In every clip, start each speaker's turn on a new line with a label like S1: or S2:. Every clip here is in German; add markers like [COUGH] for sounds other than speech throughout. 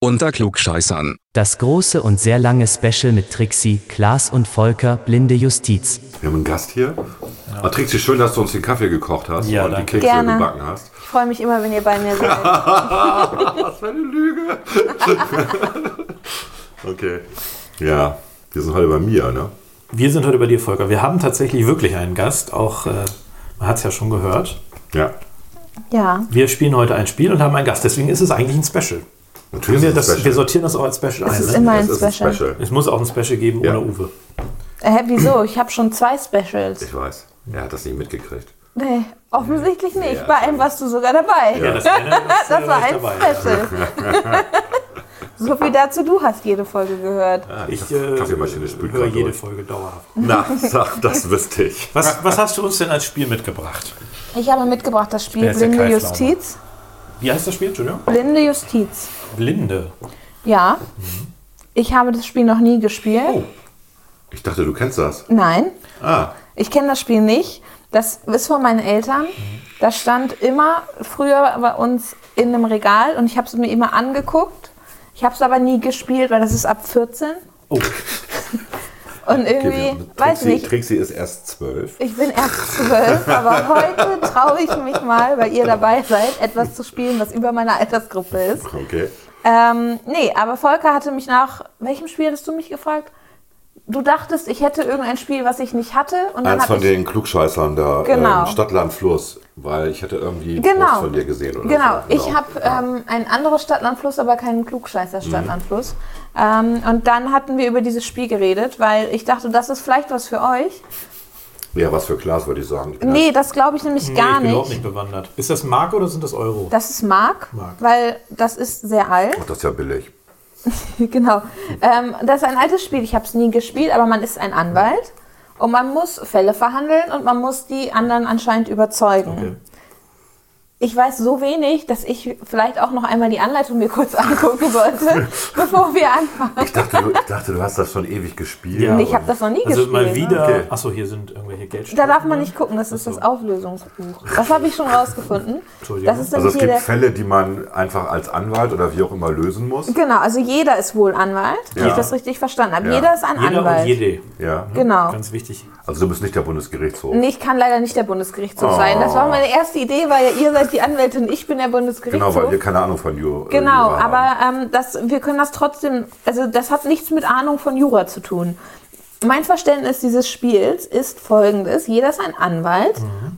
S1: Unter Klugscheißern.
S2: Das große und sehr lange Special mit Trixie, Klaas und Volker, Blinde Justiz.
S3: Wir haben einen Gast hier. Ah, Trixi, schön, dass du uns den Kaffee gekocht hast
S4: Ja,
S3: und die
S4: danke.
S3: Kekse
S5: Gerne.
S3: gebacken hast. [LAUGHS]
S5: Ich freue mich immer, wenn ihr bei mir seid.
S4: [LAUGHS]
S3: Was für eine Lüge. okay. Ja, wir sind heute bei mir, ne?
S4: Wir sind heute bei dir, Volker. Wir haben tatsächlich wirklich einen Gast. Auch äh, man hat es ja schon gehört.
S3: Ja.
S5: Ja,
S4: Wir spielen heute ein Spiel und haben einen Gast. Deswegen ist es eigentlich ein Special.
S3: Natürlich
S4: Wir,
S3: ist es
S4: das,
S3: Special.
S4: wir sortieren das auch als Special
S5: es
S4: ein.
S5: ist
S4: Ne?
S5: immer ein
S3: Es ist ein
S5: Special.
S3: Special.
S4: Es muss auch ein Special geben
S3: Ja.
S4: ohne Uwe.
S5: Äh, Hä, wieso? Ich habe schon zwei Specials.
S3: Ich weiß. Er hat das nicht mitgekriegt.
S5: Nee, offensichtlich nicht.
S3: Ja.
S5: Bei einem warst du sogar dabei.
S4: Ja, das,
S5: [LAUGHS]
S4: eine, das,
S5: Das
S4: äh,
S5: war
S4: ich
S5: ein
S4: dabei.
S5: Special.
S4: [LAUGHS]
S5: so viel dazu, du hast jede Folge gehört.
S3: Ah, die
S4: Ich
S3: Kaff-
S4: äh,
S3: Kaffeemaschine spült
S4: höre
S3: gerade
S4: jede
S3: durch.
S4: Folge
S5: [LAUGHS]
S4: dauerhaft.
S3: Na, sag, das wüsste ich.
S4: Was, was hast du uns denn als Spiel mitgebracht?
S5: Ich habe mitgebracht das Spiel
S4: jetzt der
S5: Blinde
S4: Kai Pflaume.
S5: Justiz.
S4: Wie heißt das Spiel, Entschuldigung?
S5: Blinde Justiz.
S4: Blinde.
S5: Ja.
S4: Mhm.
S5: Ich habe das Spiel noch nie gespielt.
S4: Oh.
S3: Ich dachte, du kennst das.
S5: Nein,
S3: Ah,
S5: ich kenne das Spiel nicht. Das ist von meinen Eltern. Das stand immer früher bei uns in einem Regal und ich habe es mir immer angeguckt. Ich habe es aber nie gespielt, weil das ist ab 14.
S4: Oh,
S5: [LAUGHS] Und irgendwie, weiß
S3: Trixi,
S5: nicht,
S3: Trixi ist erst zwölf.
S5: ich bin erst
S3: [LAUGHS]
S5: zwölf, aber heute traue ich mich mal, weil ihr dabei seid, etwas zu spielen, was über meiner Altersgruppe ist.
S3: Okay.
S5: Ähm, nee, aber Volker hatte mich nach, welchem Spiel hast du mich gefragt? Du dachtest, ich hätte irgendein Spiel, was ich nicht hatte. Und dann
S3: Eins
S5: habe
S3: von
S5: ich
S3: den Klugscheißern da
S5: Genau.
S3: ähm, Stadtland Fluss, weil ich hatte irgendwie
S5: Genau.
S3: Post von dir gesehen. Oder
S5: Genau,
S3: so.
S5: ich habe ähm, ein anderes Stadtlandfluss, aber keinen Klugscheißer
S3: Mhm.
S5: Stadtlandfluss. Ähm, und dann hatten wir über dieses Spiel geredet, weil ich dachte, das ist vielleicht was für euch.
S3: ja, was für Klaas würde ich sagen. Ich bin
S5: Nee, das glaube ich nämlich
S4: nee,
S5: gar
S4: ich bin überhaupt nicht
S5: nicht.
S4: bewandert. Ist das Mark oder sind das Euro?
S5: Das ist Mark,
S4: Mark.
S5: weil das ist sehr alt.
S3: halt- Das ist ja billig.
S5: [LAUGHS] genau. Ähm, das ist ein altes Spiel, ich habe es nie gespielt, aber man ist ein Anwalt und man muss Fälle verhandeln und man muss die anderen anscheinend überzeugen. Ich weiß so wenig, dass ich vielleicht auch noch einmal die Anleitung mir kurz [LAUGHS] angucken
S4: [LAUGHS]
S5: sollte, bevor wir anfangen.
S3: Ich dachte, du, ich dachte, du hast das schon ewig gespielt.
S4: Ja.
S5: Nee, ich habe das noch nie
S4: also
S5: gespielt. ne?
S4: mal wieder.
S3: Okay.
S4: Achso, hier sind irgendwelche Geldstücke.
S5: Da darf man nicht gucken, das ist das Auflösungsbuch. Das habe ich schon rausgefunden.
S4: Entschuldigung.
S5: Das ist
S3: Also
S5: nämlich
S3: es
S5: hier
S3: gibt
S5: der.
S3: Fälle, die man einfach als Anwalt oder wie auch immer lösen muss.
S5: Genau, also jeder ist wohl Anwalt, wenn ich das richtig verstanden habe.
S3: Ja.
S5: Jeder ist ein
S4: Jeder
S5: Anwalt.
S4: und jede.
S3: Ja.
S5: Genau.
S4: Ganz wichtig.
S3: Also du bist nicht der Bundesgerichtshof.
S5: Nee, ich kann leider nicht der Bundesgerichtshof
S3: Oh.
S5: sein. Das war meine erste Idee, weil ja, ihr seid die Anwälte und ich bin der Bundesgerichtshof.
S3: Genau, weil wir keine Ahnung von Ju. äh,
S5: Genau,
S3: Jura haben.
S5: aber ähm, das, wir können das trotzdem, also das hat nichts mit Ahnung von Jura zu tun. Mein Verständnis dieses Spiels ist folgendes. Jeder ist ein Anwalt.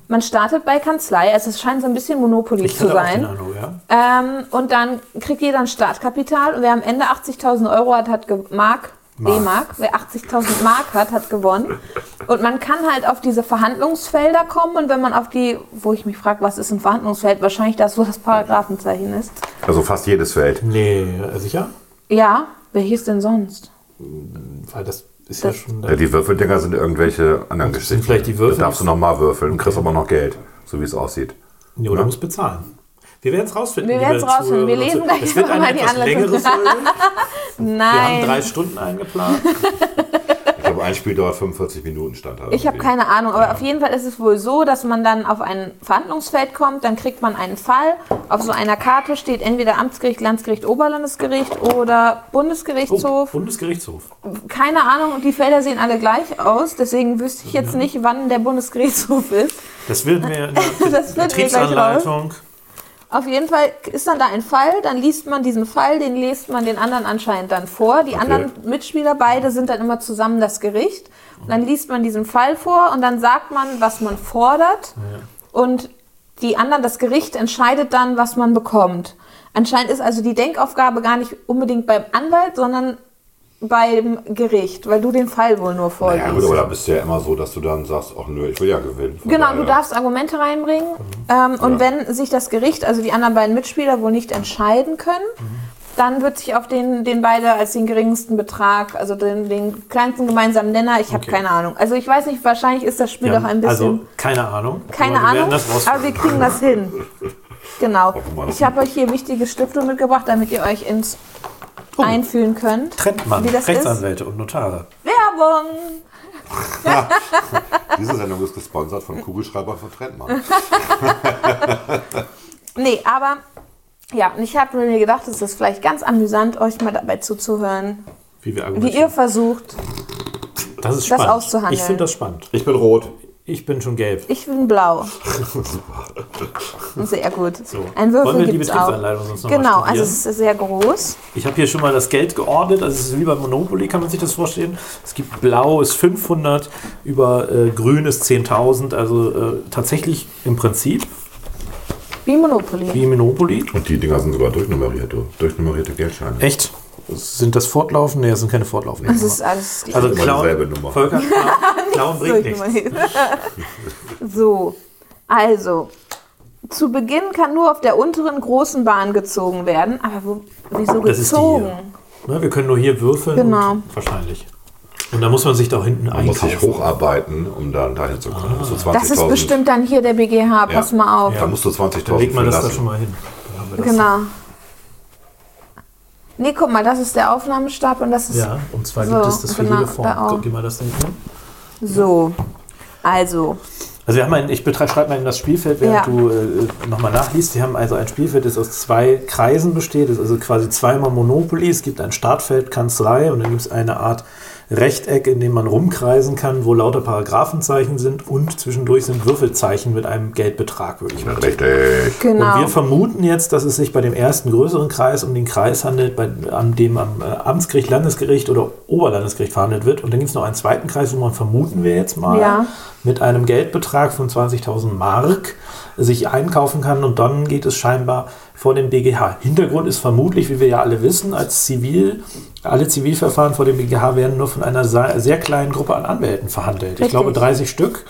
S5: Man startet bei Kanzlei, also es scheint so ein bisschen Monopoly
S4: Ich
S5: zu
S4: hatte auch den
S5: sein.
S4: Ahnung, ja.
S5: Ähm, und dann kriegt jeder ein Startkapital und wer am Ende 80.000 Euro hat, hat ge- Mark, D-Mark, wer 80.000 Mark hat, hat gewonnen. Und man kann halt auf diese Verhandlungsfelder kommen und wenn man auf die, wo ich mich frage, was ist ein Verhandlungsfeld, wahrscheinlich das, wo das Paragraphenzeichen ist.
S3: Also fast jedes Feld.
S4: Nee, äh, sicher?
S5: Ja, welches denn sonst?
S4: Weil das ist ja
S5: Das-
S4: schon.
S3: Ja, die Würfeldinger sind irgendwelche anderen Geschichten.
S4: vielleicht die Würfel?
S3: Da darfst du nochmal würfeln und kriegst aber noch Geld, so wie es aussieht.
S4: Ja, oder muss bezahlen. Wir werden es rausfinden.
S5: Wir
S4: liebe
S5: werden's rausfinden. Wir
S4: Zuhörer und
S5: lesen gleich
S4: Zuhörer.
S5: [LAUGHS]
S4: Es wird
S5: nochmal
S4: eine
S5: die
S4: etwas
S5: Anleitung.
S4: längere Folge. Wir haben drei
S5: Nein,
S4: Stunden eingeplant.
S3: Ich glaube, ein Spiel dauert 45 Minuten stand halt
S5: ich habe
S3: irgendwie.
S5: keine Ahnung, aber auf jeden Fall ist es wohl so, dass man dann auf ein Verhandlungsfeld kommt, dann kriegt man einen Fall. Auf so einer Karte steht entweder Amtsgericht, Landgericht, Oberlandesgericht oder
S4: Oh,
S5: Bundesgerichtshof.
S4: Bundesgerichtshof.
S5: keine Ahnung, und die Felder sehen alle gleich aus, deswegen wüsste ich jetzt nicht, wann der Bundesgerichtshof ist.
S4: Das wird mir in
S5: [LAUGHS] Das
S4: der
S5: wird mir gleich
S4: Betriebsanleitung.
S5: Auf jeden Fall ist dann da ein Fall, dann liest man diesen Fall, den lest man den anderen anscheinend dann vor. Die anderen Mitspieler, beide sind dann immer zusammen das Gericht. Und dann liest man diesen Fall vor und dann sagt man, was man fordert. Und die anderen, das Gericht entscheidet dann, was man bekommt. Anscheinend ist also die Denkaufgabe gar nicht unbedingt beim Anwalt, sondern beim Gericht, weil du den Fall wohl nur vorliest.
S3: Ja gut, aber da bist du ja immer so, dass du dann sagst, ach nö, ich will ja gewinnen. Von
S5: Genau,
S3: daher-
S5: du darfst Argumente reinbringen. Ähm,
S3: Ja.
S5: und wenn sich das Gericht, also die anderen beiden Mitspieler, wohl nicht entscheiden können,
S4: Mhm.
S5: dann wird sich auf den, den beide als den geringsten Betrag, also den, den kleinsten gemeinsamen Nenner, ich habe
S4: Okay.
S5: keine Ahnung. Also ich weiß nicht, wahrscheinlich ist das Spiel
S4: Ja,
S5: doch ein bisschen.
S4: Also, keine Ahnung.
S5: keine
S4: aber wir Werden
S5: Ahnung,
S4: das
S5: aber wir
S4: rausfinden.
S5: kriegen
S4: [LAUGHS]
S5: das hin. Genau.
S3: Mann.
S5: Ich habe euch hier wichtige Stifte mitgebracht, damit ihr euch ins einfühlen könnt.
S4: Oh. Trennt man
S5: Wie das ist.
S4: Rechtsanwälte und Notare.
S5: Werbung!
S3: Diese Sendung ist gesponsert von Kugelschreiber von Trendmann.
S5: Nee, aber Ja, und ich habe mir gedacht, es ist vielleicht ganz amüsant, euch mal dabei zuzuhören,
S6: Wie wir
S5: wie
S6: argumentieren.
S5: ihr versucht.
S6: das ist
S5: das
S6: spannend.
S5: auszuhandeln.
S6: Ich finde das spannend.
S3: Ich bin rot.
S6: Ich bin schon gelb.
S5: Ich
S6: [LAUGHS]
S5: bin blau. Sehr gut.
S6: So. Wollen
S5: Ein
S6: wir
S5: Würfel
S6: die
S5: gibt es auch.
S6: Betriebsanleitung sonst noch mal
S5: Genau, also
S6: studieren?
S5: es ist sehr groß.
S6: Ich habe hier schon mal das Geld geordnet, also es ist wie bei Monopoly, kann man sich das vorstellen. Es gibt blau ist 500, über äh, grün ist 10.000, also äh, tatsächlich im Prinzip
S5: Wie Monopoly.
S6: wie Monopoly.
S3: Und die Dinger sind sogar durchnummeriert, du. Durchnummerierte Geldscheine.
S6: Echt? Sind das fortlaufend? Nee, das sind keine fortlaufenden.
S5: Das ist alles
S6: [LAUGHS] also
S3: Immer dieselbe
S6: Clown,
S3: Nummer.
S5: [LAUGHS]
S6: Volker, Clown, Clown bringt nichts.
S5: so, also. Zu Beginn kann nur auf der unteren großen Bahn gezogen werden. Aber wo, wieso
S6: Das ist die hier.
S5: gezogen?
S6: Ne, wir können nur hier würfeln.
S5: Genau.
S6: Und wahrscheinlich. Und da muss man sich da hinten
S3: Man muss sich
S6: einkaufen.
S3: hocharbeiten, um dann dahin zu kommen. Musst du
S5: Ah. Das ist
S3: 20.000
S5: bestimmt dann hier der BGH, pass mal auf.
S3: Da musst du 20.000
S6: Dann legt man
S3: für
S6: das da
S3: lassen.
S6: schon mal hin. Dann haben wir das.
S5: Genau. Nee, guck mal, das ist der Aufnahmestab und das ist
S6: Ja, und zwar
S5: So,
S6: gibt es das für
S5: genau,
S6: jede Form.
S5: da auch.
S6: Guck dir mal das da hinten an.
S5: so. Also,
S6: Also wir haben ein, ich beschreibe mal eben das Spielfeld, während
S5: Ja.
S6: du äh, nochmal nachliest. Wir haben also ein Spielfeld, das aus zwei Kreisen besteht, das ist also quasi zweimal Monopoly. Es gibt ein Startfeld, Kanzlei und dann gibt es eine Art Rechteck, in dem man rumkreisen kann, wo lauter Paragraphenzeichen sind und zwischendurch sind Würfelzeichen mit einem Geldbetrag, würde ich mal
S3: Richtig.
S6: und
S5: genau.
S6: wir vermuten jetzt, dass es sich bei dem ersten größeren Kreis um den Kreis handelt, bei, an dem am äh, Amtsgericht, Landesgericht oder Oberlandesgericht verhandelt wird. Und dann gibt es noch einen zweiten Kreis, wo man vermuten wir jetzt mal
S5: Ja.
S6: mit einem Geldbetrag von 20.000 Mark sich einkaufen kann. Und dann geht es scheinbar vor dem BGH. Hintergrund ist vermutlich, wie wir ja alle wissen, als Zivil, alle Zivilverfahren vor dem BGH werden nur von einer sehr sehr kleinen Gruppe an Anwälten verhandelt. Ich
S5: Richtig.
S6: glaube 30 Stück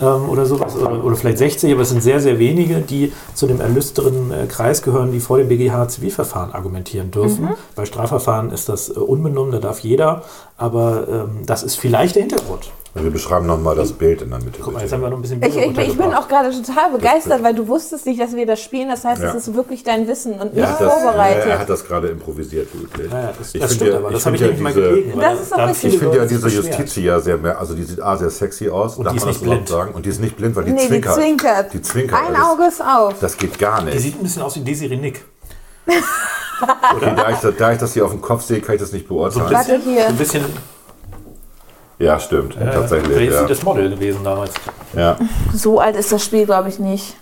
S6: ähm, oder sowas, oder, oder vielleicht 60, aber es sind sehr, sehr wenige, die zu dem erlüsteren äh, Kreis gehören, die vor dem BGH Zivilverfahren argumentieren dürfen. Bei Strafverfahren ist das äh, unbenommen, da darf jeder, aber ähm, das ist vielleicht der Hintergrund.
S3: Wir beschreiben nochmal das Bild in der Mitte.
S6: Guck mal, jetzt
S3: bitte.
S6: haben wir noch ein bisschen
S5: Ich,
S6: Bilder
S5: ich, ich bin
S6: runtergebracht.
S5: auch gerade total begeistert, weil du wusstest nicht, dass wir das spielen. Das heißt,
S3: Ja.
S5: es ist wirklich dein Wissen
S3: Er
S5: und nicht
S3: hat das- äh,
S5: vorbereitet.
S3: Er hat das gerade improvisiert, wie üblich.
S6: Ja, ja, das,
S3: Ich
S6: das
S3: finde
S6: stimmt
S3: ja-
S6: aber,
S3: ich
S6: das habe ich
S3: finde
S6: nämlich mal
S3: ja diese-
S6: gelegen. weil
S5: Das ist doch
S6: da haben
S5: richtig.
S6: viele
S3: Ich finde ja
S6: Leute sich
S3: diese
S6: beschwert.
S3: Justitia sehr mehr, also die sieht A sehr sexy aus,
S6: die ist
S3: man
S6: nicht
S3: das überhaupt
S6: blind.
S3: sagen? Und die ist nicht blind, weil die
S5: nee, die
S3: zwinkert.
S5: zwinkert.
S3: Die zwinkert.
S5: Ein
S3: das,
S5: Auge ist auf.
S3: Das geht gar
S6: Die
S3: nicht.
S6: sieht ein bisschen aus wie Desiree Nick.
S3: Okay, da, ich, das- da ich das hier auf dem Kopf sehe, kann ich das nicht beurteilen.
S5: Warte hier.
S6: Ein bisschen
S3: ja, stimmt.
S6: Vielleicht
S3: tatsächlich.
S6: ist sie
S3: Ja.
S6: das Model gewesen damals.
S3: ja.
S5: So alt ist das Spiel, glaube ich, nicht.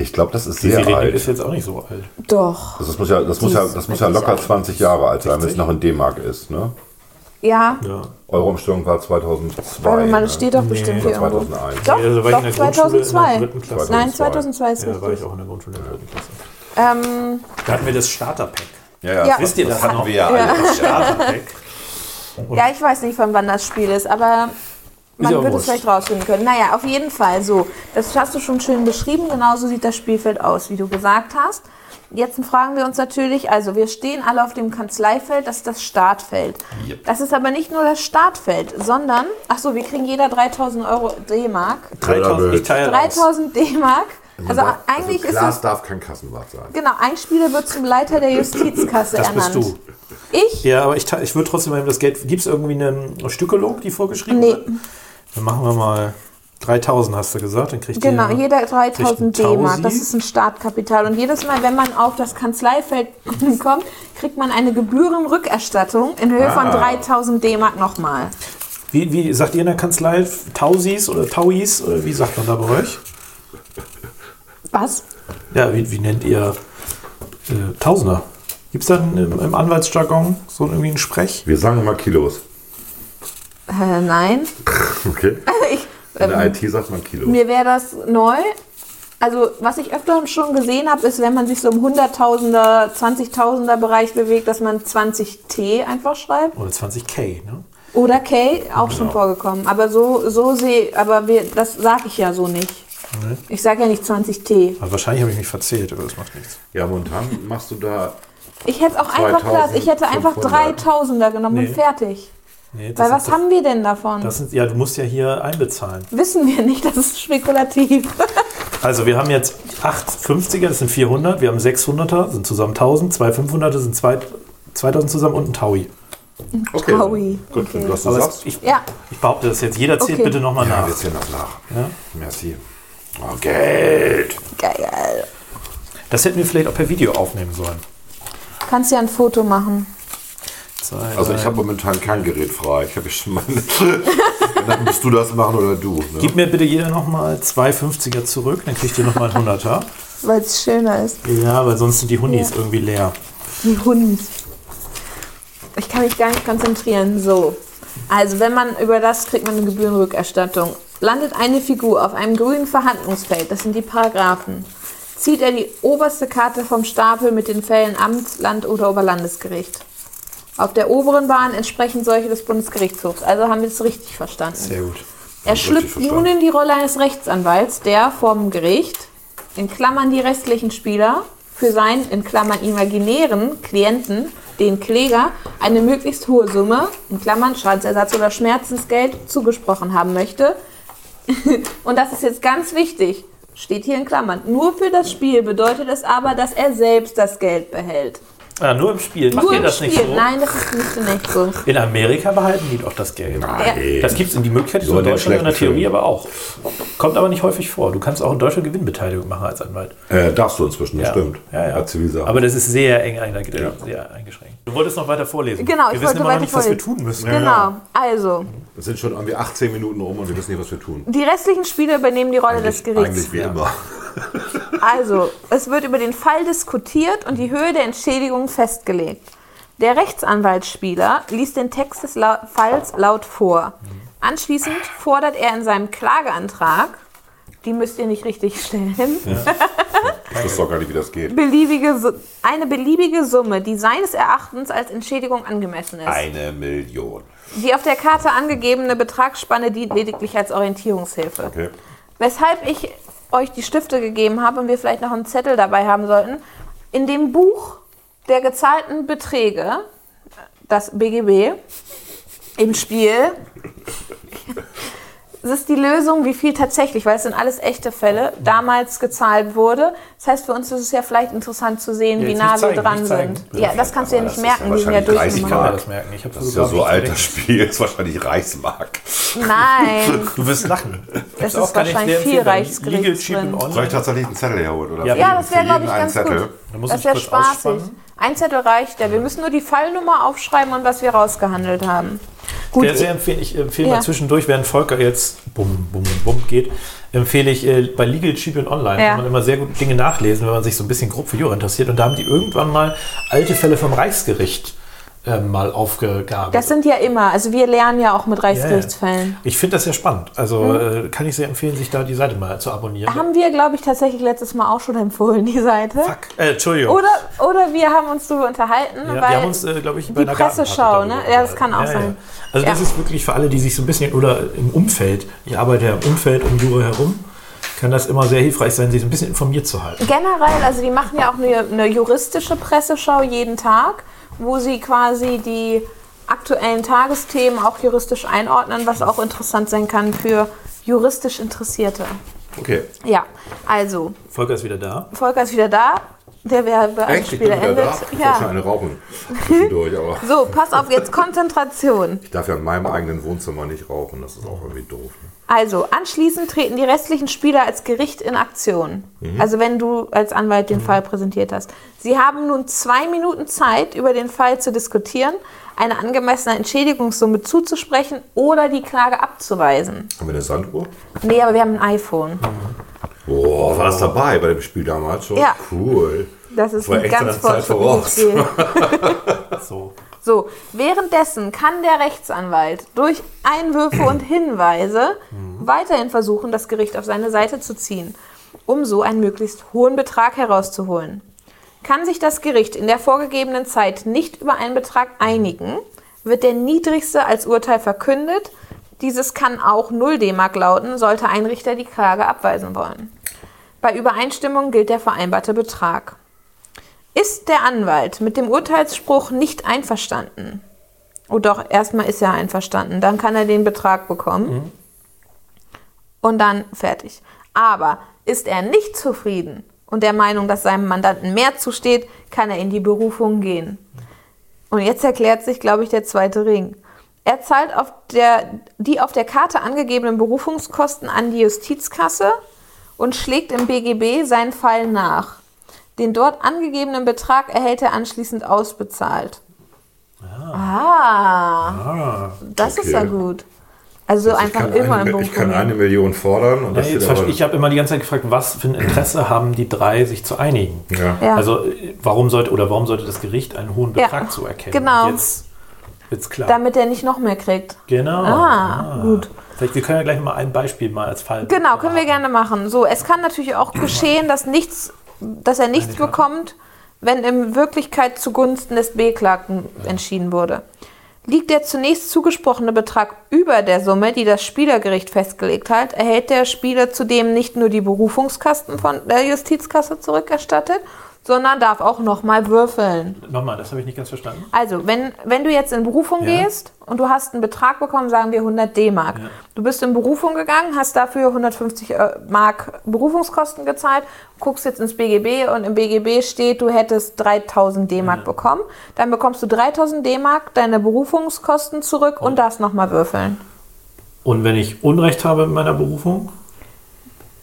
S3: Ich glaube, das ist sehr
S6: Desiree Nick ist
S3: alt. Also
S6: jetzt auch nicht so alt.
S5: Doch.
S3: Das muss ja, das muss
S5: Die
S3: ja,
S5: ist
S3: das muss ja locker 20 Jahre alt sein, wenn es noch in D-Mark ist. Ne?
S5: Ja,
S6: Ja. also
S3: Euro-Umstellung war 2002.
S5: aber man
S3: ne?
S5: steht doch bestimmt hier
S3: Oder
S5: irgendwo.
S3: 2001.
S5: Doch,
S6: Ja, da war ich in der
S5: doch
S6: Grundschule in der
S5: 2002.
S6: dritten Klasse.
S5: Nein, 2002 ist
S6: Ja, war ich
S5: richtig.
S6: auch in der Grundschule in der dritten Klasse.
S5: Ähm,
S6: Da hatten wir das Starterpack.
S3: Ja, ja,
S5: Ja.
S3: das-
S6: Wisst ihr das
S3: Das hatten
S6: noch?
S3: wir ja alle. Das
S6: Starterpack.
S3: [LAUGHS]
S5: ja, ich weiß nicht, von wann das Spiel ist, aber man
S6: ja auch
S5: würde es
S6: wurscht.
S5: vielleicht rausfinden können. Naja, auf jeden Fall so. Das hast du schon schön beschrieben. Genauso sieht das Spielfeld aus, wie du gesagt hast. Jetzt fragen wir uns natürlich, also wir stehen alle auf dem Kanzleifeld, das ist das Startfeld.
S3: Yep.
S5: Das ist aber nicht nur das Startfeld, sondern, ach so, wir kriegen jeder 3000 Euro D-Mark.
S6: 3000, ich teile aus.
S5: 3000 D-Mark. Also
S3: darf-
S5: eigentlich ist
S3: Klaas
S5: das,
S3: darf kein Kassenwart sein.
S5: genau, ein Spieler wird zum Leiter der Justizkasse
S6: Das
S5: ernannt.
S6: bist du.
S5: Ich?
S6: Ja, aber ich, teile- ich würde trotzdem mal eben das Geld. Gibt es irgendwie eine Stückelung, die vorgeschrieben
S5: Nee.
S6: wird? Dann machen wir mal 3000, hast du gesagt. Dann kriegt
S5: Genau,
S6: jeder.
S5: jeder 3000
S6: kriegt einen
S5: D-Mark,
S6: Tausi.
S5: das ist ein Startkapital. Und jedes Mal, wenn man auf das Kanzleifeld [LAUGHS] kommt, kriegt man eine Gebührenrückerstattung in Höhe von
S3: Ah.
S5: 3000 D-Mark nochmal.
S6: Wie, wie sagt ihr in der Kanzlei? Tausis oder Tauis? Oder wie sagt man da bei euch?
S5: Was?
S6: Ja, wie, wie nennt ihr äh, Tausender? Gibt es da einen- im, im Anwaltsjargon so irgendwie einen Sprech?
S3: Wir sagen immer Kilos. [LAUGHS]
S5: Äh, nein. [LAUGHS]
S3: Okay.
S5: Ich,
S3: In der
S5: ähm,
S3: IT sagt man Kilo.
S5: mir wäre das neu. Also, was ich öfter schon gesehen habe, ist, wenn man sich so im 100.000er, 20.000er Bereich bewegt, dass man 20T einfach schreibt.
S6: Oder 20k, ne?
S5: Oder Kay, auch schon vorgekommen. Aber so, so sehe, aber wir, das sage ich ja so nicht. Ich sage ja nicht 20T.
S6: Aber wahrscheinlich habe ich mich verzählt, aber das macht nichts.
S3: Ja, momentan machst du da.
S5: Ich hätte auch einfach Glas, ich hätte einfach
S3: 2500.
S5: 3000er genommen
S6: Nee.
S5: und fertig.
S6: Nee, das
S5: Weil
S6: sind
S5: was
S6: doch-
S5: haben wir denn davon?
S6: das sind, ja, du musst ja hier einbezahlen.
S5: Wissen wir nicht, das ist spekulativ. [LAUGHS]
S6: Also wir haben jetzt 8 50er, das sind 400, wir haben 600er, sind zusammen 1000, zwei 500er sind zwei, 2000 zusammen und ein Taui.
S3: Okay.
S5: Taui.
S3: Gut, wenn du das so
S6: Aber
S3: sagst.
S6: es, ich,
S5: Ja.
S6: ich behaupte das jetzt. Jeder zählt
S5: Okay.
S6: bitte nochmal
S3: Ja,
S6: nach.
S3: wir ziehen das nach. Merci. Oh, Geld.
S5: Geil.
S6: Das hätten wir vielleicht auch per Video aufnehmen sollen.
S5: Kannst ja ein Foto machen.
S6: Zwei,
S3: Also
S6: drei.
S3: ich habe momentan kein Gerät frei. Ich habe schon meine. [LAUGHS] Dann musst du das machen oder du. Ne?
S6: Gib mir bitte jeder nochmal zwei 50er zurück, dann kriegt ihr nochmal ein 100er.
S5: Weil es schöner ist.
S6: Ja, weil sonst sind die Hundis irgendwie leer.
S5: Die Hund. Ich kann mich gar nicht konzentrieren. So. Also, wenn man über das kriegt man eine Gebührenrückerstattung. Landet eine Figur auf einem grünen Verhandlungsfeld, das sind die Paragraphen. Zieht er die oberste Karte vom Stapel mit den Fällen Amts-, Land- oder Oberlandesgericht. Auf der oberen Bahn entsprechen solche des Bundesgerichtshofs. Also haben wir es richtig verstanden.
S6: Sehr gut.
S5: Er
S6: Also,
S3: ich richtig
S5: schlüpft nun in die Rolle eines Rechtsanwalts, der vorm Gericht, in Klammern die restlichen Spieler, für seinen, in Klammern imaginären Klienten, den Kläger, eine möglichst hohe Summe, in Klammern Schadensersatz oder Schmerzensgeld, zugesprochen haben möchte. [LAUGHS] Und das ist jetzt ganz wichtig, steht hier in Klammern. Nur für das Spiel bedeutet es aber, dass er selbst das Geld behält.
S6: Ah, nur im Spiel. Macht
S5: Nur
S6: ihr
S5: im
S6: das
S5: Spiel.
S6: nicht so?
S5: Nein, das ist nicht so nicht so.
S6: In Amerika behalten die doch das Geld.
S3: Nein.
S6: Das gibt es in die Möglichkeit, so
S3: So
S6: in
S3: einen
S6: Deutschland in der
S3: schlechten
S6: Theorie
S3: Film.
S6: aber auch. Kommt aber nicht häufig vor. Du kannst auch in Deutschland Gewinnbeteiligung machen als Anwalt.
S3: Äh, darfst du inzwischen, das
S6: Ja.
S3: stimmt.
S6: Ja, ja.
S3: Hat sie gesagt.
S6: Aber das ist sehr eng einge- sehr eingeschränkt. Du wolltest noch weiter vorlesen.
S5: Genau, ich
S6: wir wissen
S5: wollte
S6: immer noch
S5: weiter
S6: nicht, was wir
S5: vorlesen.
S6: tun müssen.
S5: Genau, also.
S3: Es sind schon irgendwie 18 Minuten rum und wir wissen nicht, was wir tun.
S5: Die restlichen Spieler übernehmen die Rolle des Gerichts.
S3: Eigentlich wie immer.
S6: [LAUGHS]
S5: Also, es wird über den Fall diskutiert und die Höhe der Entschädigung festgelegt. Der Rechtsanwaltsspieler liest den Text des Lau Falls laut vor. Anschließend fordert er in seinem Klageantrag, die müsst ihr nicht richtig stellen,
S3: Ich wusste doch gar nicht, wie das geht.
S5: beliebige, Su- eine beliebige Summe, die seines Erachtens als Entschädigung angemessen ist.
S3: Eine Million.
S5: Die auf der Karte angegebene Betragsspanne dient lediglich als Orientierungshilfe.
S3: Okay.
S5: Weshalb ich euch die Stifte gegeben habe und wir vielleicht noch einen Zettel dabei haben sollten. In dem Buch der gezahlten Beträge, das BGB, im Spiel, es ist die Lösung, wie viel tatsächlich, weil es sind alles echte Fälle, damals gezahlt wurde. Das heißt, für uns ist es ja vielleicht interessant zu sehen, wie
S6: jetzt
S5: nah
S6: nicht zeigen,
S5: wir dran
S6: nicht zeigen.
S5: sind. Ja, das kannst du ja
S3: Aber
S5: nicht
S3: das ist ja
S5: merken, wie wir ja
S3: wahrscheinlich 30
S6: Ich kann mir
S5: durchgemacht
S3: Mark.
S6: das merken. Also, Ich habe
S3: Das ist ja so alt, das
S6: alt.
S3: Spiel. Das ist wahrscheinlich Reichsmark. [LAUGHS]
S5: Nein,
S6: Du wirst lachen.
S5: das
S6: Auch
S5: ist
S6: kann ich dir
S5: wahrscheinlich viel
S6: empfehlen, bei Legal
S5: Reichsgericht ne?
S6: Cheap and
S5: drin.
S6: Online.
S3: Soll ich tatsächlich einen Zettel herholen? Oder
S6: Ja.
S3: für
S5: Ja,
S3: jeden-
S5: das wäre,
S3: für
S5: glaube ich,
S3: jeden einen
S5: ganz
S3: Zettel?
S5: gut.
S6: Da muss
S5: Das
S6: ich
S5: wäre
S6: kurz
S5: spaßig.
S6: ausspannen.
S5: Ein Zettel reicht ja. Wir müssen nur die Fallnummer aufschreiben und was wir rausgehandelt haben. Gut,
S6: Sehr, sehr empfehle, ich empfehle mal
S5: Ja.
S6: zwischendurch, während Volker jetzt bum, bum, bum geht, empfehle ich äh, bei Legal Cheap and Online,
S5: Ja.
S6: kann man immer sehr gut Dinge nachlesen, wenn man sich so ein bisschen grob für Jura interessiert. Und da haben die irgendwann mal alte Fälle vom Reichsgericht äh, mal aufgegabelt.
S5: das sind ja immer. Also wir lernen ja auch mit
S6: Ja, ja.
S5: Reichsgerichtsfällen.
S6: Ich finde das sehr spannend. Also äh, kann ich sehr empfehlen, sich da die Seite mal zu abonnieren.
S5: Mhm. Haben wir, glaube ich, tatsächlich letztes Mal auch schon empfohlen, die Seite.
S6: Fuck. Äh, Entschuldigung.
S5: Oder, oder wir haben uns darüber unterhalten,
S6: Ja, wir
S5: weil
S6: haben uns, äh, glaube ich, bei
S5: die
S6: einer
S5: Presseschau,
S6: Gartenparty
S5: ne?
S6: darüber
S5: Ja, das kann auch
S6: unterhalten.
S5: sein.
S6: Also das
S5: Ja.
S6: ist wirklich für alle, die sich so ein bisschen oder im Umfeld, ich arbeite ja im Umfeld um Jura herum, kann das immer sehr hilfreich sein, sich so ein bisschen informiert zu
S5: [LAUGHS]
S6: halten.
S5: generell, also die machen ja auch eine, eine juristische Presseschau jeden Tag, wo sie quasi die aktuellen Tagesthemen auch juristisch einordnen, was auch interessant sein kann für juristisch Interessierte.
S3: Okay.
S5: Ja, also
S6: Volker ist wieder da.
S5: Volker ist wieder da. Der
S3: Eigentlich
S5: Werbeanspieler
S3: bin ich wieder
S5: endet.
S3: da. Ich ja. schon
S5: Ja.
S3: eine
S5: [LAUGHS]
S3: rauchen. Zwischendurch, aber
S5: So, pass auf, jetzt Konzentration.
S3: ich darf ja in meinem eigenen Wohnzimmer nicht rauchen. Das ist auch irgendwie doof. ne?
S5: Also, anschließend treten die restlichen Spieler als Gericht in Aktion.
S3: Mhm.
S5: Also, wenn du als Anwalt den Fall präsentiert hast. Sie haben nun zwei Minuten Zeit, über den Fall zu diskutieren, eine angemessene Entschädigungssumme zuzusprechen oder die Klage abzuweisen.
S3: Haben wir eine Sanduhr?
S5: Nee, aber wir haben ein iPhone.
S3: Boah, war das dabei bei dem Spiel damals schon?
S5: Ja.
S3: Cool.
S5: Das ist
S3: war
S5: ein
S3: echt
S5: ganz
S3: seiner Zeit
S5: fortschrittliches
S3: voraus. [LAUGHS]
S5: Spiel.
S6: So.
S5: So, währenddessen kann der Rechtsanwalt durch Einwürfe und Hinweise weiterhin versuchen, das Gericht auf seine Seite zu ziehen, um so einen möglichst hohen Betrag herauszuholen. Kann sich das Gericht in der vorgegebenen Zeit nicht über einen Betrag einigen, wird der niedrigste als Urteil verkündet. Dieses kann auch 0 D-Mark lauten, sollte ein Richter die Klage abweisen wollen. Bei Übereinstimmung gilt der vereinbarte Betrag. Ist der Anwalt mit dem Urteilsspruch nicht einverstanden? Oh doch, erstmal ist er einverstanden, dann kann er den Betrag bekommen. Und dann fertig. Aber ist er nicht zufrieden und der Meinung, dass seinem Mandanten mehr zusteht, kann er in die Berufung gehen. Und jetzt erklärt sich, glaube ich, der zweite Ring. Er zahlt auf der, die auf der Karte angegebenen Berufungskosten an die Justizkasse und schlägt im BGB seinen Fall nach. Den dort angegebenen Betrag erhält er anschließend ausbezahlt. Ah,
S6: Ah,
S5: das ist ja
S3: Okay.
S5: gut. Also
S3: Also
S5: einfach
S3: ich kann,
S5: immer
S3: eine,
S5: im Buch.
S3: ich kann eine Million fordern und
S6: ja,
S3: das steht
S6: jetzt
S3: aber,
S6: verste- ich habe immer die ganze Zeit gefragt, was für ein Interesse haben die drei, sich zu einigen?
S3: ja.
S5: Ja.
S6: Also äh, warum sollte oder warum sollte das Gericht einen hohen
S5: Ja,
S6: Betrag zuerkennen?
S5: genau.
S6: Jetzt wird's klar.
S5: damit er nicht noch mehr kriegt.
S6: genau.
S5: Ah, gut.
S6: Vielleicht, wir können ja gleich mal ein Beispiel mal als Fall.
S5: Genau, können wir
S6: beraten.
S5: gerne machen. So, es kann natürlich auch geschehen, dass nichts, dass er nichts bekommt, wenn in Wirklichkeit zugunsten des Beklagten entschieden wurde. Liegt der zunächst zugesprochene Betrag über der Summe, die das Spielergericht festgelegt hat, erhält der Spieler zudem nicht nur die Berufungskasten von der Justizkasse zurückerstattet, sondern darf auch nochmal würfeln.
S6: Nochmal, das habe ich nicht ganz verstanden.
S5: Also, wenn, wenn du jetzt in Berufung
S6: Ja.
S5: gehst und du hast einen Betrag bekommen, sagen wir 100 D-Mark. Du bist in Berufung gegangen, hast dafür 150 äh, Mark Berufungskosten gezahlt, guckst jetzt ins BGB und im BGB steht, du hättest 3000 D-Mark bekommen. Dann bekommst du 3000 D-Mark, deine Berufungskosten zurück und darfst nochmal würfeln.
S6: Und wenn ich Unrecht habe in meiner Berufung,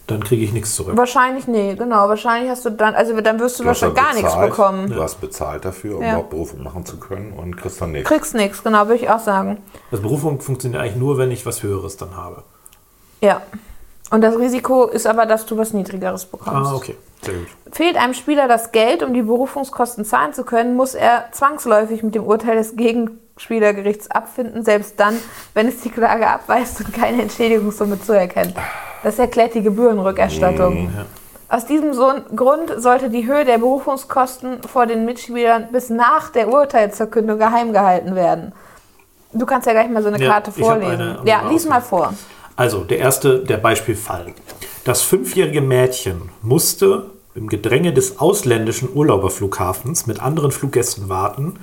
S6: dann kriege ich nichts zurück.
S5: Wahrscheinlich, nee, genau. Wahrscheinlich hast du dann, also dann wirst du,
S3: Du hast
S5: wahrscheinlich
S3: ja
S5: gar nichts
S3: bezahlt,
S5: bekommen.
S3: Du hast bezahlt dafür, um
S5: Ja.
S3: überhaupt Berufung machen zu können und kriegst dann nichts.
S5: Kriegst nichts, genau, würde ich auch sagen.
S6: Also Berufung funktioniert eigentlich nur, wenn ich was Höheres dann habe.
S5: Ja. Und das Risiko ist aber, dass du was Niedrigeres bekommst.
S6: Ah, okay. Sehr gut.
S5: Fehlt einem Spieler das Geld, um die Berufungskosten zahlen zu können, muss er zwangsläufig mit dem Urteil des Gegenspielergerichts abfinden, selbst dann, wenn es die Klage abweist und keine Entschädigungssumme zuerkennt. Das erklärt die Gebührenrückerstattung.
S6: Mhm.
S5: Aus diesem so Grund sollte die Höhe der Berufungskosten vor den Mitspielern bis nach der Urteilsverkündung geheim gehalten werden. Du kannst ja gleich mal so eine
S6: Ja,
S5: Karte
S6: ich hab eine
S5: vorlesen.
S6: am
S5: ja,
S6: Auge.
S5: lies
S6: [LAUGHS]
S5: mal vor.
S6: Also, der erste, der Beispielfall. Das fünfjährige Mädchen musste im Gedränge des ausländischen Urlauberflughafens mit anderen Fluggästen warten.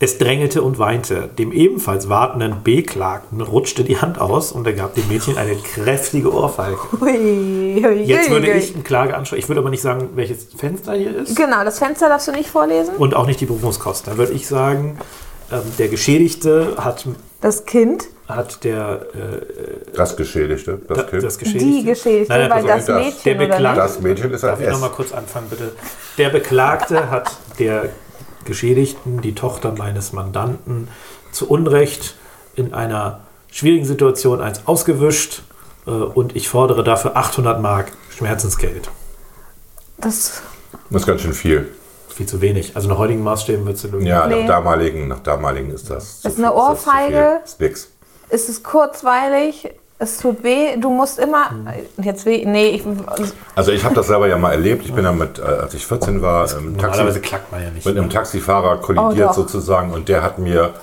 S6: Es drängelte und weinte. Dem ebenfalls wartenden Beklagten rutschte die Hand aus und er gab dem Mädchen eine kräftige Ohrfeige.
S5: Ui, ui,
S6: Jetzt
S5: ui,
S6: würde
S5: ui.
S6: ich eine Klage anschauen. Ich würde aber nicht sagen, welches Fenster hier ist
S5: Genau, das Fenster darfst du nicht vorlesen.
S6: und auch nicht die Berufungskosten. Dann würde ich sagen, ähm, der Geschädigte hat,
S5: Das Kind
S6: hat der, äh,
S3: Das Geschädigte, das Kind.
S6: das Geschädigte.
S5: Die Geschädigte,
S6: Nein, nein,
S5: weil
S6: pass auf,
S5: das
S3: das-
S5: Mädchen
S6: der
S5: oder nicht?
S6: Beklagte-
S3: das Mädchen ist
S6: Darf
S3: ein
S6: ich
S3: S.
S6: nochmal kurz anfangen, bitte? Der Beklagte hat der Geschädigten, die Tochter meines Mandanten, zu Unrecht in einer schwierigen Situation eins ausgewischt äh, und ich fordere dafür 800 Mark Schmerzensgeld.
S5: Das,
S3: Das ist ganz schön viel.
S6: Viel zu wenig. Also nach heutigen Maßstäben wird es
S3: Ja,
S5: Nee.
S3: nach, damaligen, nach damaligen ist das. zu
S5: ist
S3: viel,
S5: eine
S3: das zu viel.
S5: Ohrfeige.
S3: Ist nix.
S5: es ist kurzweilig, es tut weh, du musst immer.
S6: Hm.
S5: Jetzt weh, nee, ich.
S3: Also ich habe das selber ja mal erlebt. Ich bin damit, äh, als ich 14 war, im
S6: Normalerweise
S3: Taxi,
S6: klackt man ja nicht.
S3: mit einem Taxifahrer kollidiert
S5: Oh, doch.
S3: sozusagen und der hat mir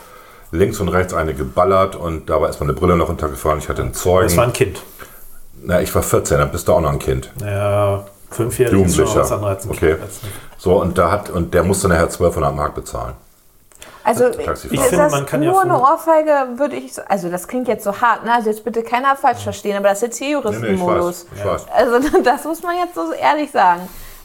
S3: links und rechts eine geballert und dabei ist meine Brille noch runtergefahren. Ich hatte einen Zeugen.
S6: Das war ein Kind.
S3: Na, ich war 14, dann bist du auch noch ein Kind.
S6: Ja, fünfjährig ist schon
S3: Jugendlicher.
S6: was anderes als ein
S3: Okay.
S6: Kind. Als ein-
S3: So, und da hat, und der musste nachher 1200 Mark bezahlen.
S5: Also,
S3: Taxifahrer.
S5: ist
S3: Ich
S6: finde,
S5: das
S6: man kann ja
S5: nur
S6: von-
S5: eine Ohrfeige, würde ich. so- Also, das klingt jetzt so hart, ne? Also, jetzt bitte keiner falsch verstehen, aber das ist jetzt hier
S3: ich
S5: Juristenmodus.
S3: weiß. Ich weiß.
S5: Also, [LAUGHS] das muss man jetzt so ehrlich sagen.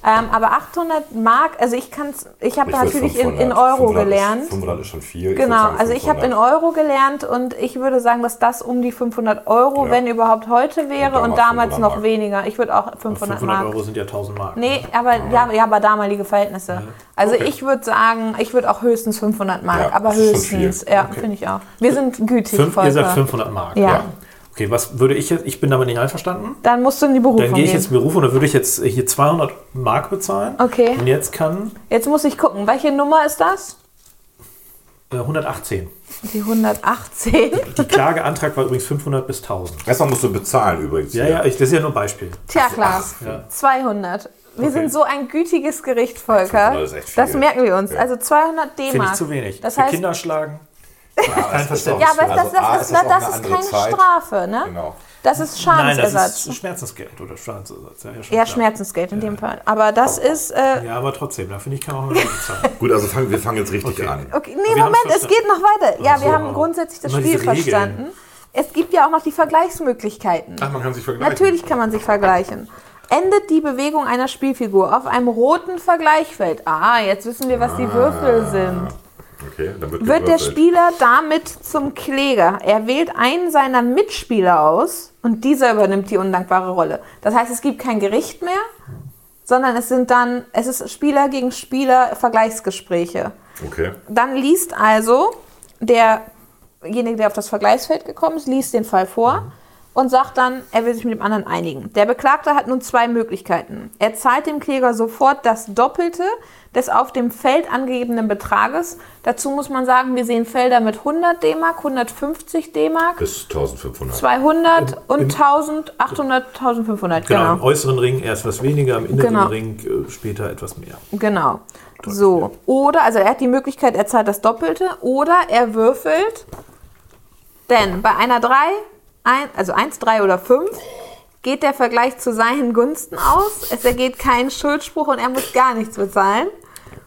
S5: Ähm, aber 800 Mark, also ich kann's, ich habe
S3: Ich würd
S5: natürlich in, in
S3: 500
S5: Euro
S3: 500 ist-
S5: gelernt.
S3: 500 ist schon viel. Ich würd
S5: Genau,
S3: sagen
S5: also ich habe in
S3: 500.
S5: Euro gelernt und ich würde sagen, dass das um die 500 Euro,
S3: Ja.
S5: wenn überhaupt heute wäre und
S3: Und damals
S5: damals, noch
S3: 500 Mark.
S5: weniger. Ich würde auch 500,
S6: 500
S5: Mark.
S6: Euro sind ja 1000 Mark.
S5: Nee, aber ja, ja, aber damalige Verhältnisse. Also
S3: Okay.
S5: ich würde sagen, ich würde auch höchstens 500 Mark,
S3: Ja,
S5: aber
S3: das ist schon
S5: höchstens.
S3: viel.
S5: Ja, finde ich auch. Wir sind gütig,
S6: Fünf, ihr sagt
S5: Volker.
S6: 500 Mark.
S5: Ja.
S6: Okay, was würde ich jetzt? Ich bin damit nicht einverstanden.
S5: Dann musst du in die Berufung
S6: Dann gehe ich
S5: gehen.
S6: jetzt
S5: Jetzt,
S6: in Beruf und dann würde ich jetzt hier 200 Mark bezahlen.
S5: Okay.
S6: Und jetzt kann
S5: muss ich gucken, welche Nummer ist das?
S6: äh, 118.
S5: Die 118.
S6: Die Klageantrag war übrigens 500 bis 1000.
S3: Erstmal musst du bezahlen übrigens.
S6: Ja,
S3: hier.
S6: ja, ich, das ist ja nur ein Beispiel.
S5: Tja, Klaas. 200. Wir sind so ein gütiges Gericht, Volker.
S3: 500 ist echt viel.
S5: Das merken wir uns. Also 200
S6: Finde ich
S5: D-Mark.
S6: zu wenig.
S5: Das
S6: Für
S5: heißt,
S6: Kinder schlagen.
S3: Ja, Ah, es ist auch-
S5: Ja, aber das,
S3: also A,
S5: das,
S3: es
S5: ist, das,
S3: auch
S5: das
S3: eine
S5: ist
S3: andere
S5: keine
S3: Zeit.
S5: Strafe, ne?
S3: Genau.
S5: Das ist
S6: Nein,
S5: Schadensersatz.
S6: das ist Schmerzensgeld oder Schadensersatz. Ja, schon
S5: ja,
S6: klar.
S5: Schmerzensgeld in dem Fall. Aber das ist. Äh,
S6: Ja, aber trotzdem, da finde ich, kann man auch noch bezahlen.
S3: Gut, also fangen, wir fangen jetzt richtig
S6: Okay.
S3: an.
S5: okay, nee,
S6: Wir haben's
S5: Moment, es
S6: verstanden.
S5: geht noch weiter. Ja, wir
S6: so.
S5: haben grundsätzlich das
S6: Immer
S5: Spiel
S6: diese Regeln.
S5: verstanden. Es gibt ja auch noch die Vergleichsmöglichkeiten.
S3: Ach, man kann sich vergleichen.
S5: Natürlich kann man sich vergleichen. Endet die Bewegung einer Spielfigur auf einem roten Vergleichfeld? Ah, jetzt wissen wir, was die Würfel sind.
S3: Okay, dann wird,
S5: wird der
S3: gewürfelt.
S5: Spieler damit zum Kläger. Er wählt einen seiner Mitspieler aus und dieser übernimmt die undankbare Rolle. Das heißt, es gibt kein Gericht mehr. sondern es sind dann, es ist Spieler gegen Spieler Vergleichsgespräche.
S3: Okay.
S5: Dann liest also derjenige, der auf das Vergleichsfeld gekommen ist, liest den Fall vor und sagt dann, er will sich mit dem anderen einigen. Der Beklagte hat nun zwei Möglichkeiten. Er zahlt dem Kläger sofort das Doppelte des auf dem Feld angegebenen Betrages. Dazu muss man sagen, wir sehen Felder mit 100 D-Mark, 150 D-Mark,
S3: Bis 1500.
S5: 200 und 1000, 800, 1500.
S4: Genau, im
S5: [LAUGHS] Genau.
S4: äußeren Ring erst was weniger, im inneren
S5: Genau.
S4: Ring äh, später etwas mehr.
S5: Genau. So. Oder, also er hat die Möglichkeit, er zahlt das Doppelte oder er würfelt. Denn bei einer 3, ein, also 1, 3 oder 5, geht der Vergleich zu seinen Gunsten aus. Es ergeht kein Schuldspruch und er muss gar nichts bezahlen.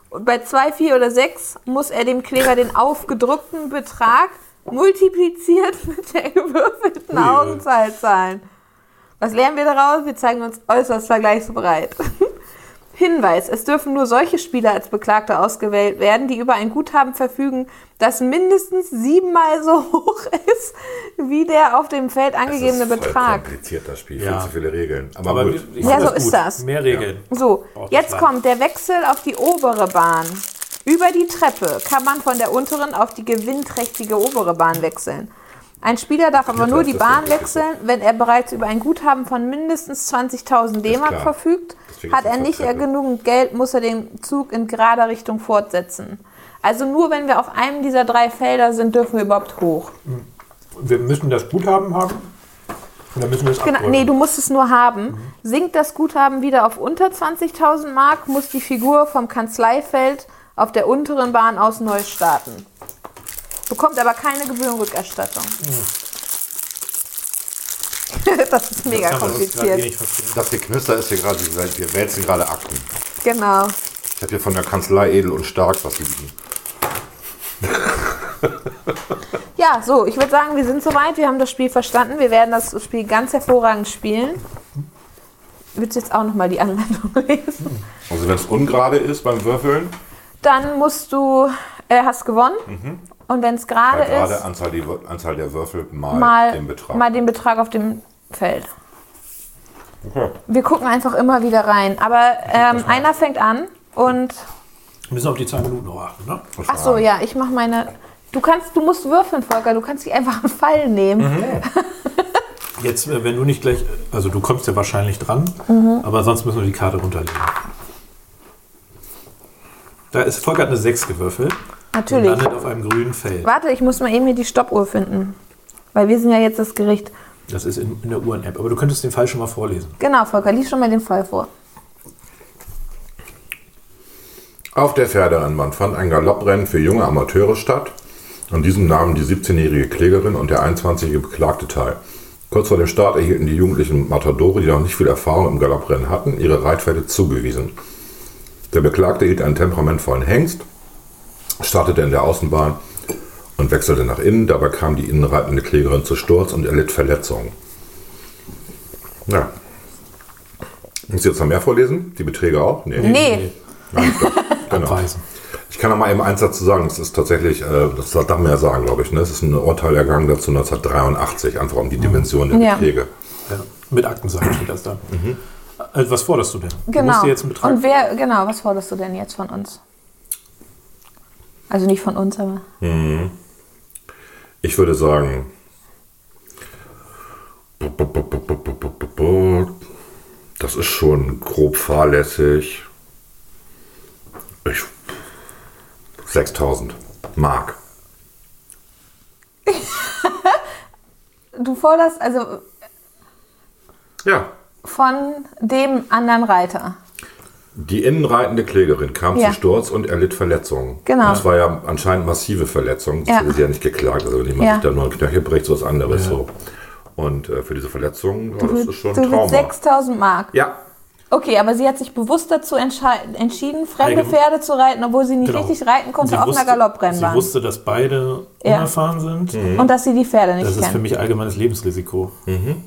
S5: Und bei 2, 4 oder 6 muss er dem Kläger den aufgedrückten Betrag multipliziert [LAUGHS] mit der gewürfelten Augenzahl zahlen. Was lernen wir daraus? Wir zeigen uns äußerst vergleichsbereit. Hinweis: Es dürfen nur solche Spieler als Beklagte ausgewählt werden, die über ein Guthaben verfügen, das mindestens siebenmal so [LAUGHS] hoch ist wie der auf dem Feld angegebene
S3: Das ist voll
S5: Betrag.
S3: kompliziert, das Spiel.
S4: Ja.
S3: Viel zu viele Regeln. Aber,
S4: Aber
S3: gut.
S4: ich- ich
S5: Ja,
S4: find
S5: so
S4: gut.
S5: ist das.
S4: Mehr Regeln.
S3: Oh,
S5: So,
S4: Braucht das
S5: jetzt
S4: Land.
S5: kommt der Wechsel auf die obere Bahn. Über die Treppe kann man von der unteren auf die gewinnträchtige obere Bahn wechseln. Ein Spieler darf aber nur
S3: weiß,
S5: die
S3: dass
S5: Bahn
S3: das nicht
S5: wechseln, wenn er bereits über ein Guthaben von mindestens 20.000 D-Mark
S3: klar.
S5: verfügt.
S3: Deswegen
S5: Hat
S3: ist
S5: er
S3: das
S5: nicht
S3: Treppe.
S5: genügend Geld, muss er den Zug in gerader Richtung fortsetzen. Also nur wenn wir auf einem dieser drei Felder sind, dürfen wir überhaupt hoch.
S4: Wir müssen das Guthaben haben. Und dann müssen wir es
S5: Genau,
S4: abräumen.
S5: nee, du musst es nur haben. Sinkt das Guthaben wieder auf unter 20.000 Mark, muss die Figur vom Kanzleifeld auf der unteren Bahn aus neu starten. Bekommt aber keine Gebührenrückerstattung.
S4: Hm.
S5: [LAUGHS] das ist mega
S4: Kann man das gerade eh
S5: kompliziert.
S4: nicht verstehen.
S3: Das Geknüster ist hier gerade, wir wälzen gerade Akten.
S5: Genau.
S3: Ich habe hier von der Kanzlei Edel und Stark was liegen.
S5: Ja, so, ich würde sagen, wir sind soweit. Wir haben das Spiel verstanden. Wir werden das Spiel ganz hervorragend spielen. Willst du jetzt auch nochmal die Anleitung [LAUGHS] lesen?
S4: Hm.
S3: Also wenn es ungerade ist beim Würfeln,
S5: Dann musst du, äh, hast gewonnen.
S4: Mhm.
S5: Und wenn es
S3: bei
S5: gerade
S3: gerade
S5: ist,
S3: Anzahl, die, Wür- Anzahl der Würfel mal,
S5: mal
S3: den Betrag.
S5: mal den Betrag auf dem Feld.
S3: okay.
S5: Wir gucken einfach immer wieder rein. Aber ähm, einer fängt an und
S4: Wir müssen auf die zwei Minuten noch achten. Ne?
S3: Das
S5: ach so,
S3: war-
S5: ja, ich mache meine. Du kannst, du musst würfeln, Volker. Du kannst dich einfach einen Fall nehmen.
S4: Jetzt, äh, wenn du nicht gleich, also du kommst ja wahrscheinlich dran,
S5: Mhm.
S4: aber sonst müssen wir die Karte runterlegen. Da ist Volker hat eine 6 gewürfelt.
S5: Natürlich.
S4: Und landet auf einem grünen Feld.
S5: Warte, ich muss mal eben hier die Stoppuhr finden, weil wir sind ja jetzt das Gericht.
S4: Das ist in, in der Uhren-App. Aber du könntest den Fall schon mal vorlesen.
S5: Genau, Volker, lies schon mal den Fall vor.
S3: Auf der Pferderennbahn fand ein Galopprennen für junge Amateure statt. An diesem nahmen die 17-jährige Klägerin und der 21-jährige Beklagte teil. Kurz vor dem Start erhielten die jugendlichen Matadore, die noch nicht viel Erfahrung im Galopprennen hatten, ihre Reitpferde zugewiesen. Der Beklagte hielt einen temperamentvollen Hengst, startete in der Außenbahn und wechselte nach innen. Dabei kam die innenreitende Klägerin zu Sturz und erlitt Verletzungen. Ja. Muss ich jetzt noch mehr vorlesen? Die Beträge auch?
S5: Nee,
S3: Nein, doch. genau.
S4: Abweisen.
S3: Ich kann noch mal eben eins dazu sagen. Es ist tatsächlich, äh, das darf man ja sagen, glaube ich. Ne? Es ist ein Urteil ergangen dazu 1983, einfach um die Dimension der
S5: Ja.
S3: Beträge.
S4: Ja. Mit Aktensachen steht das da. Äh, Was forderst du denn? Du
S5: genau.
S4: musst dir jetzt einen Betrag.
S5: und wer, genau, was forderst du denn jetzt von uns? Also nicht von uns, aber.
S3: Ich würde sagen. Das ist schon grob fahrlässig. Ich, 6000 Mark.
S5: Du forderst also
S3: Ja.
S5: von dem anderen Reiter.
S3: Die innenreitende Klägerin kam
S5: Ja.
S3: zu Sturz und erlitt Verletzungen.
S5: Genau.
S3: Das war ja anscheinend massive Verletzungen. Das
S5: Ja.
S3: hätte sie ja nicht geklagt. Also wenn jemand
S5: Ja.
S3: sich da nur einen Knöchel bricht, so was anderes. So. Und äh, für diese Verletzungen, ja, das ist schon ein
S5: du willst
S3: Trauma.
S5: 6000 Mark.
S3: Ja,
S5: Okay, aber sie hat sich bewusst dazu entschei- entschieden, fremde
S4: Eigene-
S5: Pferde zu reiten, obwoul sie nicht
S4: Genau.
S5: richtig reiten konnte
S4: Sie
S5: auf
S4: wusste-
S5: einer Galopprennbahn.
S4: Sie wusste, dass beide
S5: Ja.
S4: unerfahren sind.
S3: Mhm.
S5: und dass sie die Pferde nicht
S4: Das ist für
S5: kennt.
S4: mich allgemeines Lebensrisiko.
S3: Mhm.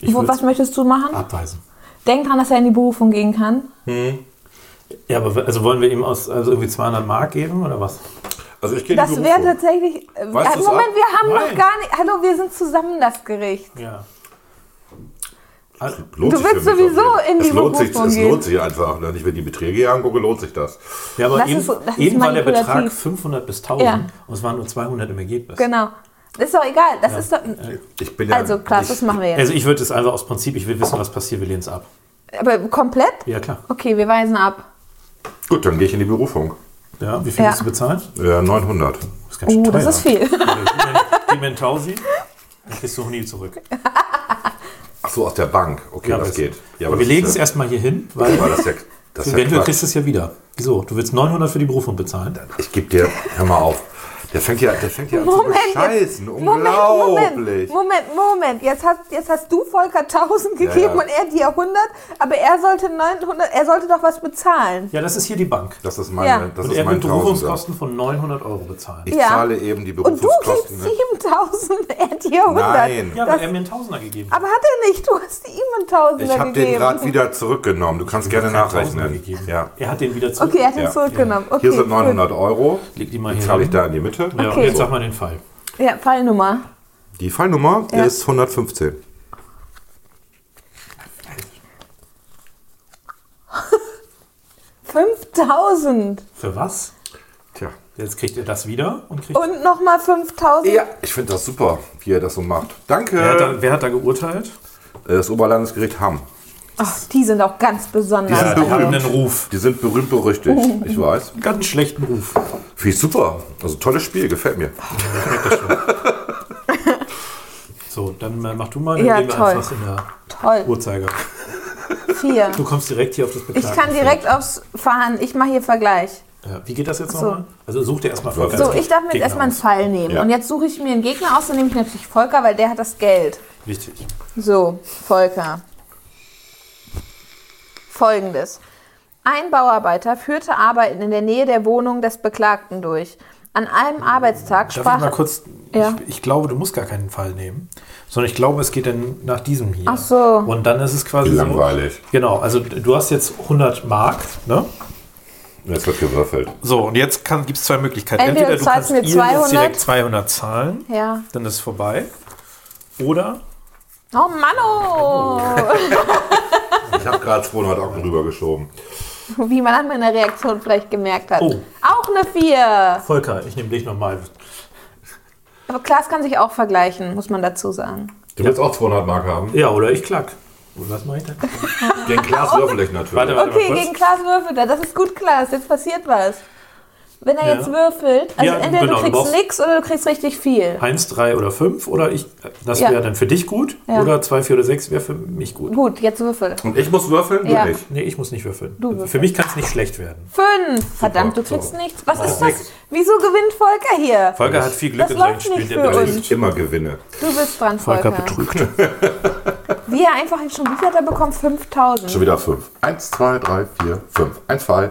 S4: Ich
S5: Wo,
S4: würde
S5: was
S4: es
S5: möchtest du machen?
S6: Ah.
S4: abweisen.
S5: Denk dran, dass er in die Berufung gehen kann.
S4: Ja, aber w- also wollen wir ihm aus, also irgendwie 200 Mark geben oder was?
S3: also ich gehe in
S5: Das
S3: die
S5: wäre
S3: Berufung.
S5: tatsächlich. Äh, Moment,
S3: Weißt du's ab?
S5: wir haben noch
S4: Nein.
S5: gar nicht. Hallo, wir sind zusammen das Gericht.
S4: Ja.
S3: Es lohnt
S5: Du
S3: sich für
S5: willst
S3: mich
S5: sowieso
S3: auf jeden Fall.
S5: in die
S3: es lohnt sich,
S5: Berufung
S3: Es
S5: gehen.
S3: lohnt sich einfach. Ne? Wenn ich mir die Beträge hier angucke, lohnt sich das.
S6: Ja, aber
S5: Das
S6: eben,
S5: ist- das ist
S6: eben war der
S5: manipulativ.
S6: Betrag 500 bis 1000
S5: Ja.
S6: und es waren nur 200 im Ergebnis.
S5: Genau. Ist doch egal. Das ist doch.
S3: Ich bin ja
S5: Also, Klaas, das
S3: nicht,
S5: machen wir jetzt.
S6: Also ich würde es einfach aus Prinzip, ich will wissen, was passiert, wir lehnen es ab.
S5: Aber komplett?
S6: Ja, klar.
S5: Okay, wir weisen ab.
S3: Gut, dann gehe ich in die Berufung.
S6: Ja, wie viel
S5: Ja.
S6: musst du bezahlen?
S3: Äh, 900.
S6: Das ist ganz schön
S5: Oh, das ist viel.
S6: Gib mir einen Tausi, dann kriegst du Honi zurück.
S3: Ach so, aus der Bank. Okay,
S6: Ja,
S3: das
S6: das-
S3: geht. Ja,
S6: aber
S3: das
S6: wir
S3: ist
S6: legen
S3: ja-
S6: es erstmal hier hin, weil
S3: Aber das ist ja, das ist ja
S6: eventuell
S3: Quatsch.
S6: kriegst du es ja wieder. Wieso? Du willst 900 für die Berufung bezahlen?
S3: Ich gebe dir, hör mal auf. Der fängt ja, der fängt ja an zu
S5: Moment,
S3: bescheißen.
S5: Moment,
S3: Unglaublich.
S5: Moment, Moment, Moment. Jetzt hast, jetzt hast du Volker 1000 gegeben
S3: ja.
S5: und er dir 100, aber er sollte 900, er sollte doch was bezahlen.
S6: Ja, das ist hier die Bank.
S3: Das ist meine,
S5: Ja.
S3: das
S6: Und
S3: ist
S6: er
S3: mein
S6: wird
S3: Tausender.
S6: Berufungskosten von 900 Euro bezahlen.
S3: Ich
S5: Ja.
S3: zahle eben die
S5: Und du kriegst
S3: Berufungskosten. ne?
S5: 7000, er dir 100.
S3: Nein.
S6: ja, weil er mir einen Tausender gegeben hat.
S5: Aber hat er nicht, du hast ihm einen
S3: ne? Ich
S5: Tausender
S3: habe den
S5: gegeben.
S3: gerade wieder zurückgenommen. Du kannst gerne
S6: Er hat keinen Tausender
S3: nachrechnen.
S6: gegeben.
S3: Ja.
S6: Er hat den wieder zurück.
S5: okay, er hat ihn
S3: Ja.
S5: zurückgenommen. Okay,
S3: Hier sind
S5: gut.
S3: 900 Euro.
S6: Leg die mal
S3: Die
S6: hier
S3: zahle ich
S6: hin.
S3: da in die Mitte.
S6: Ja, und
S5: Okay.
S6: jetzt sag mal den Fall.
S5: Ja, Fallnummer.
S3: Die Fallnummer
S5: Ja.
S3: ist 115.
S5: Fünftausend.
S6: Für was?
S3: Tja.
S6: Jetzt kriegt er das wieder und kriegt.
S5: Und nochmal 5000.
S3: Ja, ich finde das super, wie er das so macht. Danke. Äh,
S6: Wer hat, da, wer hat da geurteilt?
S3: das Oberlandesgericht Hamm.
S5: Ach, die sind auch ganz besonders.
S3: Ja,
S6: die
S3: berühmt.
S6: haben einen Ruf.
S3: Die sind berühmt
S5: [LAUGHS]
S3: berüchtigt. Ich weiß.
S6: Ganz schlechten Ruf.
S3: Finde ich super. Also tolles Spiel, gefällt mir.
S6: So, dann äh, mach du mal. Dann
S5: Ja,
S6: gehen wir
S5: toll.
S6: einfach in der
S5: Toll.
S6: Uhrzeiger.
S5: Vier.
S6: Du kommst direkt hier auf das Betrag.
S5: Ich kann direkt aufs Fahren. Ich mache hier Vergleich.
S6: Ja, wie geht das jetzt
S5: So.
S6: nochmal? Also such dir erstmal genau.
S3: So,
S5: So, ich darf mir jetzt
S6: Gegner
S5: erstmal einen
S6: aus.
S5: Fall nehmen.
S3: Ja.
S5: Und jetzt suche ich mir einen Gegner aus, dann nehme ich natürlich Volker, weil der hat das Geld.
S6: Wichtig.
S5: So, Volker. Folgendes. Ein Bauarbeiter führte Arbeiten in der Nähe der Wohnung des Beklagten durch. An einem Arbeitstag
S6: Darf
S5: sprach...
S6: ich mal kurz.
S5: Ja.
S6: Ich, ich glaube, du musst gar keinen Fall nehmen, sondern ich glaube, es geht dann nach diesem hier.
S5: Ach so.
S6: Und dann ist es quasi.
S3: Langweilig.
S6: So, genau, also du hast jetzt 100 Mark, ne?
S3: Jetzt wird gewürfelt.
S6: So, und jetzt gibt es zwei Möglichkeiten.
S5: Entweder
S6: du kannst
S5: zahlst du mir
S6: ihr
S5: 200.
S6: jetzt direkt 200 zahlen,
S5: ja.
S6: dann ist es vorbei. Oder
S5: Oh Mann, oh.
S3: Ich habe gerade 200 Augen rübergeschoben.
S5: [LAUGHS] Wie man an meiner Reaktion vielleicht gemerkt hat.
S6: Oh.
S5: Auch eine vier.
S6: Volker, ich nehme dich nochmal.
S5: Aber Klaas kann sich auch vergleichen, muss man dazu sagen.
S3: Du willst auch 200 Mark haben?
S6: Ja, oder ich klack. Und was mache ich denn?
S3: Den Glas würfel ich natürlich.
S6: Warte, warte
S5: Okay,
S6: mal kurz.
S5: gegen Klaas würfelt er. Das ist gut, Klaas. Jetzt passiert was. Wenn er
S6: Ja.
S5: jetzt würfelt, also
S6: Ja,
S5: entweder
S6: genau, du
S5: du kriegst
S6: brauchst-
S5: nix oder du kriegst richtig viel.
S6: 1, 3 oder 5 oder ich, das
S5: Ja.
S6: wäre dann für dich gut.
S5: Ja.
S6: Oder 2, 4 oder 6 wäre für mich gut.
S5: Gut, jetzt würfel.
S3: Und ich muss würfeln?
S5: Ja.
S3: Du nicht.
S6: Nee, ich muss nicht würfeln.
S5: würfelst.
S6: Für mich kann es nicht schlecht werden.
S5: Fünf. Verdammt, du
S3: Super,
S5: kriegst
S3: so.
S5: nichts. Was ist
S3: Brauch
S5: das? Wieso gewinnt Volker hier?
S6: Volker hat viel Glück
S5: Das
S6: in seinen
S5: läuft nicht
S6: Spielen.
S5: für
S3: Weil
S5: uns.
S6: betrügt.
S3: ich immer gewinne.
S5: Du bist dran, Volker.
S6: Volker betrügt.
S5: Wie er einfach schon wieder da bekommt, 5000.
S3: Schon wieder 5. 1, 2, 3, 4, 5. 1, 2.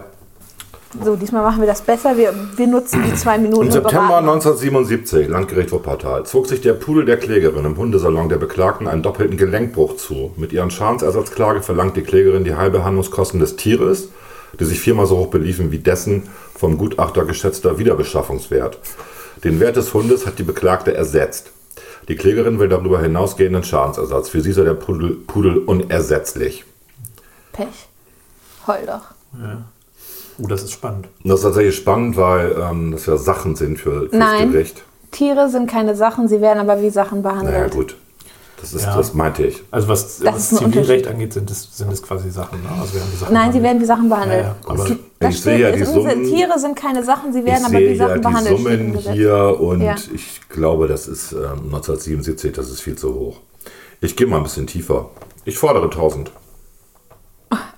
S5: So, diesmal machen wir das besser. Wir, wir nutzen die zwei Minuten.
S3: Im
S5: und
S3: September
S5: beraten.
S3: 1977, Landgericht Wuppertal, zog sich der Pudel der Klägerin im Hundesalon der Beklagten einen doppelten Gelenkbruch zu. Mit ihren Schadensersatzklage verlangt die Klägerin die Heilbehandlungskosten des Tieres, die sich viermal so hoch beliefen wie dessen vom Gutachter geschätzter Wiederbeschaffungswert. Den Wert des Hundes hat die Beklagte ersetzt. Die Klägerin will darüber hinausgehenden Schadensersatz. Für sie sei der Pudel, Pudel unersetzlich.
S5: Pech. Heul doch.
S6: Oh, das ist spannend.
S3: Und das ist tatsächlich spannend, weil ähm, das ja Sachen sind für, für
S5: Nein.
S3: das Gericht.
S5: Tiere sind keine Sachen, sie werden aber wie Sachen behandelt.
S3: Naja, gut. Das, ist,
S6: Ja.
S3: das meinte ich.
S6: Also was,
S5: Das
S6: was
S5: ist ein
S6: Zivilrecht angeht, sind es, sind es quasi Sachen. Ne? Also wir haben die Sachen
S5: Nein, sie werden wie Sachen
S6: Ja,
S5: behandelt.
S6: ja, aber
S5: Das
S3: ich sehe ja die
S5: unsere
S3: Summen.
S5: Tiere sind keine Sachen, sie werden
S3: ich
S5: aber
S3: sehe
S5: wie Sachen
S3: ja
S5: behandelt.
S3: die
S5: steht im
S3: Summen
S5: Gesetz.
S3: hier und
S5: Ja.
S3: ich glaube, das ist ähm, 1977, das ist viel zu hoch. Ich gehe mal ein bisschen tiefer. Ich fordere 1000.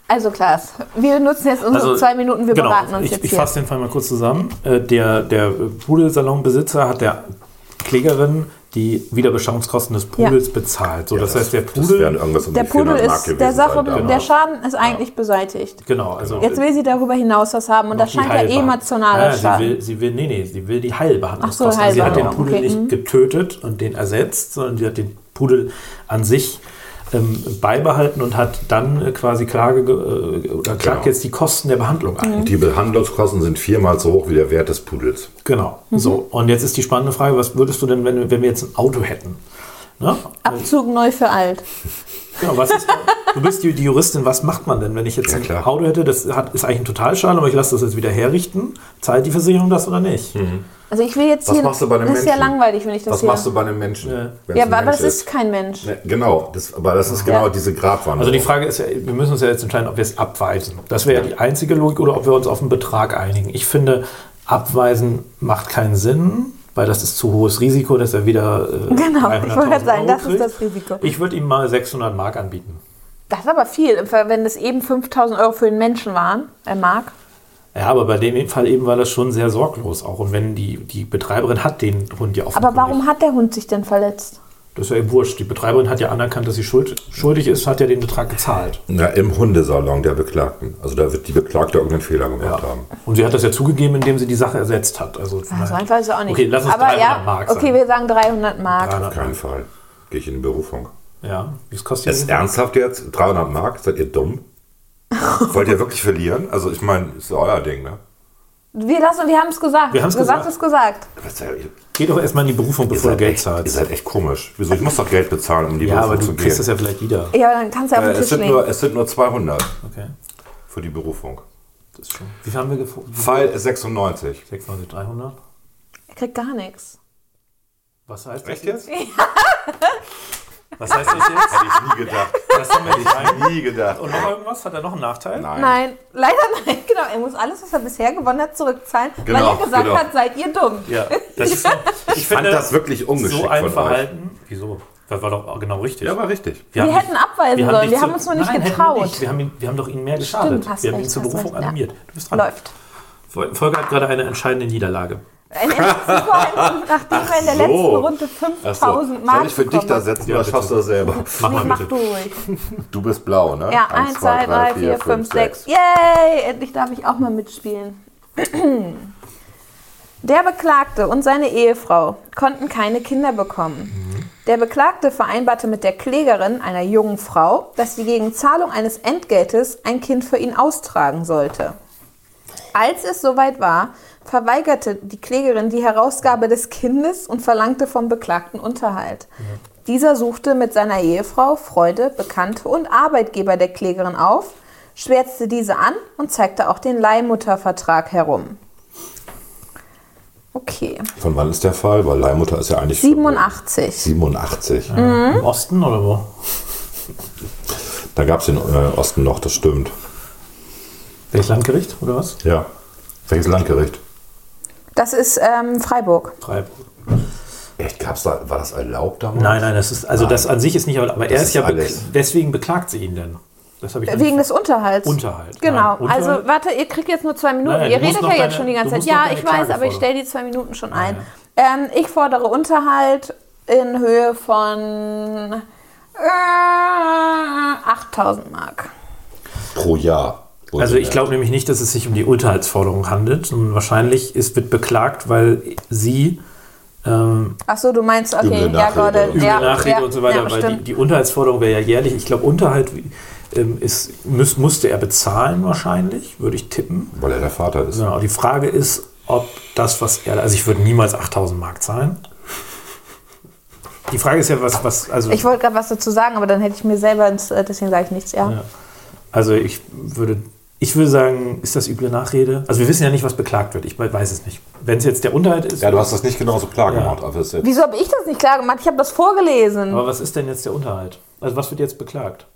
S5: Also Klaas, [LAUGHS] wir nutzen jetzt unsere
S3: Also,
S5: zwei Minuten, wir
S6: genau,
S5: beraten uns
S6: ich,
S5: jetzt
S6: Ich
S5: hier.
S6: fasse den Fall mal kurz zusammen. Äh, Der, der Pudelsalonbesitzer hat der Klägerin die Wiederbeschauungskosten des Pudels bezahlt. So, das, heißt, der
S3: Das wären
S6: Pudel...
S3: irgendwas um
S5: Der
S3: die 400
S5: Pudel
S3: Mark
S5: ist,
S3: gewesen Genau.
S5: der, Sache,
S3: sein damals.
S5: der Schaden ist eigentlich beseitigt.
S6: Genau, also...
S5: Jetzt will sie darüber hinaus was haben und das
S6: die
S5: scheint ja
S6: Heilbar-
S5: emotionaler
S6: ja, sie
S5: Schaden.
S6: will, sie will, nee, nee, sie will die Heilbehandlungskosten.
S5: Ach so,
S6: Also sie hat den
S5: Heilbehandlung,
S6: Pudel
S5: okay, mhm.
S6: nicht getötet und den ersetzt, sondern sie hat den Pudel an sich ähm, beibehalten und hat dann äh, quasi Klage ge- äh, oder klagt
S3: Genau.
S6: jetzt die Kosten der Behandlung
S5: Mhm.
S6: ein.
S3: Die Behandlungskosten sind viermal so hoch wie der Wert des Pudels.
S5: Mhm.
S6: Genau. So, und jetzt ist die spannende Frage, was würdest du denn, wenn, wenn wir jetzt ein Auto hätten? Ne?
S5: Abzug neu für alt.
S6: Genau, was ist, du bist die, die Juristin, was macht man denn, wenn ich jetzt
S3: Ja,
S6: ein
S3: klar.
S6: Auto hätte? Das hat, ist eigentlich ein Totalschaden, aber ich lasse das jetzt wieder herrichten. Zahlt die Versicherung das oder nicht?
S3: Mhm.
S5: Also ich will jetzt
S3: Was
S5: hier.
S3: machst du bei einem
S5: das
S3: Menschen?
S5: ist ja langweilig, wenn ich das
S3: Was
S5: hier.
S3: machst du bei einem Menschen? wenn's
S5: ja,
S3: ein
S5: aber aber
S3: Mensch
S5: das ist kein Mensch.
S3: Ne, Genau, das, aber das ist
S5: Ja.
S3: genau diese Gratwanderung.
S6: Also die Frage ist ja, wir müssen uns ja jetzt entscheiden, ob wir es abweisen. Das wäre ja die einzige Logik oder ob wir uns auf einen Betrag einigen. Ich finde, abweisen macht keinen Sinn, weil das ist zu hohes Risiko, dass er wieder äh,
S5: Genau, ich
S6: 300.000
S5: wollte gerade sagen,
S6: Euro
S5: das ist
S6: kriegt.
S5: das Risiko.
S6: Ich würde ihm mal 600 Mark anbieten.
S5: Das ist aber viel, im Fall, wenn es eben 5000 Euro für den Menschen waren, äh, er mag.
S6: Ja, aber bei dem Fall eben war das schon sehr sorglos auch. Und wenn die, die Betreiberin hat den Hund ja
S5: Aber
S6: offenkundig.
S5: warum hat der Hund sich denn verletzt?
S6: Das ist ja eben wurscht. Die Betreiberin hat ja anerkannt, dass sie schuld, schuldig ist, hat ja den Betrag gezahlt.
S3: Na, Im Hundesalon der Beklagten. Also da wird die Beklagte irgendeinen Fehler gemacht haben.
S6: Und sie hat das ja zugegeben, indem sie die Sache ersetzt hat. Also,
S5: Ah, So einfach ist er auch nicht.
S6: Okay, lass uns
S5: aber
S6: 300
S5: ja,
S6: Mark
S5: okay, wir sagen 300 Mark.
S6: sagen.
S3: Auf keinen Fall. Gehe ich in die Berufung.
S6: Ja, wie es kostet
S3: Ist ernsthaft jetzt? 300 Mark? Seid ihr dumm? [LAUGHS] Wollt ihr wirklich verlieren? Also ich meine, ist ja euer Ding, ne?
S5: Wir, lassen- wir haben es gesagt.
S6: Wir haben's
S5: gesagt.
S6: gesagt.
S5: ist gesagt.
S3: Das ist ja- Ihr
S6: Geh doch erstmal in die Berufung, bevor du
S3: seid,
S6: Geld
S3: echt,
S6: zahlst.
S3: ihr seid echt komisch. Wieso? Ich muss doch Geld bezahlen, um in die
S6: ja,
S3: Berufung
S6: aber du
S3: zu gehen.
S6: kriegst das ja vielleicht wieder.
S5: Ja, aber dann kannst du ja auf
S3: äh,
S5: den
S3: es,
S5: Tisch
S3: sind
S5: legen.
S3: nur, es sind nur 200
S6: Okay,
S3: für die Berufung.
S6: das ist schon. Wie viel haben wir gefunden?
S3: Fall 96.
S6: 96, 300.
S5: er kriegt gar nichts.
S6: Was heißt das
S3: Echt jetzt? Hätte
S6: Was heißt das jetzt?
S3: ich nie gedacht.
S6: Das haben wir nicht rein.
S3: Nie gedacht.
S6: Und noch irgendwas? Hat er noch einen Nachteil?
S5: Nein, leider [LAUGHS] nein. Genau, er muss alles, was er bisher gewonnen hat, zurückzahlen,
S3: Genau,
S5: weil er gesagt
S3: genau.
S5: hat, seid ihr dumm.
S6: Ja, das ist so, ich
S3: Fand
S6: finde
S3: das wirklich ungeschickt
S6: so ein
S3: von euch.
S6: Verhalten. Wieso? Das war doch genau richtig.
S3: Ja, aber richtig.
S6: wir
S5: Wir
S6: haben
S5: hätten abweisen
S6: wir haben
S5: sollen,
S6: nicht
S5: wir
S6: zu-
S5: haben uns nur nicht
S6: Nein, hätten
S5: getraut.
S6: Wir, nicht. wir, haben, ihn- wir haben doch ihnen mehr geschadet.
S5: hast
S6: wir haben ihn
S5: recht,
S6: zur
S5: hast
S6: Berufung
S5: recht, ja.
S6: animiert. Du bist dran.
S5: Läuft.
S6: Fol- Volker hat gerade eine entscheidende Niederlage.
S5: Ein erstes
S3: [LAUGHS]
S5: Vorhand, nachdem er in der letzten
S3: so.
S5: Runde
S3: Achso,
S5: 5000 Mark
S3: soll ich für dich
S5: bekommen
S3: da
S5: hat.
S3: setzen oder schaffst du das selber?
S6: Mach
S5: Nee,
S6: mal
S5: mach
S6: bitte.
S5: du ruhig.
S3: Du bist blau, ne?
S5: Ja, 1, 2, 3, 4, 5, 6. Yay! Endlich darf ich auch mal mitspielen. Der Beklagte und seine Ehefrau konnten keine Kinder bekommen. Der Beklagte vereinbarte mit der Klägerin, einer jungen Frau, dass sie gegen Zahlung eines Entgeltes ein Kind für ihn austragen sollte. Als es soweit war, verweigerte die Klägerin die Herausgabe des Kindes und verlangte vom Beklagten Unterhalt. Dieser suchte mit seiner Ehefrau, Freunde, Bekannte und Arbeitgeber der Klägerin auf, schwärzte diese an und zeigte auch den Leihmuttervertrag herum. Okay,
S3: Von wann ist der Fall? Weil Leihmutter ist ja eigentlich.
S5: 87.
S3: 87.
S5: Mhm.
S6: Im Osten oder wo?
S3: Da gab es den äh, Osten noch, das stimmt.
S6: Welches Landgericht oder was?
S3: Ja. Welches Landgericht?
S5: Das ist ähm, Freiburg.
S6: Freiburg.
S3: Echt, gab's da, war das erlaubt damals?
S6: Nein, nein, das ist, also das an sich ist nicht, erlaubt, aber er
S3: Das
S6: ist
S3: ist
S6: ja, bekl
S3: alles.
S6: deswegen beklagt sie ihn denn. Das habe ich
S5: Äh, Wegen des Unterhalts.
S6: Unterhalt,
S5: Genau.
S6: nein, Unterhalt-
S5: Also warte, ihr kriegt jetzt nur zwei Minuten.
S6: Nein,
S5: ihr
S6: du musst
S5: redet ja
S6: noch deine-
S5: jetzt schon die ganze
S6: du
S5: Zeit.
S6: musst noch
S5: Ja,
S6: deine
S5: ich weiß,
S6: Klage
S5: aber ich
S6: fordern.
S5: stelle die zwei Minuten schon ein. Ähm, ich fordere Unterhalt in Höhe von äh, 8000 Mark.
S3: Pro Jahr.
S6: Also ich glaube nämlich nicht, dass es sich um die Unterhaltsforderung handelt, sondern wahrscheinlich ist, wird beklagt, weil sie ähm,
S5: Achso, du meinst, okay,
S3: Üble
S5: ja,
S3: Nachrede.
S5: Gott,
S6: Üble
S5: ja,
S6: Nachrede
S5: ja,
S6: und so weiter,
S5: Ja,
S6: weil die,
S5: stimmt.
S6: die Unterhaltsforderung wäre ja jährlich. Ich glaube, Unterhalt ähm, ist, müß, musste er bezahlen wahrscheinlich, würde ich tippen.
S3: Weil er der Vater ist.
S6: Genau, die Frage ist, ob das, was er, also ich würde niemals 8000 Mark zahlen. Die Frage ist ja, was, was, also,
S5: Ich wollte gerade was dazu sagen, aber dann hätte ich mir selber, ins, äh, deswegen sage ich nichts, ja.
S6: Ja. also ich würde, ich würde sagen, ist das üble Nachrede? Also wir wissen ja nicht, was beklagt wird. Ich weiß es nicht. Wenn es jetzt der Unterhalt ist,
S3: Ja, du hast das nicht genauso klar
S6: Ja.
S3: gemacht, aber es ist jetzt.
S5: Wieso habe ich das nicht klar gemacht? Ich habe das vorgelesen.
S6: aber was ist denn jetzt der Unterhalt? Also was wird jetzt beklagt?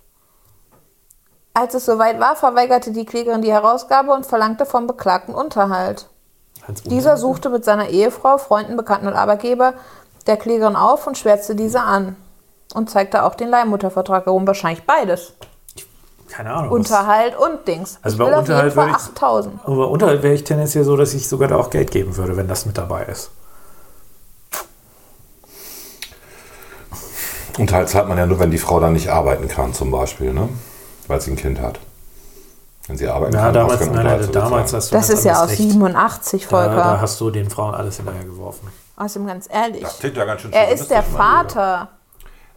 S5: Als es soweit war, verweigerte die Klägerin die Herausgabe und verlangte vom Beklagten Unterhalt.
S6: Als
S5: Dieser
S6: Unterhalt?
S5: suchte mit seiner Ehefrau, Freunden, Bekannten und Arbeitgeber der Klägerin auf und schwärzte diese an. Und zeigte auch den Leihmuttervertrag herum. Wahrscheinlich beides.
S6: Keine Ahnung.
S5: Unterhalt und Dings.
S6: Also
S5: ich
S6: bei
S5: will
S6: Unterhalt
S5: auf jeden
S6: würde
S5: Fall
S6: ich-
S5: 8000.
S6: was- aber Unterhalt wäre ich tendenziell so, dass ich sogar da auch Geld geben würde, wenn das mit dabei ist.
S3: Unterhalt halt zahlt man ja nur, wenn die Frau dann nicht arbeiten kann, zum Beispiel, ne? Weil sie ein Kind hat. Wenn sie arbeiten
S6: Ja,
S3: kann, braucht
S6: damals,
S3: keinen
S6: nein,
S3: Unterhalt
S6: nein,
S3: zu
S6: damals
S3: bezahlen.
S6: hast du
S5: Das
S6: ganz
S5: ist ja aus
S6: anderes Recht.
S5: 87,
S6: Da, da
S5: Volker.
S6: hast du den Frauen alles hinterher geworfen.
S5: Außerdem ganz ehrlich.
S3: Das klingt ja ganz schön
S5: Er ist der
S3: chauvinistisch, mein Lieber.
S5: Vater.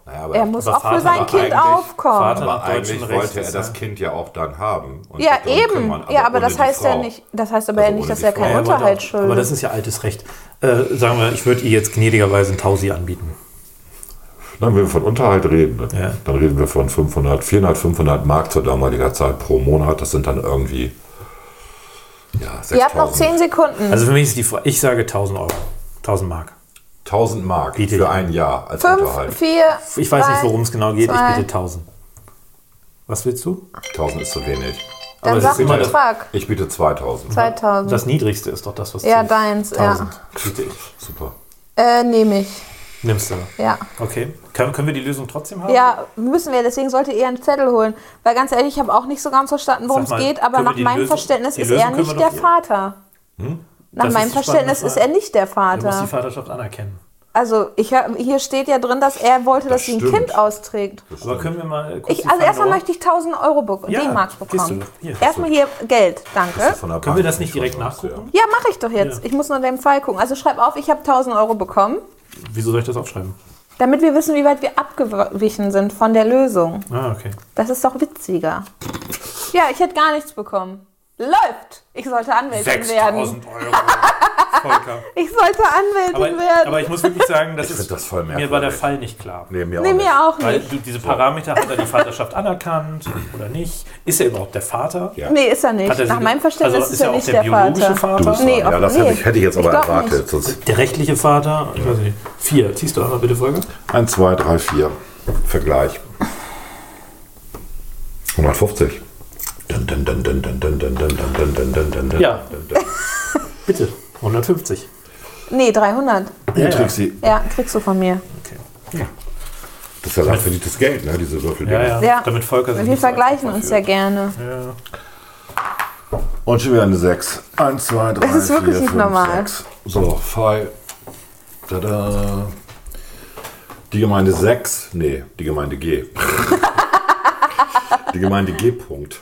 S3: Naja, aber
S5: Er muss
S6: Aber
S5: auch für
S6: Vater
S5: sein
S6: war
S5: Kind
S3: eigentlich-
S5: aufkommen.
S6: Vater-
S3: Aber
S6: nach deutschem
S3: eigentlich
S6: Recht
S3: wollte er
S6: ist
S3: das
S6: er-
S3: Kind ja auch dann haben. und
S5: Ja,
S3: sich darum
S5: eben.
S3: kümmern,
S6: also
S5: ja, aber
S3: ohne
S5: das
S3: die
S5: heißt ja
S3: Frau.
S5: nicht, das heißt aber
S3: Also
S5: ja nicht,
S3: ohne
S5: dass
S3: die
S5: er
S3: Frau.
S5: keinen
S3: Ja,
S6: er wollte
S5: Unterhalt
S6: auch, aber das
S5: schuldet.
S6: ist ja altes Recht. Äh, sagen wir, ich würde ihr jetzt gnädigerweise einen Tausi anbieten.
S3: Wenn wir von Unterhalt reden, ne?
S6: Ja.
S3: dann reden wir von 500, 400, 500 Mark zur damaliger Zeit pro Monat. Das sind dann irgendwie ja, 6.000
S5: Ihr habt noch 10 Sekunden.
S6: Also für mich ist die Frage, ich sage 1000 Euro. 1000 Mark.
S3: 1000 Mark
S6: Biete ich.
S3: für ein Jahr als Unterhalt.
S5: 5, 4,
S6: Ich weiß nicht, worum es genau geht.
S5: zwei.
S6: Ich bitte 1000. Was willst du?
S3: 1000 ist zu wenig.
S6: Aber
S5: Dann
S6: das
S5: sag
S6: ist immer
S5: einen
S6: das-
S5: Betrag.
S3: Ich biete 2000.
S5: 2000.
S6: Das Niedrigste ist doch das, was
S5: Ja,
S6: zählt.
S5: deins, ja.
S6: 1000 biete ich.
S3: Super.
S5: äh, nehme ich.
S6: Nimmst du.
S5: Ja.
S6: Okay. Können, können wir die Lösung trotzdem haben?
S5: Ja, müssen wir. Deswegen sollte ihr einen Zettel holen. Weil ganz ehrlich, ich habe auch nicht so ganz verstanden, worum
S6: Sag
S5: es
S6: mal,
S5: geht. Aber
S6: können wir
S5: nach
S6: die
S5: meinem
S6: Lösung-
S5: Verständnis
S6: die
S5: ist
S6: Lösung
S5: er
S6: können wir
S5: nicht
S6: doch
S5: der
S6: hier- Hm?
S5: Spannende Vater. Nach
S6: Das
S5: meinem
S6: ist die
S5: Verständnis
S6: spannende
S5: ist er
S6: Frage.
S5: nicht der
S6: Du musst die
S5: Vater.
S6: Vaterschaft anerkennen.
S5: Also ich, hab- hier steht ja drin, dass er wollte, dass sie ein
S3: stimmt.
S5: Kind austrägt.
S6: Aber können wir mal kurz die
S5: Ich, also
S6: Frage
S5: erstmal
S6: noch-
S5: möchte ich 1000 Euro be
S6: Ja,
S5: D-Mark
S6: siehst
S5: bekommen.
S6: du, hier.
S5: erstmal hier Geld, danke.
S3: Von der
S6: Können
S3: Bank
S6: wir das nicht direkt
S3: schon was, ja.
S6: nachgucken?
S5: Ja, mache ich doch jetzt.
S6: Ja.
S5: Ich muss nur den Fall gucken. Also schreib auf, ich habe 1000 Euro bekommen,
S6: Wieso soll ich das aufschreiben?
S5: damit wir wissen, wie weit wir abgewichen sind von der Lösung.
S6: Ah, okay.
S5: Das ist doch witziger. Ja, ich hätte gar nichts bekommen. Läuft! Ich sollte Anwältin werden.
S6: 6000 Euro.
S5: [LAUGHS]
S6: Volker.
S5: Ich sollte Anwältin
S6: Aber,
S5: werden.
S6: aber ich muss wirklich sagen, das
S3: Ich
S6: ist
S3: finde das voll
S6: mir war der
S3: merkwürdig.
S6: Fall nicht klar.
S3: Nee, mir
S5: nee,
S3: auch
S5: mir auch
S6: Weil
S5: nicht.
S6: du, diese Parameter hat er die Vaterschaft anerkannt oder nicht? Ist er überhaupt der Vater?
S3: Ja.
S5: Nee, ist er
S6: Hat er
S5: nicht. Nach
S6: sie-
S5: meinem Verständnis
S6: also
S5: ist er
S6: auch
S5: nicht
S6: der
S5: der,
S6: biologische
S5: Vater.
S6: Vater.
S3: nicht.
S5: Nee,
S3: ja,
S5: auf-
S3: das
S5: nee,
S3: hätte, ich, hätte ich jetzt
S5: ich
S3: aber
S5: glaub
S3: erwartet.
S5: nicht.
S3: Sonst
S6: Der rechtliche Vater? Ich weiß nicht. Vier. Ziehst du einmal bitte, Folge?
S3: 1, 2, 3, 4. Vergleich. 150. Dun, dun, dun, dun, dun, dun, dun, dun, dun, dun, dun, dun, dun,
S6: Ja.
S3: dun, dun.
S6: Bitte. 150.
S5: Nee, 300.
S3: Hier,
S6: Ja,
S3: Trixi,
S5: Ja, kriegst du von mir.
S6: Okay.
S3: das ist ja lang verdientes Geld, ne? diese Würfeldinger.
S6: Ja, ja.
S5: Ja.
S6: Also Damit Volker sich
S5: Wir
S6: nicht so
S5: vergleichen
S6: einfach
S5: uns ja
S6: fühlt.
S5: gerne.
S6: Ja.
S3: Und schon wieder eine 6. 1, 2, 3, 4,
S5: Das ist wirklich nicht normal.
S3: 6. So, Pfeil. Tada. Die Gemeinde 6. Nee, die Gemeinde G. [LAUGHS] die Gemeinde G. Punkt.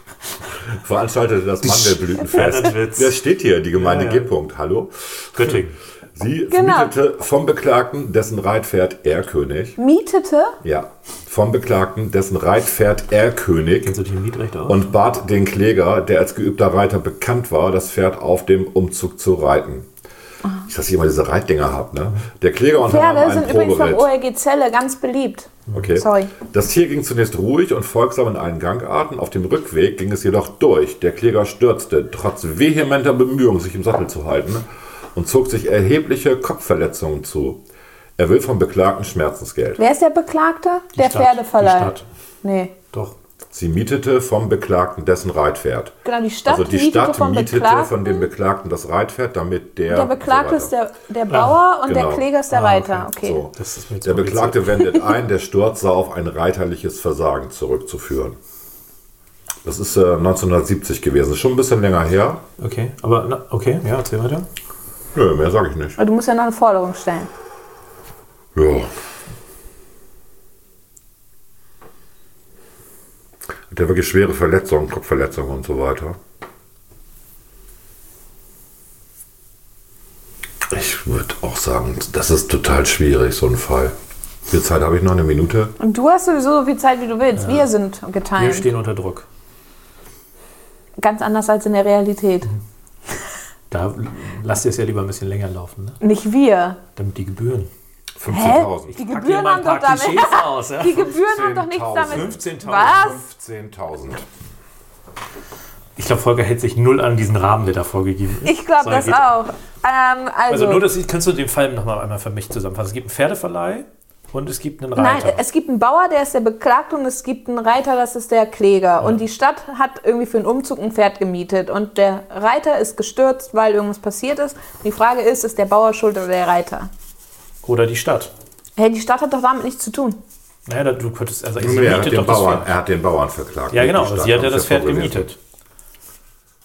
S3: Veranstaltete das Mandelblütenfest.
S6: Witz.
S3: Das steht hier, die Gemeinde G. Punkt. Hallo?
S6: Göttingen.
S3: Sie
S5: Genau.
S3: vermietete vom Beklagten, dessen Reitpferd Erlkönig.
S5: Mietete?
S3: Ja, vom Beklagten, dessen Reitpferd Erlkönig
S6: Kennst du die Mietrechte aus?
S3: und bat den Kläger, der als geübter Reiter bekannt war, das Pferd auf dem Umzug zu reiten. Ich dass ich immer diese Reitdinger habe, ne? Der Kläger unternahm
S5: Ah. Pferde
S3: einen
S5: sind übrigens vom
S3: Proberitt.
S5: OLG Zelle ganz beliebt.
S3: Okay.
S5: Sorry.
S3: Das Tier ging zunächst ruhig und folgsam in allen Gangarten. Auf dem Rückweg ging es jedoch durch. Der Kläger stürzte, trotz vehementer Bemühungen, sich im Sattel zu halten, und zog sich erhebliche Kopfverletzungen zu. Er will vom Beklagten Schmerzensgeld.
S5: Wer ist der Beklagte? der
S6: Stadt,
S5: Pferdeverleih.
S6: die Stadt.
S5: Nee.
S6: Doch.
S3: Sie mietete vom Beklagten dessen Reitpferd.
S5: Genau, die Stadt
S3: also die
S5: mietete
S3: Stadt
S5: vom
S3: mietete
S5: Beklagten-
S3: von dem Beklagten das Reitpferd, damit der.
S5: Der Beklagte ist
S3: so weiter.
S5: der, der Bauer und
S3: genau.
S5: der Kläger ist der Reiter. Okay.
S3: So.
S6: Das ist mir zu
S3: der
S6: kompliziert.
S3: Beklagte wendet ein, der Sturz sei auf ein reiterliches Versagen zurückzuführen. Das ist äh, 1970 gewesen, ist schon ein bisschen länger her.
S6: Okay. Aber, na, okay, ja, erzähl weiter.
S3: Nö, mehr sage ich nicht.
S5: Aber du musst ja noch eine Forderung stellen.
S3: Ja. Hat er wirklich schwere Verletzungen, Kopfverletzungen und so weiter. Ich würde auch sagen, das ist total schwierig, so ein Fall. Wie viel Zeit habe ich noch? Eine Minute?
S5: Und du hast sowieso so viel Zeit, wie du willst. Wir sind
S6: Wir
S5: geteilt.
S6: stehen unter Druck.
S5: Ganz anders als in der Realität.
S6: Da lasst ihr es ja lieber ein bisschen länger laufen, ne?
S5: Nicht wir.
S6: Damit die Gebühren.
S3: 15.000.
S5: Die Gebühren haben doch damit.
S6: aus, ja?
S5: [LAUGHS] Die Gebühren haben doch nichts
S3: 15.000.
S5: damit.
S6: 15.000.
S5: Was?
S3: 15.000.
S6: Ich glaube, Volker hält sich null an diesen Rahmen, der da vorgegeben ist.
S5: Ich glaube
S6: Sondern
S5: das
S6: geht-
S5: auch. Ähm, also,
S6: Also nur, das kannst du den Fall nochmal einmal für mich zusammenfassen. Es gibt einen Pferdeverleih und es gibt einen
S5: nein,
S6: Reiter.
S5: es gibt einen Bauer, der ist der Beklagte und es gibt einen Reiter, das ist der Kläger. Und die Stadt hat irgendwie für einen Umzug ein Pferd gemietet und der Reiter ist gestürzt, weil irgendwas passiert ist. Und die Frage ist, ist der Bauer schuld oder der Reiter?
S6: Oder die Stadt.
S5: Hey, die Stadt hat doch damit nichts zu tun.
S6: Naja, da- du könntest, also sie
S3: Nee, er, hat
S6: mietet
S3: den
S6: doch das
S3: Bauern,
S6: Pferd.
S3: er hat den Bauern verklagt.
S6: Ja,
S3: nicht
S6: genau,
S3: die Stadt,
S6: sie hat ja
S3: ist
S6: das Pferd
S3: vorgewesen.
S6: gemietet.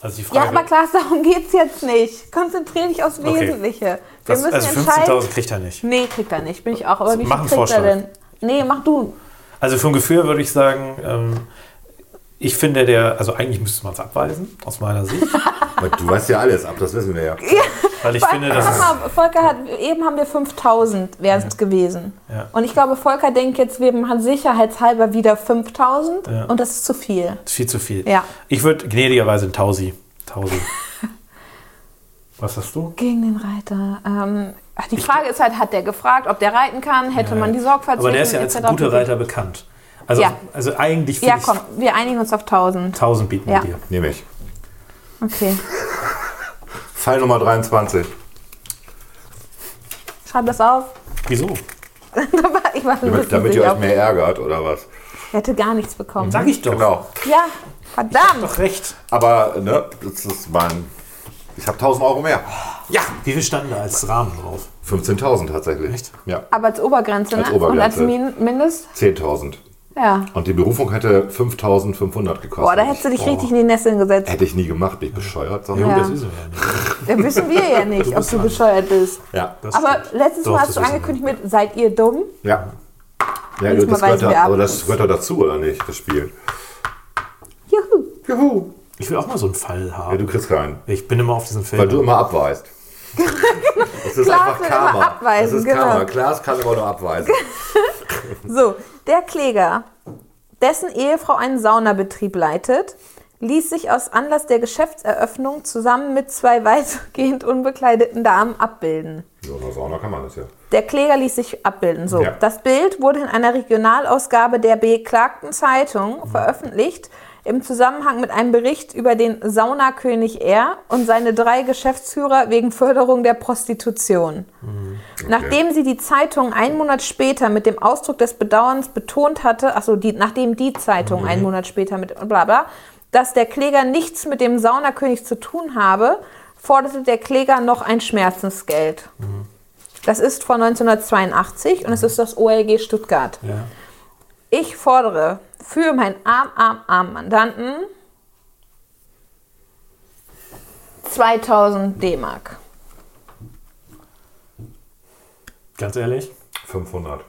S6: Also die
S5: Ja,
S6: Frage,
S5: aber Klaas, darum geht's jetzt nicht. Konzentrier dich aufs
S6: Okay.
S5: Wesentliche. Wir
S6: das,
S5: müssen
S6: also
S5: entscheiden.
S6: 15.000 kriegt er nicht.
S5: Nee, kriegt er nicht, bin ich auch. Aber wie viel
S6: Mach einen
S5: kriegt er
S6: Vorschlag.
S5: denn? Nee, mach du.
S6: Also vom Gefühl würde ich sagen, ähm, ich finde der, also eigentlich müsste man es abweisen, aus meiner
S5: [LAUGHS]
S6: Sicht,
S3: Aber Du weißt ja alles ab, das wissen wir ja.
S6: weil ich finde, das
S5: Pass
S6: ist,
S5: mal, Volker hat, eben haben wir 5000 wären es gewesen.
S6: Ja.
S5: Und ich glaube, Volker denkt jetzt, wir haben sicherheitshalber wieder 5000 und das ist zu viel.
S6: ist viel zu viel.
S5: Ja.
S6: Ich würde gnädigerweise ein
S5: [LAUGHS]
S6: Tausi. Tausi. Was hast du?
S5: Gegen den Reiter. Ähm, Ach, die Frage ist halt, hat der gefragt, ob der reiten kann, hätte man die Sorgfaltspflicht.
S6: Aber der ist ja als
S5: etc.
S6: guter Reiter bekannt. Also,
S5: Ja.
S6: also eigentlich
S5: Ja,
S6: finde
S5: komm, wir einigen uns auf 1000.
S6: 1000 bieten wir
S5: Ja.
S6: dir.
S3: Nehme ich.
S5: Okay.
S3: Fall Nummer 23.
S5: Schreib das auf. [LAUGHS]
S6: Wieso?
S5: ich war ein
S3: Damit,
S5: bisschen
S3: damit ihr
S5: sicher.
S3: euch mehr ärgert oder was?
S5: Ich hätte gar nichts bekommen.
S6: Sag ich doch.
S3: Genau.
S5: Ja, verdammt.
S6: Doch recht.
S3: Aber, ne, das ist mein. Ich habe 1000 Euro mehr.
S6: Ja. Wie viel standen da als Rahmen drauf?
S3: 15.000 tatsächlich.
S6: Echt?
S3: Ja.
S5: Aber als Obergrenze, ne?
S3: Als Obergrenze.
S5: Und als Min Mindest?
S3: 10.000.
S5: Ja.
S3: Und die Berufung hätte 5.500 gekostet.
S5: Boah, da hättest du dich richtig in die Nesseln gesetzt.
S3: Hätte ich nie gemacht, bin ich bescheuert. Sag
S6: Ja,
S3: mal.
S5: Ja.
S6: das ist er ja nicht.
S5: Da wissen wir ja nicht, ob du bescheuert bist.
S3: Ja. Das
S5: Aber letztes
S6: Doch,
S5: Mal
S6: das
S5: hast du
S6: wissen
S5: angekündigt mit, seid ihr dumm?
S3: ja. Ja, das
S5: Jetzt mal
S3: gehört,
S5: weisen wir
S3: da,
S5: ab.
S3: aber das gehört da dazu, oder nicht, das Spiel?
S5: Juhu.
S3: Juhu.
S6: Ich will auch mal so einen Fall
S3: Ja,
S6: haben.
S3: du kriegst keinen.
S6: ich bin immer auf diesen Film.
S3: Weil du immer
S5: [LAUGHS]
S3: abweist. Das ist
S5: Klaas
S3: einfach
S5: Genau. will
S3: Karma.
S5: immer abweisen,
S3: das ist
S5: genau.
S3: Karma. Klaas kann immer nur abweisen.
S5: So, der Kläger, dessen Ehefrau einen Saunabetrieb leitet, ließ sich aus Anlass der Geschäftseröffnung zusammen mit zwei [LAUGHS] weitgehend unbekleideten Damen abbilden.
S3: So, in der Sauna kann man das ja.
S5: Der Kläger ließ sich abbilden. So,
S3: Ja.
S5: das Bild wurde in einer Regionalausgabe der beklagten Zeitung veröffentlicht im Zusammenhang mit einem Bericht über den Saunakönig R. und seine drei Geschäftsführer wegen Förderung der Prostitution. Nachdem sie die Zeitung einen Monat später mit dem Ausdruck des Bedauerns betont hatte, also die, nachdem die Zeitung einen Monat später mit bla bla, dass der Kläger nichts mit dem Saunakönig zu tun habe, forderte der Kläger noch ein Schmerzensgeld. Das ist von 1982 und es ist das OLG Stuttgart.
S6: ja.
S5: Ich fordere für meinen arm, arm, arm Mandanten 2000 D-Mark.
S6: Ganz ehrlich?
S3: 500.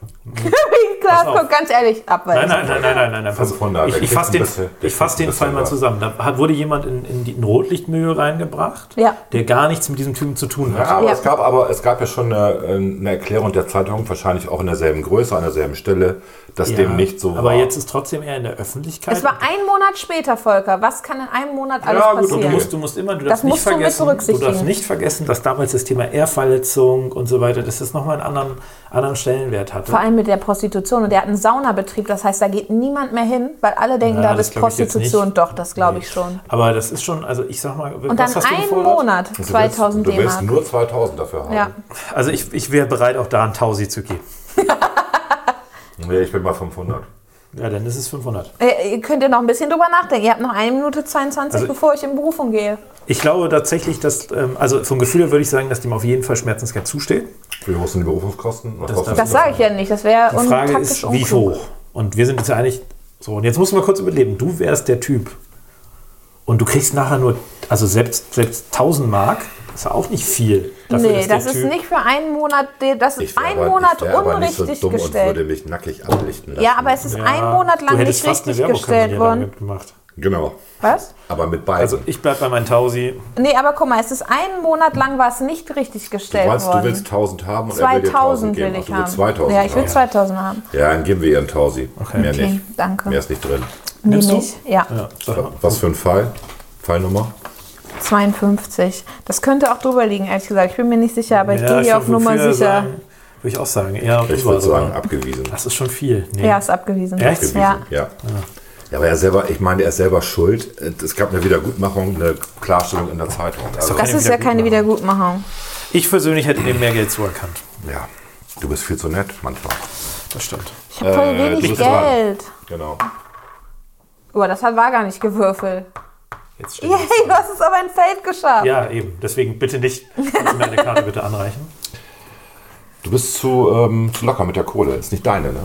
S5: Klar,
S6: auf.
S5: guck, ganz ehrlich,
S6: Nein,
S5: abweisen.
S6: nein, nein, nein, nein, nein. nein. pass-
S3: 500, der
S6: Ich, ich
S3: kriegt
S6: fasse
S3: ein
S6: den,
S3: bisschen- der
S6: ich fass
S3: kriegt ein
S6: den Fall
S3: bisschen
S6: mal
S3: was.
S6: zusammen. Da hat, wurde jemand in, in die in Rotlichtmühe reingebracht,
S5: Ja.
S6: der gar nichts mit diesem Typen zu tun
S3: Ja,
S6: hat.
S3: aber,
S5: Ja.
S3: Es gab, aber es gab ja schon eine, äh, eine Erklärung der Zeitung, wahrscheinlich auch in derselben Größe, an derselben Stelle, dass dem nicht so
S6: aber
S3: war.
S6: jetzt ist trotzdem er in der Öffentlichkeit.
S5: Es war ein Monat später, Volker. Was kann in einem Monat alles
S3: Ja, gut, und du
S5: passieren?
S6: Du musst, du musst immer, du darfst, nicht
S5: musst du mit
S6: vergessen, du
S5: berücksichtigen.
S6: darfst nicht vergessen, dass damals das Thema Ehrverletzung und so weiter, dass das nochmal einen anderen, anderen Stellenwert hatte.
S5: Vor allem mit der Prostitution. Und der hat einen Saunabetrieb. Das heißt, da geht niemand mehr hin, weil alle denken,
S6: Na,
S5: da
S6: das
S5: ist
S6: glaub ich jetzt
S5: Prostitution.
S6: nicht.
S5: Doch, das
S6: Nee.
S5: glaube ich schon.
S6: Aber das ist schon, also ich sag mal,
S5: Und
S6: was hast
S5: dann
S6: du
S5: einen
S6: gefordert?
S5: Monat
S3: du willst,
S5: 2000
S3: Du willst
S5: D-Mark.
S3: nur 2000 dafür haben.
S5: Ja.
S6: Also ich, ich wäre bereit, auch da einen Tausi zu geben.
S3: Nee, ich bin bei 500.
S6: Ja, dann ist es 500.
S5: Äh, Ihr könnt ihr noch ein bisschen drüber nachdenken. Ihr habt noch eine Minute 22,
S6: Also-
S5: bevor ich in Berufung gehe.
S6: Ich glaube tatsächlich, dass, ähm, also vom Gefühl her würde ich sagen, dass dem auf jeden Fall Schmerzensgeld zusteht.
S3: Wie hoch sind die Berufungskosten? Was kostet
S5: Das sage ich ja nicht. Das wäre
S6: Die Frage
S5: untaktisch
S6: ist, wie
S5: unklug.
S6: hoch? Und wir sind jetzt ja eigentlich, so, und jetzt musst du mal kurz überleben, du wärst der Typ und du kriegst nachher nur, also selbst, selbst 1000 Mark, ist ja auch nicht viel. Dafür,
S5: Nee,
S6: dass der
S5: das ist
S6: Typ-
S5: nicht für einen Monat, de- das
S3: Ich
S5: ist
S3: wär
S5: ein
S3: aber-
S5: Monat
S3: ich wär aber nicht
S5: unrichtig
S3: so dumm Und würde
S5: gestellt.
S3: mich nackig ablichten lassen.
S5: Ja, aber es ist
S6: Ja,
S5: ein Monat
S6: du
S5: lang
S6: hättest
S5: nicht
S6: fast eine
S5: richtig gestellt
S6: Werbekampagne
S5: worden.
S6: damit Gemacht.
S3: Genau.
S5: Was?
S3: Aber mit beiden.
S6: Also ich bleibe bei meinen Tausi.
S5: Nee, aber guck mal, es ist einen Monat lang war es nicht richtig gestellt
S3: du, willst,
S5: worden.
S3: du willst 1000 haben und er will dir 1000
S5: 2000
S3: geben. Also
S5: will
S3: Ach,
S5: ich
S3: du
S5: haben.
S3: willst 2000
S5: ja, ich will
S3: haben.
S5: 2000 haben.
S3: Ja, dann geben wir ihr einen Tausi. Mehr
S5: Okay,
S3: nicht.
S5: danke.
S3: Mehr ist nicht drin.
S6: Nimmst du?
S5: Nehme ich. Ja,
S6: Ja, sag mal.
S3: Was für ein Fall? Fallnummer?
S5: 52. Das könnte auch drüber liegen, ehrlich gesagt. Ich bin mir nicht sicher, aber ich
S6: Ja,
S5: gehe hier
S6: würd
S5: auf Nummer
S6: früher
S5: sicher.
S6: Sagen, würde ich auch sagen. Ja,
S3: Ich würde sagen, abgewiesen.
S6: Das ist schon viel. Nee.
S5: Ja, ist abgewiesen.
S6: Echt?
S3: Abgewiesen.
S5: Ja.
S3: ja. Ja, aber er selber, ich meine, er ist selber schuld. Es gab eine Wiedergutmachung, eine Klarstellung in der Zeitung. Also,
S6: doch-
S5: Das ist ja keine Wiedergutmachung.
S6: Ich persönlich hätte dem mehr Geld zuerkannt.
S3: ja, du bist viel zu nett manchmal.
S6: Das stimmt.
S5: Ich habe voll
S3: Äh, du
S5: wenig
S3: bist dran.
S5: Geld.
S3: Genau.
S5: Oh, das hat war gar nicht gewürfelt.
S6: Jetzt
S5: Yay, du hast es auf ein Feld geschafft.
S6: Ja, eben. Deswegen bitte nicht. Kannst du mir eine Karte bitte anreichen?
S3: Du bist zu, ähm, zu locker mit der Kohle. Ist nicht deine, ne?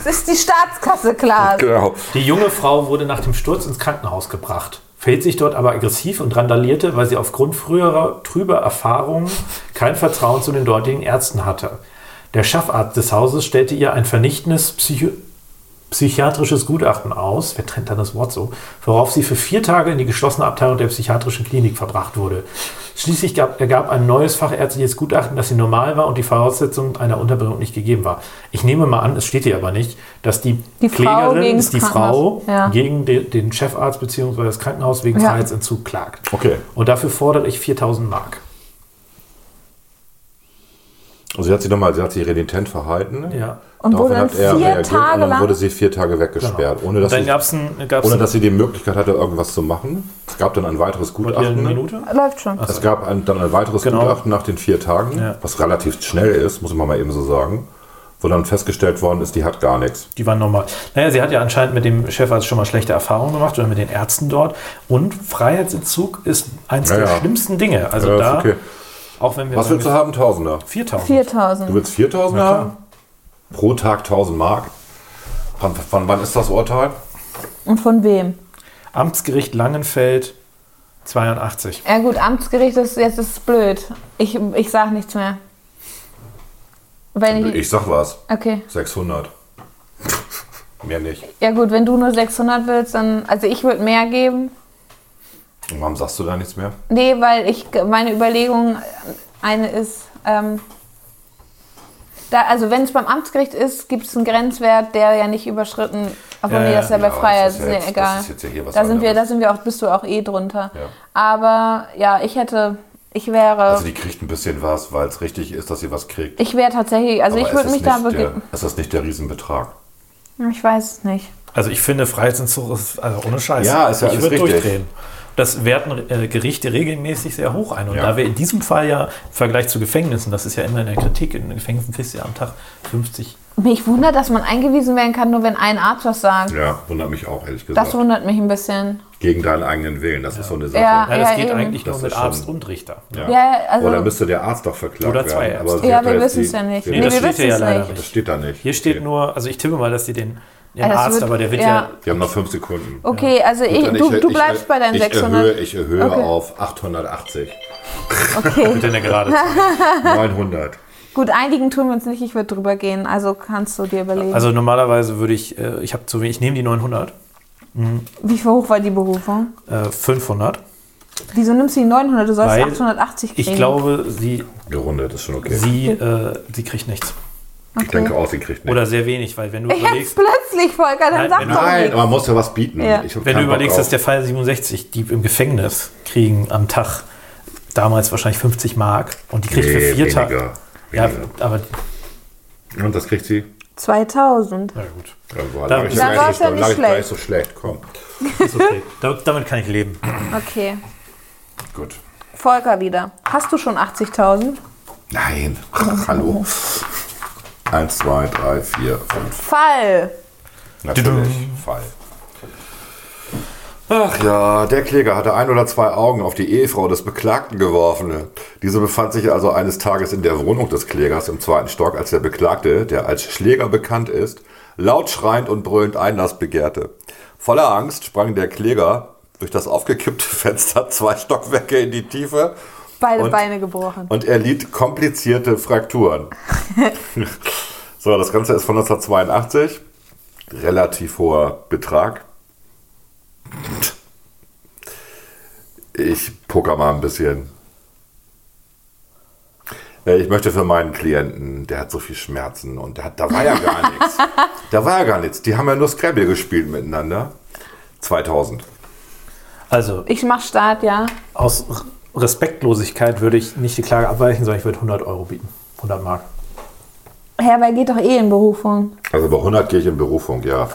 S5: Es ist die Staatskasse, klar.
S3: Genau.
S6: Die junge Frau wurde nach dem Sturz ins Krankenhaus gebracht, verhielt sich dort aber aggressiv und randalierte, weil sie aufgrund früherer trüber Erfahrungen kein Vertrauen zu den dortigen Ärzten hatte. Der Chefarzt des Hauses stellte ihr ein vernichtendes Psycho psychiatrisches Gutachten aus, wer trennt dann das Wort so, worauf sie für vier Tage in die geschlossene Abteilung der psychiatrischen Klinik verbracht wurde. Schließlich gab, ergab ein neues fachärztliches Gutachten, dass sie normal war und die Voraussetzungen einer Unterbringung nicht gegeben war. Ich nehme mal an, es steht hier aber nicht, dass die,
S5: Die Frau
S6: Klägerin
S5: gegen
S6: ist die
S5: das
S6: Frau
S5: Krankenhaus. Ja.
S6: gegen de, den Chefarzt bzw. das Krankenhaus wegen
S5: Ja.
S6: Freiheitsentzug klagt.
S3: Okay.
S6: Und dafür fordere ich 4000 Mark.
S3: Also sie hat sich nochmal, sie hat sich renitent verhalten.
S6: Ja.
S5: Und
S3: Daraufhin
S5: wurde dann
S3: hat er
S5: vier
S3: reagiert
S5: Tage
S3: und dann
S5: lang-
S3: wurde sie vier Tage weggesperrt, ohne, dass
S6: Genau. Dann
S3: sie,
S6: gab es ein. Gab's
S3: ohne
S6: ein
S3: dass sie die Möglichkeit hatte, irgendwas zu machen. Es gab dann ein weiteres
S6: Wart ihr eine
S3: Gutachten.
S6: Minute?
S5: Läuft schon.
S3: Es gab ein, dann ein weiteres
S6: Genau.
S3: Gutachten nach den vier Tagen,
S6: Ja.
S3: was relativ schnell ist, muss man mal eben so sagen, wo dann festgestellt worden ist, die hat gar nichts.
S6: Die waren normal. Naja, sie hat ja anscheinend mit dem Chefarzt schon mal schlechte Erfahrungen gemacht oder mit den Ärzten dort. Und Freiheitsentzug ist eins
S3: Ja,
S6: der
S3: ja.
S6: schlimmsten Dinge. Also
S3: Ja, ist
S6: da,
S3: Äh, okay.
S6: auch wenn wir
S3: Was
S6: sagen,
S3: willst du haben? Tausender.
S6: 4000.
S5: 4000.
S3: Du willst 4000 haben? Pro Tag 1000 Mark. Von, von wann ist das Urteil?
S5: Und von wem?
S6: Amtsgericht Langenfeld 82.
S5: Ja gut, Amtsgericht ist jetzt ist blöd. Ich, ich sag nichts mehr. Wenn ich,
S3: Ich sag was.
S5: Okay.
S3: 600. [LAUGHS] Mehr nicht.
S5: Ja gut, wenn du nur 600 willst, dann also ich würde mehr geben.
S3: Und warum sagst du da nichts mehr?
S5: Nee, weil ich meine Überlegung äh, eine ist, ähm, da, also wenn es beim Amtsgericht ist, gibt es einen Grenzwert, der ja nicht überschritten, obwohl
S6: Ja,
S5: mir
S6: ja,
S5: das ja bei
S3: ja,
S5: Freiheit
S3: das
S5: ist,
S3: ist
S5: ja
S3: ja jetzt-
S5: egal.
S3: das ist jetzt ja hier was
S5: da sind wir, da
S3: anderes.
S5: sind wir auch, bist du auch eh drunter.
S3: Ja.
S5: Aber ja, ich hätte, ich wäre,
S3: Also die kriegt ein bisschen was, weil es richtig ist, dass sie was kriegt.
S5: ich wäre tatsächlich, also
S3: Aber
S5: ich
S3: es
S5: würde
S3: ist
S5: mich da
S3: nicht äh, der-
S5: begeben.
S3: Es ist nicht der Riesenbetrag.
S5: Ich weiß es nicht.
S6: Also ich finde Freiheitsentzug ist also ohne Scheiß.
S3: Ja, ist ja
S6: ich
S3: alles
S6: würde
S3: richtig.
S6: durchdrehen. Das werten äh, Gerichte regelmäßig sehr hoch ein. Und
S3: Ja.
S6: da wir in diesem Fall ja im Vergleich zu Gefängnissen, das ist ja immer in der Kritik, in den Gefängnissen kriegst du ja am Tag 50.
S5: Mich wundert, dass man eingewiesen werden kann, nur wenn ein Arzt was sagt.
S3: Ja, wundert mich auch, ehrlich gesagt.
S5: Das wundert mich ein bisschen.
S3: Gegen deinen eigenen Willen, das ist so eine Sache.
S5: Ja.
S6: Ja, das geht
S5: eben.
S6: eigentlich
S3: Das
S6: nur mit
S3: ist schon-
S6: Arzt und Richter.
S3: Ja.
S5: Ja, also-
S3: Oder müsste der Arzt doch verklagt
S6: Oder zwei
S3: werden.
S6: Ärzte.
S3: sie
S5: Ja,
S3: hat Also da
S5: wir
S3: jetzt
S5: wissen
S3: die-
S5: es ja nicht.
S3: die-
S5: Nee,
S6: das
S5: wir
S6: steht
S5: wissen
S6: ja
S5: es
S6: leider
S5: nicht.
S6: nicht.
S3: Das steht da nicht.
S6: Hier steht
S3: Okay.
S6: nur, also ich tippe mal, dass die den, den
S5: Ja, Also das
S6: Arzt,
S5: wird-
S6: aber der wird
S5: ja.
S6: ja,
S3: Wir haben noch fünf Sekunden.
S5: Okay, also ich,
S3: Dann
S5: du,
S3: ich-
S5: du
S3: ich-
S5: bleibst bei deinen
S3: ich
S5: 600.
S3: Erhöhe, ich erhöhe
S5: Okay.
S3: auf
S5: [LAUGHS]
S3: 880.
S5: Okay.
S3: [LAUGHS]
S6: bitte eine
S5: [LAUGHS]
S6: gerade.
S3: 900.
S5: Gut, einigen tun wir uns nicht, ich würde drüber gehen, also kannst du dir überlegen.
S6: Also normalerweise würde ich, äh, ich habe zu wenig, ich nehme die 900,
S5: Wie viel hoch war die Berufung?
S6: äh, 500.
S5: Wieso nimmst du die 900? Du sollst
S6: Weil
S5: 880 kriegen.
S6: Ich glaube, sie,
S3: Gerundet ist schon okay.
S6: sie, äh, sie kriegt nichts.
S3: Ich denke auch, sie kriegt nichts.
S6: Oder sehr wenig, weil wenn du
S5: [LAUGHS] Jetzt
S6: überlegst,
S5: plötzlich, Volker,
S6: Nein,
S5: dann sag
S6: wenn-
S5: doch
S3: Nein,
S5: nichts.
S3: aber man muss ja was bieten.
S5: Ja.
S3: Ich hab
S6: wenn du
S3: keinen Bock
S6: überlegst,
S3: auf-
S6: dass der Fall 67, die im Gefängnis kriegen am Tag damals wahrscheinlich 50 Mark und die kriegt
S3: Nee,
S6: für vier
S3: weniger.
S6: Tage. Ja,
S3: weniger.
S6: aber
S3: Und das kriegt sie?
S5: 2000.
S6: na gut.
S3: Ja, boah,
S6: Dann-
S3: lag ich
S6: dann
S3: gleich
S5: war's
S3: nicht-
S5: ja nicht
S3: lag ich gleich
S5: schlecht.
S3: so schlecht. Komm.
S6: Ist okay. Da- Damit kann ich leben.
S5: Okay.
S3: Gut.
S5: Volker wieder. Hast du schon 80.000?
S3: Nein. Ach, hallo. Eins, zwei, drei, vier, fünf.
S5: Fall.
S3: Natürlich. Fall. Ach ja, der Kläger hatte ein oder zwei Augen auf die Ehefrau des Beklagten geworfen. Diese befand sich also eines Tages in der Wohnung des Klägers im zweiten Stock, als der Beklagte, der als Schläger bekannt ist, laut schreiend und brüllend Einlass begehrte. Voller Angst sprang der Kläger durch das aufgekippte [LAUGHS] Fenster zwei Stockwerke in die Tiefe
S5: Beide
S3: Und-
S5: Beine gebrochen.
S3: und erlitt komplizierte
S5: [LAUGHS]
S3: Frakturen. so, das Ganze ist von 1982. Relativ hoher Betrag. Ich poker mal ein bisschen. Äh, Ich möchte für meinen Klienten, der hat so viel Schmerzen und der hat, da war ja
S5: [LAUGHS]
S3: gar nichts. Da war ja gar nichts. Die haben ja nur Scrabble gespielt miteinander. 2000.
S6: Also
S5: Ich mach Start, ja.
S6: aus Respektlosigkeit würde ich nicht die Klage abweichen, sondern ich würde 100 Euro bieten. 100 Mark.
S5: Herbert geht doch eh in Berufung.
S3: Also bei 100 gehe ich in Berufung, ja.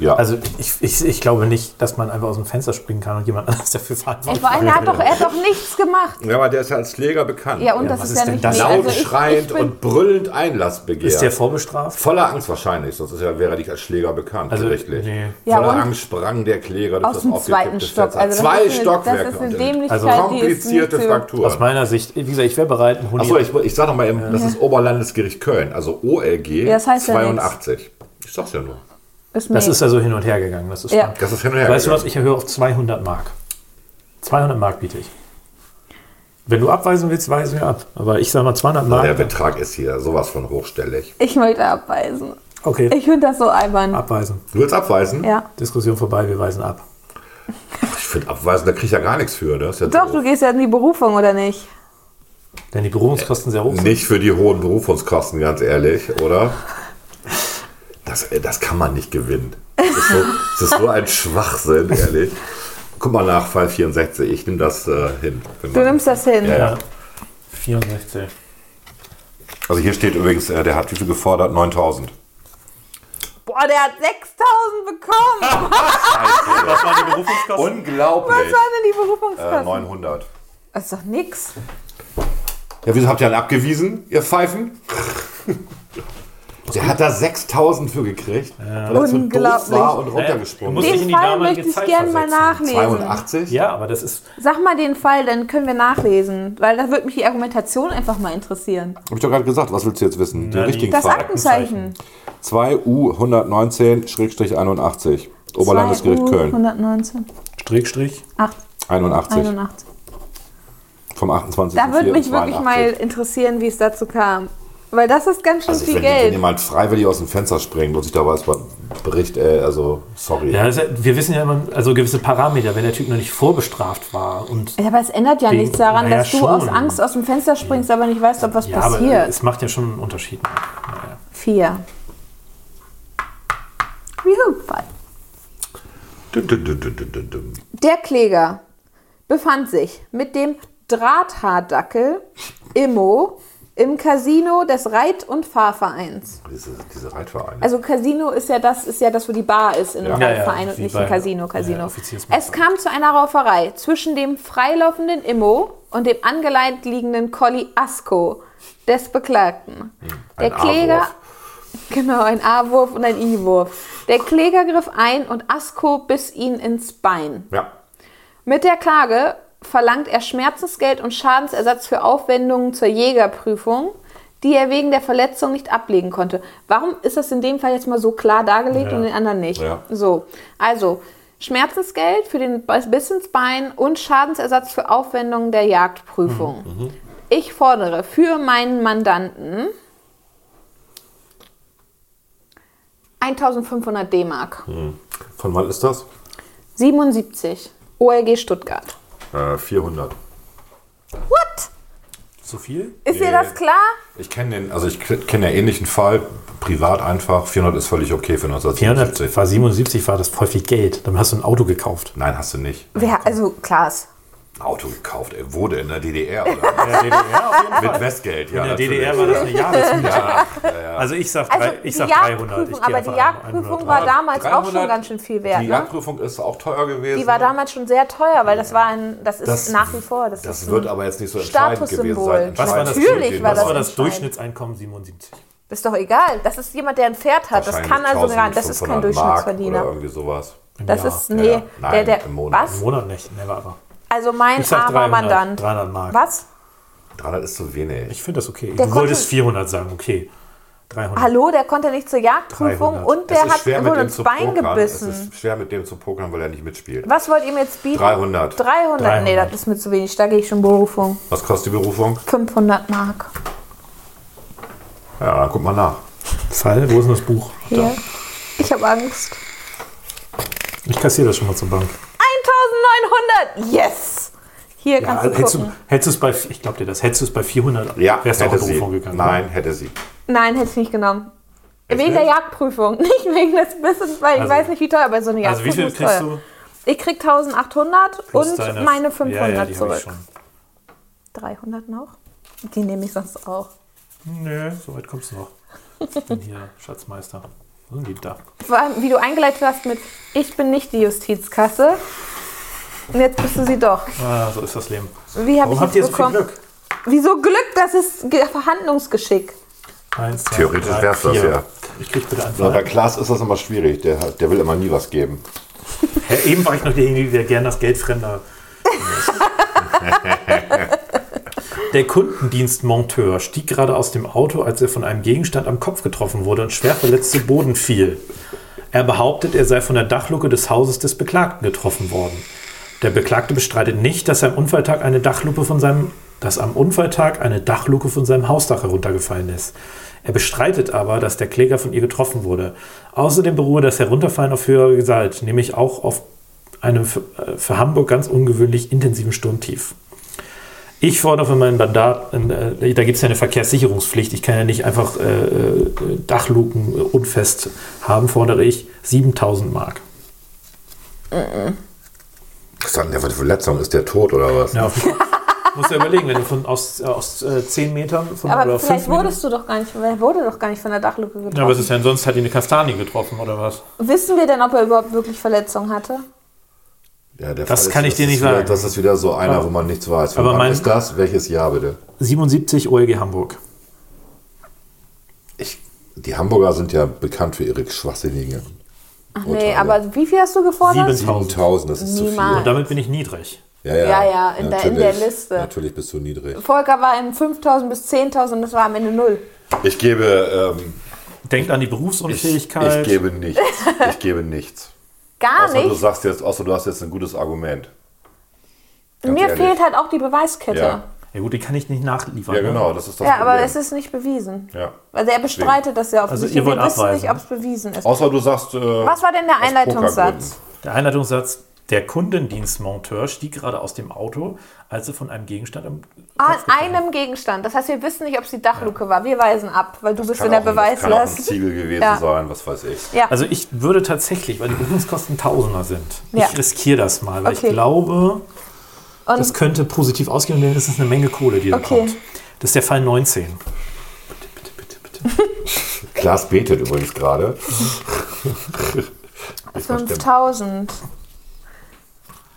S3: Ja.
S6: Also ich, ich, ich glaube nicht, dass man einfach aus dem Fenster springen kann und jemand anders dafür verantwortlich
S5: Vor allem, er hat doch, er hat doch nichts gemacht.
S3: ja, aber der ist ja als Schläger bekannt.
S5: Ja, und
S6: was
S5: das ist,
S6: ist
S5: ja
S6: denn
S5: nicht
S6: das?
S5: nee,
S3: laut
S5: also ich- ich
S3: schreiend
S5: bin-
S3: und brüllend Einlass begehrt.
S6: Ist der vorbestraft?
S3: Voller Angst wahrscheinlich, sonst ist er, wäre er nicht als Schläger bekannt,
S6: Also,
S3: gerichtlich.
S6: nee.
S5: Ja,
S3: Voller
S5: und-
S3: Angst sprang der Kläger durch
S5: aus dem
S3: das
S5: zweiten
S3: aufgekippte
S5: Stock.
S3: Fenster.
S5: Also das
S3: Zwei
S5: ist eine-
S3: Stockwerke.
S5: Das ist eine
S3: und
S5: Dämlichkeit,
S6: Also
S5: die ist nicht
S3: komplizierte
S5: zu-
S6: Aus
S3: Fraktur.
S6: meiner Sicht, wie gesagt, ich wäre bereit, einen
S3: Achso,
S6: 100
S3: ich, ich sag noch mal eben, das ist Oberlandesgericht Köln, also OLG
S5: das heißt ja
S3: 82. ich sag's ja nur.
S5: Ist
S6: Das
S5: nee.
S6: ist also hin und her gegangen. Das ist
S5: Ja.
S6: spannend.
S3: Das ist hin und her.
S6: Weißt du was,
S3: gegangen.
S6: ich erhöhe auf 200 Mark. 200 Mark biete ich. Wenn du abweisen willst, weisen wir ab. Aber ich sage mal 200
S3: Der
S6: Mark.
S3: Betrag ist hier sowas von hochstellig.
S5: Ich möchte abweisen.
S6: Okay,
S5: Ich finde das so albern.
S6: abweisen.
S3: Du willst abweisen?
S5: Ja.
S6: Diskussion vorbei, wir weisen ab.
S3: Ich finde abweisen, da krieg ich ja gar nichts für. Das ist ja
S5: Doch, du
S3: doof.
S5: gehst ja in die Berufung, oder nicht?
S6: Denn die Berufungskosten sehr hoch sind.
S3: Nicht für die hohen Berufungskosten, ganz ehrlich, oder? Das, äh, das kann man nicht gewinnen. Das ist, so, das ist so ein Schwachsinn, ehrlich. Guck mal nach, Fall 64. Ich nehme das äh, hin. Wenn
S5: Du
S3: man-
S5: nimmst das hin.
S3: Ja, ja.
S6: 64.
S3: Also hier steht übrigens, äh, der hat wie viel gefordert? 9000.
S5: Boah, der hat 6000 bekommen.
S6: Ah, Das war die Berufungskosten.
S5: Was
S3: Unglaublich.
S5: waren denn die
S3: Äh,
S5: Berufungskosten?
S3: 900.
S5: das ist doch nix.
S3: Ja, wieso habt ihr einen abgewiesen, ihr Pfeifen? Der hat da 6000 für gekriegt, weil er zu doof
S5: Unglaublich.
S3: war und
S6: Muss
S3: runtergesprungen ist.
S6: ich in
S5: Den
S6: die
S5: Fall
S6: damalige
S5: möchte ich
S6: Zeit
S5: gerne mal nachlesen.
S3: 82?
S6: Ja, aber das ist.
S5: Sag mal den Fall, dann können wir nachlesen, weil da würde mich die Argumentation einfach mal interessieren.
S3: Hab ich doch gerade gesagt, was willst du jetzt wissen? Den
S6: die-
S3: richtigen
S5: Das
S3: Fall.
S5: Aktenzeichen.
S3: 2U119-81, Oberlandesgericht Köln.
S5: 119,
S6: Strich, Strich.
S3: 81,
S5: 81.
S3: vom 28.
S5: Da würde mich wirklich mal interessieren, wie es dazu kam. Weil das ist ganz schön
S3: Also
S5: viel
S3: wenn, wenn
S5: Geld.
S3: jemand freiwillig aus dem Fenster springt und sich dabei ist, bricht, äh, also sorry.
S6: Ja, das ist, ja- wir wissen ja immer, also gewisse Parameter, wenn der Typ noch nicht vorbestraft war und.
S5: Ja, aber es ändert ja
S6: Wegen-
S5: nichts daran,
S6: Naja,
S5: dass du
S6: schon.
S5: aus Angst aus dem Fenster springst, aber nicht weißt, ob was
S6: Ja, aber
S5: passiert.
S6: es macht ja schon einen Unterschied. Naja.
S5: Vier. Juhu, Fall.
S3: Dun, dun, dun, dun, dun, dun, dun.
S5: Der Kläger befand sich mit dem Drahthaardackel Immo im Casino des Reit- und Fahrvereins.
S3: Diese, diese Reitvereine.
S5: Also Casino ist ja das, ist ja das, wo die Bar ist in einem
S6: Ja, ja,
S5: Reitverein und
S6: wie
S5: nicht
S6: bei-
S5: ein Casino. Casino.
S6: ja, Offiziersmarkt.
S5: es kam zu einer Rauferei zwischen dem freilaufenden Immo und dem angeleint liegenden Colli Asko des
S6: Hm,
S5: Beklagten. Der
S3: Ein
S5: Kläger
S3: A-Wurf.
S5: [LAUGHS] Genau, ein A-Wurf und ein I-Wurf. Der Kläger griff ein und Asko biss ihn ins Bein.
S3: Ja.
S5: Mit der Klage verlangt er Schmerzensgeld und Schadensersatz für Aufwendungen zur Jägerprüfung, die er wegen der Verletzung nicht ablegen konnte. Warum ist das in dem Fall jetzt mal so klar dargelegt und in den anderen nicht?
S3: Ja.
S5: So, also Schmerzensgeld für den Biss ins Bein und Schadensersatz für Aufwendungen der Jagdprüfung.
S3: Mhm.
S5: Ich fordere für meinen Mandanten 1500 D-Mark.
S3: Hm. Von wann ist das?
S5: 77. OLG Stuttgart.
S3: Äh, 400.
S5: What?
S6: So viel?
S5: Ist dir
S3: Yeah.
S5: das klar?
S3: Ich kenne den, also ich kenne ja ähnlichen Fall, privat einfach. 400 ist völlig okay für
S6: 400
S3: 1977.
S6: war 77, war das voll viel Geld. Dann hast du ein Auto gekauft.
S3: Nein, hast du nicht.
S5: Wer, also Klaas.
S3: Ein Auto gekauft, ey, wurde in der DDR oder?
S5: [LAUGHS]
S6: In der DDR, auf jeden Fall.
S3: Mit Westgeld, ja.
S6: In der
S3: natürlich.
S6: DDR war das eine Jahresmiete.
S3: Ja,
S6: Also ich sag,
S5: Also
S6: drei, ich sag
S5: die
S6: 300. Ich
S5: Jagdprüfung,
S6: geh einfach
S5: aber die
S6: einmal 100
S5: Jagdprüfung war
S6: drauf.
S5: damals auch schon
S3: 300
S5: ganz schön viel wert.
S3: Die
S5: Ne?
S3: Jagdprüfung ist auch teuer gewesen.
S5: Die war damals schon sehr teuer, weil das war ein, das ist
S3: Das-
S5: nach wie vor, das,
S3: Das
S5: ist
S3: wird
S5: ein,
S3: aber jetzt nicht so entscheidend gewesen
S5: Statussymbol.
S3: sein.
S6: Was war das?
S5: Natürlich war
S6: Was
S5: das
S6: war das
S5: entscheidend.
S6: Durchschnittseinkommen 77?
S5: ist doch egal. Das ist jemand, der ein Pferd hat. Das kann also gar nicht. Das ist kein
S3: 1500 Mark Oder
S5: Durchschnittsverdiener.
S3: irgendwie sowas.
S5: Das
S6: Jahr.
S5: ist, nee,
S3: Ja, ja. Nein,
S5: der, der,
S3: im Monat.
S6: Im
S5: was?
S6: Monat nicht, never aber.
S5: Also mein
S6: Ich sag
S5: armer
S6: 300,
S5: Mandant.
S6: 300 Mark.
S5: Was?
S3: 300 ist zu wenig.
S6: Ich finde das okay.
S5: Der
S6: du
S5: konnte-
S6: wolltest 400 sagen, okay. 300.
S5: Hallo, der konnte nicht zur Jagdprüfung
S6: 300.
S5: und
S3: es
S5: der
S3: ist
S5: hat
S3: schwer mit
S5: wurde
S3: dem
S5: ins
S3: zu
S5: Bein
S3: pokern. Es
S5: gebissen.
S3: ist schwer mit dem zu pokern, weil er nicht mitspielt.
S5: Was wollt ihr mir jetzt bieten?
S3: 300.
S5: 300? Nee,
S6: 300.
S5: das ist mir zu wenig. Da gehe ich schon Berufung.
S3: Was kostet die Berufung?
S5: 500 Mark.
S3: Ja, dann guck mal nach.
S6: Fall, wo ist denn das Buch?
S5: Hier. Ich habe Angst.
S6: Ich kassiere das schon mal zur Bank.
S5: 1900! Yes! Hier kannst du
S6: hättest
S5: gucken.
S6: du hättest du es bei, ich glaube dir das, hättest du es bei 400,
S3: Ja,
S6: wärst du auch in
S3: hätte sie.
S6: Berufung gegangen. ne?
S3: Nein, hätte sie.
S5: Nein, hätte ich nicht genommen. wegen
S3: nicht?
S5: der Jagdprüfung. [LAUGHS] Nicht wegen des Bissens, weil ich
S6: Also-
S5: weiß nicht, wie teuer aber so eine
S6: Also wie
S5: Jagdprüfung
S6: viel
S5: ist
S6: kriegst
S5: teuer.
S6: du?
S5: Ich krieg 1800
S6: plus
S5: und
S6: deine-
S5: meine 500
S6: ja, ja, die hab Ich
S5: zurück.
S6: schon.
S5: 300 noch? Die nehme ich sonst auch. [LAUGHS]
S6: Nö, so weit kommst du noch. Ich bin hier Schatzmeister. Wo sind die da?
S5: Vor allem, wie du eingeleitet hast mit Ich bin nicht die Justizkasse. Und jetzt bist du sie doch.
S6: Ah, so ist das Leben.
S5: Wie habe
S6: Warum
S5: ich
S6: habt
S5: jetzt
S6: ihr so viel
S5: bekommen?
S6: Glück?
S5: Wieso Glück? Das ist Ge- Verhandlungsgeschick.
S6: Eins, zwei,
S3: Theoretisch
S6: drei,
S3: wär's das,
S6: vier.
S3: ja.
S6: Ich krieg bitte einen
S3: Na, bei
S6: Fall.
S3: Klaas ist das immer schwierig. Der, hat- der will immer nie was geben.
S6: Hä, eben war ich noch derjenige, der gern das Geld fremder. Der Kundendienstmonteur stieg gerade aus dem Auto, als er von einem Gegenstand am Kopf getroffen wurde und schwer verletzt zu Boden fiel. Er behauptet, er sei von der Dachluke des Hauses des Beklagten getroffen worden. Der Beklagte bestreitet nicht, dass am Unfalltag eine Dachluke von seinem, dass am Unfalltag eine Dachluke von seinem Hausdach heruntergefallen ist. Er bestreitet aber, dass der Kläger von ihr getroffen wurde. Außerdem beruhe das Herunterfallen auf höhere Gewalt, nämlich auch auf einem für, äh, für Hamburg ganz ungewöhnlich intensiven Sturmtief. Ich fordere für meinen Mandat, äh, da gibt es ja eine Verkehrssicherungspflicht, ich kann ja nicht einfach äh, äh, Dachluken äh, unfest haben, fordere ich 7000 Mark.
S3: Was ist denn der für eine Verletzung? Ist der tot oder was?
S5: [LAUGHS]
S6: Ja, auf, musst ja überlegen, wenn du von, aus, äh, aus äh, 10 Metern von,
S5: Aber
S6: oder
S5: vielleicht
S6: 5 Metern.
S5: wurdest du doch gar nicht, wer wurde doch gar nicht von der Dachluke
S6: Ja, aber es
S5: getroffen.
S6: ist ja sonst hat die eine Kastanie getroffen oder was?
S5: Wissen wir denn, ob er überhaupt wirklich Verletzungen hatte?
S3: Ja, der
S6: Das
S3: Fall
S6: kann ich dir
S3: ist
S6: nicht
S3: wieder,
S6: sagen.
S3: Das ist wieder so einer,
S6: Ja.
S3: wo man nichts weiß. Von
S6: Aber
S3: wann
S6: mein-
S3: ist das? Welches Jahr bitte?
S6: 77 OLG Hamburg.
S3: Ich, die Hamburger sind ja bekannt für ihre schwachsinnigen
S5: Ach nee,
S3: Urteile.
S5: aber wie viel hast du gefordert?
S6: 7000.
S3: 1000, das ist
S5: Niemals.
S6: Und damit bin ich niedrig.
S3: zu viel.
S5: Ja, ja, in der- in der
S3: Natürlich.
S5: Liste.
S3: Natürlich bist du niedrig.
S5: Volker war in 5000 bis 10.000, das war am Ende null.
S3: Ich gebe, ähm,
S6: Denkt an die
S3: ich,
S6: Berufsunfähigkeit.
S3: ich gebe nichts. Ich gebe nichts.
S5: Gar
S3: Außer du
S5: Ah, nicht.
S3: sagst jetzt, außer du hast jetzt ein gutes Argument. Ganz
S5: Mir
S3: ehrlich.
S5: fehlt halt auch die Beweiskette.
S3: Ja.
S5: Ja,
S6: Ja gut, die kann ich nicht nachliefern.
S3: Ja,
S6: ne?
S3: genau, das ist das
S5: aber
S3: Problem.
S5: es ist nicht bewiesen.
S3: ja.
S5: Also er bestreitet das ja offensichtlich.
S6: ihr wollt
S5: Wir wissen
S6: abweisen.
S5: nicht, ob es bewiesen ist.
S3: Außer du sagst. Äh,
S5: Was war denn der Einleitungssatz?
S6: Der Einleitungssatz, der Kundendienstmonteur stieg gerade aus dem Auto, als er von einem Gegenstand am
S5: An
S6: Kopf getroffen
S5: einem Gegenstand. Das heißt, wir wissen nicht, ob es die Dachluke war. Wir weisen ab, weil du bist
S3: Kann
S5: in der
S3: auch, ein, kann auch ein
S5: Beweislast.
S3: Ziegel gewesen
S5: Ja.
S3: sein, was weiß ich.
S5: Ja.
S6: Also ich würde tatsächlich, weil die Berufungskosten Tausender sind,
S5: Ja.
S6: ich riskiere das mal, weil
S5: Okay.
S6: ich glaube,
S5: Und-
S6: das könnte positiv ausgehen, denn es ist eine Menge Kohle, die da
S5: Okay.
S6: kommt. Das ist der Fall 19. Bitte, bitte, bitte, bitte.
S3: Klaas betet übrigens gerade.
S5: 5000.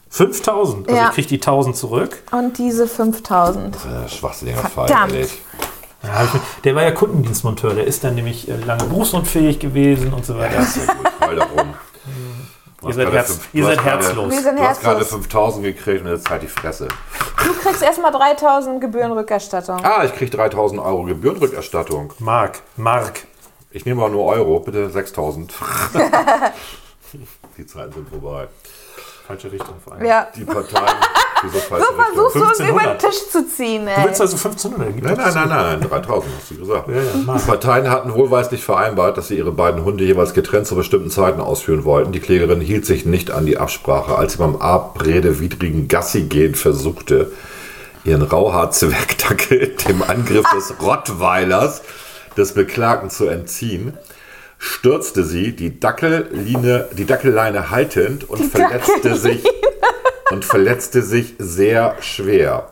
S6: 5000, also
S5: Ja.
S6: ich kriege die 1000 zurück.
S5: Und diese 5000.
S3: Äh, Schwachsinniger Fall,
S5: Verdammt.
S3: ehrlich.
S6: Ja, hab ich mir- der war ja Kundendienstmonteur, der ist dann nämlich äh, lange berufsunfähig gewesen und so weiter.
S3: Das ist ja gut, mal darum.
S6: Ihr seid, herz, ihr seid herzlos.
S5: Wir sind
S3: Du hast gerade
S5: herzlos.
S3: 5000 gekriegt und jetzt halt die Fresse.
S5: Du kriegst erstmal 3000 Gebührenrückerstattung.
S3: Ah, ich krieg 3000 Euro Gebührenrückerstattung.
S6: Mark, Mark.
S3: Ich nehme aber nur Euro, bitte
S5: [LAUGHS]
S3: 6000. die Zeiten sind vorbei.
S6: Falsche Richtung vor allem.
S5: Ja.
S3: Die Parteien, diese falsche
S5: Du versuchst uns über
S6: 1500.
S5: den Tisch zu ziehen,
S6: Also Du
S5: ey.
S6: willst also 1500? Gib
S3: Nein,
S6: doch-
S3: nein, nein, nein, 3000 hast du gesagt.
S6: Ja, ja,
S3: Die Parteien hatten wohlweislich vereinbart, dass sie ihre beiden Hunde jeweils getrennt zu bestimmten Zeiten ausführen wollten. Die Klägerin hielt sich nicht an die Absprache, als sie beim abredewidrigen Gassigehen versuchte, ihren Rauhaar-Zwergdackel [LAUGHS] dem Angriff des Rottweilers des Beklagten zu entziehen, stürzte sie, die, Dackelline, die Dackelleine haltend und verletzte sich und verletzte sich sehr schwer.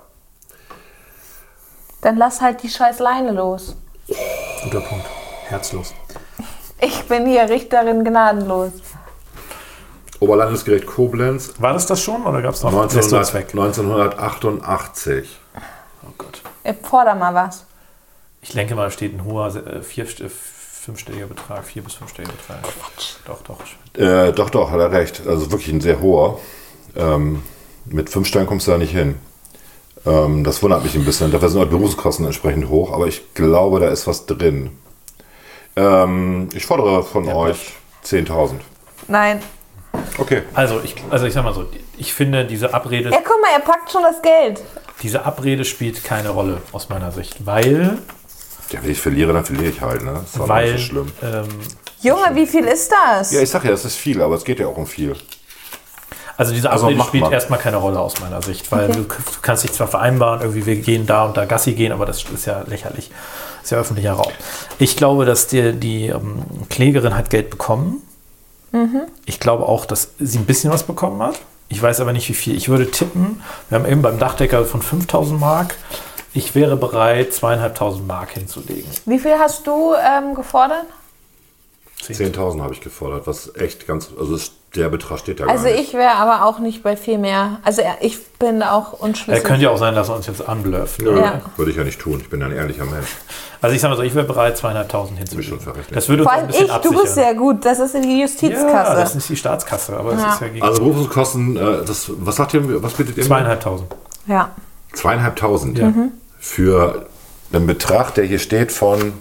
S5: Dann lass halt die scheiß Leine los.
S6: Guter Punkt. Herzlos.
S5: Ich bin hier Richterin gnadenlos.
S3: Oberlandesgericht Koblenz
S6: War das das schon oder gab es noch? Lässt du uns
S3: 1900,
S6: weg.
S3: 1988.
S6: Oh Gott.
S5: Ich forder mal was.
S6: Ich denke mal, da steht ein hoher äh, vier, äh, fünfstelliger Betrag, vier bis fünfstelliger Betrag. Doch, doch.
S3: Äh, doch, doch, hat er recht. Also wirklich ein sehr hoher. Ähm, mit fünf Sternen kommst du da nicht hin. Ähm, das wundert mich ein bisschen. Dafür sind halt Berufskosten entsprechend hoch, aber ich glaube, da ist was drin. Ähm, ich fordere von euch 10.000.
S5: Nein.
S3: Okay.
S6: Also ich, also ich sag mal so, ich finde diese Abrede,
S5: Ja, guck mal, er packt schon das Geld.
S6: diese Abrede spielt keine Rolle aus meiner Sicht, weil,
S3: Ja, wenn ich verliere, dann verliere ich halt. Ne? Das war
S6: weil,
S3: nicht so schlimm.
S6: Ähm,
S5: Junge, wie viel ist das?
S3: Ja, ich sag ja, es ist viel, aber es geht ja auch um viel.
S6: also diese
S3: Also
S6: Abrede
S3: macht
S6: spielt
S3: man.
S6: erstmal keine Rolle aus meiner Sicht, weil du, k- du kannst dich zwar vereinbaren, irgendwie wir gehen da und da Gassi gehen, aber das ist ja lächerlich, ist ja öffentlicher Raum. Ich glaube, dass die, die ähm, Klägerin hat Geld bekommen.
S5: Mhm.
S6: Ich glaube auch, dass sie ein bisschen was bekommen hat. Ich weiß aber nicht, wie viel. Ich würde tippen, wir haben eben beim Dachdecker von 5000 Mark. Ich wäre bereit, zweieinhalbtausend Mark hinzulegen.
S5: Wie viel hast du ähm, gefordert?
S3: 10.000 habe ich gefordert, was echt ganz. Also es- der Betrag steht da
S5: Also
S3: gar nicht.
S5: ich wäre aber auch nicht bei viel mehr. Also er- ich bin auch
S6: Äh,
S5: unschlüssig.
S6: könnte ja auch sein, dass er uns jetzt anblöfft.
S3: Nö,
S5: Ja.
S3: Würde ich ja nicht tun. Ich bin ja ein ehrlicher Mensch.
S6: Also ich sage mal so, ich wäre bereit, zweieinhalbtausend hinzulegen.
S3: Bist schon verrechnet.
S6: Das würde uns
S5: Vor
S6: auch ein
S5: allem
S6: bisschen
S5: ich, du bist
S6: absichern.
S5: sehr gut. Das ist in die
S6: Ja, das
S5: Justizkasse.
S6: ist die Staatskasse, aber es ist ja gegen
S3: Also Berufungskosten, äh, das, was sagt ihr, was bietet ihr? mir?
S6: zweieinhalbtausend.
S5: Ja.
S3: Zweieinhalbtausend.
S5: Mhm.
S3: Für einen Betrag, der hier steht von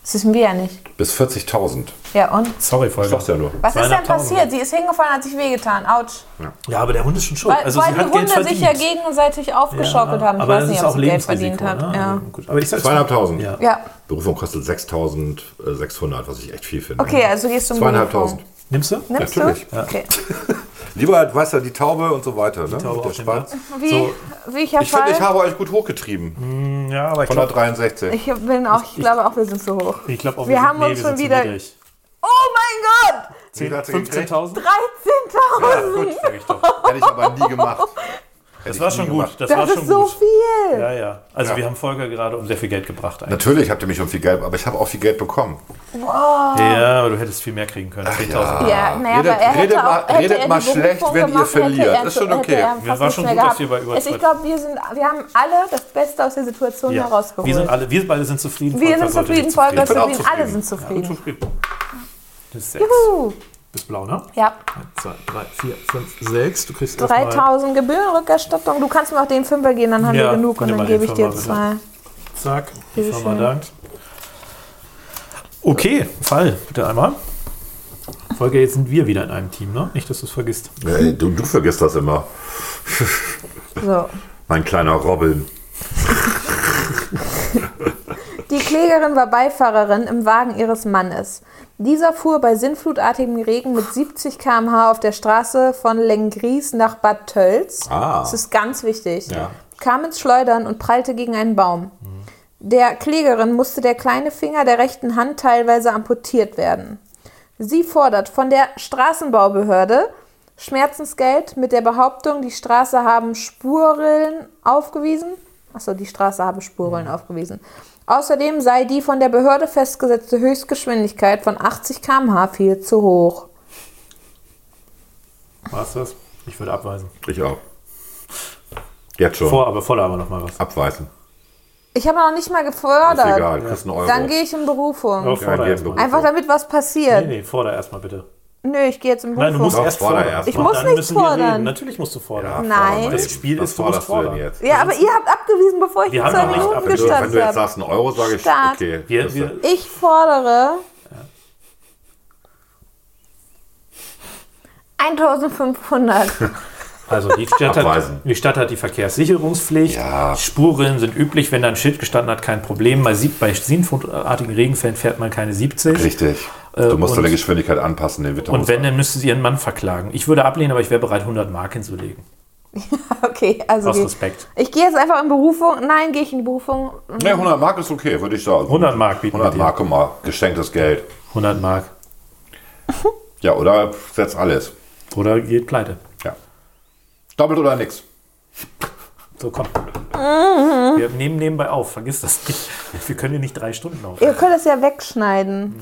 S5: Das wissen wir ja nicht.
S3: bis 40.000.
S5: Ja, und?
S6: Sorry, Folge.
S3: Sagst ja nur.
S5: Was ist denn
S6: 200.000.
S5: passiert? Sie ist hingefallen, hat sich wehgetan. Autsch.
S6: Ja, aber der Hund ist schon schuld.
S5: Weil,
S6: Also
S5: weil
S6: sie
S5: die
S6: hat Geld
S5: Hunde sich
S6: verdient.
S5: ja gegenseitig aufgeschaukelt haben. Ich
S6: aber
S5: weiß
S6: das
S5: nicht,
S6: ist
S5: ob
S6: auch
S5: sie Geld verdient
S6: Lebensrisiko.
S5: hat.
S6: Ne?
S5: Ja.
S6: Also gut. Aber ich sage
S3: Zweieinhalbtausend.
S6: Ja.
S5: ja.
S3: Berufung kostet 6.600, was ich echt viel finde.
S5: Okay, also gehst du mit
S3: Zweieinhalbtausend.
S6: Nimmst du?
S5: Nimmst
S3: Natürlich.
S5: du? Okay.
S3: Lieber, halt, weißt du, die Taube und so weiter. Ne?
S6: Taube
S3: Mit der
S6: auf dem
S3: Spatz.
S5: Wie, wie ich
S3: Ich finde, ich
S5: erfahre,
S3: habe euch gut hochgetrieben.
S6: Ja, aber ich glaube
S3: 163.
S5: ich, bin auch, ich glaube auch, wir sind zu hoch.
S6: ich glaub auch,
S5: wir
S6: sind-
S5: haben uns
S6: wir
S5: schon
S6: sind zu
S5: wieder-
S6: niedrig.
S5: Oh mein Gott!
S3: Wie viel hat sie gekriegt?
S6: 15.000?
S5: 13.000!
S6: Gut, sag ich doch.
S3: Hätte ich aber nie gemacht. Hätte
S7: Das
S3: ich
S7: war
S3: nie
S7: schon
S3: gemacht.
S7: gut. Das,
S5: Das
S7: war
S5: ist
S7: schon
S5: so
S7: gut.
S5: viel.
S7: Ja, ja. Also wir haben Volker gerade um sehr viel Geld gebracht eigentlich.
S3: Natürlich habt ihr mich um viel Geld, aber ich habe auch viel Geld bekommen.
S7: Ja, aber du hättest viel mehr kriegen können. 10.000.
S5: Oh. Ja, naja,
S3: Redet-
S5: aber er hätte
S3: redet
S5: auch,
S3: mal-
S5: hätte
S3: redet
S5: er die
S3: mal schlecht,
S5: Berufung
S3: wenn ihr
S5: gemacht, hätte
S3: verliert.
S5: Er,
S3: Ist schon
S5: hätte
S3: okay.
S5: er
S7: Mir
S5: fast
S7: war
S5: nichts
S7: schon
S5: mehr
S7: gut, dass
S5: gehabt.
S7: wir bei über
S5: Also ich
S7: 20
S5: glaube, wir, sind, wir haben alle das Beste aus der Situation
S7: Ja.
S5: herausgeholt.
S7: Wir sind alle, wir beide sind zufrieden.
S5: Wir
S7: Volker
S5: sind
S7: sollte
S5: zufrieden,
S7: nicht
S5: Volker ist
S3: bin auch
S5: zufrieden, alle
S3: zufrieden.
S5: sind zufrieden.
S7: zufrieden. Das ist sechs.
S5: Juhu.
S6: Bis blau, ne?
S5: Ja,
S6: 1, 2, 3, 4, 5, 6. Du kriegst erstmal-
S5: 3000 Gebührenrückerstattung. Du kannst mir auch den Fünfer gehen, dann haben
S7: Ja,
S5: wir genug und
S7: nimm mal
S5: dann
S7: den
S5: gebe ich dir
S7: Fünfer,
S5: zwei.
S6: Zack.
S5: Bitte
S6: Die Firma
S5: schön.
S6: dankt.
S7: Okay, Fall, bitte einmal.
S6: Folge, jetzt sind wir wieder in einem Team, ne? Nicht, dass du es vergisst.
S3: Ey, du, du vergisst das immer.
S5: So.
S3: Mein kleiner Robin.
S5: Die Klägerin war Beifahrerin im Wagen ihres Mannes. Dieser fuhr bei sinnflutartigem Regen mit 70 km/h auf der Straße von Lengries nach Bad Tölz.
S3: Ah.
S5: Das ist ganz wichtig.
S3: Ja.
S5: Kam ins Schleudern und prallte gegen einen Baum. Der Klägerin musste der kleine Finger der rechten Hand teilweise amputiert werden. Sie fordert von der Straßenbaubehörde Schmerzensgeld mit der Behauptung, die Straße haben Spurrillen aufgewiesen. Achso, die Straße habe Spurrillen aufgewiesen. Außerdem sei die von der Behörde festgesetzte Höchstgeschwindigkeit von 80 km/h viel zu hoch.
S6: War's das? Ich würde abweisen.
S3: Ich auch. Jetzt schon.
S6: Vor, aber voller aber nochmal was.
S3: Abweisen.
S5: Ich habe noch nicht mal
S3: Ist egal,
S5: gefördert.
S3: kriegst einen Euro.
S6: Also.
S5: Dann gehe ich in Berufung.
S6: Aber vorder
S3: geht
S6: erstmal.
S3: los.
S5: Einfach damit was
S6: Nee,
S5: passiert.
S6: nee, vorder erstmal bitte.
S5: Nö, ich gehe jetzt in
S6: Nein, du
S5: Berufung.
S6: musst
S3: Doch,
S6: erst
S3: vorder
S6: fordern.
S3: erst
S5: mal. Ich muss nichts fordern.
S6: reden. Natürlich musst du fordern.
S5: Nein.
S3: Das
S6: Das Spiel
S3: Spiel
S6: ist,
S3: ist
S6: du
S3: vor,
S6: musst
S3: das du denn
S6: fordern.
S3: jetzt.
S5: ja, aber ihr habt abgewiesen, bevor ich
S6: Wir
S5: die
S6: haben
S5: zwei
S6: noch nicht
S5: Minuten
S3: Wenn du, wenn du
S5: gestanden
S3: jetzt
S5: habe.
S3: sagst, einen Euro, sage ich,
S5: Start.
S3: okay.
S7: Wir, wir,
S5: Ich fordere 1500.
S6: Also die Stadt,
S3: Abweisen.
S6: hat, die Stadt hat die Verkehrssicherungspflicht.
S3: Ja.
S6: Spurrillen sind üblich, wenn da ein Schild gestanden hat, kein Problem. Bei, sieb- bei sinnflutartigen Regenfällen fährt man keine 70.
S3: Richtig.
S6: Äh,
S3: Du musst
S6: und-
S3: deine Geschwindigkeit anpassen, den Witterungs-
S6: Und wenn, dann müsste sie ihren Mann verklagen. Ich würde ablehnen, aber ich wäre bereit, 100 Mark hinzulegen.
S5: Okay, also
S6: Aus
S5: die-
S6: Respekt.
S5: ich gehe jetzt einfach in Berufung. Nein, gehe ich in die Berufung.
S3: Nee, 100 Mark ist okay, würde ich sagen.
S6: 100 Mark bieten wir
S3: 100
S6: dir.
S3: Mark, guck mal, geschenktes Geld.
S6: 100 Mark.
S3: Ja, oder setz alles.
S6: Oder geht pleite.
S3: Ja. Doppelt oder
S5: [LAUGHS]
S3: nix.
S6: So, komm.
S3: Mhm.
S6: Wir nehmen nebenbei auf. Vergiss das nicht. Wir können hier nicht drei Stunden auf.
S5: Ihr könnt es ja wegschneiden.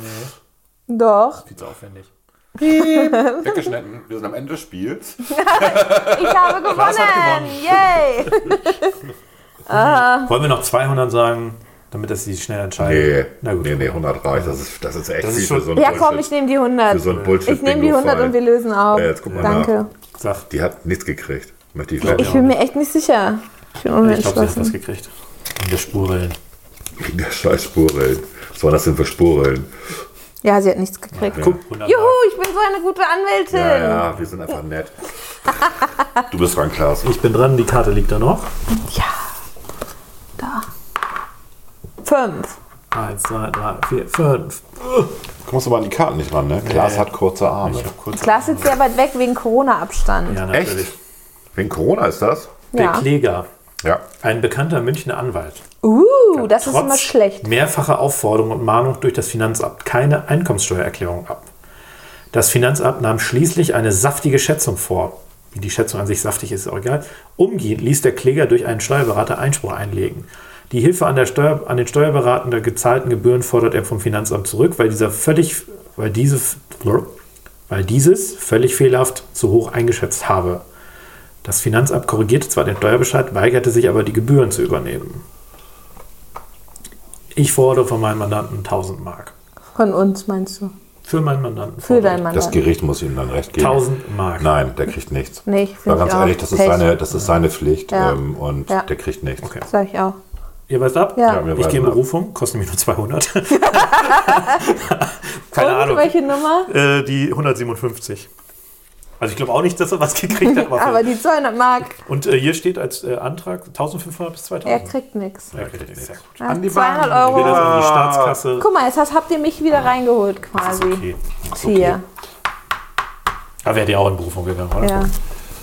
S5: Doch.
S6: Viel zu aufwendig.
S3: Weggeschnitten. Wir sind am Ende des Spiels.
S5: Ich habe gewonnen. Yay.
S6: Wollen wir noch 200 sagen, damit das sie schnell
S3: Nee,
S6: entscheiden? Na gut.
S3: nee, nee, 100 reicht. Das ist, das ist echt
S6: ist
S3: viel
S6: schon-
S3: für so ein
S5: Ja, komm, ich
S3: Bullshit.
S5: nehme die
S3: Für so
S5: 100.
S3: ein Bullshit
S5: Ich nehme die 100 und wir lösen auf.
S3: Ja, jetzt guck mal
S5: Danke.
S6: Sag,
S3: Die hat nichts gekriegt. Möchte ich
S5: Ich [LAUGHS]
S3: wetten.
S5: bin mir echt nicht sicher. Ich
S6: ich
S5: bin
S6: glaube, sie hat was
S5: unentschlossen.
S6: gekriegt. In der Spurrillen.
S3: Wegen der scheiß Spurrillen. Was waren das denn für Spurrillen?
S5: Ja, sie hat nichts gekriegt.
S6: Guck, 100
S5: Juhu,
S6: Mark.
S5: ich bin so eine gute Anwältin.
S3: Ja, ja, wir sind einfach
S5: [LAUGHS]
S3: nett. Du bist dran, Klaas.
S6: Ich bin dran, die Karte liegt da noch.
S5: Fünf.
S6: 1, 2, 3, 4, 5.
S3: Kommst du mal an die Karten nicht ran, ne? Klaas hat kurze Arme.
S5: Klaas sitzt sehr weit weg wegen Corona-Abstand.
S6: Ja,
S3: Echt?
S6: natürlich.
S3: Wegen Corona ist das?
S6: Der
S5: Ja.
S6: Kläger,
S3: Ja.
S6: ein bekannter Münchner Anwalt.
S5: Uh, das ist immer schlecht.
S6: mehrfacher Aufforderung und Mahnung durch das Finanzamt keine Einkommenssteuererklärung ab. Das Finanzamt nahm schließlich eine saftige Schätzung vor. Wie die Schätzung an sich saftig ist, ist auch egal. Umgehend ließ der Kläger durch einen Steuerberater Einspruch einlegen. Die Hilfe an, der Steuer, an den Steuerberater gezahlten Gebühren fordert er vom Finanzamt zurück, weil, dieser völlig, weil, diese, weil dieses völlig fehlerhaft zu hoch eingeschätzt habe. Das Finanzamt korrigierte zwar den Steuerbescheid, weigerte sich aber, die Gebühren zu übernehmen. Ich fordere von meinem Mandanten 1000 Mark.
S5: Von uns meinst du?
S6: Für meinen Mandanten.
S5: Für deinen
S3: Das
S5: Mann.
S3: Gericht muss ihm dann recht geben.
S6: 1000 Mark.
S3: Nein, der kriegt nichts.
S5: Nee, ich
S3: War
S5: finde
S3: ganz
S5: auch.
S3: ehrlich, das ist,
S5: Pech.
S3: seine, das ist seine Pflicht
S5: Ja.
S3: ähm, und
S5: Ja.
S3: der kriegt nichts.
S6: Okay.
S5: Sag ich auch.
S6: Ihr weißt ab?
S5: Ja. Ja,
S3: wir
S6: ich
S3: weisen
S6: gehe in
S3: ab.
S6: Berufung, kostet nämlich nur [LAUGHS]
S5: [LAUGHS]
S6: 200. Keine
S5: Und
S6: Ahnung.
S5: welche Nummer?
S6: Äh, die 157. Also ich glaube auch nicht, dass er was gekriegt
S5: [LAUGHS]
S6: hat. aber-
S5: Aber die 200 Mark,
S6: Und äh, hier steht als äh, Antrag 1500 bis
S5: er
S6: 2000.
S5: kriegt nichts.
S6: Ja, kriegt nichts. Sehr gut.
S5: Ja, 200
S6: Geht das
S5: Euro.
S6: in die Staatskasse?
S5: Guck mal, jetzt hast, habt ihr mich wieder reingeholt quasi.
S6: Ah. Okay.
S5: Hier.
S6: Aber wäre ja auch in Berufung gegangen, oder?
S5: Ja.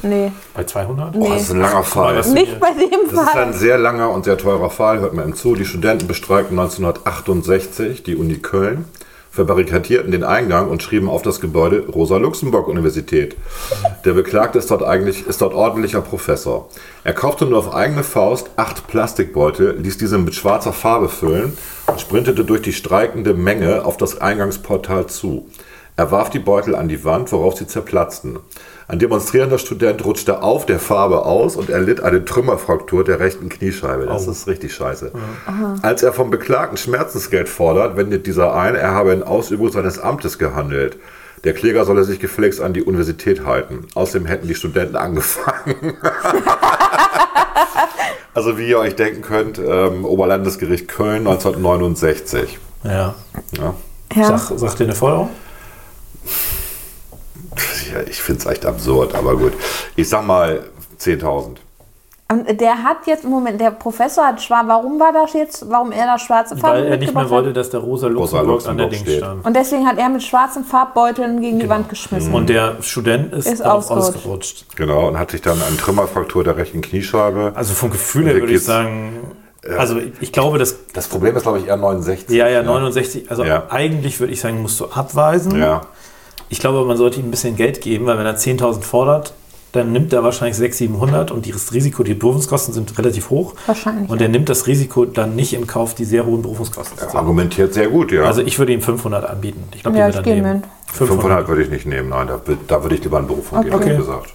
S5: Nee,
S6: Bei 200?
S3: Oh, das ist ein langer Fall. Das
S5: nicht bei dem
S3: ist ein
S5: Fall.
S3: sehr langer und sehr teurer Fall, hört man ihm zu. Die Studenten bestreikten 1968 die Uni Köln verbarrikadierten den Eingang und schrieben auf das Gebäude Rosa-Luxemburg-Universität. Der Beklagte ist dort eigentlich ist dort ordentlicher Professor. Er kaufte nur auf eigene Faust acht Plastikbeutel, ließ diese mit schwarzer Farbe füllen und sprintete durch die streikende Menge auf das Eingangsportal zu. Er warf die Beutel an die Wand, worauf sie zerplatzten. Ein demonstrierender Student rutschte auf der Farbe aus und erlitt eine Trümmerfraktur der rechten Kniescheibe. Das ist richtig scheiße. Als er vom Beklagten Schmerzensgeld fordert, wendet dieser ein, er habe in Ausübung seines Amtes gehandelt. Der Kläger solle sich gefälligst an die Universität halten. Außerdem hätten die Studenten angefangen. [LAUGHS] also wie ihr euch denken könnt, ähm, Oberlandesgericht Köln 1969.
S6: Ja.
S3: Ja.
S5: Ja.
S6: Sag, sagt dir eine Feuerung?
S3: Ja, ich finde es echt absurd, aber gut. Ich sag mal 10.000.
S5: Und der hat jetzt, Moment, der Professor hat schwarz, warum war das jetzt, warum er da schwarze Farbe
S6: Weil er nicht mehr
S5: mitgebracht
S6: wollte, dass der Rosa Luxemburg, an der
S3: Luxemburg
S6: Ding
S3: steht.
S6: stand.
S5: hat? Und deswegen hat er mit schwarzen Farbbeuteln gegen
S6: Genau.
S5: die Wand geschmissen.
S6: Und der Student ist,
S5: Ist
S6: darauf
S5: ausgerutscht.
S6: ausgerutscht.
S3: Genau, und hat sich dann eine Trümmerfraktur der rechten Kniescheibe.
S6: Also vom Gefühl
S3: Der
S6: her würde ich
S3: geht's-
S6: sagen, also ich ich glaube, dass
S3: Das Problem ist, glaube ich, eher ne? 69.
S6: ja, ja, 69, also
S3: Ja.
S6: eigentlich würde ich sagen, musst du abweisen.
S3: Ja,
S6: Ich glaube, man sollte ihm ein bisschen Geld geben, weil wenn er 10.000 fordert, dann nimmt er wahrscheinlich 600, 700 und das Risiko, die Berufungskosten sind relativ hoch.
S5: Wahrscheinlich,
S6: Und er nimmt das Risiko dann nicht in Kauf, die sehr hohen Berufungskosten zu haben.
S3: argumentiert sehr gut, ja.
S6: Also ich würde ihm 500 anbieten. Ich glaube,
S5: Ja,
S6: die
S5: ich
S6: wird
S5: gehe
S6: er nehmen.
S5: mit.
S6: 500.
S3: 500 würde ich nicht nehmen, nein, da, wür- da würde ich lieber einen Beruf von gehen,
S5: Okay.
S3: ehrlich gesagt.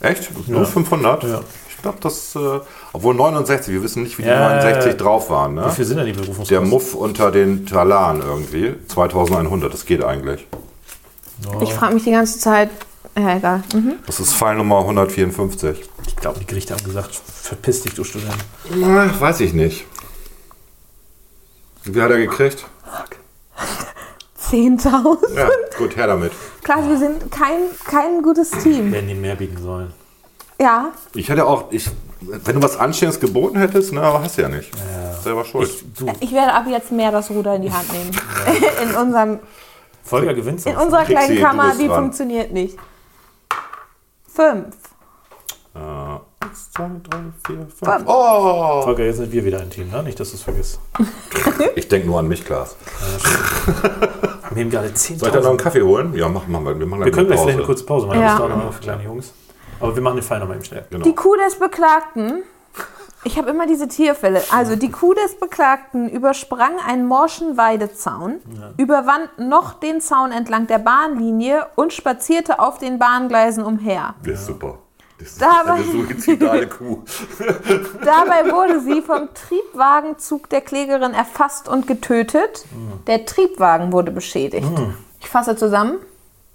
S3: Echt? Nur 500?
S6: Ja.
S3: Ich glaube, das, äh, obwohl 69, wir wissen nicht, wie die
S6: Ja.
S3: 69 drauf waren, ne?
S6: Wie viel sind denn die
S3: Der
S6: Berufungskosten?
S3: Muff unter den Talan irgendwie, 2100, das geht eigentlich.
S6: Mhm.
S5: Ich frage mich die ganze Zeit, ja egal. Mhm.
S3: Das ist Fall Nummer 154.
S6: ich glaube, die Gerichte haben gesagt, verpiss dich, du Student.
S3: Na, weiß ich nicht. Wie hat er gekriegt?
S5: 10.000.
S3: Ja, gut, her damit.
S5: Klar, wir sind kein, kein gutes Team.
S6: Werden die mehr bieten sollen.
S5: Ja,
S3: Ich hätte auch, ich, wenn du was Anstehendes geboten hättest, ne, aber hast du ja nicht. Selber schuld.
S5: ich werde ab jetzt mehr das Ruder in die Hand nehmen. [LAUGHS] In, unserem,
S6: Volker gewinnt
S5: in unserer
S3: Trixi,
S5: kleinen
S3: du
S5: Kammer,
S3: bist
S5: die
S3: dran.
S5: funktioniert nicht. Fünf.
S3: Eins, zwei, drei, vier, fünf. Oh!
S6: Volker, jetzt sind wir wieder ein Team, ne? Nicht, dass du
S3: [LAUGHS]
S6: es vergisst.
S3: Ich denke nur an mich, Klaas.
S6: Wir haben gerade
S3: Soll ich da noch
S6: 10.000.
S3: einen Kaffee holen? Ja, machen wir mal. Wir, machen
S6: Wir können gleich
S3: Pause.
S6: vielleicht eine kurze Pause machen.
S5: Ja.
S6: Ja. Noch für kleine Jungs. Aber wir machen den Fall nochmal eben schnell.
S3: Genau.
S5: Die Kuh des Beklagten. Ich habe immer diese Tierfälle. Also die Kuh des Beklagten übersprang einen morschen Weidezaun, überwand noch den Zaun entlang der Bahnlinie und spazierte auf den Bahngleisen umher.
S3: Das ist super. Das ist
S5: Dabei-
S3: eine suizidale
S6: [LAUGHS]
S3: Kuh.
S5: Dabei wurde sie vom Triebwagenzug der Klägerin erfasst und getötet. Der Triebwagen wurde beschädigt. Ich fasse zusammen.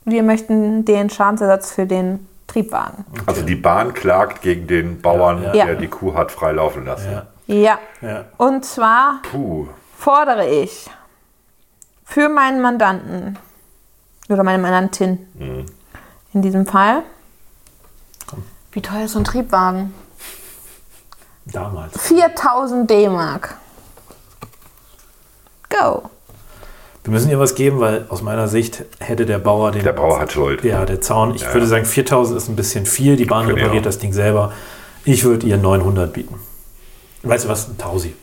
S5: Wir möchten den Schadensersatz für den Triebwagen.
S3: Also die Bahn klagt gegen den Bauern,
S6: Ja,
S5: ja.
S3: der die Kuh hat freilaufen lassen.
S6: Ja.
S5: Ja.
S6: Ja.
S5: Und zwar
S3: Puh.
S5: fordere ich für meinen Mandanten oder meine Mandantin in diesem Fall. Wie teuer ist so ein Triebwagen?
S6: Damals.
S5: 4000 D-Mark. Go.
S6: Wir müssen ihr was geben, weil aus meiner Sicht hätte der Bauer den.
S3: Der Bauer hat Schuld.
S6: Ja, der Zaun. Ich
S3: Ja, Genau.
S6: würde
S3: ja.
S6: sagen, 4000 ist ein bisschen viel. Die Bahn
S3: Können die auch.
S6: repariert das Ding selber. Ich würde ihr 900 bieten. Weißt du was? Ein Tausi.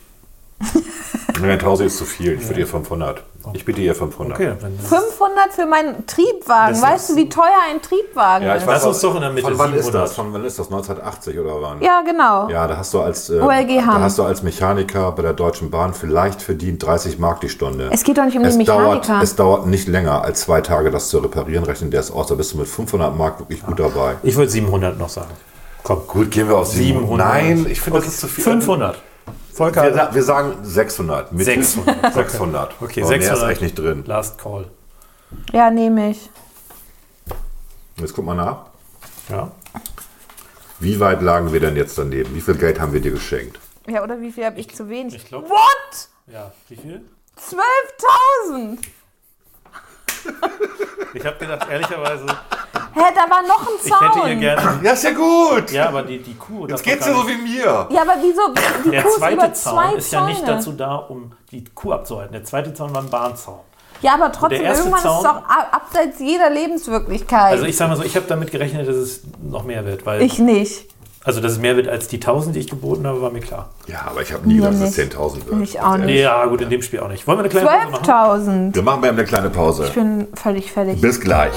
S3: Nee, 1000 ist zu viel. Ich würde ihr 500. Ich biete ihr 500.
S6: Okay, dann
S5: 500 für meinen Triebwagen.
S6: Das
S5: Weißt du, wie teuer ein Triebwagen
S3: Ja, ich
S5: ist?
S3: weiß
S6: Lass uns
S3: auch-
S6: doch in der Mitte
S3: Von wann ist
S6: 700.
S3: das? Von wann ist das? 1980 oder wann?
S5: Ja, genau.
S3: Ja, da hast du als äh,
S5: OLG
S3: da
S5: Hamm.
S3: hast du als Mechaniker bei der Deutschen Bahn vielleicht verdient 30 Mark die Stunde.
S5: Es geht doch nicht um den
S3: es dauert,
S5: Mechaniker.
S3: Es dauert nicht länger als zwei Tage, das zu reparieren. Rechnen der es aus, da bist du mit 500 Mark wirklich gut dabei.
S6: ich würde 700 noch sagen. Komm.
S3: Gut, gehen wir auf 700. Nein, ich finde,
S6: Okay,
S3: das ist zu viel.
S6: 500.
S3: Wir,
S6: Volker.
S3: sa- wir sagen 600. Mit
S6: 600.
S3: 600.
S6: Okay,
S3: Aber
S6: 600.
S3: Mehr Oh, ist echt nicht drin.
S6: Last Call.
S5: Ja, nehme ich.
S3: Jetzt guck mal nach.
S6: Ja.
S3: Wie weit lagen wir denn jetzt daneben? Wie viel Geld haben wir dir geschenkt?
S5: Ja, oder wie viel habe ich zu wenig?
S6: ich glaub-
S5: What?
S6: Ja. Wie viel?
S5: 12.000!
S6: Ich habe gedacht, ehrlicherweise,
S5: Hä, da war noch ein
S6: ich hätte ihr
S5: Zaun.
S6: gerne.
S3: Ja, ist ja gut.
S6: Ja, aber die, die Kuh. darf
S3: Jetzt
S6: doch
S3: geht's
S6: gar
S3: dir so
S6: nicht-
S3: wie mir.
S5: ja, aber wieso? Die
S6: Der
S5: Kuh ist
S6: zweite
S5: über
S6: Zaun
S5: zwei
S6: ist ja nicht
S5: Zäune.
S6: dazu da, um die Kuh abzuhalten. Der zweite Zaun war ein Bahnzaun.
S5: Ja, aber trotzdem,
S6: Der erste
S5: irgendwann ist
S6: Zaun-
S5: es doch ab- abseits jeder Lebenswirklichkeit.
S6: Also ich sage mal so, ich habe damit gerechnet, dass es noch mehr wird, weil
S5: ich nicht.
S6: Also, dass es mehr wird als die 1000, die ich geboten habe, war mir klar.
S3: Ja, aber ich habe nie
S5: Mir
S3: gedacht, dass es
S5: nicht.
S3: 10.000 wird.
S5: Mich auch
S3: Ganz
S5: nicht.
S3: ehrlich.
S6: Ja, gut, in dem Spiel auch nicht. Wollen wir eine kleine Pause machen?
S5: 12.000.
S3: Wir machen mal eben eine kleine Pause.
S5: Ich bin völlig fertig.
S3: Bis gleich.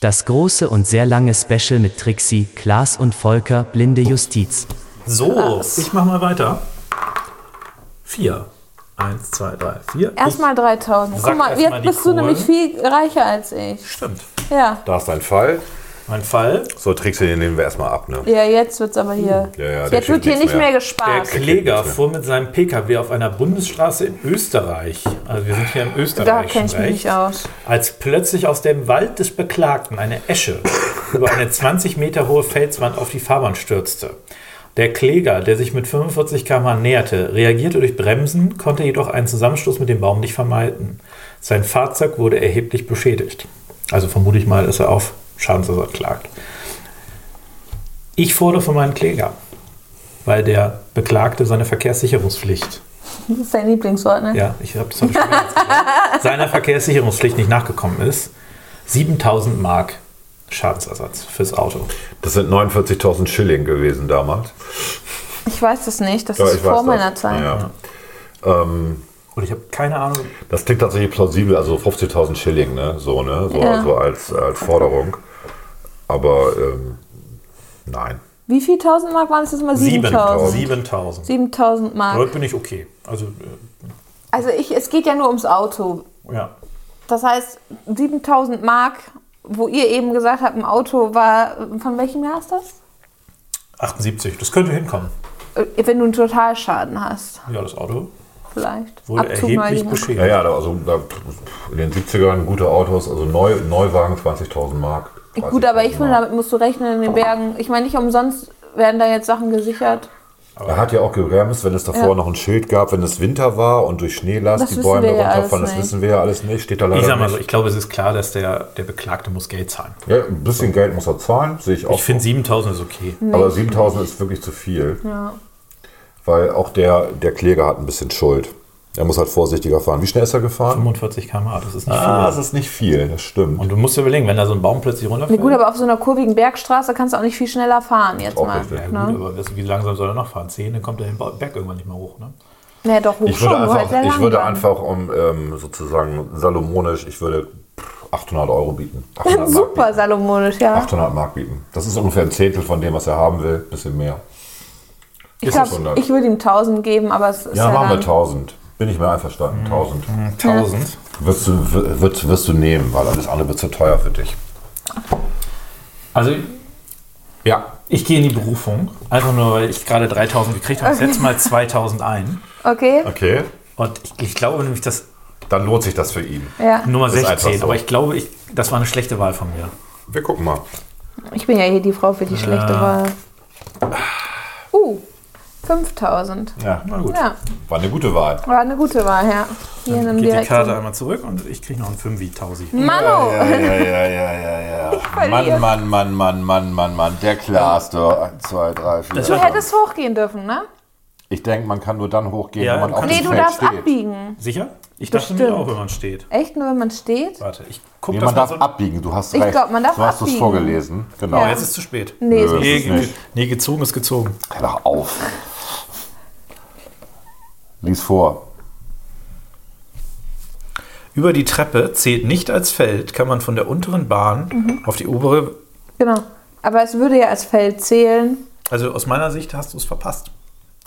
S2: Das große und sehr lange Special mit Trixi, Klaas und Volker, blinde Justiz.
S6: So,
S8: Ich mach mal weiter. Vier. Eins, zwei, drei, vier.
S5: Erstmal 3000.
S6: Sag
S5: Guck mal,
S6: erst mal
S5: jetzt
S6: die
S5: bist du
S6: Kohle.
S5: nämlich viel reicher als ich.
S6: stimmt.
S5: Ja,
S3: Da ist dein Fall.
S6: Mein Fall.
S3: So, Trixie, den nehmen wir erstmal ab, ne?
S5: ja jetzt wird's aber hier.
S3: Hm. Ja, ja, der
S5: jetzt wird
S3: schickt
S5: hier
S3: nichts
S5: nicht mehr,
S3: mehr.
S6: Der
S5: gespart.
S6: Kläger fuhr mit seinem PKW auf einer Bundesstraße in Österreich. Also wir sind hier im
S5: Da
S6: österreichischen
S5: kenne ich mich
S6: Recht.
S5: nicht aus.
S6: als plötzlich aus dem Wald des Beklagten eine
S5: [LAUGHS]
S6: Esche über eine 20 Meter hohe Felswand auf die Fahrbahn stürzte. Der Kläger, der sich mit 45 km näherte, reagierte durch Bremsen, konnte jedoch einen Zusammenstoß mit dem Baum nicht vermeiden. Sein Fahrzeug wurde erheblich beschädigt. Also vermute ich mal, dass er auf Schadensersatz klagt. Ich fordere von meinem Kläger, weil der Beklagte seine Verkehrssicherungspflicht
S5: Das ist dein Lieblingswort, ne?
S6: ja, ich habe das heute schon mehrmals
S5: [LAUGHS]
S6: gesagt. seiner Verkehrssicherungspflicht nicht nachgekommen ist, 7000 Mark Schadensersatz fürs Auto.
S3: Das sind 49.000 Schilling gewesen damals.
S5: Ich weiß das nicht. Das
S3: Ja,
S5: ist
S3: ich weiß
S5: vor
S3: das.
S5: meiner Zeit.
S3: Ja.
S6: Und ich habe keine Ahnung.
S3: Das klingt tatsächlich plausibel, also 50.000 Schilling, ne? So, ne? So
S5: Ja.
S3: so als, als Forderung. Aber ähm, nein.
S5: Wie viel tausend Mark waren es jetzt mal? 7000.
S6: 7000.
S5: 7000 Mark.
S6: Damit bin ich okay. Also, äh,
S5: Also ich, es geht ja nur ums Auto.
S6: ja.
S5: Das heißt, 7000 Mark, wo ihr eben gesagt habt, ein Auto war, von welchem Jahr ist das?
S6: 78, das könnte hinkommen.
S5: Äh, Wenn du einen Totalschaden hast,
S6: Ja, das Auto
S5: vielleicht.
S6: wurde erheblich beschädigt.
S3: Ja, ja, da- also da, in den 70ern gute Autos, also neu, Neuwagen 20.000 Mark.
S5: Gut, aber
S3: 30.000
S5: ich finde,
S3: Mark.
S5: damit musst du rechnen in den Bergen. Ich meine, nicht umsonst werden da jetzt Sachen gesichert.
S3: Er hat ja auch gebremst, wenn es davor
S5: Ja.
S3: noch ein Schild gab, wenn es Winter war und durch Schneelast
S5: Das
S3: die
S5: wissen
S3: Bäume
S5: wir ja
S3: runterfallen.
S5: alles
S3: Das
S5: nicht.
S3: wissen wir ja alles nicht. Steht da leider
S6: Ich sag mal so,
S3: nicht.
S6: ich glaube, es ist klar, dass der, der Beklagte muss Geld zahlen.
S3: ja, ein bisschen Geld muss er zahlen, sehe ich auch.
S6: Ich finde 7000 ist okay.
S5: Hm.
S3: aber 7000 ist wirklich zu viel. Weil auch der, der Kläger hat ein bisschen Schuld. Er muss halt vorsichtiger fahren. Wie schnell ist er gefahren?
S6: 45 km/h, das ist nicht
S3: Ah, das
S6: viel.
S3: ist nicht viel, das stimmt.
S6: Und du musst dir überlegen, wenn da so ein Baum plötzlich
S5: Ja,
S6: runterfällt.
S5: gut, aber auf so einer kurvigen Bergstraße kannst du auch nicht viel schneller fahren jetzt
S3: Auch
S5: mal.
S3: richtig.
S6: ja,
S5: ne?
S6: gut, aber das, wie langsam soll er noch fahren? 10, dann kommt er den Ba- Berg irgendwann nicht mehr hoch. Ne?
S5: Nee, doch, hoch
S3: ich würde
S5: schon, nur halt
S3: einfach,
S5: sehr
S3: ich
S5: lang
S3: würde
S5: dann.
S3: einfach um ähm, sozusagen salomonisch, ich würde 800 Euro bieten.
S5: [LAUGHS]
S3: 800 Mark
S5: [LAUGHS] Super
S3: bieten.
S5: salomonisch, ja.
S3: 800 Mark bieten. Das ist ungefähr ein Zehntel von dem, was er haben will, bisschen mehr.
S5: ich
S3: das
S5: glaub,
S3: 100?
S5: ich würde ihm 1000 geben, aber es ist
S3: Ja,
S5: ja,
S3: machen wir
S5: dann,
S3: 1000. Bin ich mir einverstanden. 1000.
S6: 1000.
S3: Wirst du, wir- wirst, wirst du nehmen, weil alles andere wird zu teuer für dich.
S6: Also
S3: Ja.
S6: ich gehe in die Berufung, einfach nur, weil ich gerade 3000 gekriegt habe. Ich setze mal 2000 ein.
S5: Okay,
S3: Okay.
S6: Und ich, ich glaube nämlich, dass
S3: Dann lohnt sich das für ihn.
S5: ja.
S6: Nummer
S3: Ist einfach
S6: 16,
S3: so.
S6: aber ich glaube, ich, das war eine schlechte Wahl von mir.
S3: Wir gucken mal.
S5: Ich bin ja hier die Frau für die
S3: Äh.
S5: schlechte Wahl. Uh, 5000.
S6: Ja, na gut.
S5: Ja,
S3: War eine gute Wahl.
S5: war eine gute Wahl, ja. Hier in einem
S6: Geht die Karte
S5: direkten.
S6: einmal zurück und ich kriege noch einen Fünfi-Tausi.
S5: Manu!
S3: ja, ja, ja, [LAUGHS] ja, ja.
S5: verliere.
S3: Mann, Mann, Mann, Mann, Mann, Mann, Mann. Der Klaas, du. 1, 2, 3, 4.
S5: Du hättest hochgehen dürfen, ne?
S3: Ich denke, man kann nur dann hochgehen,
S6: Ja,
S3: wenn man
S6: du
S3: auf
S6: kannst-
S3: dem
S5: Nee, du
S3: Feld
S5: darfst
S3: steht.
S5: abbiegen.
S6: Sicher? Ich dachte mir
S5: Bestimmt.
S6: auch, wenn man steht.
S5: Echt nur, wenn man steht?
S6: Warte, ich gucke
S3: Nee,
S6: das
S3: man
S6: mal
S3: darf
S6: so.
S3: abbiegen, du hast
S5: Ich
S3: recht.
S5: glaub, man darf
S3: du hast es
S5: abbiegen.
S3: vorgelesen. Genau.
S5: Ja.
S6: Jetzt ist es zu spät.
S3: Nö.
S5: Nee, ist nicht.
S3: Das
S6: Nee,
S3: ist nicht.
S6: nee, gezogen ist gezogen.
S3: Hör doch auf. Lies vor.
S6: Über die Treppe zählt nicht als Feld, kann man von der unteren Bahn
S3: Mhm.
S6: auf die obere.
S5: Genau. Aber es würde ja als Feld zählen.
S6: Also aus meiner Sicht hast du es verpasst.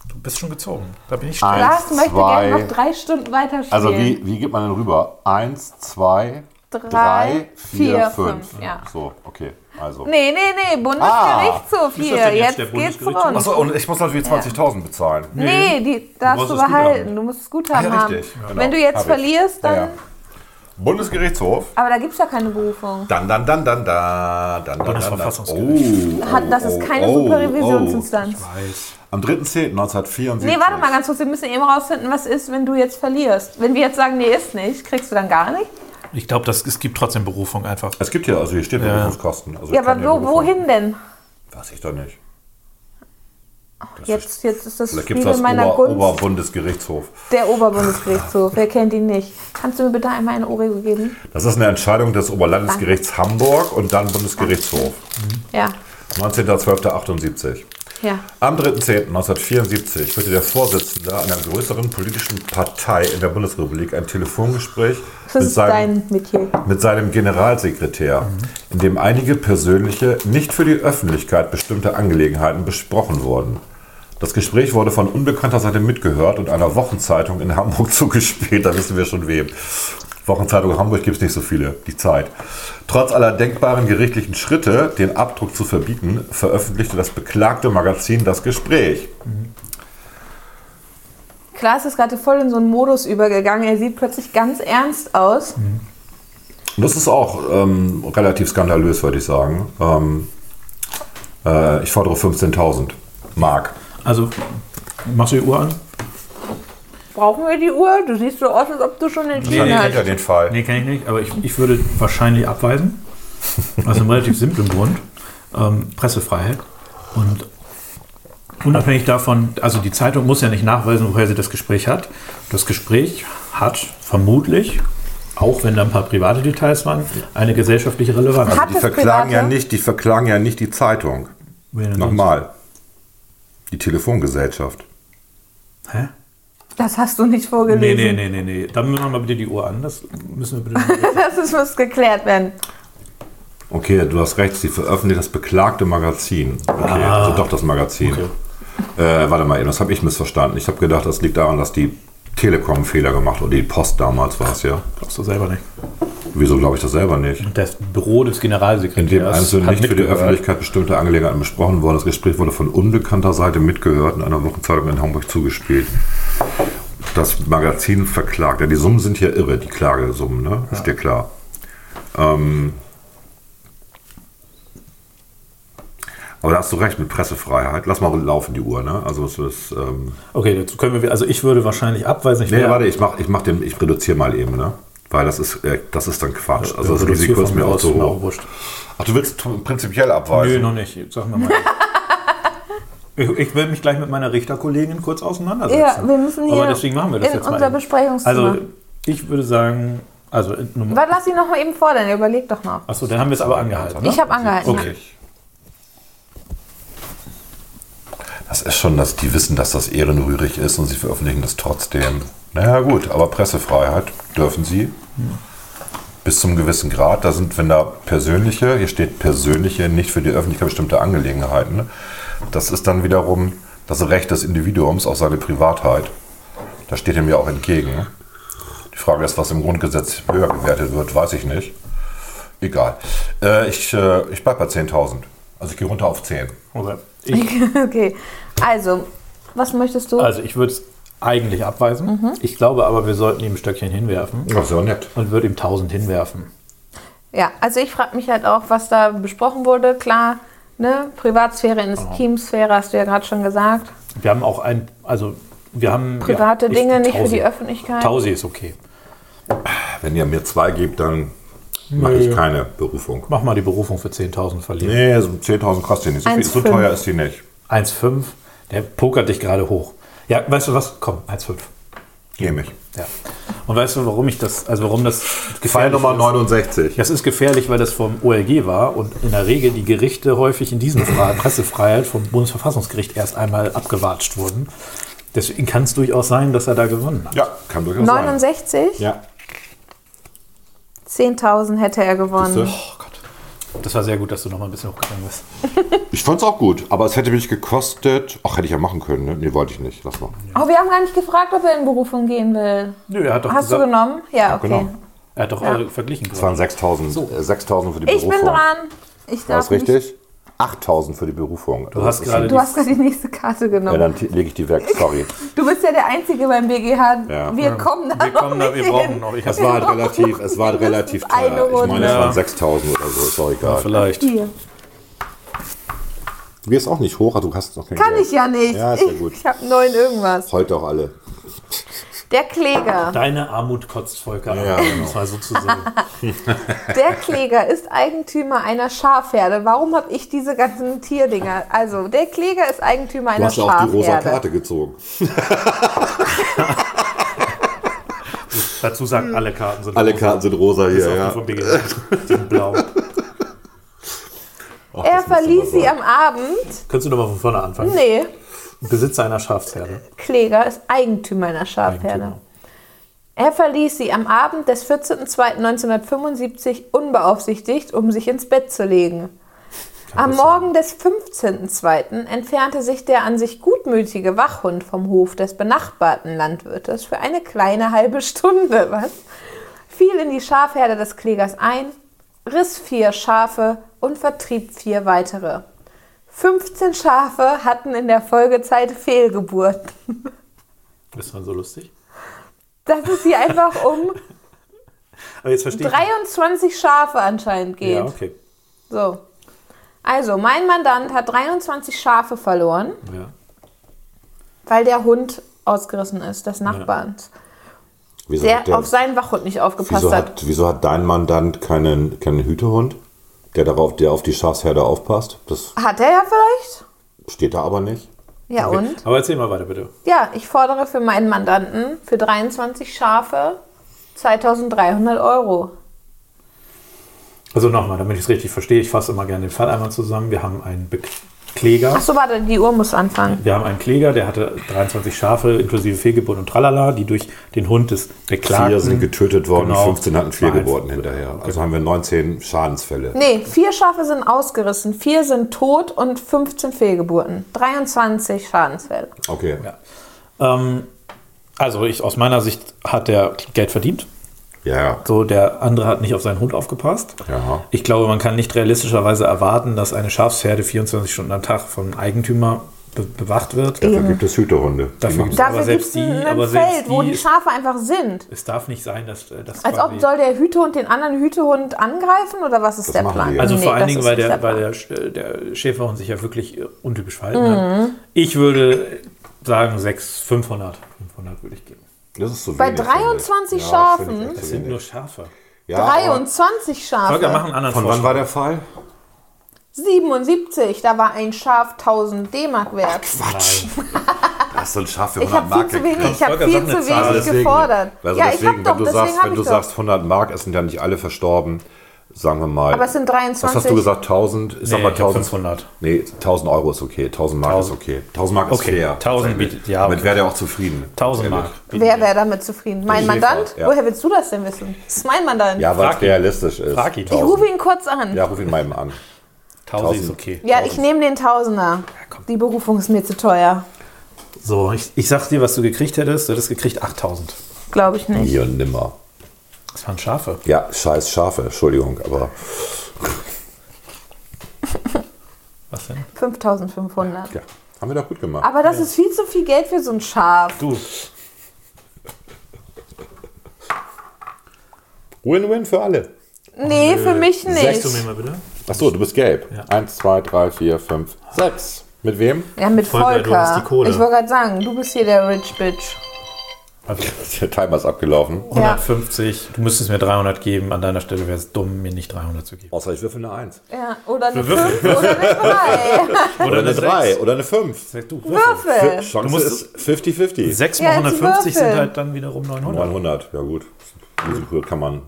S6: Du bist schon gezogen. Da bin ich
S3: Eins,
S6: stolz.
S5: Lars möchte
S3: zwei.
S5: gerne noch drei Stunden weiterspielen.
S3: Also wie, wie geht man denn rüber? Eins, zwei,
S5: Drei,
S3: drei, vier,
S5: vier,
S3: fünf.
S5: fünf, ja.
S3: So, okay. Also.
S5: Nee, nee, nee,
S3: Ah,
S5: Bundesgerichtshof hier.
S6: denn jetzt
S5: Jetzt,
S6: der
S5: geht's
S6: Bundesgerichtshof?
S5: rund.
S3: Achso, und ich muss natürlich 20.000 bezahlen.
S5: Nee, die darfst
S3: musst
S5: du
S3: das Guthaben.
S5: behalten. Du musst das Guthaben
S3: Ja,
S5: haben.
S3: richtig. Genau.
S5: Wenn du jetzt
S3: Hab ich.
S5: verlierst, dann.
S3: Ja, ja. Bundesgerichtshof.
S5: Aber da gibt's ja keine Berufung.
S3: Dann, dann, dann, dann, dann, dann, dann, dann, dann.
S6: Bundesverfassungsgericht.
S5: Hat, das
S3: Oh,
S5: ist keine Superrevisionsinstanz.
S3: Am 3.10.1974.
S5: Nee, warte mal ganz kurz. Wir müssen eben rausfinden, was ist, wenn du jetzt verlierst. Wenn wir jetzt sagen, nee, ist nicht, kriegst du dann gar nicht.
S6: Ich glaube, es gibt trotzdem Berufung einfach.
S3: Es gibt hier, also hier stehen Berufungskosten. Also
S5: Ja,
S3: ich kann
S5: aber
S3: hier
S5: wo,
S3: Berufung-
S5: wohin denn?
S3: Weiß ich doch nicht.
S5: Jetzt, jetzt ist das
S3: Vielleicht gibt
S5: Spiel
S3: es das
S5: meiner
S3: Ober
S5: Gunst.
S3: Oberbundesgerichtshof.
S5: Der Oberbundesgerichtshof. Wer kennt ihn nicht? Kannst du mir bitte einmal eine Oreo geben?
S3: Das ist eine Entscheidung des Oberlandesgerichts Hamburg und dann Bundesgerichtshof.
S5: Ja,
S3: 19.12.78.
S5: ja.
S3: Am 3.10.1974 führte der Vorsitzende einer größeren politischen Partei in der Bundesrepublik ein Telefongespräch
S5: Das ist dein Metier.
S3: mit seinem Generalsekretär, in dem einige persönliche, nicht für die Öffentlichkeit bestimmte Angelegenheiten besprochen wurden. Das Gespräch wurde von unbekannter Seite mitgehört und einer Wochenzeitung in Hamburg [LAUGHS] zugespielt, da wissen wir schon wem. Wochenzeitung in Hamburg gibt es nicht so viele, die Zeit. Trotz aller denkbaren gerichtlichen Schritte, den Abdruck zu verbieten, veröffentlichte das beklagte Magazin das Gespräch.
S5: Klaas ist gerade voll in so einen Modus übergegangen. Er sieht plötzlich ganz ernst aus.
S6: Mhm.
S3: Und das ist auch ähm, relativ skandalös, würde ich sagen. Ähm, äh, ich fordere 15.000 Mark.
S6: Also machst du die Uhr an?
S5: Brauchen wir die Uhr? Du siehst so aus, als ob du schon entschieden
S6: Nee,
S5: hast.
S3: den Fall.
S6: Nee, kenne ich nicht, aber ich, ich würde wahrscheinlich abweisen. Aus einem relativ simplen Grund. Ähm, Pressefreiheit. Und unabhängig davon, also die Zeitung muss ja nicht nachweisen, woher sie das Gespräch hat. Das Gespräch hat vermutlich, auch wenn da ein paar private Details waren, eine gesellschaftliche Relevanz.
S5: Hat
S3: Die
S5: es
S3: verklagen,
S5: private?
S3: ja nicht, die verklagen ja nicht die Zeitung.
S6: Wer denn sonst?
S3: Nochmal. Die Telefongesellschaft.
S6: Hä?
S5: Das hast du nicht
S6: Nee,
S5: vorgelesen.
S6: nee, nee, nee, nee. Dann machen wir mal bitte die Uhr an. Das müssen wir bitte.
S5: [LAUGHS] Das ist, muss geklärt werden.
S3: Okay, du hast recht, sie veröffentlicht das beklagte Magazin. Okay,
S6: Ah.
S3: also doch das Magazin. Äh, warte mal, eben, das habe ich missverstanden. Ich habe gedacht, das liegt daran, dass die Telekom einen Fehler gemacht oder die Post damals war es ja.
S6: Glaubst du selber nicht.
S3: Wieso glaube ich das selber nicht?
S6: Das Büro des
S3: In dem
S6: Generalsekretärs.
S3: einzeln
S6: hat
S3: nicht für die
S6: mitgehört.
S3: Öffentlichkeit bestimmte Angelegenheiten besprochen worden. Das Gespräch wurde von unbekannter Seite mitgehört in einer Wochenzeitung in Hamburg zugespielt. Das Magazin verklagt. Ja, die Summen sind hier irre, die Klagesummen, ne? Ist dir klar. Ähm, aber da hast du recht mit Pressefreiheit. Lass mal laufen die Uhr, ne? Also es ist. Ähm,
S6: Okay, dazu können wir. Also ich würde wahrscheinlich abweisen. Ich
S3: nee,
S6: wäre-
S3: warte, ich mach, ich mach den, ich reduziere mal eben, ne? Weil das ist, äh, das ist dann Quatsch. Also das
S6: Reduzier
S3: Risiko ist
S6: von
S3: mir auch
S6: aus,
S3: zu
S6: mir
S3: hoch.
S6: wurscht.
S3: Ach, du willst prinzipiell abweisen?
S6: Nö, noch nicht. Sag mir mal. ich, ich will mich gleich mit meiner Richterkollegin kurz auseinandersetzen.
S5: Ja, wir müssen hier
S6: Aber deswegen machen wir das
S5: in
S6: jetzt
S5: unser
S6: mal. eben.
S5: Besprechungszimmer.
S6: Also ich würde sagen, also in Nummer.
S5: Warte, lass ihn noch mal eben vor, dann überleg doch noch.
S6: Achso, dann haben wir es aber angehalten. Ne?
S5: Ich habe angehalten.
S6: Okay.
S3: Das ist schon, dass die wissen, dass das ehrenrührig ist und sie veröffentlichen das trotzdem. Naja, gut, aber Pressefreiheit dürfen sie. Bis zum gewissen Grad. Da sind, wenn da persönliche, hier steht persönliche, nicht für die Öffentlichkeit bestimmte Angelegenheiten. Das ist dann wiederum das Recht des Individuums auf seine Privatheit. Da steht dem ja auch entgegen. Die Frage ist, was im Grundgesetz höher gewertet wird, weiß ich nicht. Egal. Äh, ich äh, ich bleibe bei 10.000. Also ich gehe runter auf 10.
S6: Okay. Ich,
S5: [LAUGHS] okay. Also, was möchtest du?
S6: also ich würde es eigentlich abweisen.
S5: Mhm.
S6: Ich glaube aber, wir sollten ihm ein Stöckchen hinwerfen
S3: Das ist ja nett.
S6: und würde ihm 1000 hinwerfen.
S5: Ja, also ich frage mich halt auch, was da besprochen wurde. Klar, ne? Privatsphäre in oh. Teamsphäre, hast du ja gerade schon gesagt.
S6: Wir haben auch ein, also wir haben
S5: Private
S6: ja, ich-
S5: Dinge nicht für
S6: Tausi.
S5: die Öffentlichkeit.
S6: Tausi ist okay.
S3: Wenn ihr mir zwei gebt, dann mache
S6: Nö.
S3: ich keine Berufung.
S6: Mach mal die Berufung für 10.000 verlieren.
S3: Nee, so 10.000 kostet die nicht. So, viel, so
S5: 1,5.
S3: teuer ist die nicht.
S6: 1,5. Der pokert dich gerade hoch. Ja, weißt du was? Komm, 1,5.
S3: Nehme ich.
S6: Ja. Und weißt du, warum ich das, also warum das
S3: Fall
S6: gefährlich
S3: Nummer
S6: ist?
S3: 69.
S6: Das ist gefährlich, weil das vom OLG war und in der Regel die Gerichte häufig in diesen Fragen Pressefreiheit vom Bundesverfassungsgericht erst einmal abgewatscht wurden. Deswegen kann es durchaus sein, dass er da gewonnen hat.
S3: Ja, kann durchaus sein.
S5: 69?
S3: Ja.
S5: 10.000 hätte er
S3: Siehste?
S5: gewonnen.
S6: Das war sehr gut, dass du noch mal ein bisschen hochgegangen bist.
S3: Ich fand's auch gut, aber es hätte mich gekostet. Ach, hätte ich ja machen können, ne? Nee, wollte ich nicht. Lass mal.
S5: Oh, wir haben gar nicht gefragt, ob er in Berufung gehen will.
S6: Nö, er hat doch,
S5: Hast du
S6: gesagt,
S5: genommen? Ja, okay.
S3: genau.
S6: er hat doch eure verglichen.
S3: Es waren 6.000. äh, 6.000 für die
S5: Ich
S3: Berufung.
S5: bin dran. Ich
S3: War
S5: darf
S3: das richtig? 8.000 für die Berufung.
S6: Du hast gerade
S5: Nicht. Du hast gerade die nächste Karte
S3: Ja,
S5: genommen.
S3: dann lege ich die weg, sorry.
S5: Du bist ja der Einzige beim BGH.
S3: Ja.
S5: Wir kommen da
S6: Wir kommen da,
S5: noch
S6: wir
S5: nicht
S6: brauchen
S5: hin.
S6: noch. Ich
S3: Es
S6: hab's
S3: war halt relativ, es war relativ
S5: ist eine
S3: teuer. Ich meine, es
S6: Runde.
S3: waren 6000 oder so, ist doch egal.
S6: vielleicht.
S5: Hier.
S3: Du gehst auch nicht hoch, aber du hast noch kein
S5: Kann
S3: Geld.
S5: ich ja nicht.
S3: Ja, ist ja gut.
S5: Ich, ich habe neun irgendwas.
S3: Heute auch alle.
S5: Der Kläger.
S6: Deine Armut kotzt Volker an,
S3: Ja, genau.
S6: um es mal so zu sagen.
S3: [LAUGHS]
S5: Der Kläger ist Eigentümer einer Schafherde. Warum habe ich diese ganzen Tierdinger? Also, der Kläger ist Eigentümer
S3: Du
S5: einer
S3: hast ja auch die rosa
S5: Schafherde.
S3: Karte gezogen.
S6: Dazu sagen, alle Karten sind
S3: Alle Karten sind rosa hier,
S6: ja,
S3: ja.
S6: vom BGH. sind blau.
S3: Ach,
S5: Er
S3: das muss
S5: verließ
S3: aber
S5: sie am Abend.
S6: Kannst du nochmal von vorne anfangen?
S5: Nee,
S6: Besitzer einer
S5: [LAUGHS]
S6: Schafsherde.
S5: Kläger ist Eigentümer einer Schafherde.
S6: Eigentümer.
S5: Er verließ sie am Abend des 14.02.1975 unbeaufsichtigt, um sich ins Bett zu legen. Am Morgen des 15.02. entfernte sich der an sich gutmütige Wachhund vom Hof des benachbarten Landwirtes für eine kleine halbe Stunde, was? Fiel in die Schafherde des Klägers ein, riss vier Schafe und vertrieb vier weitere. 15 Schafe hatten in der Folgezeit Fehlgeburten.
S6: Ist man so lustig?
S5: dass es hier einfach um
S6: Aber jetzt verstehe ich.
S5: 23 Schafe anscheinend geht.
S6: Ja, okay.
S5: So. Also, mein Mandant hat 23 Schafe verloren,
S6: Ja.
S5: weil der Hund ausgerissen ist, des Nachbarns,
S3: Wieso
S5: der
S3: hat, der,
S5: auf seinen Wachhund nicht aufgepasst
S3: wieso,
S5: hat.
S3: hat, wieso hat dein Mandant keinen, keinen Hütehund, der, darauf, der auf die Schafsherde aufpasst? Das
S5: Hat er ja vielleicht?
S3: steht da aber nicht.
S5: Ja,
S6: Okay.
S5: und?
S6: Aber erzähl mal weiter, bitte.
S5: Ja, ich fordere für meinen Mandanten für 23 Schafe 2300 Euro.
S6: Also nochmal, damit ich es richtig verstehe, ich fasse immer gerne den Fall einmal zusammen. Wir haben einen Be Kläger.
S5: Achso, warte, die Uhr muss anfangen.
S6: Wir haben einen Kläger, der hatte 23 Schafe inklusive Fehlgeburt und Tralala, die durch den Hund des Beklagten.
S3: Vier sind getötet worden,
S6: Genau.
S3: 15 hatten Fehlgeburten
S6: Nein.
S3: hinterher. Also haben wir 19 Schadensfälle.
S5: Nee, vier Schafe sind ausgerissen, vier sind tot und 15 Fehlgeburten. 23 Schadensfälle.
S3: Okay. Ja,
S6: Ähm, also ich, aus meiner Sicht hat der Geld verdient.
S3: ja.
S6: So, der andere hat nicht auf seinen Hund aufgepasst.
S3: Ja.
S6: Ich glaube, man kann nicht realistischerweise erwarten, dass eine Schafsherde 24 Stunden am Tag vom Eigentümer be bewacht wird.
S3: Dafür
S5: Mhm.
S3: gibt es Hütehunde. Die
S6: Dafür
S3: machen-
S6: gibt's-
S5: Dafür
S6: Aber
S5: gibt es
S6: selbst die-
S5: ein
S6: aber selbst
S5: Feld, wo
S6: die-
S5: die Schafe einfach sind.
S6: Es darf nicht sein, dass äh, das
S5: Als ob
S6: quasi-
S5: soll der Hütehund den anderen Hütehund angreifen oder was ist der
S3: machen
S5: Plan?
S3: die.
S6: Also
S5: Nee,
S6: vor allen
S5: das
S6: Dingen,
S5: ist
S6: weil
S5: nicht
S6: der, weil
S5: Plan.
S6: der, Sch- äh, der Schäferhund sich ja wirklich äh, untypisch verhalten
S5: Mhm.
S6: hat. Ich würde sagen 6, 500. 500 würde ich geben.
S3: Das ist so
S5: Bei
S3: wenig, finde ich.
S5: 23
S3: Ja,
S5: Schafen?
S3: finde ich echt
S5: Das
S3: zu
S6: Das sind
S3: wenig.
S6: nur Schafe.
S3: Ja, aber
S5: 23 Schafe.
S6: Volker, mach einen anderen
S3: Von wann war der Fall?
S5: 77, da war ein Schaf 1000 D-Mark wert.
S3: Quatsch. Hast du ein Schaf für
S5: Ich habe viel zu wenig, ich hab
S6: Volker,
S5: viel
S6: sag eine
S5: zu
S6: Zahl,
S5: wenig gefordert.
S3: Also
S5: ja, ich
S3: deswegen,
S5: habe
S3: wenn
S5: doch,
S3: du
S5: deswegen
S3: sagst,
S5: habe
S3: wenn du
S5: ich doch.
S3: sagst 100 Mark, es sind ja nicht alle verstorben. Sagen wir mal.
S5: Aber es sind 23.
S3: Was hast du gesagt? 1000? Ich sag
S6: Nee,
S3: mal
S6: ich hab
S3: 1000.
S6: 500.
S3: Nee, 1000 Euro ist okay. 1000 Mark ist
S6: 1000.
S3: okay. 1000 Mark ist
S6: Okay,
S3: fair.
S6: 1000 bietet- ja,
S3: Damit
S6: okay.
S3: wäre der auch zufrieden.
S6: 1000
S3: Ehrlich.
S6: Mark.
S5: Wer wäre damit zufrieden? Mein
S3: Schäfer,
S5: Mandant?
S3: ja.
S5: Woher willst du das denn wissen? Das ist mein Mandant.
S3: Ja, weil es
S6: Frag ihn.
S3: realistisch ist.
S6: Frag ihn.
S5: ich
S3: 1000.
S5: rufe ihn kurz an.
S3: Ja, ruf ihn mal eben an.
S6: 1000 ist
S3: 1000.
S6: okay.
S5: Ja, ich nehme den Tausender.
S6: komm.
S5: Die Berufung ist mir zu teuer.
S6: So, ich, ich sag dir, was du gekriegt hättest. Du hättest gekriegt 8000.
S5: Glaube ich nicht.
S3: Hier nimmer.
S6: Das waren Schafe.
S3: Ja, scheiß Schafe, Entschuldigung, aber.
S6: Was denn? genau.
S5: 5500.
S3: Ja, haben wir doch gut gemacht.
S5: Aber das ist viel zu viel Geld für so ein Schaf.
S6: Du,
S3: Win-win für alle.
S6: Oh,
S5: Nee, für mich
S6: Sagst du
S5: nicht.
S6: mir mal bitte?
S3: Achso, du bist gelb.
S6: Ja.
S3: Eins, zwei, drei, vier, fünf, sechs. Mit wem? [LAUGHS]
S5: Ja, mit
S6: Volker,
S5: Volker.
S6: du hast die Kohle.
S5: Ich wollte gerade sagen, du bist hier der Rich Bitch.
S3: Der Timer ist abgelaufen.
S6: 150, du müsstest mir 300 geben. An deiner Stelle wäre es dumm, mir nicht 300 zu geben.
S3: Außer ich würfel eine Eins.
S5: Ja, oder eine 5 oder
S6: [LAUGHS]
S5: eine 3.
S3: Oder eine
S6: eine
S3: drei
S6: Sechs.
S3: oder eine fünf.
S6: Du,
S5: Würfel.
S3: Chance
S6: musst-
S3: ist 50-50.
S6: 6 mal
S5: Ja, jetzt
S6: 150 sind
S5: würfeln.
S6: halt dann wiederum 900.
S3: 900, ja gut. Risiko kann man.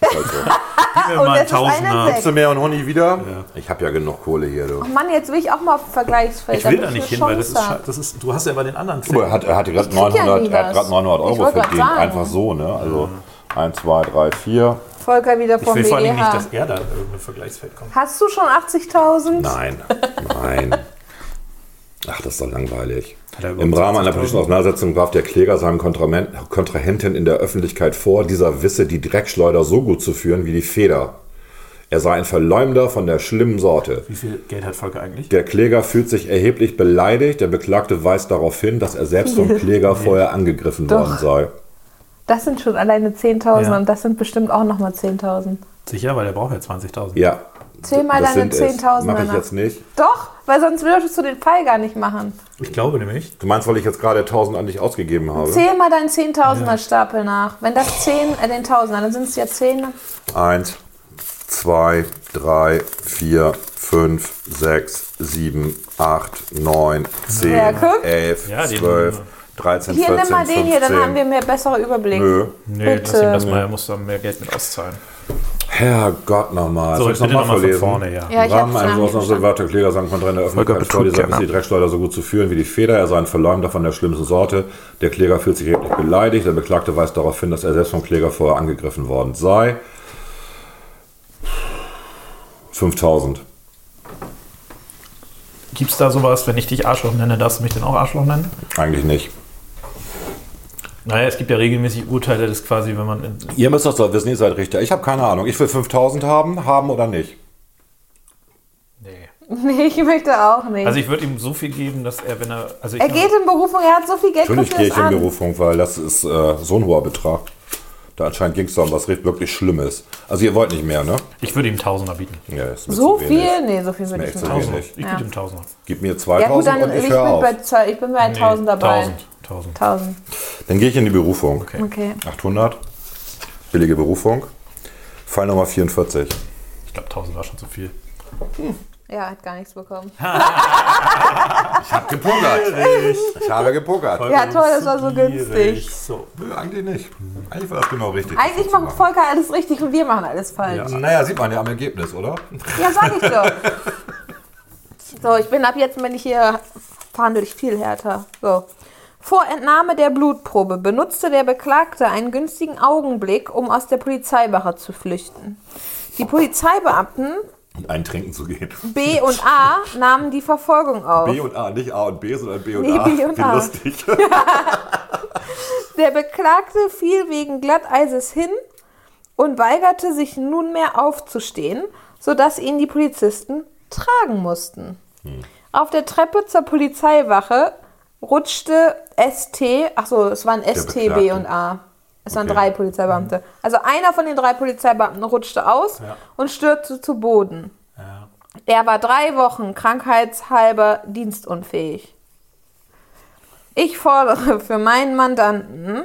S6: Gib mir
S5: Ah, Und
S6: mal
S5: das ist eine
S6: 1000er.
S5: Sechs.
S3: du mehr und Honig wieder? Ich habe ja genug Kohle hier, du.
S5: Mann, jetzt will ich auch mal Vergleichsfeld.
S6: Ich will da
S5: damit
S6: nicht hin,
S5: eine
S6: weil das ist,
S5: Chance
S6: scha- das ist. Du hast ja bei den anderen
S3: Guck mal,
S6: Filmen.
S3: Oh, Er hat, er hat gerade
S5: krieg ja
S3: 900,
S5: nie
S3: er hat
S5: was.
S3: grad 900
S5: Ich
S3: Euro
S5: wollt grad
S3: verdient.
S5: sagen.
S3: Einfach so, ne? Also 1, 2, 3, 4.
S5: habe. Volker wieder
S6: Ich
S5: vom
S6: will vor allem nicht,
S5: BGH.
S6: dass er da in irgendein Vergleichsfeld kommt.
S5: Hast du schon 80.000?
S3: Nein, nein. Ach, das ist doch langweilig.
S6: er überhaupt
S3: Im Rahmen einer
S6: 20.000?
S3: politischen Auseinandersetzung warf der Kläger seinem Kontramen- Kontrahenten in der Öffentlichkeit vor, dieser wisse die Dreckschleuder so gut zu führen wie die Feder. Er sei ein Verleumder von der schlimmen Sorte.
S6: Wie viel Geld hat Volker eigentlich?
S3: Der Kläger fühlt sich erheblich beleidigt. Der Beklagte weist darauf hin, dass er selbst
S6: [LAUGHS]
S3: vom Kläger vorher angegriffen worden
S5: Doch.
S3: sei.
S5: Das sind schon alleine 10.000
S6: Ja.
S5: und das sind bestimmt auch nochmal 10.000.
S6: Sicher, weil der braucht ja 20.000.
S3: Ja.
S5: Zähl mal
S3: das
S5: deine
S3: sind es.
S5: 10.000
S3: Mach ich
S5: danach.
S3: jetzt nicht.
S5: Doch, weil sonst würdest du den Fall gar nicht machen.
S6: Ich glaube nämlich,
S3: Du meinst, weil ich jetzt gerade 1000 an dich ausgegeben habe?
S5: Zähl mal deinen 10.000er-Stapel nach. Wenn das 10, äh, den Tausender, dann sind es ja 10.
S3: Eins, zwei, drei, vier, fünf, sechs, sieben, acht, neun, zehn,
S5: Ja, guck.
S3: elf,
S6: Ja, den-
S3: zwölf, dreizehn,
S5: Hier,
S3: vierzehn,
S5: nimm mal den hier, dann haben wir mehr besseren Überblick.
S3: Nö.
S6: Nee, lass
S5: Bitte.
S6: ihm das mal, er muss da mehr Geld mit auszahlen.
S3: Herrgott nochmal.
S6: So,
S3: Soll
S6: jetzt bitte nochmal von vorne, ja.
S5: Ja, ich
S3: Rahmen
S5: hab's
S3: eines
S5: noch nicht
S3: Ausnahmsweise
S5: verstanden.
S3: Wörter Kläger sagen konnte in der
S9: Volker
S3: Öffentlichkeit
S9: betrug
S3: vor dieser
S9: gerne.
S3: ist die Dreckschleuder so gut zu führen wie die Feder. Er sei ein Verleumder von der schlimmsten Sorte. Der Kläger fühlt sich erheblich beleidigt. Der Beklagte weist darauf hin, dass er selbst vom Kläger vorher angegriffen worden sei. 5000.
S6: Gibt's da sowas, wenn ich dich Arschloch nenne, darfst du mich denn auch Arschloch nennen?
S3: Eigentlich nicht.
S6: Naja, es gibt ja regelmäßig Urteile, das quasi, wenn man. In,
S3: Ihr müsst das doch wissen, ihr seid Richter. Ich habe keine Ahnung. Ich will 5000 haben, haben oder nicht.
S6: nee.
S5: [LAUGHS] Nee, ich möchte auch nicht.
S6: Also ich würde ihm so viel geben, dass er, wenn er. Also ich
S5: er geht in Berufung, er hat so viel Geld,
S3: Natürlich
S5: guck
S3: gehe
S5: dir
S3: ich
S5: das
S3: in
S5: an.
S3: Berufung, weil das ist äh, so ein hoher Betrag. Da anscheinend ging es doch um was richtig- wirklich Schlimmes. Also ihr wollt nicht mehr, ne?
S6: ich würde ihm Tausender bieten.
S3: Ja, ist mir
S5: So
S3: zu
S5: viel?
S3: wenig.
S5: Nee, so viel würde
S3: Nee,
S5: ich
S3: zu
S5: nicht.
S3: wenig.
S6: Tausender. Ich biete ihm Tausender.
S3: Gib mir
S5: Ja gut,
S3: 2000
S5: dann
S3: und
S5: ich
S3: ich
S5: bin,
S3: höre auf.
S5: bei, zwei- ich bin bei 1000 dabei.
S6: 1000. 1000.
S5: 1000.
S3: Dann gehe ich in die Berufung.
S5: Okay.
S3: 800. Billige Berufung. Fall Nummer 44.
S6: Ich glaube, 1000 war schon zu viel.
S5: Ja, hat gar nichts bekommen.
S3: Ich habe gepokert. ich habe gepokert.
S5: Ja, toll, das war so günstig.
S6: So.
S3: Nö, Eigentlich nicht. Eigentlich war das genau richtig.
S5: Eigentlich macht Volker alles richtig und wir machen alles falsch.
S3: Naja, sieht man ja am Ergebnis, oder?
S5: Ja, sag ich doch. so, ich bin ab jetzt, wenn ich hier verhandle ich viel härter. So. Vor Entnahme der Blutprobe benutzte der Beklagte einen günstigen Augenblick, um aus der Polizeiwache zu flüchten. Die Polizeibeamten
S3: Und einen trinken zu gehen.
S5: B und A nahmen die Verfolgung auf.
S3: B und A, nicht A und B, sondern B und
S5: Nee,
S3: A.
S5: B und
S3: Wie
S5: A.
S3: lustig.
S5: [LAUGHS] Der Beklagte fiel wegen Glatteises hin und weigerte sich nunmehr aufzustehen, sodass ihn die Polizisten tragen mussten. Auf der Treppe zur Polizeiwache rutschte ST, achso, es waren ST, B
S3: Beklagte.
S5: und A. Es waren
S3: Okay. Mhm.
S5: drei Polizeibeamte. Also einer von den drei Polizeibeamten rutschte aus und stürzte zu Boden. Er war drei Wochen krankheitshalber dienstunfähig. Ich fordere für meinen Mandanten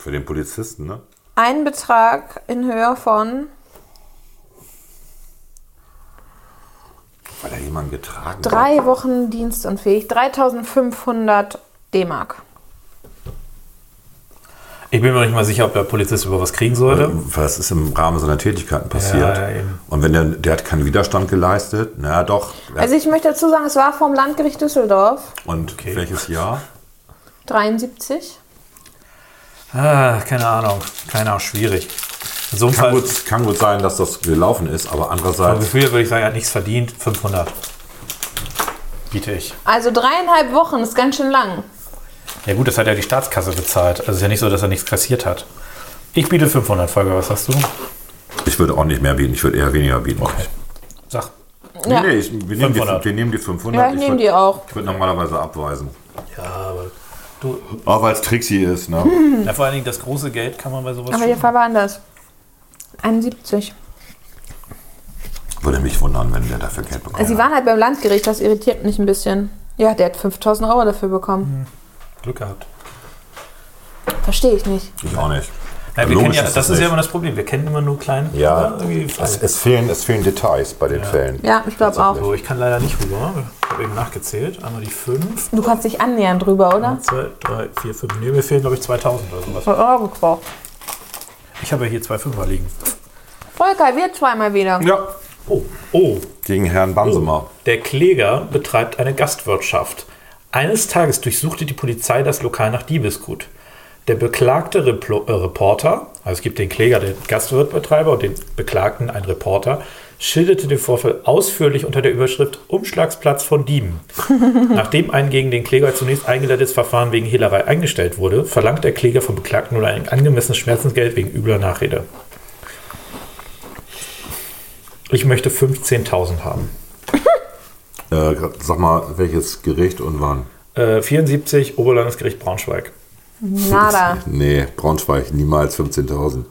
S3: Für den Polizisten, ne?
S5: einen Betrag in Höhe von
S3: Weil er jemanden getragen hat.
S5: drei Wochen dienstunfähig, 3500 D-Mark.
S6: Ich bin mir nicht mal sicher, ob der Polizist über was kriegen sollte.
S3: Was ist im Rahmen seiner Tätigkeiten passiert?
S6: Ja, eben.
S3: und wenn der, der hat keinen Widerstand geleistet, na doch. Ja.
S5: Also ich möchte dazu sagen, es war vom Landgericht Düsseldorf,
S3: und welches Jahr?
S5: 73.
S6: Ah, keine Ahnung. Keine Ahnung, schwierig. In so einem
S3: Kann
S6: Fall,
S3: gut, kann gut sein, dass das gelaufen ist, aber
S6: vom
S3: andererseits.
S6: Gefühl her würde ich sagen, er hat nichts verdient. 500 biete ich.
S5: Also dreieinhalb Wochen ist ganz schön lang.
S6: Ja gut, das hat ja die Staatskasse bezahlt. Also es ist ja nicht so, dass er nichts kassiert hat. Ich biete 500, Folger, was hast du?
S3: Ich würde auch nicht mehr bieten, ich würde eher weniger bieten.
S6: Sag,
S5: Ja.
S3: Nee, nee, ich, wir, nehmen die,
S6: 500.
S3: wir nehmen die 500.
S5: Ja, ich nehme
S3: würde-
S5: die auch.
S3: Ich würde normalerweise abweisen.
S6: du,
S3: Aber weil es Trixie ist, ne?
S5: [LAUGHS]
S6: ja, vor allen Dingen das große Geld kann man bei sowas
S5: Aber der
S6: schon...
S5: Fall war anders. 71.
S3: Würde mich wundern, wenn der dafür Geld bekommt.
S5: Also sie waren halt beim Landgericht, das irritiert mich ein bisschen. Ja, der hat 5000 Euro dafür bekommen.
S6: Glück gehabt.
S5: Verstehe ich nicht.
S3: ich auch nicht.
S6: Ja, wir
S3: Logisch
S6: kennen ja,
S3: ist
S6: das,
S3: das
S6: ist ja
S3: nicht.
S6: immer das Problem. Wir kennen immer nur kleine
S3: Ja,
S6: irgendwie
S3: es,
S6: Fall.
S3: es, fehlen, es fehlen Details bei den Fällen.
S5: Ja, ich glaube auch.
S6: So, ich kann leider nicht rüber. Ich habe eben nachgezählt. Einmal die 5,
S5: Du kannst dich annähern drüber, oder?
S6: 2, 3, 4, 5. Ne, mir fehlen, glaube ich, 2000 oder sowas.
S5: Voll Euro gebraucht.
S6: Ich habe ja hier zwei Fünfer liegen.
S5: Volker wird zweimal wieder.
S3: Ja.
S6: Oh, oh,
S3: Gegen Herrn Bansemer.
S6: der Kläger betreibt eine Gastwirtschaft. Eines Tages durchsuchte die Polizei das Lokal nach Diebesgut. Der beklagte Replo äh, Reporter, also es gibt den Kläger, den Gastwirtbetreiber und den Beklagten, einen Reporter, schilderte den Vorfall ausführlich unter der Überschrift Umschlagsplatz von Dieben. Nachdem ein gegen den Kläger zunächst eingeleitetes Verfahren wegen Hehlerei eingestellt wurde, verlangt der Kläger vom Beklagten nun ein angemessenes Schmerzensgeld wegen übler Nachrede. Ich möchte 15.000 haben.
S3: Äh, sag mal, welches Gericht und wann?
S6: Äh, 74 Oberlandesgericht Braunschweig.
S5: Nada.
S3: Nee, Braunschweig, niemals 15.000.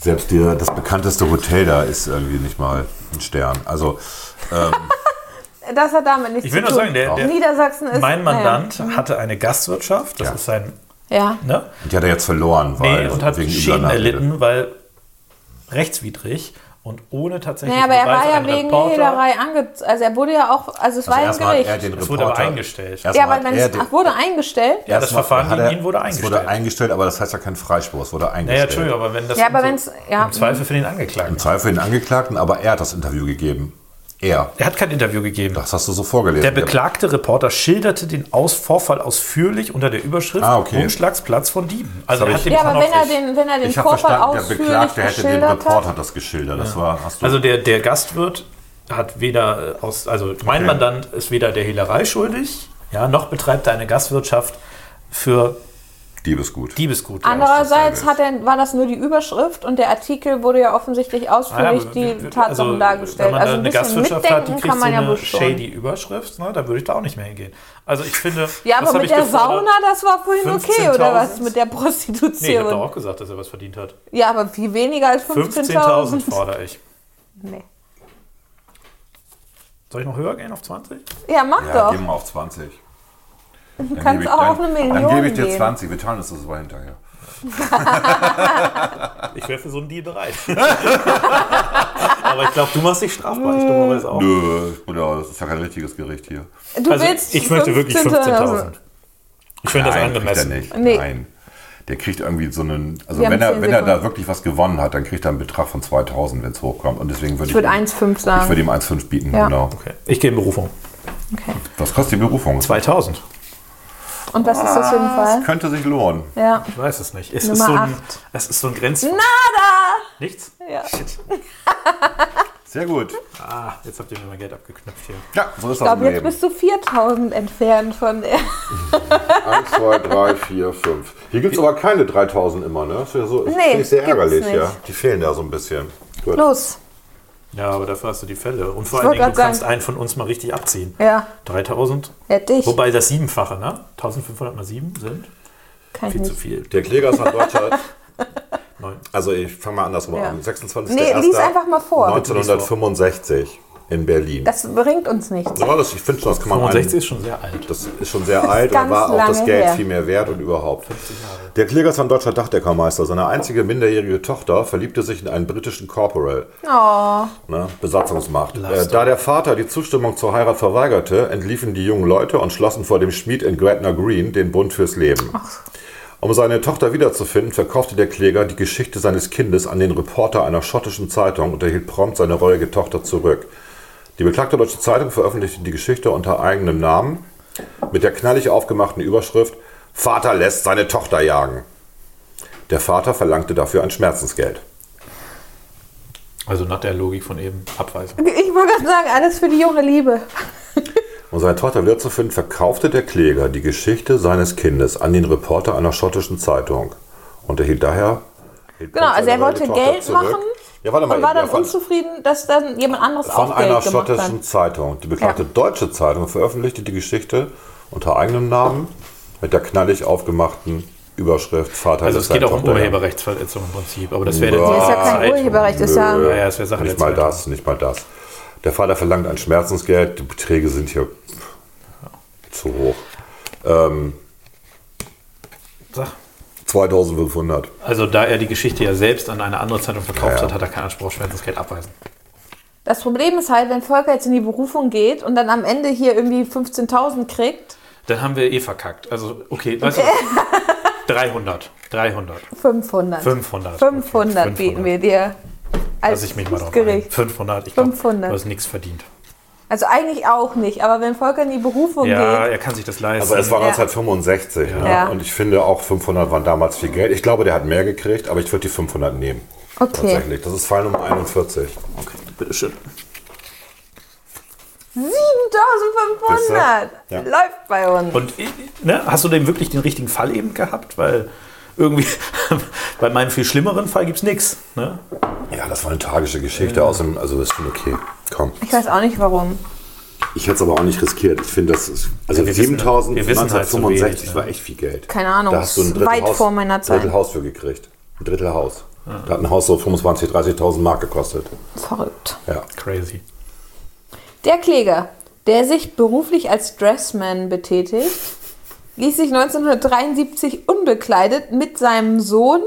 S3: Selbst die, das bekannteste Hotel da ist irgendwie nicht mal ein Stern. Also,
S5: Das hat damit nichts
S6: Ich will nur
S5: zu tun.
S6: sagen, der, der,
S5: Niedersachsen ist.
S6: mein Mandant
S5: Mhm.
S6: hatte eine Gastwirtschaft, das
S3: Ja.
S6: ist sein,
S5: Naja. Ja.
S6: ne?
S3: die hat er jetzt verloren, weil
S6: Nee, und hat
S3: wegen
S6: Schäden
S3: Übernachtung.
S6: erlitten, weil rechtswidrig und ohne tatsächlich.
S5: Naja, aber er war ja
S6: einen
S5: wegen
S6: Reporter-
S5: Hehlerei ange... Also er wurde ja auch... Also es war ja im
S3: erstmal hat
S5: Gericht.
S3: er den
S6: Es wurde aber
S3: Reporter-
S6: eingestellt.
S3: erstmal
S5: ja, aber
S3: hat
S5: man
S3: er
S5: ist,
S3: den-
S5: ach, wurde eingestellt?
S6: Ja, das
S3: erstmal
S6: Verfahren
S3: hat
S6: gegen ihn wurde
S3: Es wurde
S6: eingestellt.
S3: eingestellt, aber das heißt ja kein Freispruch. Es wurde eingestellt.
S6: Naja, Entschuldigung, aber wenn das.
S5: Ja, aber
S6: so-
S5: wenn's- ja.
S6: Im Zweifel für den
S3: Im
S6: Angeklagten.
S3: Zweifel für den Angeklagten, aber er hat das Interview gegeben. Er.
S6: Er hat kein Interview gegeben.
S3: Das hast du so vorgelesen.
S6: Der beklagte Reporter schilderte den Aus Vorfall ausführlich unter der Überschrift
S3: Ah, okay.
S6: Umschlagsplatz von Dieben. Also
S3: hab
S6: er
S3: ich-
S6: hat den
S5: Ja,
S6: Plan
S5: aber wenn
S6: auf
S5: er
S6: sich.
S5: den, wenn er den
S3: ich habe
S5: Vorfall
S3: verstanden, der
S5: ausführlich
S3: Beklagte hätte den
S5: geschildert
S3: Reporter
S5: hat...
S3: das geschildert. Das war, hast du
S6: Also der, der Gastwirt hat weder äh, aus, also mein
S3: Okay.
S6: Mandant ist weder der Hehlerei schuldig, ja, noch betreibt er eine Gastwirtschaft für
S3: Diebesgut.
S6: Diebesgut.
S5: Andererseits hat er, war das nur die Überschrift und der Artikel wurde ja offensichtlich ausführlich die Tatsachen
S6: Wenn
S5: dargestellt.
S6: man
S5: also
S6: da
S5: ein
S6: eine
S5: bisschen
S6: Gastwirtschaft hat, die
S5: mitdenken
S6: kriegt
S5: kann
S6: so
S5: man ja
S6: eine
S5: wohl schon.
S6: shady Überschrift, ne, da würde ich da auch nicht mehr hingehen. Also ich finde,
S5: [LAUGHS] Ja,
S6: was
S5: aber
S6: hab
S5: mit
S6: ich
S5: der
S6: gefordert?
S5: Sauna, das war vorhin okay, oder was?
S6: 15.000?
S5: Mit der
S6: Nee, ich
S5: Prostitution.
S6: habe doch auch gesagt, dass er was verdient hat.
S5: ja, aber viel weniger als
S6: 15.000
S5: 15.000.
S6: fordere ich.
S5: nee.
S6: Soll ich noch höher gehen auf 20?
S5: Ja, mach
S3: Ja,
S5: doch.
S3: gehen wir auf 20. Du
S5: kannst auch auf eine Million
S3: Dann gebe ich dir
S5: gehen.
S3: 20. Wir teilen uns das aber hinterher.
S6: Ich wäre für so einen Deal
S5: [LAUGHS]
S6: bereit. [LAUGHS] aber ich glaube, du machst dich strafbar. Ich dummerweise auch.
S3: Nö, Bruder, Äh, das ist ja kein richtiges Gericht hier.
S5: Du
S6: Also,
S5: willst
S6: ich möchte wirklich 15.000. Ich finde
S3: Nein, kriegt
S6: das
S3: er
S6: angemessen.
S3: nicht.
S5: Nee.
S3: Nein. Der kriegt irgendwie so einen. Also,
S5: Wir haben
S3: wenn er,
S5: zehn
S3: wenn er da
S5: Sekunden.
S3: wirklich was gewonnen hat, dann kriegt er einen Betrag von 2000, wenn es hochkommt. Und deswegen würde ich.
S5: Ich würde
S3: ihm-
S5: 1,5
S3: Ich würde
S5: sagen.
S3: ihm 1,5 bieten,
S5: Ja.
S3: genau.
S6: Okay. Ich gehe in Berufung.
S5: Okay.
S3: Was kostet die Berufung?
S6: 2000.
S5: Und was ist das für ein Fall?
S3: Könnte sich lohnen.
S5: Ja.
S6: Ich weiß es nicht. Es,
S5: Nummer
S6: ist, so ein,
S5: acht.
S6: es ist so ein Grenzfall.
S5: Nada!
S6: Nichts?
S5: Ja.
S6: Shit.
S3: Sehr gut.
S6: Ah, jetzt habt ihr mir mein Geld abgeknöpft hier.
S3: Ja, so ist das
S5: Ich
S3: im
S5: glaube, jetzt
S3: Leben.
S5: bist du 4.000 entfernt von der. [LAUGHS]
S3: 1, 2, 3, 4, 5. Hier gibt es aber keine 3000 immer, ne? Das ist ja so, das
S5: Nee,
S3: finde ich sehr
S5: gibt's
S3: ärgerlich,
S5: nicht.
S3: ja. Die fehlen da so ein bisschen. Gut.
S5: Los.
S6: Ja, aber dafür hast du die Fälle. Und vor
S5: Ich
S6: allen
S5: wollte
S6: Dingen, du
S5: grad
S6: kannst
S5: sagen.
S6: einen von uns mal richtig abziehen.
S5: Ja,
S6: 3000.
S5: hätte ich.
S6: Wobei das Siebenfache, ne? 1500 mal 7 sind
S5: Kann ich
S6: viel zu
S5: nicht.
S6: viel.
S3: Der Kläger ist ein Deutscher.
S6: Neun.
S3: Also ich fange mal andersrum
S5: Ja.
S3: an. 26.
S5: Nee, lies einfach mal vor.
S3: 1965 in Berlin.
S5: Das bringt uns nichts.
S3: ja, das, ich finde schon, das kann man
S6: 65 ist schon sehr alt.
S3: Das ist schon sehr alt und
S5: ganz
S3: war auch das
S5: lange
S3: Geld
S5: her.
S3: viel mehr wert und überhaupt. Der Kläger ist ein deutscher Dachdeckermeister. Seine einzige minderjährige Tochter verliebte sich in einen britischen Corporal.
S5: Oh,
S3: Ne? Besatzungsmacht. Äh,
S6: Laster.
S3: da der Vater die Zustimmung zur Heirat verweigerte, entliefen die jungen Leute und schlossen vor dem Schmied in Gretna Green den Bund fürs Leben. Um seine Tochter wiederzufinden, verkaufte der Kläger die Geschichte seines Kindes an den Reporter einer schottischen Zeitung und erhielt prompt seine reuige Tochter zurück. Die beklagte Deutsche Zeitung veröffentlichte die Geschichte unter eigenem Namen mit der knallig aufgemachten Überschrift Vater lässt seine Tochter jagen. Der Vater verlangte dafür ein Schmerzensgeld.
S6: Also nach der Logik von eben abweisen.
S5: ich wollte gerade sagen, alles für die junge
S3: [LAUGHS]
S5: Liebe. Genau,
S3: Um seine Tochter wiederzufinden, verkaufte der Kläger die Geschichte seines Kindes an den Reporter einer schottischen Zeitung und erhielt daher.
S5: Genau, also er wollte Geld machen
S3: Ja, warte mal,
S5: und war
S3: eben, ja,
S5: dann
S3: von,
S5: unzufrieden, dass dann jemand anderes
S3: von
S5: auch
S3: einer
S5: Geld gemacht
S3: schottischen
S5: hat.
S3: Zeitung. Die bekannte
S5: Ja.
S3: deutsche Zeitung veröffentlichte die Geschichte unter eigenem Namen mit der knallig aufgemachten Überschrift Vater
S6: Also es
S3: lässt
S6: geht
S3: seine
S6: auch um
S3: Tochter jagen.
S6: Urheberrechtsverletzung im Prinzip. Aber das wäre
S3: Ja.
S5: Nee,
S6: jetzt
S5: ist ja kein
S6: Zeit.
S5: Urheberrecht, ist ja.
S3: Nö,
S6: Ja, ja, es wäre Sache
S3: nicht
S6: der
S3: mal
S6: Zeit.
S3: das, nicht mal das. Der Vater verlangt ein Schmerzensgeld, die Beträge sind hier pff, zu hoch. Ähm,
S6: Sag.
S3: 2500.
S6: Also da er die Geschichte ja selbst an eine andere Zeitung verkauft
S3: Ja, ja.
S6: hat, hat er keinen Anspruch auf Schmerzensgeld abweisen.
S5: Das Problem ist halt, wenn Volker jetzt in die Berufung geht und dann am Ende hier irgendwie 15.000 kriegt,
S6: Dann haben wir eh verkackt. Also okay, weißt du, was?
S3: [LAUGHS]
S6: 300, 300,
S5: 500.
S6: 500.
S5: 500
S6: Okay,
S5: bieten wir dir. Als
S6: Lass ich mich mal drauf ein.
S5: Gericht.
S6: 500, ich glaube,
S5: 500.
S6: du hast nichts verdient.
S5: Also eigentlich auch nicht, aber wenn Volker in die Berufung
S6: Ja,
S5: geht,
S6: er kann sich das leisten.
S3: Also es war
S5: Ja.
S3: 1965 ne?
S5: Ja.
S3: und ich finde auch 500 waren damals viel Geld. Ich glaube, der hat mehr gekriegt, aber ich würde die 500 nehmen.
S5: okay.
S3: Tatsächlich. Das ist um Fall Nummer 41.
S6: okay, bitteschön.
S5: 7500
S3: Ja.
S5: läuft bei uns.
S6: Und äh, ne, hast du denn wirklich den richtigen Fall eben gehabt? Weil irgendwie [LAUGHS] bei meinem viel schlimmeren Fall gibt es nichts. Ne?
S3: Ja, das war eine tragische Geschichte. Außerdem, also ist schon okay. Komm.
S5: Ich weiß auch nicht warum.
S3: Ich hätte es aber auch nicht riskiert. Ich finde, das ist. Also
S6: wir wissen-
S3: 7000
S6: wir wissen halt zu wenig,
S3: 1965
S6: ne?
S3: war echt viel Geld.
S5: Keine Ahnung,
S3: Da hast du ein
S5: ist
S3: Drittel
S5: weit
S3: Haus,
S5: vor meiner Zeit.
S3: Drittel Haus für gekriegt. Ein Drittel Haus. Da hat ein Haus so 25.000, 30.000 Mark gekostet.
S5: Verrückt.
S3: Ja.
S6: Crazy.
S5: Der Kläger, der sich beruflich als Dressman betätigt, ließ sich 1973 unbekleidet mit seinem Sohn,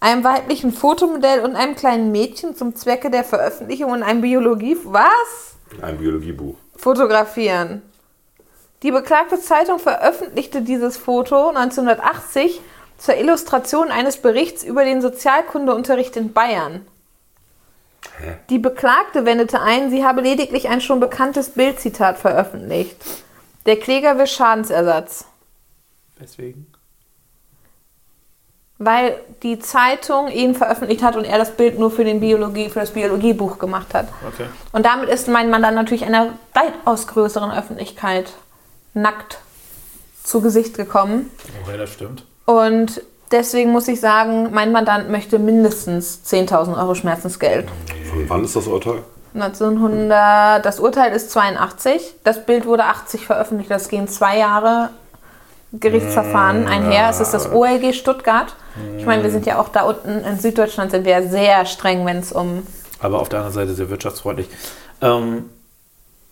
S5: einem weiblichen Fotomodell und einem kleinen Mädchen zum Zwecke der Veröffentlichung in einem Biologie... Was?
S3: Ein Biologiebuch.
S5: Fotografieren. Die beklagte Zeitung veröffentlichte dieses Foto 1980 zur Illustration eines Berichts über den Sozialkundeunterricht in Bayern. Die Beklagte wendete ein, sie habe lediglich ein schon bekanntes Bildzitat veröffentlicht. Der Kläger will Schadensersatz,
S6: Deswegen?
S5: weil die Zeitung ihn veröffentlicht hat und er das Bild nur für, den Biologie, für das Biologiebuch gemacht hat.
S6: Okay.
S5: Und damit ist mein Mann dann natürlich einer weitaus größeren Öffentlichkeit nackt zu Gesicht gekommen.
S6: Okay, Oh das stimmt.
S5: Und deswegen muss ich sagen, mein Mandant möchte mindestens 10.000 Euro Schmerzensgeld.
S3: Von wann ist das Urteil?
S5: 1900, das Urteil ist 82. Das Bild wurde 80 veröffentlicht. Das gehen zwei Jahre
S3: Mm,
S5: Gerichtsverfahren einher. Es ist das OLG Stuttgart. Ich meine, wir sind ja auch da unten in Süddeutschland sind wir ja sehr streng, wenn es um.
S6: Aber auf der anderen Seite sehr wirtschaftsfreundlich. Ähm,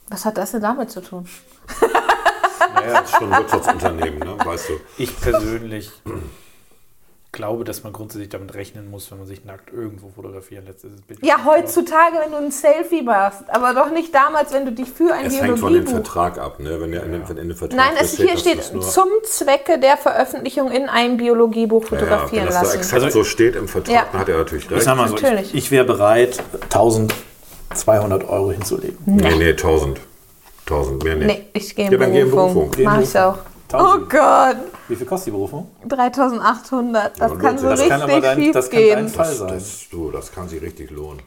S5: Was hat das denn damit zu tun?
S3: Naja, das ist schon ein Wirtschaftsunternehmen, ne? weißt du.
S6: Ich persönlich glaube, dass man grundsätzlich damit rechnen muss, wenn man sich nackt irgendwo fotografieren lässt. Das ist ein bisschen-
S5: Ja, heutzutage, wenn du ein Selfie machst, aber doch nicht damals, wenn du dich für ein
S3: Es hängt von dem
S5: Biologiebuch.
S3: Vertrag ab, ne? wenn der in dem, in dem Vertrag
S5: Nein, es, hier
S3: dass
S5: steht
S3: das nur-
S5: zum Zwecke der Veröffentlichung in einem Biologiebuch fotografieren
S3: ja, wenn das da
S5: lassen.
S3: exakt
S6: Also-
S3: so steht im Vertrag,
S5: Ja.
S3: dann hat er natürlich
S6: Ich
S3: recht.
S6: sag mal so,
S5: Natürlich.
S6: ich, ich wäre bereit, 1200 Euro hinzulegen.
S5: Hm.
S3: Nee, nee, 1000. 1000, mehr nicht.
S5: Nee, ich gehe in
S3: Ja, dann geh in
S5: Berufung.
S3: Berufung.
S5: Mach ich auch. Oh
S6: Tausend.
S5: Gott,
S6: Wie viel kostet die Berufung?
S5: 3800. Das
S3: Ja,
S5: kann so
S3: das
S6: kann aber
S5: richtig
S6: dein-
S5: schief
S6: das kann
S5: gehen.
S6: dein-
S3: Das,
S6: sein.
S3: das, du, das kann sich richtig lohnen.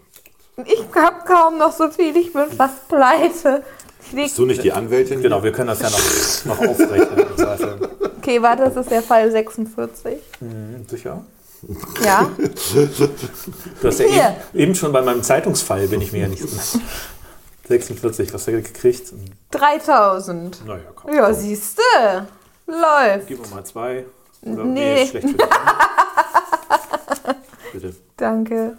S5: Ich habe kaum noch so viel. Ich bin fast pleite. Ich leg,
S3: Bist du nicht die Anwältin?
S6: Genau, wir können das ja noch, noch aufrechnen. im Zweifel.
S5: okay, warte, das ist der Fall 46.
S6: Sicher?
S5: Ja.
S6: [LAUGHS] Du hast ja
S5: Hier.
S6: eben, eben schon bei meinem Zeitungsfall, bin ich mir ja nicht 46, was hast du gekriegt?
S5: 3000.
S6: Naja, komm.
S5: Ja, siehste. Läuft.
S6: Gib mir mal zwei. Oder,
S5: Nee.
S6: ist schlecht für dich. ne?
S5: [LAUGHS]
S6: Bitte.
S5: Danke.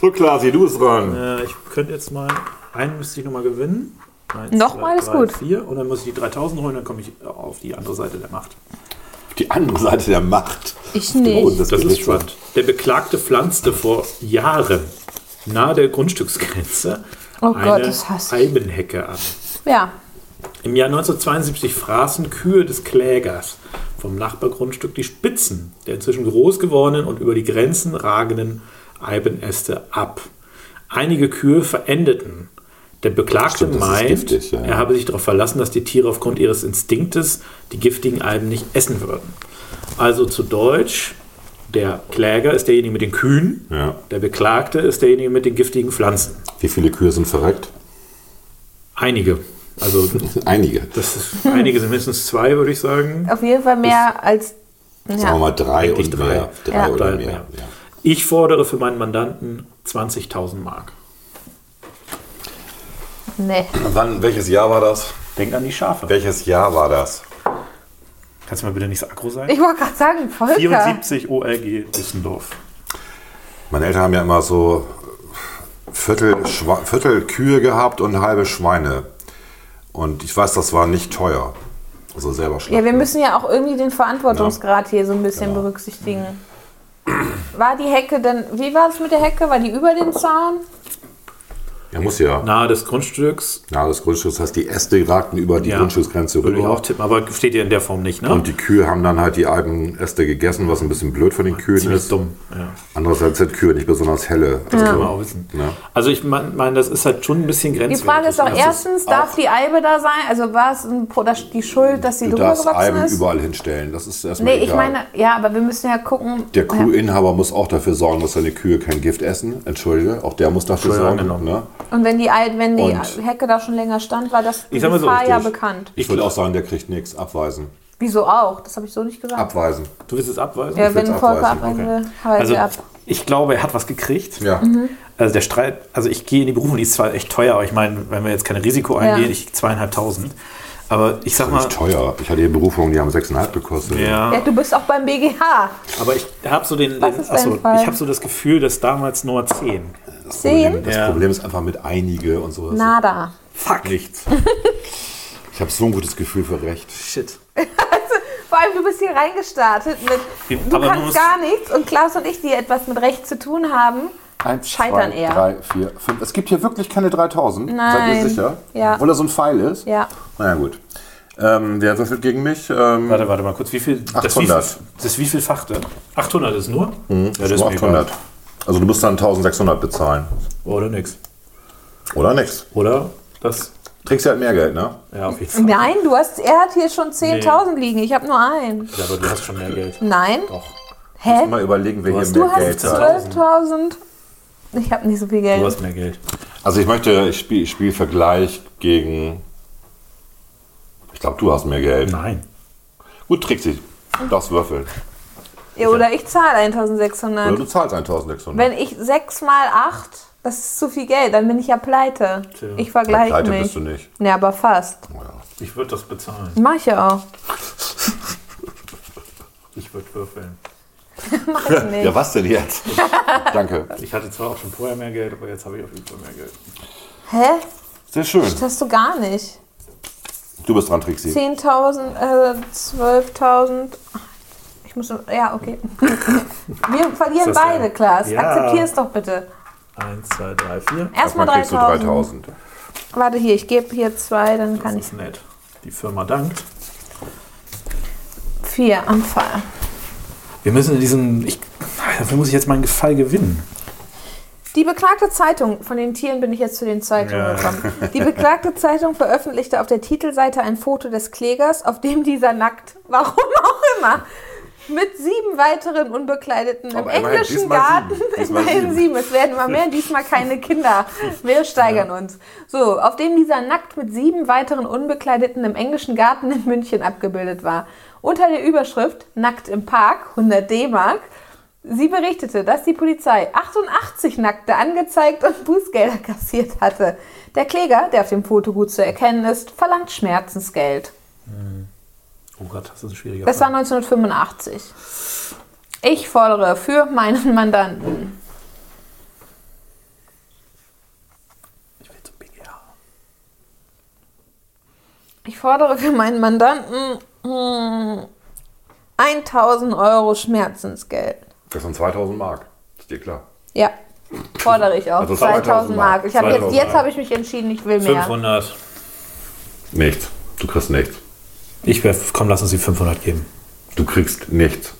S3: So, Klasi, du bist dran.
S6: Äh, ich könnte jetzt mal, einen müsste ich nochmal gewinnen. Eins,
S5: Nochmal
S6: zwei,
S5: ist
S6: drei,
S5: gut.
S6: Vier, und dann muss ich die 3000 holen, dann komme ich auf die andere Seite der Macht.
S3: Die andere Seite der Macht.
S5: Ich
S3: Oh,
S5: nicht.
S3: das,
S6: Das ist
S3: Gericht.
S6: spannend. Der Beklagte pflanzte vor Jahren nahe der Grundstücksgrenze
S5: Oh
S6: eine
S5: Gott, das hasse ich.
S6: Eibenhecke an.
S5: Ja.
S6: Im Jahr 1972 fraßen Kühe des Klägers vom Nachbargrundstück die Spitzen der inzwischen groß gewordenen und über die Grenzen ragenden Eibenäste ab. Einige Kühe verendeten. Der Beklagte
S3: Stimmt, das ist
S6: meint,
S3: giftig, ja, ja.
S6: er habe sich darauf verlassen, dass die Tiere aufgrund ihres Instinktes die giftigen Eiben nicht essen würden. Also zu Deutsch, der Kläger ist derjenige mit den Kühen,
S3: Ja.
S6: der Beklagte ist derjenige mit den giftigen Pflanzen.
S3: Wie viele Kühe sind verreckt?
S6: Einige.
S3: [LAUGHS]
S6: Also
S3: Einige.
S6: das ist, einige sind mindestens zwei, würde ich sagen.
S5: Auf jeden Fall mehr als.
S3: Sagen wir
S5: Ja.
S3: mal drei
S6: Eigentlich
S3: und
S6: drei.
S3: mehr. Drei
S5: Ja.
S3: oder
S6: Drei,
S3: mehr.
S6: ja.
S3: Ja.
S6: Ich fordere für meinen Mandanten 20.000 Mark.
S5: Nee.
S3: Wann, welches Jahr war das?
S6: Denk an die Schafe.
S3: Welches Jahr war das?
S6: Kannst du mal bitte nicht so aggro sein?
S5: Ich wollte gerade sagen, Volker.
S6: 74 ORG Düsseldorf.
S3: Meine Eltern haben ja immer so Viertel, Schwa- Viertel Kühe gehabt und halbe Schweine. Und ich weiß, das war nicht teuer. Also selber schlachten.
S5: Ja, wir müssen ja auch irgendwie den Verantwortungsgrad hier so ein bisschen
S6: Genau.
S5: berücksichtigen. War die Hecke denn, wie war es mit der Hecke? War die über den Zaun?
S3: Ja, muss ja.
S6: Nahe des Grundstücks
S3: Na, das Grundstück, das heißt, die Äste ragten über die
S6: Ja.
S3: Grundstücksgrenze
S6: würde ich
S3: rüber.
S6: auch tippen, aber steht ja in der Form nicht, ne?
S3: Und die Kühe haben dann halt die alten Äste gegessen, was ein bisschen blöd von den Kühen
S6: Ziemlich
S3: ist.
S6: dumm. Ja.
S3: Andererseits sind Kühe nicht besonders helle. Also,
S6: Kann man auch wissen.
S3: Ja.
S6: Also ich meine, mein, das ist halt schon ein bisschen
S5: Die
S6: grenzwertig. Also
S5: Frage ist auch
S6: Das
S5: erstens, darf die Eibe da sein? Also war es ein, Pro- das- die Schuld, dass sie
S3: Du
S5: drüber
S3: darfst
S5: gewachsen
S3: Eiben
S5: ist?
S3: überall hinstellen. Das ist erstmal
S5: Nee, ich
S3: egal.
S5: meine, ja, aber wir müssen ja gucken.
S3: Der Kuhinhaber muss auch dafür sorgen, dass seine Kühe kein Gift essen. Entschuldige, auch der muss dafür
S6: Entschuldigung, genau.
S3: sorgen.
S6: angenommen.
S3: Ne?
S5: Und wenn die, Ei- wenn die
S3: Und-
S5: Hecke da schon länger stand, war das
S6: Ich sag mal so,
S5: Gefahr ja
S6: richtig.
S5: bekannt.
S3: Ich würde auch sagen, der kriegt nichts. Abweisen.
S5: Wieso auch? Das habe ich so nicht gesagt.
S3: Abweisen.
S6: Du willst es abweisen?
S5: ja, wenn
S3: will's
S5: Volker abweisen
S3: abweisen.
S5: will, weise
S6: also
S5: ab.
S6: ich glaube, er hat was gekriegt.
S3: Ja.
S6: Also der Streit, also ich gehe in die Berufung, die ist zwar echt teuer, aber ich meine, wenn wir jetzt kein Risiko eingehen, ich zweieinhalbtausend. Aber ich sag mal,
S3: Nicht teuer. Ich hatte hier Berufungen, die haben 6,5 gekostet.
S5: Ja, du bist auch beim BGH.
S6: aber ich habe so den,
S5: Was
S6: den
S5: ist
S6: achso,
S5: dein Fall?
S6: ich habe so das Gefühl, dass damals nur 10.
S5: Sehen?
S3: Das
S6: Ja.
S3: Problem ist einfach mit einige und so.
S5: Nada.
S6: Fuck.
S3: Nichts. Ich habe so ein gutes Gefühl für Recht.
S6: Shit.
S5: Vor allem, du bist hier reingestartet mit, du
S6: aber man
S5: kannst
S6: muss-
S5: gar nichts und Klaus und ich, die etwas mit Recht zu tun haben,
S3: Eins,
S5: Scheitern
S3: zwei,
S5: eher.
S3: drei, vier, fünf. Es gibt hier wirklich keine 3000.
S5: Nein.
S3: Seid ihr sicher?
S5: Ja.
S3: Obwohl da so ein Pfeil ist?
S5: Ja.
S3: Na ja, gut. Ähm, wer würfelt gegen mich? Ähm,
S6: Warte, warte mal kurz, wie viel? Das
S3: 800.
S6: wie, das wie viel fachte? 800 ist nur? Ja, das
S3: nur
S6: mir egal.
S3: 800. Also du musst dann 1600 bezahlen.
S6: Oder nix.
S3: Oder nix.
S6: Oder? Das?
S3: Kriegst ja halt mehr Geld, ne?
S6: Ja, auf jeden Fall.
S5: [LAUGHS] Nein, du hast, er hat hier schon 10.000 liegen. Ich habe nur einen.
S6: Ja, Aber du hast schon mehr Geld.
S5: Nein?
S6: Doch.
S5: Hä?
S3: Mal überlegen, wer hier
S6: hast-
S5: Du
S3: mehr
S5: hast
S3: Geld hat.
S5: 12.000. Ich habe nicht so viel
S6: Du
S5: Geld.
S6: hast mehr Geld.
S3: Also ich möchte, ich spiele spiel Vergleich gegen... Ich glaube, du hast mehr Geld.
S6: Nein.
S3: Gut, Trixi, du darfst würfeln.
S5: Ja, oder ich zahle
S3: Oder du
S5: 1.600.
S3: zahlst 1600.
S5: Wenn ich 6 mal 8, das ist zu viel Geld, dann bin ich ja pleite. Ich vergleiche
S3: Pleite
S5: mich.
S3: bist du nicht. Oh
S5: Ja, aber fast.
S6: Ich würde das bezahlen.
S5: Mach ich ja auch.
S6: Ich würde würfeln.
S5: Mach ich nicht.
S3: Ja, was denn
S5: [LAUGHS]
S3: jetzt? Danke.
S6: Ich hatte zwar auch schon vorher mehr Geld, aber jetzt habe ich auf jeden Fall mehr Geld.
S5: Hä?
S3: Sehr schön.
S5: Das hast du gar nicht.
S3: Du bist dran, Trixi.
S5: 10.000, äh, 12.000. Ich muss.
S3: [LAUGHS]
S5: Ja, okay. Wir verlieren
S6: Ist das
S5: beide,
S6: denn?
S5: Klaas.
S6: Ja.
S5: Akzeptier es doch bitte.
S6: Eins, zwei, drei, vier.
S5: Erstmal
S3: Davon kriegst du
S5: 3.000.
S3: 3000.
S5: Warte hier, ich gebe hier zwei, dann kann ich
S6: Das ist nett. Die Firma dankt.
S5: vier am Fall.
S6: Wir müssen in diesem. Ich, dafür muss ich jetzt meinen Gefall gewinnen.
S5: Die beklagte Zeitung, von den Tieren bin ich jetzt zu den Zeitungen
S6: Ja.
S5: gekommen. Die beklagte Zeitung veröffentlichte auf der Titelseite ein Foto des Klägers, auf dem dieser nackt, warum auch immer, mit sieben weiteren Unbekleideten im
S3: Aber immerhin
S5: englischen
S3: diesmal
S5: Garten,
S3: sieben. Diesmal
S5: immerhin
S3: sieben.
S5: sieben, es werden immer mehr, diesmal keine Kinder, wir steigern uns. So, auf dem dieser nackt mit sieben weiteren Unbekleideten im englischen Garten in München abgebildet war. Unter der Überschrift Nackt im Park, 100 D-Mark, Sie berichtete, dass die Polizei 88 Nackte angezeigt und Bußgelder kassiert hatte. Der Kläger, der auf dem Foto gut zu erkennen ist, verlangt Schmerzensgeld.
S6: Oh Gott, das ist ein schwieriger
S5: Das war 1985. Ich fordere für meinen Mandanten.
S6: Ich will zum BGH.
S5: Ich fordere für meinen Mandanten hm, 1000 Euro Schmerzensgeld.
S3: Das sind 2000 Mark. Ist dir klar.
S5: Ja, fordere ich auch.
S3: Also
S5: 2000
S3: 2000
S5: Mark.
S3: Mark.
S5: Ich hab jetzt
S6: 2000
S5: jetzt habe ich mich entschieden, ich will mehr.
S6: 500.
S3: Nichts. Du kriegst nichts.
S6: Ich wär, komm, lass uns die 500 geben.
S3: Du kriegst nichts.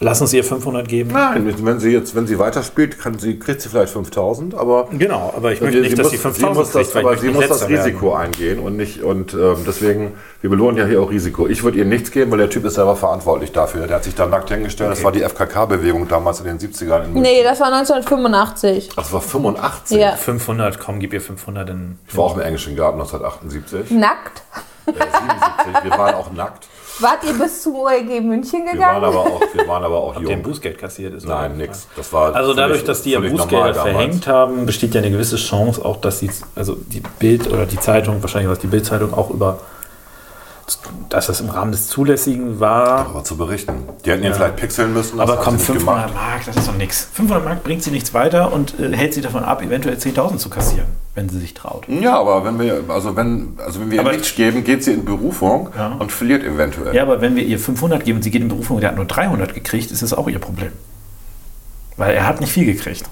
S6: Lass uns ihr 500 geben.
S3: Nein, wenn sie jetzt, wenn sie weiterspielt, kann sie, kriegt sie vielleicht 5000, aber.
S6: Genau, aber ich möchte nicht, dass die 5000
S3: muss das,
S6: kriegt, weil
S3: aber
S6: ich möchte
S3: sie
S6: nicht
S3: muss das
S6: letzter werden.
S3: Risiko eingehen und nicht und ähm, deswegen wir belohnen ja hier auch Risiko. Ich würde ihr nichts geben, weil der Typ ist selber verantwortlich dafür. Der hat sich da nackt hingestellt. Das war die FKK Bewegung damals in den 70ern in München.
S5: Nee, das war 1985.
S3: Das war 85.
S5: Ja.
S6: 500, komm, gib ihr 500. Dann
S3: Ich war auch im englischen Garten 1978.
S5: Nackt?
S3: äh, 77. Wir waren auch nackt.
S5: Wart ihr bis zum OLG München
S3: Wir waren
S5: gegangen?
S3: aber auch, wir waren aber auch
S6: dem
S3: jung.
S6: Bußgeld kassiert ist.
S3: Nein,
S6: oder?
S3: nix. Das war
S6: Also dadurch,
S3: völlig-
S6: dass die ja
S3: völlig
S6: Bußgelder
S3: normal damals.
S6: verhängt haben, besteht ja eine gewisse Chance auch, dass die, also die Bild oder die Zeitung, wahrscheinlich war es die Bildzeitung auch über dass das im Rahmen des Zulässigen war.
S3: Aber zu berichten. Die hätten ihn vielleicht pixeln müssen. das
S6: Aber
S3: hat
S6: komm,
S3: sie nicht
S6: 500 Mark, das ist doch nichts. 500 Mark bringt sie nichts weiter und äh, hält sie davon ab, eventuell 10.000 zu kassieren, wenn sie sich traut.
S3: Ja, aber wenn wir, also wenn, also wenn wir
S6: Aber-
S3: ihr nichts geben, geht sie in Berufung
S6: Ja.
S3: und verliert eventuell.
S6: Ja, aber wenn wir ihr 500 geben und sie geht in Berufung und der hat nur 300 gekriegt, ist das auch ihr Problem. Weil er hat nicht viel gekriegt.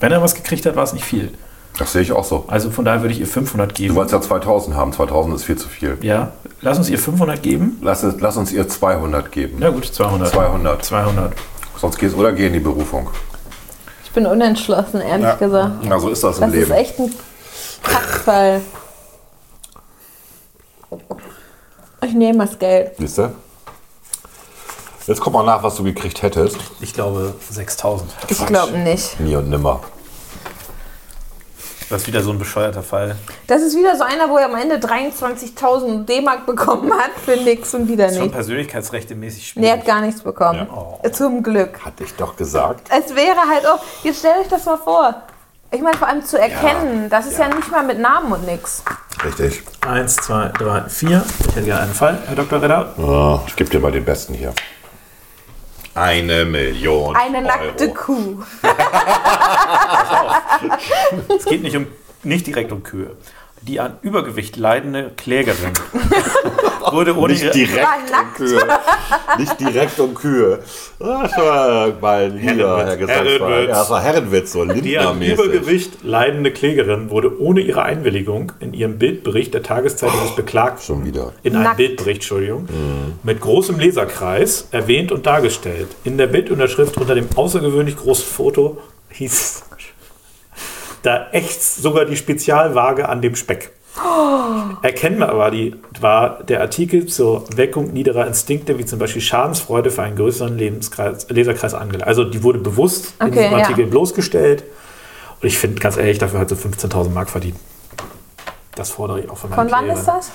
S6: Wenn er was gekriegt hat, war es nicht viel.
S3: Das sehe ich auch so.
S6: Also von daher würde ich ihr 500
S3: Du
S6: geben.
S3: wolltest ja 2000 haben. 2000 ist viel zu viel.
S6: Ja, lass uns ihr 500 geben.
S3: Lass, es- lass uns ihr 200 geben.
S6: Na gut, 200.
S3: 200.
S6: 200.
S3: Sonst geht's oder geh in die Berufung.
S5: Ich bin unentschlossen, ehrlich gesagt.
S3: Ja, so ist das im
S5: Das ist
S3: Leben.
S5: echt ein Kackfall. Ich nehme das Geld.
S3: Siehst du? Jetzt guck mal nach, was du gekriegt hättest.
S4: Ich glaube 6000.
S5: Ich glaube nicht.
S3: Nie und nimmer.
S6: Das ist wieder so ein bescheuerter Fall.
S5: Das ist wieder so einer, wo er am Ende 23.000 D-Mark bekommen hat für nix und wieder
S6: Schon
S5: nicht.
S6: persönlichkeitsrechtemäßig
S5: Nee, er
S6: schwierig.
S5: hat gar nichts bekommen. Zum Glück.
S3: Hatte ich doch gesagt.
S5: Es wäre halt auch, jetzt stellt euch das mal vor. Ich meine, vor allem zu erkennen, das ist ja. nicht mal mit Namen und nix.
S3: Richtig.
S6: Eins, zwei, drei, vier. Ich hätte gerne einen Fall, Herr Dr. Redder.
S3: Ah, ich gebe dir mal den besten hier. Eine Million.
S5: Eine nackte
S3: Euro.
S5: Kuh.
S6: Es geht nicht, um, nicht direkt um Kühe. Die an Übergewicht leidende
S3: [LAUGHS]
S6: Klägerin wurde ohne
S3: Nicht
S6: ihre
S3: direkt
S5: War
S3: um
S5: nackt.
S3: Kühe. Nicht direkt um Kühe. Das war mal lieber, Herr
S6: Herrenwitz.
S3: Gesangsverein. Ja, das war Herrenwitz, so
S6: Die an
S3: Lindner-mäßig.
S6: Übergewicht leidende Klägerin wurde ohne ihre Einwilligung in ihrem Bildbericht der Tageszeitung des Beklagten
S3: Schon wieder.
S6: in einem
S5: Nackt.
S6: Bildbericht, Entschuldigung, mit großem Leserkreis erwähnt und dargestellt. In der Bildunterschrift unter dem außergewöhnlich großen Foto hieß es, da ächzt sogar die Spezialwaage an dem Speck. Erkennbar war, die, war der Artikel zur Weckung niederer Instinkte, wie zum Beispiel Schadensfreude für einen größeren Lebenskreis, Leserkreis angelegt. Also die wurde bewusst in
S5: Okay,
S6: diesem
S5: ja.
S6: Artikel bloßgestellt. Und ich finde, ganz ehrlich, dafür hat sie 15.000 Mark verdient. Das fordere ich auch von meinen
S5: Von wann
S6: Klägern.
S5: ist das?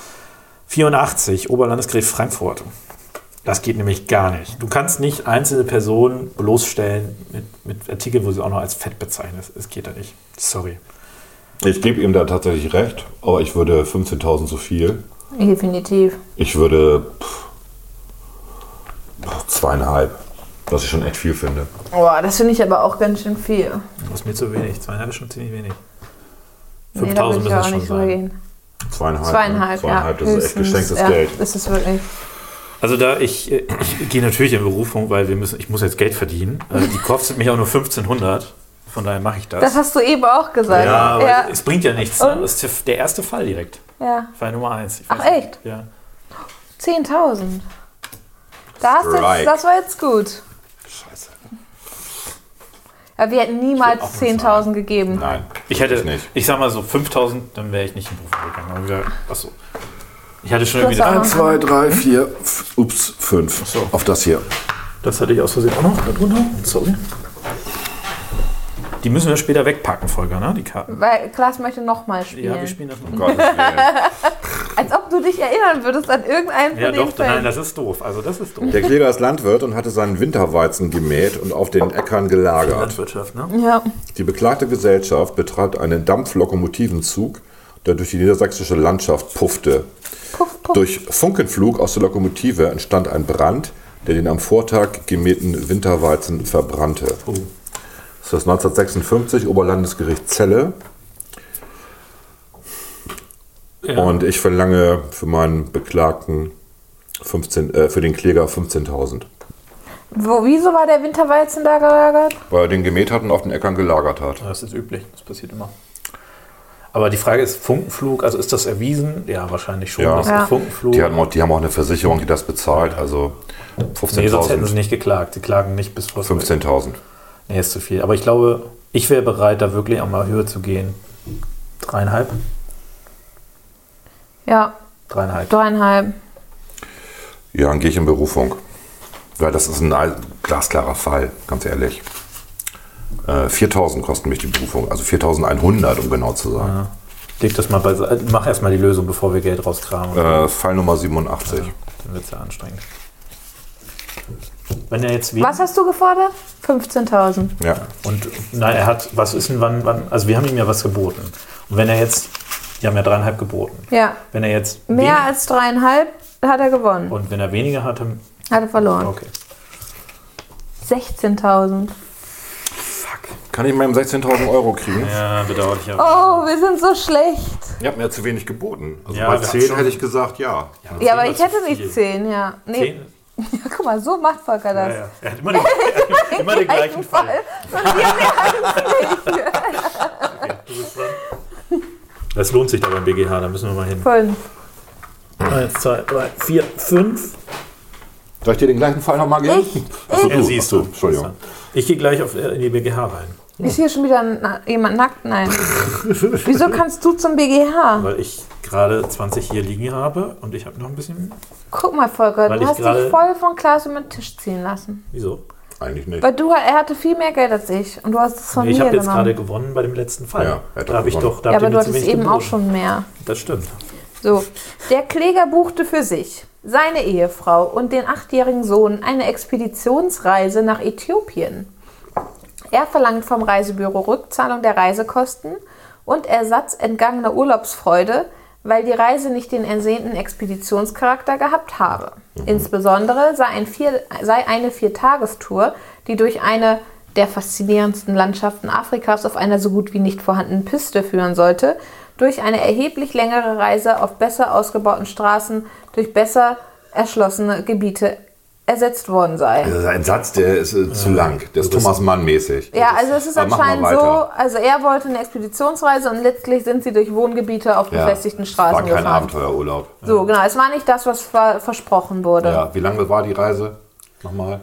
S6: 84, Oberlandesgericht Frankfurt. Das geht nämlich gar nicht. Du kannst nicht einzelne Personen bloßstellen mit, mit Artikeln, wo sie auch noch als fett bezeichnet. Es geht da nicht. Sorry.
S3: Ich gebe ihm da tatsächlich recht, aber ich würde 15.000 zu viel.
S5: Definitiv.
S3: Ich würde pff, pff, zweieinhalb, was ich schon echt viel finde.
S5: Boah, das finde ich aber auch ganz schön viel.
S6: Das ist mir zu wenig. Zweieinhalb ist schon ziemlich wenig.
S5: Nee, da
S6: 5.000
S5: würde ich
S6: müssen es
S5: auch
S6: schon
S5: nicht
S6: sein.
S5: gehen.
S3: Zweieinhalb. ne?
S5: Zweieinhalb,
S3: Zweieinhalb,
S5: ja.
S3: das ist echt
S5: höchstens,
S3: geschenktes
S5: ja,
S3: Geld.
S5: Das ist wirklich.
S6: Also da, ich, äh, ich gehe natürlich in Berufung, weil wir müssen, ich muss jetzt Geld verdienen. Äh, Die kostet mich auch nur 1500. Von daher mache ich das.
S5: Das hast du eben auch gesagt.
S6: ja, aber
S5: ja.
S6: es bringt ja nichts. Ne?
S5: Und?
S6: Das ist der erste Fall direkt.
S5: ja.
S6: Fall Nummer 1.
S5: Ach, echt?
S6: Ja.
S5: 10.000. Da hast du
S3: Strike.
S5: jetzt, das war jetzt gut.
S3: Scheiße.
S5: Aber wir hätten
S6: Ich will auch
S5: niemals
S6: eine
S5: 10.000 gegeben.
S3: Nein.
S6: Ich hätte,
S3: ich nicht.
S6: ich sag mal so 5000, dann wäre ich nicht in den Beruf gegangen. Aber wir- ach so. Ich hatte schon irgendwie.
S5: Das auch.
S6: Das,
S3: 1, 2, 3, 4, ups, 5. Auf das hier.
S6: das hatte ich aus Versehen auch noch da drunter. Sorry. Die müssen wir später wegpacken, Volker, ne? Die Karten.
S5: Weil Klaas möchte nochmal spielen.
S6: Ja, wir spielen das noch.
S3: Um
S5: Als ob du dich erinnern würdest an irgendeinen
S6: Ja,
S5: von den
S6: doch, nein,
S5: Fällen.
S6: das ist doof. Also, das ist doof.
S3: Der Kläger ist Landwirt und hatte seinen Winterweizen gemäht und auf den Äckern gelagert.
S6: Landwirtschaft, ne?
S5: Ja,
S3: Die beklagte Gesellschaft betreibt einen Dampflokomotivenzug, der durch die niedersächsische Landschaft puffte.
S5: puff, puff.
S3: Durch Funkenflug aus der Lokomotive entstand ein Brand, der den am Vortag gemähten Winterweizen verbrannte. Das ist 1956, Oberlandesgericht Celle. Und ich verlange für meinen Beklagten 15, äh, für den Kläger 15.000,
S5: Wo, wieso war der Winterweizen da gelagert?
S3: weil er den gemäht hat und auf den Äckern gelagert hat.
S6: Das ist üblich, das passiert immer. Aber die Frage ist: Funkenflug, also ist das erwiesen? Ja, wahrscheinlich schon.
S3: Ja.
S6: dass
S5: Ja.
S6: Funkenflug.
S3: Die, hatten auch, die haben auch eine Versicherung, die das bezahlt. Also
S6: nee, sonst hätten sie
S3: 15.000.
S6: nicht geklagt. Sie klagen nicht bis vor
S3: 15.000.
S6: Nee, ist zu viel. Aber ich glaube, ich wäre bereit, da wirklich auch mal höher zu gehen. Dreieinhalb?
S5: Ja,
S6: Dreieinhalb.
S5: dreieinhalb.
S3: Ja, dann gehe ich in Berufung. Weil das ist ein all- glasklarer Fall, ganz ehrlich. Äh, 4.000 kosten mich die Berufung. Also 4.100, um genau zu sein.
S6: Leg das mal beiseite. Mach erstmal die Lösung, bevor wir Geld rauskramen.
S3: Äh, Fall Nummer 87.
S6: Dann wird es ja anstrengend. Wenn er jetzt wie.
S5: Was hast du gefordert? 15.000.
S3: Ja.
S6: Und nein, er hat. Was ist denn wann, wann? Also, wir haben ihm ja was geboten. Und wenn er jetzt. Wir haben ja dreieinhalb geboten.
S5: Ja,
S6: Wenn er jetzt.
S5: mehr
S6: wenig-
S5: als dreieinhalb hat er gewonnen.
S6: Und wenn er weniger hat, dann.
S5: Hat er verloren.
S6: Okay.
S5: 16.000.
S3: Kann ich meinem 16.000 Euro kriegen?
S6: Ja, bedauerlich. Ja.
S5: Oh, wir sind so schlecht.
S3: Ich habe mir ja zu wenig geboten. Also
S6: Ja,
S3: bei
S6: das
S3: 10
S6: schon.
S3: hätte ich gesagt, ja.
S5: Ja, aber
S6: war
S5: ich
S6: zu
S5: hätte
S6: viel.
S5: nicht 10, ja. Nee.
S6: Zehn?
S5: [LAUGHS] Ja, guck mal, so macht Volker das.
S6: Ja, ja. Er hat immer den, er hat immer
S5: [LAUGHS]
S6: den gleichen Fall. Das lohnt sich da beim BGH, da müssen wir mal hin.
S5: Voll.
S6: Eins, zwei, drei, vier, fünf.
S3: Oh, Soll ich dir den gleichen Fall nochmal geben?
S5: Ich,
S3: Achso,
S6: Ja, siehst du.
S3: Entschuldigung.
S6: Ich gehe gleich auf, äh, in die BGH rein,
S5: ist hier schon wieder na, jemand
S6: [LAUGHS]
S5: nackt? Nein. Wieso kannst du zum BGH?
S6: weil ich gerade 20 hier liegen habe und ich habe noch ein bisschen.
S5: Guck mal, Volker,
S6: Weil
S5: du
S6: ich
S5: hast dich
S6: gerade-
S5: voll von Klaas über den Tisch ziehen lassen.
S6: Wieso?
S3: Eigentlich nicht.
S5: Weil du, er hatte viel mehr Geld als ich und du hast es von
S6: Nee, ich
S5: mir
S6: habe jetzt gerade
S5: genommen.
S6: gewonnen bei dem letzten Fall.
S3: Ja, er hat
S6: da habe ich
S3: gewonnen.
S6: doch. Da
S5: Ja,
S6: habt ihr
S5: aber du
S6: mir zu
S5: hattest
S6: wenig
S5: eben auch
S6: geboten.
S5: schon mehr.
S6: Das stimmt.
S5: So, der Kläger buchte für sich, seine Ehefrau und den achtjährigen Sohn eine Expeditionsreise nach Äthiopien. Er verlangt vom Reisebüro Rückzahlung der Reisekosten und Ersatz entgangener Urlaubsfreude, weil die Reise nicht den ersehnten Expeditionscharakter gehabt habe. Insbesondere sei, ein vier, sei eine Viertagestour, die durch eine der faszinierendsten Landschaften Afrikas auf einer so gut wie nicht vorhandenen Piste führen sollte, durch eine erheblich längere Reise auf besser ausgebauten Straßen, durch besser erschlossene Gebiete ersetzt worden sei.
S1: Das Also ist ein Satz, der ist äh, zu lang.
S6: Also
S1: Der ist Thomas Mann mäßig.
S5: Ja, also es ist
S1: Aber mach mal
S5: anscheinend so,
S1: weiter.
S5: also er wollte eine Expeditionsreise und letztlich sind sie durch Wohngebiete auf befestigten Straßen
S1: War kein
S5: gefahren.
S1: Abenteuerurlaub.
S5: So, genau, es war nicht das, was ver versprochen wurde.
S1: Ja, wie lange war die Reise? Nochmal?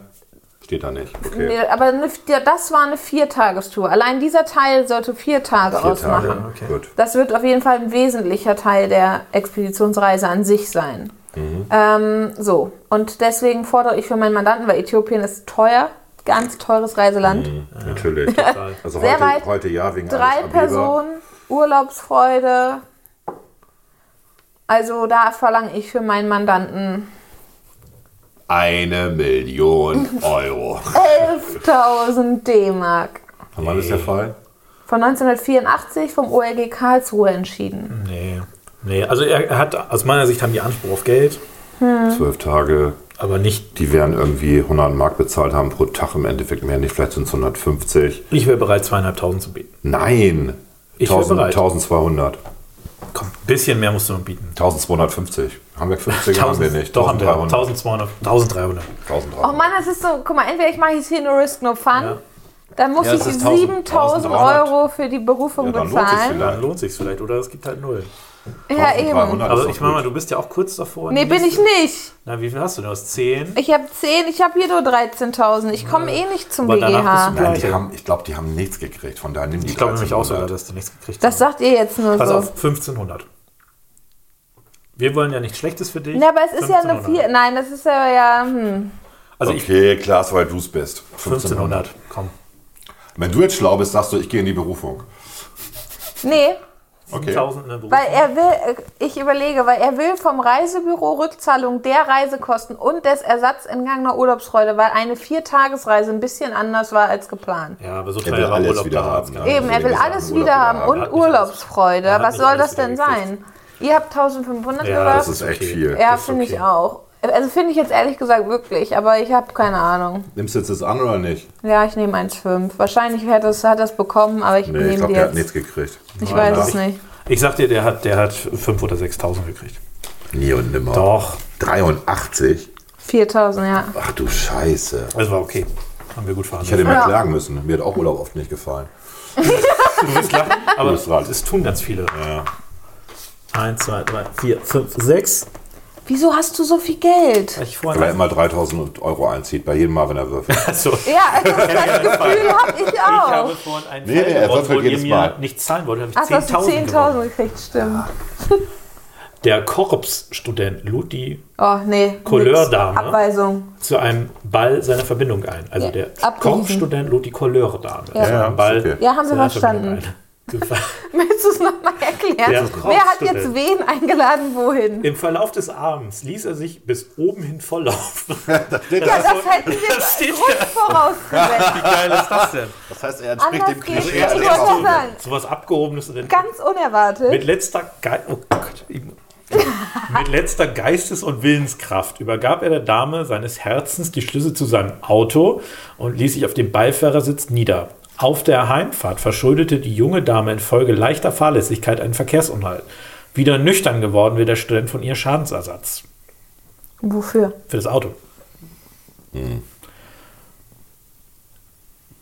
S1: Steht da nicht. Okay.
S5: Nee, aber eine, ja, das war eine Viertagestour. Allein dieser Teil sollte vier Tage
S1: Vier
S5: ausmachen.
S1: Tage. Gut.
S5: Das wird auf jeden Fall ein wesentlicher Teil der Expeditionsreise an sich sein.
S1: Mhm.
S5: Ähm, so, und deswegen fordere ich für meinen Mandanten, weil Äthiopien ist teuer, ganz teures Reiseland. [LAUGHS]
S1: Natürlich. Also
S5: Sehr
S1: heute,
S5: weit.
S1: heute ja, wegen
S5: Drei
S1: Addis Abeba.
S5: Personen, Urlaubsfreude. Also da verlange ich für meinen Mandanten
S1: Eine
S5: [LAUGHS]
S1: Million Euro.
S5: 11.000 D-Mark.
S1: Und Wann ist der Fall?
S5: Von 1984 vom OLG Karlsruhe entschieden.
S6: Nee. Nee, also er er hat, aus meiner Sicht haben die Anspruch auf Geld,
S5: Mhm.
S1: Zwölf Tage.
S6: aber nicht.
S1: Die werden irgendwie 100 Mark bezahlt haben pro Tag im Endeffekt mehr nicht. Vielleicht sind es 150.
S6: Ich wäre bereit, zweieinhalbtausend zu bieten.
S1: Nein.
S6: Ich bin
S1: 1000,
S6: bereit.
S1: 1200.
S6: Komm, ein bisschen mehr musst du noch bieten.
S1: 1250. Haben wir 50 haben wir nicht.
S6: Doch, haben wir.
S1: 1300.
S6: 1200, 1300.
S1: 1300.
S5: Oh Mann, das ist so, guck mal, entweder ich mache jetzt hier no risk, no fun.
S6: Ja.
S5: Dann muss
S1: Ja,
S5: ich
S1: das ist 1000,
S5: 7.000
S1: 1300.
S5: Euro für die Berufung
S1: Ja, dann lohnt sich's
S5: bezahlen.
S6: Dann lohnt sich vielleicht, oder? Es gibt halt null.
S5: Ja, eben.
S1: 1300
S6: Aber
S1: ist
S6: Also ich
S1: doch
S6: meine mal,
S1: gut.
S6: du bist ja auch kurz davor.
S5: Nee, bin ich nicht.
S6: Na, wie viel hast du? Du hast 10.
S5: Ich habe 10, ich habe hier nur 13.000. Ich komme eh nicht zum
S6: Aber danach
S5: BGH.
S6: bist du-
S1: Nein, die haben, ich glaube, die haben nichts gekriegt. Von daher nimm die
S6: Ich glaube nämlich auch
S1: 1300.
S6: sogar, dass du nichts gekriegt
S5: Das
S6: hast.
S5: sagt ihr jetzt nur
S6: Pass
S5: so.
S6: auf, 1500. Wir wollen ja nichts Schlechtes für dich.
S5: Ja, aber es ist ja eine
S6: 1500.
S5: 4. Nein, das ist ja, ja hm.
S6: Also ich
S1: Okay, Klaas, weil du es bist.
S6: 1500, komm.
S1: Wenn du jetzt schlau bist, sagst du, ich gehe in die Berufung.
S5: Nee,
S1: Okay.
S6: 1000 in
S5: weil er will, äh, ich überlege, weil er will vom Reisebüro Rückzahlung der Reisekosten und des Ersatz entgangener Urlaubsfreude, weil eine Viertagesreise ein bisschen anders war als geplant.
S6: Ja, aber so
S1: Er will
S6: teuer war
S1: alles
S6: Urlaub
S1: wieder
S6: da
S1: haben,
S6: gar
S1: ne?
S6: nicht.
S5: Eben, er will
S1: Deswegen
S5: alles
S1: ist er am
S5: wieder
S1: Urlaub
S5: haben
S1: wieder
S5: und
S1: haben.
S5: Urlaubsfreude.
S6: hat
S5: Was
S6: nicht
S5: soll
S6: alles
S5: das denn
S6: wieder gekriegt.
S5: sein? Ihr habt 1500
S6: Ja,
S5: gesagt?
S1: Das ist echt
S6: Okay.
S1: viel.
S5: ja,
S6: das ist
S5: finde
S6: okay.
S5: ich auch. Also finde ich jetzt ehrlich gesagt wirklich, aber ich habe keine Ahnung.
S1: Nimmst du jetzt das an oder nicht?
S5: Ja, ich nehme 1,5. Wahrscheinlich hat das, hat das bekommen, aber ich
S1: Nee, ich
S5: nehme
S1: glaube,
S5: die
S1: der hat nichts
S5: jetzt.
S1: gekriegt.
S5: Ich weiß es nicht.
S6: Ich sag dir, der hat, der hat 5.000 oder 6.000 gekriegt.
S1: Nie und nimmer.
S6: Doch,
S1: 83?
S5: 4000, ja.
S1: Ach du Scheiße.
S6: das war okay. Haben wir gut verhandelt.
S1: Ich hätte mehr
S5: Ja.
S1: klagen müssen. Mir hat auch Urlaub oft nicht
S6: [LAUGHS]
S1: gefallen.
S6: Aber
S1: bist dran.
S6: es tun ganz viele. Eins, zwei, drei, vier, fünf, sechs.
S5: Wieso hast du so viel Geld?
S6: Weil ich vorhin
S1: Weil er immer 3000 Euro einzieht, bei jedem Mal, wenn er würfelt.
S6: Achso.
S5: Ja, [LAUGHS] das Gefühl habe ich
S6: Ich habe
S5: auch.
S6: vorhin einen
S1: Nee,
S6: Fall
S1: er
S6: gewonnen,
S1: würfelt
S6: wo ihr
S1: jedes
S6: mir
S1: Mal.
S6: nichts zahlen wollt. habe ich
S5: Ach, du hast du
S6: 10.000 gewonnen.
S5: 10.000 gekriegt, stimmt.
S6: Der Korpsstudent lud die
S5: Oh, nee.
S6: Couleurdame. ne?
S5: nix. Abweisung. [LAUGHS]
S6: zu einem Ball seiner Verbindung ein. Also
S5: Ja,
S6: der
S5: abgewiesen.
S6: Korpsstudent lud die Couleurdame
S5: Ja.
S6: zu
S1: Ja,
S6: einem Ball
S1: ist okay.
S5: Ja, haben wir
S6: seiner Verbindung
S5: verstanden.
S6: ein. Du war-
S5: Willst du es nochmal erklären?
S6: Ja,
S5: Wer hat
S6: Korpsstudent.
S5: jetzt wen eingeladen, wohin?
S6: Im Verlauf des Abends ließ er sich bis oben hin volllaufen.
S5: Ja, das hätten wir
S6: Das steht
S5: gut
S6: [LAUGHS]
S5: vorausgesetzt.
S6: Wie geil ist das denn?
S1: Das heißt, er
S5: Anders geht's nicht. Ich
S1: der
S5: wollte
S1: Erfahrung.
S5: sagen,
S6: Sowas Abgehobenes und dann
S5: ganz
S6: mit
S5: unerwartet.
S6: letzter Geil. Oh Gott. ich- [LAUGHS] Mit letzter Geistes- und Willenskraft übergab er der Dame seines Herzens die Schlüssel zu seinem Auto und ließ sich auf dem Beifahrersitz nieder. Auf der Heimfahrt verschuldete die junge Dame infolge leichter Fahrlässigkeit einen Verkehrsunfall. Wieder nüchtern geworden will der Student von ihr Schadensersatz
S5: Wofür?
S6: für das Auto.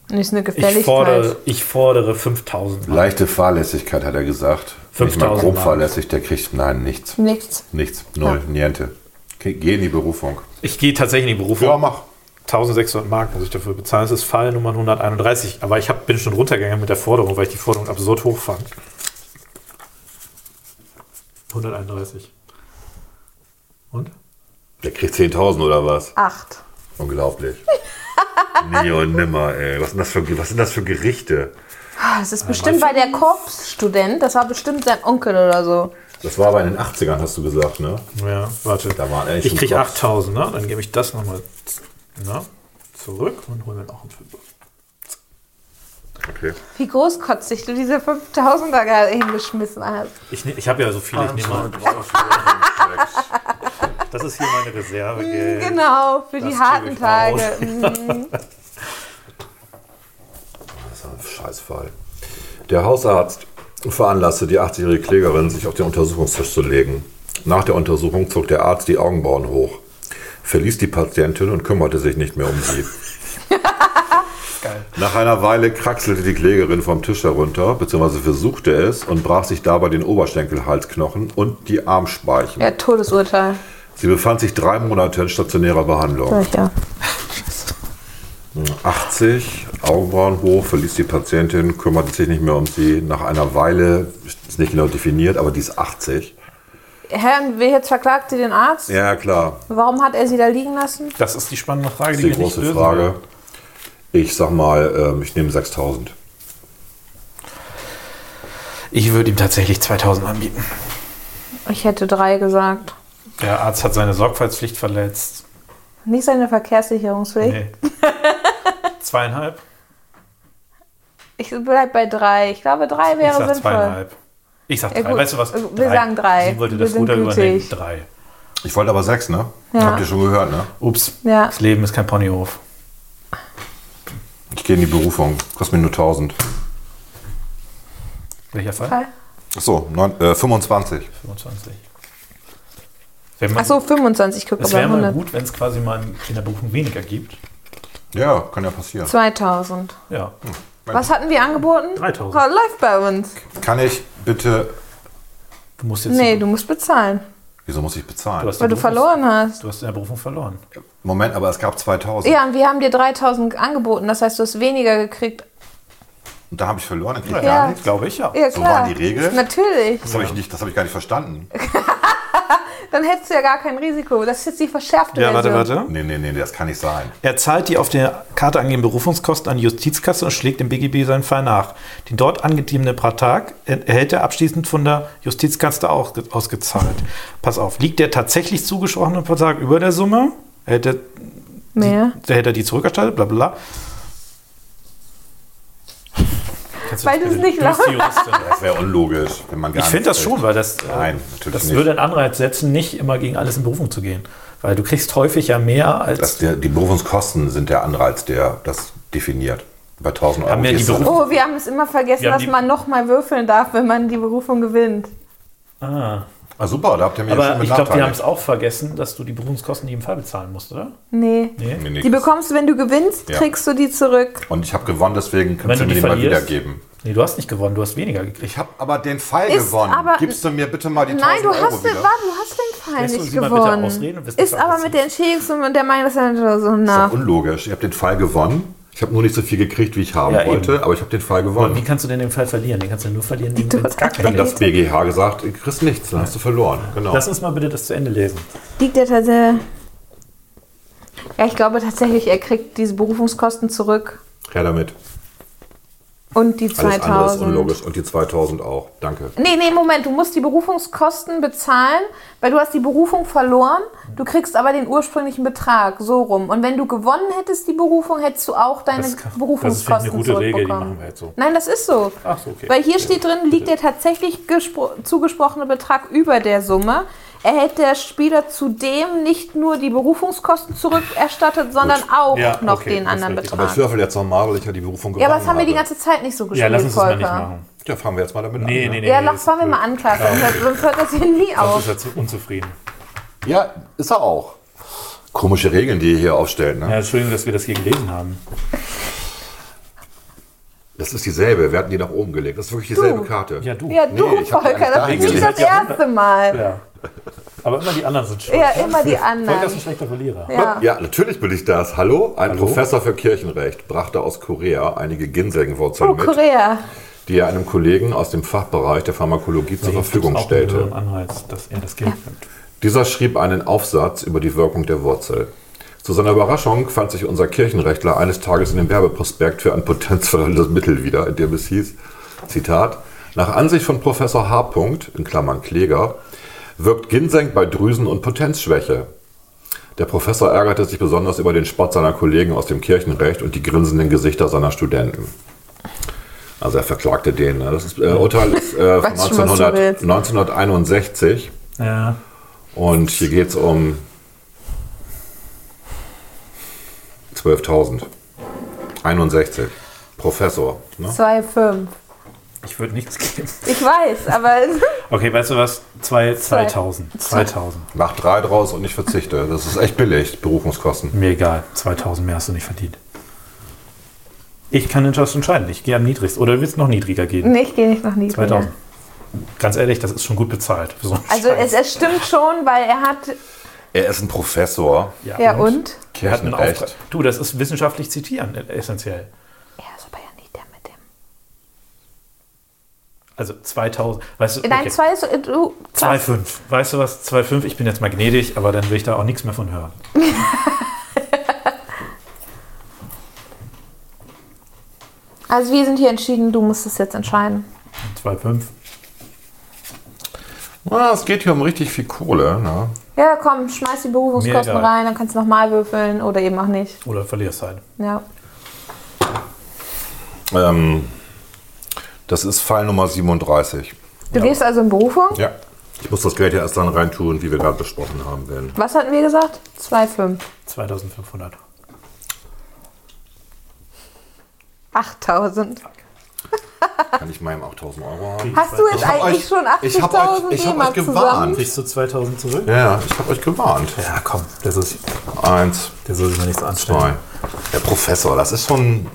S5: Nicht eine
S6: Ich
S5: Gefälligkeit.
S6: fordere, ich fordere 5000 Mark.
S10: Leichte Fahrlässigkeit, hat er gesagt. Nicht mal
S6: 5000
S10: grob
S6: Mark.
S10: fahrlässig, der kriegt, nein, nichts.
S5: Nichts.
S10: Nichts, null, niente. Ge- Geh in die Berufung.
S6: Ich gehe tatsächlich in die Berufung.
S10: Ja, mach.
S6: 1600 Mark muss ich dafür bezahlen. Das ist Fall Nummer 131. Aber ich hab, bin schon runtergegangen mit der Forderung, weil ich die Forderung absurd hoch fand. 131. Und?
S3: Der kriegt 10.000 oder was?
S5: Acht.
S3: Unglaublich. [LAUGHS] Nie und nimmer, ey. Was sind das für, was sind das für Gerichte?
S5: Ah, Es
S6: Äh,
S5: ist bestimmt bei der Korpsstudent, das war bestimmt sein Onkel oder so.
S3: Das war aber in den 80ern, hast du gesagt, ne?
S6: Ja, warte.
S3: Da waren ehrlich
S6: ich
S3: schon
S6: kriege
S3: Kopf.
S6: 8000, ne? Dann gebe ich das nochmal ne? zurück und hole mir noch einen Fünfer.
S3: Okay.
S5: Wie großkotzig du diese 5000er gerade hingeschmissen hast.
S6: Ich, ne- ich habe ja so viele, ich nehme mal. Das ist hier meine Reserve. Geld.
S5: Genau, für die
S6: gebe
S5: harten
S6: ich
S5: Tage.
S6: [LAUGHS]
S5: Mhm.
S3: Das ist ein Scheißfall. Der Hausarzt veranlasste die 80-jährige Klägerin, sich auf den Untersuchungstisch zu legen. Nach der Untersuchung zog der Arzt die Augenbrauen hoch, verließ die Patientin und kümmerte sich nicht mehr um sie. Nach einer Weile kraxelte die Klägerin vom Tisch herunter, beziehungsweise versuchte es und brach sich dabei den Oberschenkelhalsknochen und die Armspeichen.
S5: Ja, Todesurteil.
S3: Sie befand sich drei Monate in stationärer Behandlung.
S5: Sag ich ja.
S3: 80, Augenbrauen hoch, verließ die Patientin, kümmerte sich nicht mehr um sie. Nach einer Weile, ist nicht genau definiert, aber die ist 80.
S5: Herr, wer jetzt verklagt sie den Arzt?
S3: Ja, klar,
S5: Warum hat er sie da liegen lassen?
S6: Das ist die spannende Frage,
S3: das ist die
S6: wir nicht
S3: große
S6: lösen
S3: Frage.
S6: werden.
S3: Ich sag mal, ähm, ich nehme 6000.
S6: Ich würde ihm tatsächlich 2000 anbieten.
S5: Ich hätte drei gesagt.
S6: Der Arzt hat seine Sorgfaltspflicht verletzt.
S5: Nicht seine Verkehrssicherungspflicht. [LAUGHS]
S6: Nee. zweieinhalb?
S5: Ich bleib bei drei. Ich glaube, drei
S6: Ich
S5: wäre
S6: sag
S5: sinnvoll.
S6: zweieinhalb. Ich sag
S5: Ja,
S6: drei.
S5: gut.
S6: Weißt du was?
S5: Also, wir sagen drei.
S6: Sie wollte
S5: Wir
S6: das
S5: sind
S6: Ruder
S5: gütig.
S6: übernehmen. Drei.
S3: Ich wollte aber 6, ne?
S5: Ja.
S3: Habt ihr schon gehört, ne?
S6: Ups.
S5: Ja.
S6: Das Leben ist kein Ponyhof.
S3: Ich gehe in die Berufung, kostet mir nur 1000.
S6: Welcher Fall?
S5: Fall?
S3: Achso, neun- äh, 25.
S6: 25. Wär mal-
S5: Achso, 25, ich gucke
S6: Es wäre
S5: bei
S6: mal
S5: 100.
S6: gut, wenn es quasi mal in der Berufung weniger gibt.
S3: Ja, kann ja passieren.
S5: 2000.
S6: Ja.
S5: Hm. Was hatten wir angeboten?
S6: 3000.
S5: Oh, läuft bei uns.
S3: Kann ich bitte.
S6: Du musst jetzt.
S5: Nee, du musst bezahlen,
S3: Wieso muss ich bezahlen?
S6: du hast die
S5: weil du
S6: Berufungs-
S5: verloren hast.
S6: Du hast in der Berufung verloren.
S3: Moment, aber es gab 2000.
S5: Ja, und wir haben dir 3000 angeboten, das heißt, du hast weniger gekriegt.
S3: Und da habe ich verloren, dann krieg ich
S5: Ja.
S3: gar nichts.
S6: Glaube ich, ja.
S5: Ja, klar.
S3: So waren die Regeln?
S5: Natürlich.
S3: Das habe ich, nicht- das hab ich gar nicht
S5: [LAUGHS]
S3: verstanden.
S5: Dann hättest du ja gar kein Risiko. Das ist jetzt die verschärfte Version.
S3: Nee, nee, nee, das kann nicht sein.
S6: Er zahlt die auf der Karte angegebenen Berufungskosten an die Justizkasse und schlägt dem BGB seinen Fall nach. Den dort angegebenen Betrag er- erhält er abschließend von der Justizkasse ausge ausgezahlt. Pass auf, liegt der tatsächlich zugesprochene Betrag über der Summe? Hätte er,
S5: Mehr.
S6: der hätte er die zurückerstattet, bla bla. bla. Kannst
S5: Weil du es
S6: bitte-
S5: nicht
S6: du bist die
S5: [LAUGHS]
S6: Juristin.
S3: Das wäre unlogisch, wenn man gar
S6: Ich
S3: nicht
S6: finde das
S3: spricht.
S6: schon, weil das, äh,
S3: Nein, natürlich
S6: das
S3: nicht.
S6: würde einen Anreiz setzen, nicht immer gegen alles in Berufung zu gehen. Weil du kriegst häufig ja mehr als.
S3: Dass der, die Berufungskosten sind der Anreiz, der das definiert. Bei 1000 Euro.
S6: Haben wir die
S3: gehst du-
S6: Berufung-
S5: Oh, wir haben es immer vergessen,
S6: Wir haben
S5: dass
S6: die-
S5: man nochmal würfeln darf, wenn man die Berufung gewinnt.
S6: ah,
S3: ah, super, da habt ihr mir ja
S6: aber
S3: schon
S6: ich glaube, die
S3: Nachteilen.
S6: haben es auch vergessen, dass du die Berufungskosten jeden Fall bezahlen musst, oder?
S5: Nee.
S6: Nee.
S3: Nee, nee,
S5: Die
S3: das-
S5: bekommst du, wenn du gewinnst,
S3: Ja.
S5: kriegst du die zurück.
S3: Und ich habe gewonnen, deswegen
S6: Wenn
S3: kannst
S6: du
S3: du mir
S6: die
S3: die mal
S6: verlierst.
S3: wiedergeben.
S6: Nee, du hast nicht gewonnen, du hast weniger gekriegt.
S3: Ich habe aber den Fall
S5: Ist
S3: gewonnen.
S5: aber-
S3: Gibst du mir bitte mal die 1000
S5: Nein, du
S3: Euro
S5: hast, den,
S3: wieder?
S5: war, du hast den Fall
S6: Lässt du
S5: nicht
S6: sie mal bitte
S5: gewonnen.
S6: ausreden und wissen,
S5: ist
S6: was
S5: aber
S6: das
S5: mit
S6: ist.
S5: der Entschädigung und der Meinungsänderung so
S3: Das
S5: nach.
S3: ist doch unlogisch. Ich habe den Fall gewonnen. Ich habe nur nicht so viel gekriegt, wie ich haben
S6: Ja,
S3: wollte, aber ich habe den Fall
S6: Wie
S3: gewonnen.
S6: kannst du denn den Fall verlieren? Den kannst du ja nur verlieren, wenn du gar
S3: Wenn
S6: keinen
S3: das
S6: hast.
S3: BGH gesagt, du kriegst nichts, dann hast du verloren. Genau.
S6: Lass uns mal bitte das zu Ende lesen.
S5: Liegt der tatsächlich. Ja, ich glaube tatsächlich, er kriegt diese Berufungskosten zurück.
S3: Her damit.
S5: Und die
S3: Alles andere ist
S5: 2000.
S3: unlogisch. Und die 2000 auch. Danke.
S5: Nee, nee, Moment, du musst die Berufungskosten bezahlen, weil du hast die Berufung verloren, du kriegst aber den ursprünglichen Betrag so rum. Und wenn du gewonnen hättest, die Berufung, hättest du auch deine
S6: Das kann- das ist
S5: Berufungskosten
S6: eine gute Regel, die
S5: zurückbekommen.
S6: machen wir jetzt so.
S5: Nein, das ist so.
S6: Ach so, okay.
S5: Weil hier steht drin, liegt der tatsächlich gespro- zugesprochene Betrag über der Summe. Erhält der Spieler zudem nicht nur die Berufungskosten zurückerstattet, sondern auch
S6: Ja,
S5: noch
S6: okay,
S5: den
S6: das ist
S5: anderen
S6: richtig.
S5: Betrag.
S3: Ich würfel jetzt nochmal, weil ich ja die Berufung
S5: Ja, aber das
S3: gewonnen
S5: haben wir die
S3: habe.
S5: ganze Zeit nicht so gespielt,
S6: Ja, lass uns das mal
S5: Volker.
S6: nicht machen.
S3: Ja, fangen wir jetzt mal damit an.
S6: Nee,
S3: ne?
S6: nee, nee.
S5: Ja,
S6: nee,
S5: lass
S6: das
S5: fangen wir mal an, Klaas. sonst- Sonst hört das hier nie
S6: Das
S5: auf.
S6: ist ja zu unzufrieden.
S3: Ja, ist er auch. Komische Regeln, die ihr hier aufstellt. Ne?
S6: Ja, Entschuldigung, dass wir das hier gelesen haben.
S3: Das ist dieselbe. Wir hatten die nach oben gelegt. Das ist wirklich dieselbe Karte.
S6: Ja, du.
S5: Ja, du,
S3: Nee, ich hab die
S5: Volker,
S3: eigentlich
S5: das
S3: dahin
S5: ist nicht das
S3: gelegt.
S5: erste Mal.
S6: Ja. Aber immer die anderen sind schuld. ne?
S5: Ja, immer
S6: Volker
S5: die
S6: ist ein
S5: anderen.
S6: schlechter Verlierer.
S5: Ja.
S3: Ja, natürlich bin ich das. Hallo? Ein Professor für Kirchenrecht brachte aus Korea einige Ginsengenwurzeln
S5: Oh,
S3: mit,
S5: Korea.
S3: die er einem Kollegen aus dem Fachbereich der Pharmakologie zur Verfügung
S6: Auch einen höheren
S3: stellte.
S6: Anreiz, dass er das Geld nimmt.
S3: Dieser schrieb einen Aufsatz über die Wirkung der Wurzel. Zu seiner Überraschung fand sich unser Kirchenrechtler eines Tages in dem Werbeprospekt für ein potenzförderndes Mittel wieder, in dem es hieß, Zitat, nach Ansicht von Professor H. Punkt, in Klammern Kläger, wirkt Ginseng bei Drüsen- und Potenzschwäche. Der Professor ärgerte sich besonders über den Spott seiner Kollegen aus dem Kirchenrecht und die grinsenden Gesichter seiner Studenten. Also er verklagte den. ne? Das ist, äh, Urteil ist
S5: [LAUGHS]
S3: äh, von
S5: Weißt schon, was du
S3: 1900,
S5: willst.
S3: 1961.
S6: Ja.
S3: Und hier geht es um 12.000. 61. Professor. Ne?
S5: 2,5.
S6: Ich würde nichts
S5: [LAUGHS]
S6: geben.
S5: Ich weiß, aber [LAUGHS]
S6: Okay, weißt du was? Zwei, 2000. 2000.
S3: Mach drei draus und ich verzichte. Das ist echt billig, Berufungskosten.
S6: Mir egal. 2000 mehr hast du nicht verdient. Ich kann den Just entscheiden. Ich gehe am niedrigsten. Oder du willst noch niedriger gehen?
S5: nee, ich gehe nicht nach niedriger.
S6: 2000. Ganz ehrlich, das ist schon gut bezahlt. Für so einen [LAUGHS]
S5: Also
S6: Scheiß.
S5: es, es stimmt schon, weil er hat.
S3: Er ist ein Professor.
S5: Ja und?
S6: Wir hatten einen
S3: Kirchenrecht.
S6: Auftrag. Du, das ist wissenschaftlich zitieren, äh, essentiell.
S5: Er ist aber ja nicht der mit dem.
S6: Also 2000. Weißt du,
S5: Nein, zwei ist. äh, Du,
S6: 2,5. Weißt du was? 2,5. Ich bin jetzt mal gnädig, aber dann will ich da auch nichts mehr von hören.
S5: Also wir sind hier entschieden, du musst es jetzt entscheiden.
S6: 2,5.
S3: Ah, es geht hier um richtig viel Kohle. Ne?
S5: Ja, komm, schmeiß die Berufungskosten
S6: Mir egal.
S5: rein, dann kannst du nochmal würfeln oder eben auch nicht.
S6: Oder verlierst halt.
S5: Ja.
S3: Ähm, das ist Fall Nummer 37.
S5: Du gehst also in Berufung?
S3: Ja. Ich muss das Geld ja erst dann reintun, wie wir gerade besprochen haben werden.
S5: Was hatten wir gesagt? 2,5.
S6: 2500.
S5: 8000.
S3: Kann ich meinem 8000 Euro haben?
S5: Hast du jetzt
S3: hab
S5: eigentlich
S3: euch-
S5: schon
S3: ich hab euch-
S5: 80.000
S3: ich hab euch
S5: D-Mark zusammen?
S3: gewarnt.
S6: Kriegst du 2000 zurück?
S3: Ja, ich habe euch gewarnt.
S6: Ja, komm, der soll, sich-
S3: Eins,
S6: der soll sich mal nichts anstellen.
S3: Zwei. Der Professor, das ist schon.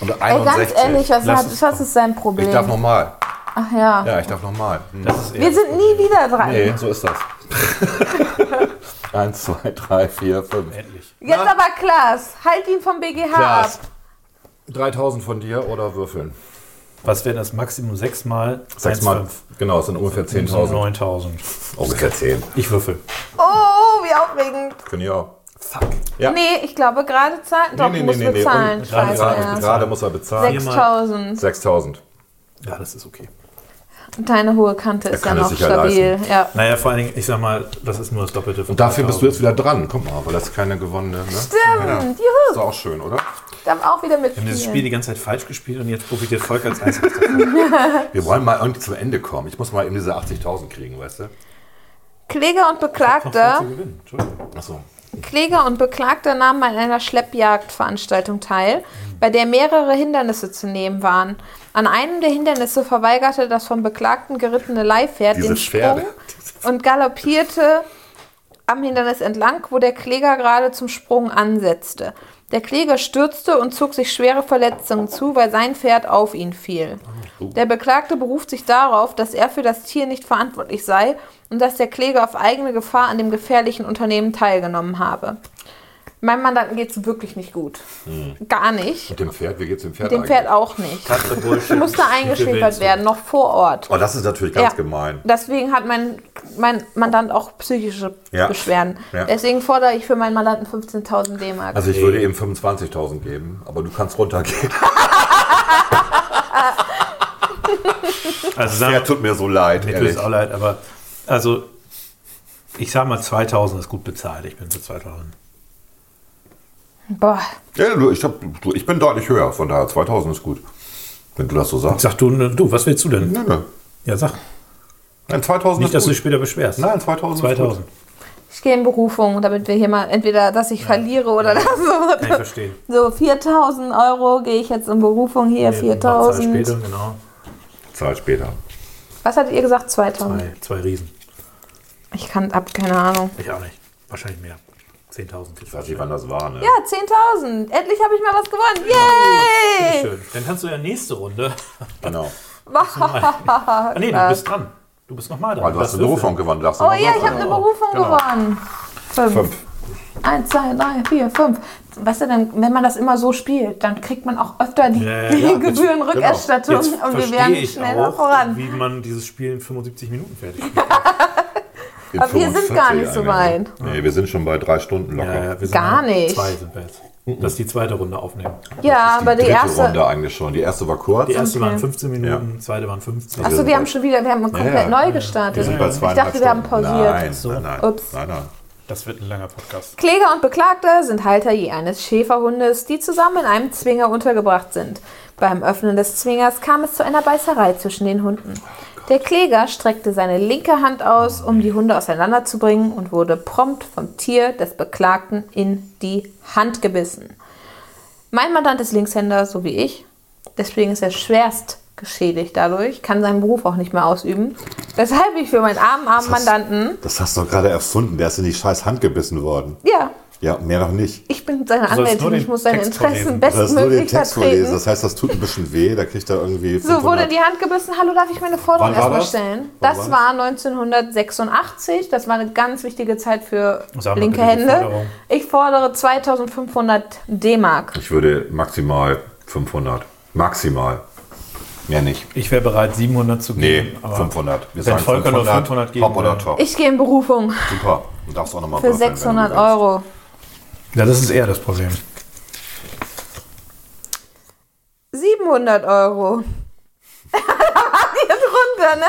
S3: Und
S5: Ey,
S3: 61.
S5: ganz ehrlich, was,
S6: Lass
S5: hat,
S6: es
S5: was ist sein Problem?
S3: Ich darf nochmal.
S5: Ach ja.
S3: Ja, ich darf nochmal. Hm.
S5: Wir sind nie wieder dran.
S3: Nee, so [LAUGHS] ist das. Eins, zwei, drei, vier, fünf.
S6: Endlich.
S5: Jetzt aber Klaas, halt ihn vom BGH
S3: Klaas.
S5: ab.
S3: 3000 von dir oder würfeln?
S6: Was wäre das Maximum? Sechsmal?
S3: Sechsmal.
S6: 1,5.
S3: Genau, es sind ungefähr
S6: So
S3: 10.000.
S6: 9000.
S3: Ungefähr 10.
S6: Ich würfel.
S5: Oh, wie aufregend.
S3: Können ja auch. Ja.
S5: Nee, ich glaube, gerade zahlen. Doch, du musst bezahlen.
S3: Und
S5: Scheiße,
S3: gerade,
S5: ja.
S3: gerade muss er bezahlen.
S5: 6000.
S3: 6000.
S6: Ja, das ist okay.
S5: Und deine hohe Kante ist ja
S3: kann es
S5: noch
S3: sich ja
S5: stabil.
S3: leisten.
S5: Ja.
S6: Naja, vor allen Dingen, ich sag mal, das ist nur das Doppelte von
S3: Und dafür bist du jetzt wieder dran. Guck mal, weil das ist keine gewonnene. Ne?
S5: Stimmt,
S3: Ist
S5: juhu.
S3: doch auch schön, oder?
S5: Darf auch wieder
S6: Wir haben dieses Spiel
S5: mitspielen.
S6: die ganze Zeit falsch gespielt und jetzt profitiert Volker als Einziges davon.
S3: Wir wollen mal irgendwie zum Ende kommen. Ich muss mal eben diese 80.000 kriegen, weißt du?
S5: Kläger und Beklagter.
S6: gewinnen. Entschuldigung.
S3: Achso.
S5: Kläger und Beklagter nahmen an einer Schleppjagdveranstaltung teil, bei der mehrere Hindernisse zu nehmen waren. An einem der Hindernisse verweigerte das vom Beklagten gerittene Leihpferd
S3: Diese
S5: den Sprung
S3: Pferde.
S5: und galoppierte am Hindernis entlang, wo der Kläger gerade zum Sprung ansetzte. Der Kläger stürzte und zog sich schwere Verletzungen zu, weil sein Pferd auf ihn fiel. Der Beklagte beruft sich darauf, dass er für das Tier nicht verantwortlich sei und dass der Kläger auf eigene Gefahr an dem gefährlichen Unternehmen teilgenommen habe. Meinem Mandanten geht es wirklich nicht gut. Gar nicht.
S3: Mit dem Pferd, wie geht's dem Pferd
S5: Dem
S3: eigentlich?
S5: Pferd auch nicht.
S6: Bullshit.
S5: Musste eingeschläfert werden, noch vor Ort.
S3: Oh, das ist natürlich ganz
S5: Ja.
S3: gemein.
S5: Deswegen hat mein, mein Mandant auch psychische
S3: Ja.
S5: Beschwerden.
S3: Ja.
S5: Deswegen fordere ich für meinen Mandanten 15.000 D-Mark.
S3: Also ich würde ihm 25.000 geben, aber du kannst runtergehen.
S6: Also
S3: [LAUGHS]
S6: sagen
S3: Ja, tut mir so leid,
S6: Mir tut
S3: ehrlich.
S6: es auch leid, aber also ich sag mal 2000 ist gut bezahlt. Ich bin für 2000.
S5: Boah,
S3: Ja, du, ich, hab, du, ich bin deutlich höher, von daher 2000 ist gut. Wenn du das so sagst.
S6: Sag du, du, was willst du denn?
S3: Nö, nö.
S6: Ja, sag.
S3: Nein, 2000
S6: Nicht, dass
S3: ist
S6: du dich
S3: gut.
S6: später beschwerst.
S3: Nein, 2000, ist [LAUGHS]
S6: 2000.
S3: gut.
S5: ich gehe in Berufung, damit wir hier mal entweder, dass ich verliere oder das.
S6: Kann ich verstehen.
S5: So, 4000 Euro gehe ich jetzt in Berufung hier,
S6: Zwei
S5: 4000.
S6: später, genau.
S3: Zahl später.
S5: Was hattet ihr gesagt? 2000.
S6: Zwei, zwei Riesen.
S5: Ich kann ab, keine Ahnung.
S6: Ich auch nicht. Wahrscheinlich mehr. 10.000.
S3: Ich weiß nicht, wann das war, ne?
S5: Ja, 10.000. Endlich habe ich mal was gewonnen. Yay!
S6: Schön. Dann kannst du ja nächste Runde.
S3: Genau.
S5: [LAUGHS]
S6: Ah, nee, du bist dran. Du bist nochmal dran.
S3: Weil du hast
S6: Das
S3: eine
S6: Würfeln.
S3: Berufung gewonnen lassen.
S5: Oh ja, ich habe eine Berufung gewonnen. Fünf.
S3: Genau. Fünf.
S5: Eins, zwei, drei, vier, fünf. Weißt du, dann, wenn man das immer so spielt, dann kriegt man auch öfter die,
S6: Ja,
S5: die
S6: ja,
S5: Gebührenrückerstattung
S6: Jetzt
S5: und wir
S6: verstehe
S5: werden
S6: ich
S5: schneller
S6: auch,
S5: voran.
S6: wie man dieses Spiel in 75 Minuten fertig macht.
S3: In
S5: Aber wir sind gar nicht so
S3: 45
S5: weit. Ah,
S3: Nee, wir sind schon bei drei Stunden
S6: Ja,
S3: locker.
S6: ja, wir sind
S5: Gar
S6: bei
S5: nicht.
S6: Zwei sind wir jetzt.
S3: Mhm.
S6: Lass die zweite Runde aufnehmen.
S5: Ja, aber die
S3: dritte
S5: erste.
S3: Runde eigentlich schon. Die erste war kurz.
S6: Die erste
S5: Okay.
S6: waren 15 Minuten, zweite waren 15.
S3: Also-
S5: Achso, wir haben schon wieder, wir haben komplett
S3: ja.
S5: neu gestartet.
S3: sind bei
S5: ich
S3: zweieinhalb
S5: dachte, wir haben
S3: Stunden.
S5: pausiert.
S3: Nein, nein, nein.
S5: Ups.
S3: nein, nein.
S6: Das wird ein langer Podcast.
S5: Kläger und Beklagter sind Halter je eines Schäferhundes, die zusammen in einem Zwinger untergebracht sind. Beim Öffnen des Zwingers kam es zu einer Beißerei zwischen den Hunden. Der Kläger streckte seine linke Hand aus, um die Hunde auseinanderzubringen und wurde prompt vom Tier des Beklagten in die Hand gebissen. Mein Mandant ist Linkshänder, so wie ich. Deswegen ist er schwerst geschädigt dadurch, kann seinen Beruf auch nicht mehr ausüben. Weshalb ich für meinen armen, armen Mandanten,
S3: Das hast du doch gerade erfunden. Der ist in die scheiß Hand gebissen worden.
S5: ja,
S3: Ja, mehr noch nicht.
S5: Ich bin seine
S6: sollst nur
S5: Anwältin,
S6: den
S5: ich muss seine
S6: Text
S5: Interessen
S6: vorlesen.
S3: Du hast nur den
S5: bestmöglich
S3: Text vorlesen.
S5: vertreten.
S3: Das heißt, das tut ein bisschen weh. Da kriegt er irgendwie.
S5: So, wurde
S3: 500
S5: in die Hand gebissen. Hallo, darf ich meine Forderung
S3: Wann war
S5: erstmal
S3: das?
S5: stellen?
S3: Wann
S5: Das war
S3: war
S5: 1986. Das war eine ganz wichtige Zeit für
S6: Sag mal
S5: linke
S6: bitte die
S5: Hände.
S6: Forderung.
S5: Ich fordere 2500 D-Mark.
S3: Ich würde maximal 500. Maximal. Mehr nicht.
S6: Ich wäre bereit, 700 zu
S3: Nee,
S6: geben. aber
S3: 500. Wir
S6: wenn Volker nur 500 geben
S3: Top oder
S6: will.
S3: top.
S5: Ich gehe in Berufung
S3: Super. Du darfst auch nochmal
S5: für 600 Euro.
S6: Ja, das ist eher das Problem.
S5: 700 Euro. Hier drunter, ne?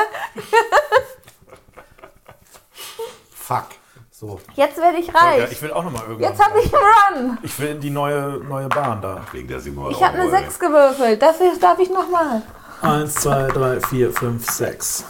S3: Fuck.
S6: So.
S5: Jetzt werde ich
S6: Ja,
S5: reich.
S6: ich will auch nochmal irgendwas.
S5: Jetzt habe ich einen Run.
S6: Ich will in die neue, neue Bahn da.
S3: Wegen der 700
S5: Ich habe eine 6 gewürfelt. Dafür darf ich nochmal.
S6: 1, 2, 3, 4, 5, 6.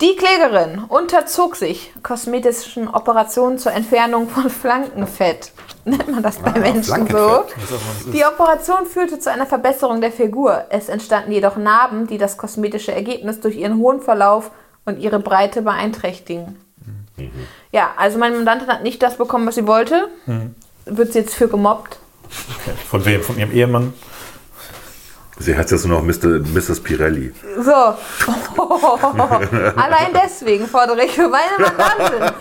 S5: Die Klägerin unterzog sich kosmetischen Operationen zur Entfernung von Flankenfett. [LAUGHS] Nennt man das bei Menschen so?
S3: Ah, Flankenfett.
S5: Die Operation führte zu einer Verbesserung der Figur. Es entstanden jedoch Narben, die das kosmetische Ergebnis durch ihren hohen Verlauf und ihre Breite beeinträchtigen. Ja, also meine Mandantin hat nicht das bekommen, was sie wollte. Wird sie jetzt für gemobbt?
S6: Von wem? Von ihrem Ehemann?
S3: Sie heißt jetzt nur noch Mr., Mrs. Pirelli.
S5: So. [LAUGHS] Allein deswegen fordere ich für meine Mandantin 15.000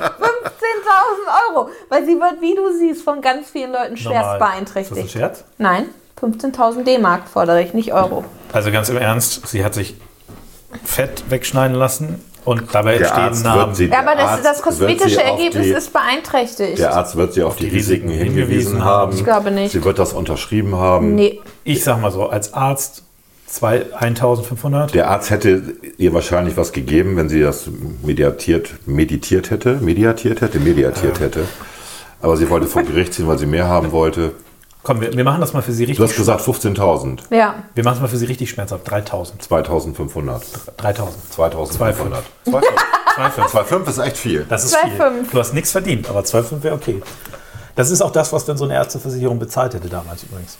S5: Euro, weil sie wird, wie du siehst, von ganz vielen Leuten schwerst
S6: Normal.
S5: beeinträchtigt.
S6: Ist das ein Scherz?
S5: Nein, 15.000 D-Mark fordere ich, nicht Euro.
S6: Also ganz im Ernst, sie hat sich Fett wegschneiden lassen und dabei
S3: Der
S6: entstehen
S3: Arzt
S6: Narben.
S3: wird sie.
S5: Ja, aber
S3: der
S5: das,
S3: Arzt
S5: das
S3: wird
S5: kosmetische
S3: sie auf
S5: Ergebnis
S3: die,
S5: ist beeinträchtigt.
S3: Der Arzt wird sie auf die Risiken hingewiesen haben. Ich
S5: glaube nicht.
S3: Sie wird das unterschrieben haben.
S5: Nee,
S6: Ich sag mal so, als Arzt zwei- 1500.
S3: Der Arzt hätte ihr wahrscheinlich was gegeben, wenn sie das mediatiert, meditiert hätte, mediatiert hätte, mediatiert hätte. Aber sie wollte vor Gericht ziehen, weil sie mehr haben wollte.
S6: Komm, wir, wir machen das mal für sie
S3: Du
S6: richtig.
S3: hast gesagt 15.000,
S5: ja.
S6: Wir machen es mal für sie richtig schmerzhaft. 3000.
S3: 2.500,
S5: [LAUGHS]
S6: 3000.
S3: 2.500.
S6: 2,5.
S3: 2.5 ist echt viel.
S6: Das ist
S5: 2,5.
S6: viel. Du hast nichts verdient, aber 2,5 wäre okay. Das ist auch das, was dann so eine Ärzteversicherung bezahlt hätte damals übrigens.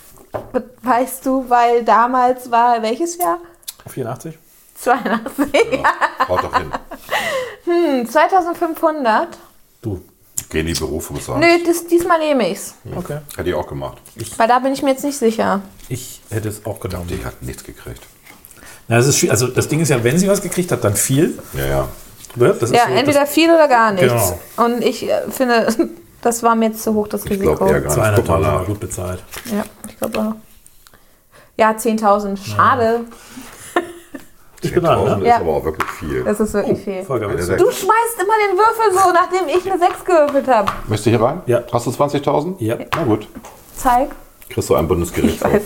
S5: Weißt du, weil damals war welches Jahr?
S6: 84?
S5: 82. [LAUGHS]
S3: Haut doch hin.
S5: Hm, 2500.
S6: Du.
S3: Geh in die Berufungssaal.
S5: Nö, das, diesmal nehme ich's.
S6: Okay.
S3: Hätte ich auch gemacht.
S5: Weil da bin ich mir jetzt nicht sicher.
S6: Ich hätte es auch genommen.
S3: Die hat nichts gekriegt.
S6: Na, das ist schwierig. Also das Ding ist ja, wenn sie was gekriegt hat, dann viel.
S3: Ja,
S6: ne?
S3: ja.
S6: Das ist
S5: Ja,
S6: so,
S5: entweder viel oder gar nichts.
S6: Genau.
S5: Und ich äh, finde, [LAUGHS] das war mir jetzt zu hoch, das
S3: Ich
S5: Risiko.
S3: glaube eher
S6: das
S3: gar nicht.
S6: 200
S3: Guck mal
S6: war
S3: nach.
S6: gut bezahlt.
S5: ja, ich glaube auch. Ja, 10.000. Schade.
S6: Ich bin dran,
S3: 10.000
S6: ne?
S3: ist
S5: Ja.
S3: aber auch wirklich viel.
S5: Das ist wirklich viel.
S6: Volker,
S3: Eine
S6: willst
S3: Sechs.
S5: Du schmeißt immer den Würfel so, nachdem ich eine 6 gewürfelt habe.
S3: Möchtest du hier rein?
S6: Ja.
S3: Hast du 20.000?
S6: Ja.
S3: Na gut.
S5: Zeig.
S3: Kriegst du einen
S5: Ich
S3: Bundesgerichtshof.
S5: weiß.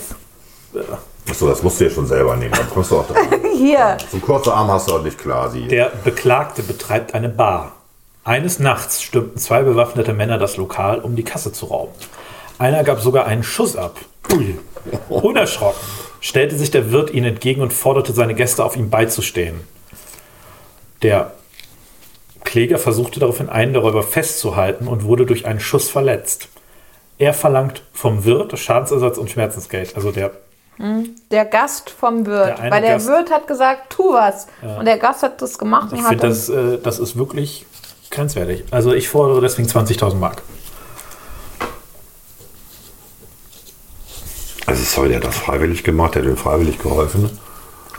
S5: [LAUGHS]
S3: Das Achso, das musst du ja schon selber nehmen. Dann kommst du auch da.
S5: Hier.
S3: So kurze Arm hast du auch nicht klar, sie.
S6: Der Beklagte betreibt eine Bar. Eines Nachts stürmten zwei bewaffnete Männer das Lokal, um die Kasse zu rauben. Einer gab sogar einen Schuss ab. Ui. Unerschrocken stellte sich der Wirt ihnen entgegen und forderte seine Gäste auf, ihm beizustehen. Der Kläger versuchte daraufhin einen der Räuber festzuhalten und wurde durch einen Schuss verletzt. Er verlangt vom Wirt Schadensersatz und Schmerzensgeld. Also der
S5: Der Gast vom Wirt.
S6: Der eine
S5: Weil der
S6: Gast.
S5: Wirt hat gesagt, tu was. Und der Gast hat das gemacht und
S6: Ich
S5: hat
S6: finde, das, äh, das ist wirklich grenzwertig. Also ich fordere deswegen 20.000 Mark.
S3: Also, sorry, der hat das freiwillig gemacht, der hat ihm freiwillig geholfen.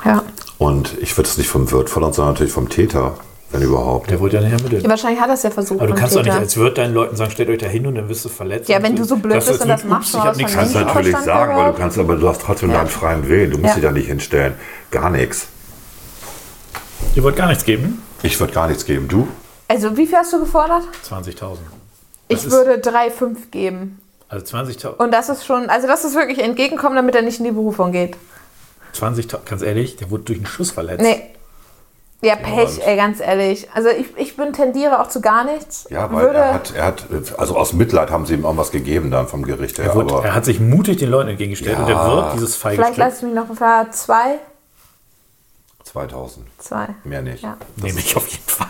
S5: ja.
S3: Und ich würde es nicht vom Wirt fordern, sondern natürlich vom Täter, wenn überhaupt.
S6: Der wurde ja nicht ermittelt.
S5: ja, wahrscheinlich hat er es ja versucht.
S6: Aber du
S5: beim
S6: kannst doch nicht
S5: Täter.
S6: als Wirt deinen Leuten sagen, stellt euch da hin und dann wirst du verletzt.
S5: Ja, wenn du so blöd
S6: Das
S5: bist
S6: ist
S5: und
S6: mit
S5: das machst,
S6: Ups, ich
S5: dann
S6: hab
S5: hast du
S6: nichts
S5: von
S3: Kannst
S5: Nicht
S3: natürlich
S5: verstanden
S3: sagen, weil du
S5: überhaupt.
S3: kannst, aber du hast trotzdem deinen freien Willen. Du musst
S5: Ja.
S3: dich da nicht hinstellen. Gar nichts.
S6: Ihr wollt gar nichts geben?
S3: Ich würde gar nichts geben. Du?
S5: Also, wie viel hast du gefordert?
S6: 20.000.
S5: Ich würde 3,5 geben.
S6: Also 20.000.
S5: Und das ist schon, also das ist wirklich entgegenkommen, damit er nicht in die Berufung geht.
S6: 20.000, ganz ehrlich, der wurde durch einen Schuss verletzt.
S5: Nee. Ja, Pech, ey, ganz ehrlich. Also ich, ich bin tendiere auch zu gar nichts.
S3: Ja, weil
S5: Würde-
S3: er hat, er hat, also aus Mitleid haben sie ihm irgendwas gegeben dann vom Gericht her.
S6: Er, wurde,
S3: aber
S6: er hat sich mutig den Leuten entgegengestellt und der Wirt dieses feige
S5: Vielleicht
S6: Stück
S5: lass mich noch klar. Zwei?
S3: 2000.
S5: Zwei.
S3: Mehr nicht.
S5: Ja.
S6: nehme ich auf jeden Fall.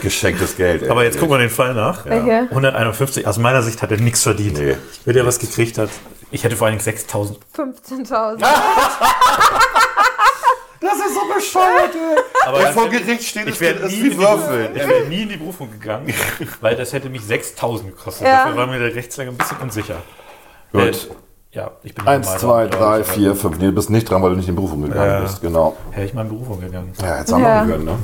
S3: Geschenktes Geld.
S6: [LAUGHS] Aber jetzt gucken wir den Fall nach.
S5: Welche?
S6: 151, aus meiner Sicht hat er nichts verdient.
S3: Nee.
S6: Wenn er was gekriegt hat, ich hätte vor allen Dingen 6.000
S5: 15.000.
S3: Das ist so bescheuert, ey.
S6: Aber
S3: Wer
S6: ganz
S3: vor
S6: ehrlich,
S3: Gericht steht,
S6: ich
S3: ist,
S6: wär
S3: ist
S6: nie
S3: wie
S6: in die-
S3: Würfeln.
S6: Ich wäre nie in die Berufung gegangen, [LAUGHS] weil das hätte mich 6000 gekostet.
S5: Ja.
S6: Dafür war mir der Rechtslage ein bisschen unsicher.
S3: Gut.
S6: Äh, ja, ich bin
S3: Eins,
S6: normaler,
S3: zwei,
S6: glaub
S3: drei,
S6: ich, aber
S3: vier, fünf. Nee, du bist nicht dran, weil du nicht in Berufung gegangen bist. Genau.
S6: Wäre ich mal in Berufung gegangen.
S3: Ja, jetzt haben wir
S5: Ja.
S3: ihn gehört, ne?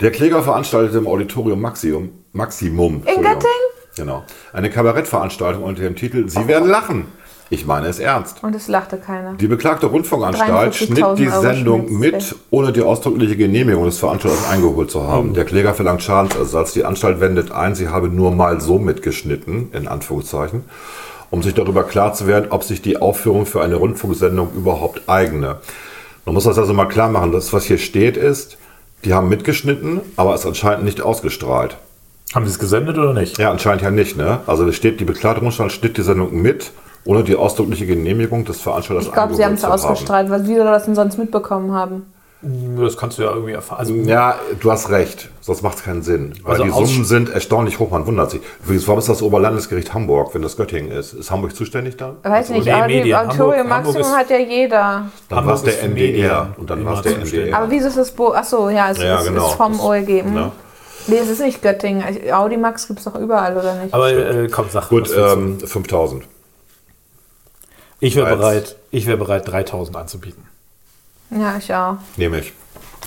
S3: Der Kläger veranstaltete im Auditorium Maximum, Maximum Entschuldigung.
S5: Göttingen?
S3: Genau. Eine Kabarettveranstaltung unter dem Titel Sie werden lachen. Ich meine es ernst.
S5: Und es lachte keiner.
S3: Die beklagte Rundfunkanstalt
S5: 43.000
S3: schnitt die
S5: Euro
S3: Sendung mit,
S5: Schmerzensgeld.
S3: ohne die ausdrückliche Genehmigung des Veranstalters eingeholt zu haben.
S5: Hm.
S3: Der Kläger verlangt Schadensersatz. Die Anstalt wendet ein, sie habe nur mal so mitgeschnitten, in Anführungszeichen, um sich darüber klar zu werden, ob sich die Aufführung für eine Rundfunksendung überhaupt eigne. Man muss das also mal klar machen. Das, was hier steht, ist, die haben mitgeschnitten, aber es anscheinend nicht ausgestrahlt.
S6: Haben Sie es gesendet oder nicht?
S3: Ja, anscheinend ja nicht, ne? Also da steht, die beklagte Rundfunkanstalt schnitt die Sendung mit, ohne die ausdrückliche Genehmigung des Veranstalters
S5: Ich glaube, sie haben
S3: eingeholt
S5: es
S3: zu
S5: ausgestrahlt. Was, wie soll er das denn sonst mitbekommen haben?
S6: Das kannst du ja irgendwie erfahren. Also,
S3: Ja, du hast recht. Sonst macht es keinen Sinn. Weil
S6: Also
S3: die
S6: aus-
S3: Summen sind erstaunlich hoch. Man wundert sich. Übrigens, warum ist das Oberlandesgericht Hamburg, wenn das Göttingen ist? Ist Hamburg zuständig Also dann?
S5: Weiß nicht,
S6: nee,
S5: aber die
S6: Medien.
S5: Auditorium
S6: Hamburg- Hamburg
S5: Maximum
S6: ist-
S5: hat ja jeder.
S3: Dann
S6: Hamburg
S3: war es der
S6: ist
S3: NDR.
S6: Medien.
S3: Und dann
S6: Immer
S3: war es der
S6: zuständig.
S3: NDR.
S5: Aber wieso ist das Bo? Achso, ja, es
S3: Ja,
S5: ist,
S3: genau.
S5: ist vom
S3: Das-
S5: OLG. hm?
S3: ne?
S5: Nee, es ist nicht Göttingen. Also, Audimax gibt es doch überall, oder nicht?
S6: aber äh, komm, sag
S3: Gut,
S6: was willst du?
S3: ähm, 5000.
S6: Ich wäre
S3: als-
S6: bereit, ich wäre bereit, 3000 anzubieten.
S5: ja, ich auch.
S3: Nehme ich.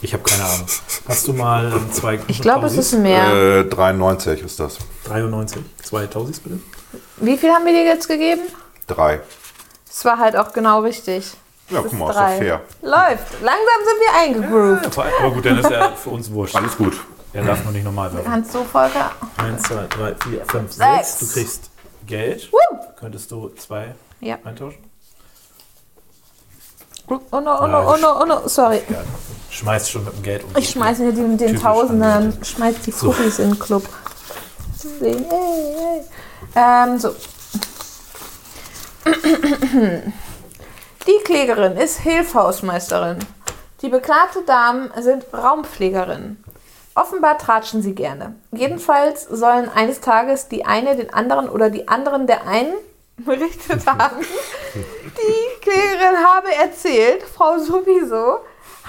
S6: Ich habe keine Ahnung. Hast du mal ähm, zwei
S5: Ich glaube, es ist mehr.
S3: Äh, 93 ist das.
S6: 93. 2000 bitte?
S5: Wie viel haben wir dir jetzt gegeben?
S3: Drei.
S5: Es war halt auch genau richtig.
S3: Ja,
S5: Es
S3: guck
S5: ist
S3: mal, ist
S5: drei.
S3: doch fair.
S5: Läuft. Langsam sind wir eingegroovt.
S6: Ja, aber gut, dann ist er für uns wurscht.
S3: Alles gut.
S6: Er darf noch nicht normal werden.
S5: Kannst du, Volker?
S6: 1, 2, 3, 4, 5, 6.
S5: Sechs.
S6: Du kriegst Geld.
S5: Woo!
S6: Könntest du zwei
S5: Ja.
S6: eintauschen?
S5: Oh no, oh no, oh no, oh no. Sorry.
S6: Ja. Schmeißt schon mit dem Geld um.
S5: Ich schmeiß mir die mit den
S6: Typisch
S5: Tausendern. Schmeiß die Fuchis in den Club. Ey, ey, ey. Ähm, so. Die Klägerin ist Hilfhausmeisterin. Die beklagte Damen sind Raumpflegerinnen. Offenbar tratschen sie gerne. Jedenfalls sollen eines Tages die eine den anderen oder die anderen der einen [LAUGHS] berichtet haben. Die Klägerin habe erzählt, Frau sowieso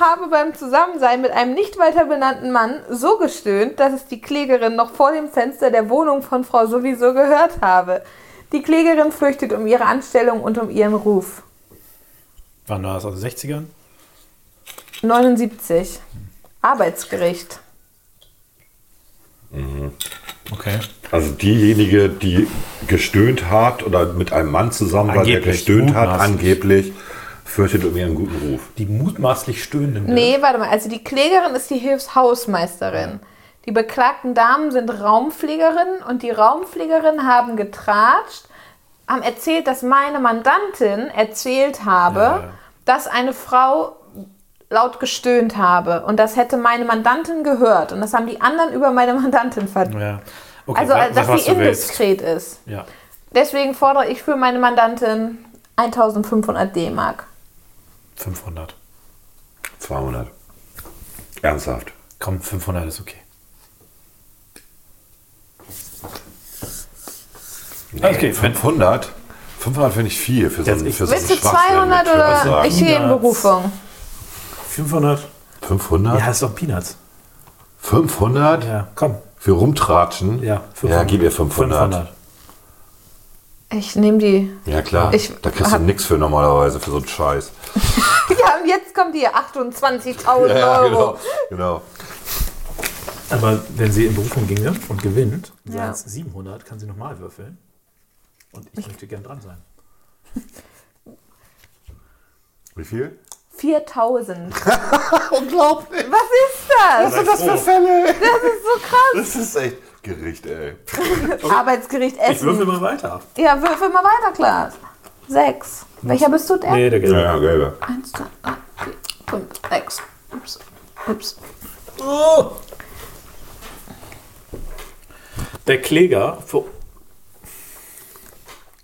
S5: habe beim Zusammensein mit einem nicht weiter benannten Mann so gestöhnt, dass es die Klägerin noch vor dem Fenster der Wohnung von Frau sowieso gehört habe. Die Klägerin fürchtet um ihre Anstellung und um ihren Ruf.
S6: Wann war das? Also Aus den 60ern?
S5: 79. Arbeitsgericht.
S6: Okay.
S3: Also diejenige, die gestöhnt hat oder mit einem Mann zusammen war, der
S6: Angeblich,
S3: gestöhnt hat,
S6: mutmaßlich.
S3: angeblich, fürchtet um ihren guten Ruf.
S6: Die mutmaßlich stöhnenden.
S5: Nee, warte mal. Also die Klägerin ist die Hilfshausmeisterin. Die beklagten Damen sind Raumpflegerinnen und die Raumpflegerinnen haben getratscht, haben erzählt, dass meine Mandantin erzählt habe, dass eine Frau laut gestöhnt habe. Und das hätte meine Mandantin gehört. Und das haben die anderen über meine Mandantin verdient.
S6: Ja. Okay,
S5: Also,
S6: sag- sag,
S5: dass
S6: was
S5: sie
S6: du willst.
S5: indiskret ist.
S6: Ja.
S5: Deswegen fordere ich für meine Mandantin 1500 D-Mark.
S6: 500.
S3: 200. Ernsthaft.
S6: Komm, 500 ist okay. okay, wenn-
S3: 500? 500 finde ich viel für so
S6: Jetzt
S3: einen,
S6: ich-
S3: für so einen
S5: Willst du
S3: Schwachsinn,
S5: 200
S3: würde ich mal
S5: oder
S3: sagen.
S5: ich gehe in
S6: Niemals.
S5: Berufung?
S6: 500?
S3: 500?
S6: Ja, ist doch Peanuts.
S3: 500?
S6: Ja, komm.
S3: Für rumtratschen?
S6: Ja,
S3: Ja, gib ihr 500.
S6: 500.
S5: Ich nehme die.
S3: Ja, klar.
S5: Ich
S3: da kriegst du
S5: hab-
S3: nichts für normalerweise, für so einen Scheiß.
S5: [LAUGHS] Ja, und jetzt kommt die 28.000
S3: Ja, ja,
S5: Euro.
S3: genau. genau.
S6: Aber wenn sie in Berufung ginge und gewinnt,
S5: Ja.
S6: ja. 700, kann sie nochmal würfeln. Und ich möchte gern dran sein.
S3: Wie viel?
S5: 4000.
S3: [LAUGHS] Unglaublich.
S5: Was ist das?
S3: sind das für Fälle?
S5: Das ist so krass.
S3: Das ist echt Gericht, ey.
S5: Arbeitsgericht
S6: Ich würfel
S5: Essen.
S6: mal weiter.
S5: Ja, würfel mal weiter, Klaas. Sechs. Welcher bist du denn?
S6: Nee, der geht.
S3: Ja, ja, gelbe.
S5: Eins, zwei, drei, vier, fünf, sechs. Ups. Ups.
S6: Der Kläger ver-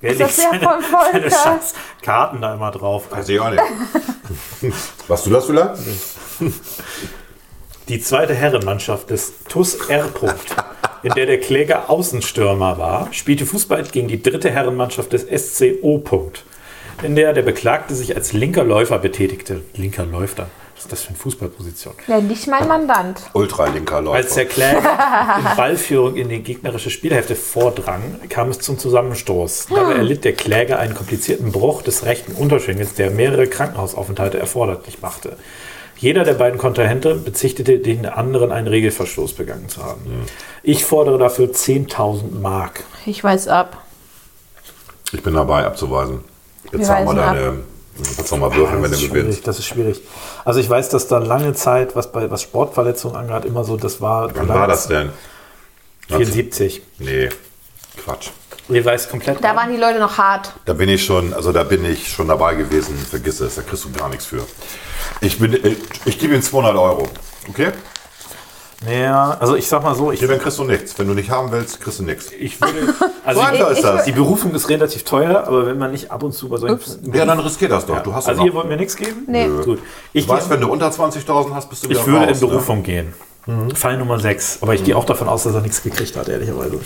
S6: Wer
S5: Ist das
S6: legt
S3: [LAUGHS]
S5: der von Volker?
S6: seine scheiß Karten da immer drauf?
S3: Weiß ich auch nicht.
S5: [LAUGHS]
S3: Was du das, Ulla?
S6: Die zweite Herrenmannschaft des TUS R. Punkt, in der der Kläger Außenstürmer war, spielte Fußball gegen die dritte Herrenmannschaft des SCO. Punkt, in der der Beklagte sich als linker Läufer betätigte. Linker Läufer? Was ist das für eine Fußballposition?
S5: Ja, nicht mein Mandant.
S3: Ultralinker
S6: Als
S3: Läufer.
S6: der Kläger [LAUGHS] in Ballführung in die gegnerische Spielhälfte vordrang, kam es zum Zusammenstoß. Dabei erlitt der Kläger einen komplizierten Bruch des rechten Unterschenkels, der mehrere Krankenhausaufenthalte erforderlich machte. Jeder der beiden Kontrahente bezichtete den anderen, einen Regelverstoß begangen zu haben. Ich fordere dafür 10.000 Mark.
S5: Ich weiß ab.
S3: Ich bin dabei, abzuweisen.
S5: Wir
S3: Jetzt haben wir
S5: weisen ab.
S3: deine. Kannst du mal würfeln, wenn
S6: das,
S3: du
S6: ist schwierig,
S3: gewinnst.
S6: das ist schwierig. Also ich weiß, dass da lange Zeit, was bei was Sportverletzungen angeht, immer so, das war,
S3: Wann war das denn?
S6: 74.
S3: Nee, Quatsch.
S6: Ihr weiß komplett.
S5: Da waren die Leute noch hart.
S3: Da bin ich schon, also da bin ich schon dabei gewesen. Vergiss es, da kriegst du gar nichts für. Ich bin, ich, ich gebe ihm 200 Euro. Okay?
S6: ja, also ich sag mal so, ich
S3: Ja, dann kriegst du nichts. Wenn du nicht haben willst, kriegst du nichts.
S6: Ich würde. Also
S3: So einfach
S6: die,
S3: ist das.
S6: die Berufung ist relativ teuer, aber wenn man nicht ab und zu bei solchen.
S3: Ja, dann riskier das doch. Du hast
S6: Also
S3: doch
S6: ihr
S3: noch.
S6: wollt mir nichts geben?
S5: Nee. Nö.
S6: Gut. Ich,
S3: Du weißt, wenn du unter 20.000 hast, bist du wieder
S6: ich
S3: raus,
S6: würde
S3: ne? Mhm.
S6: in Berufung gehen. Fall Nummer 6. Aber ich gehe auch davon aus, dass er nichts gekriegt hat, ehrlicherweise.
S3: Ne?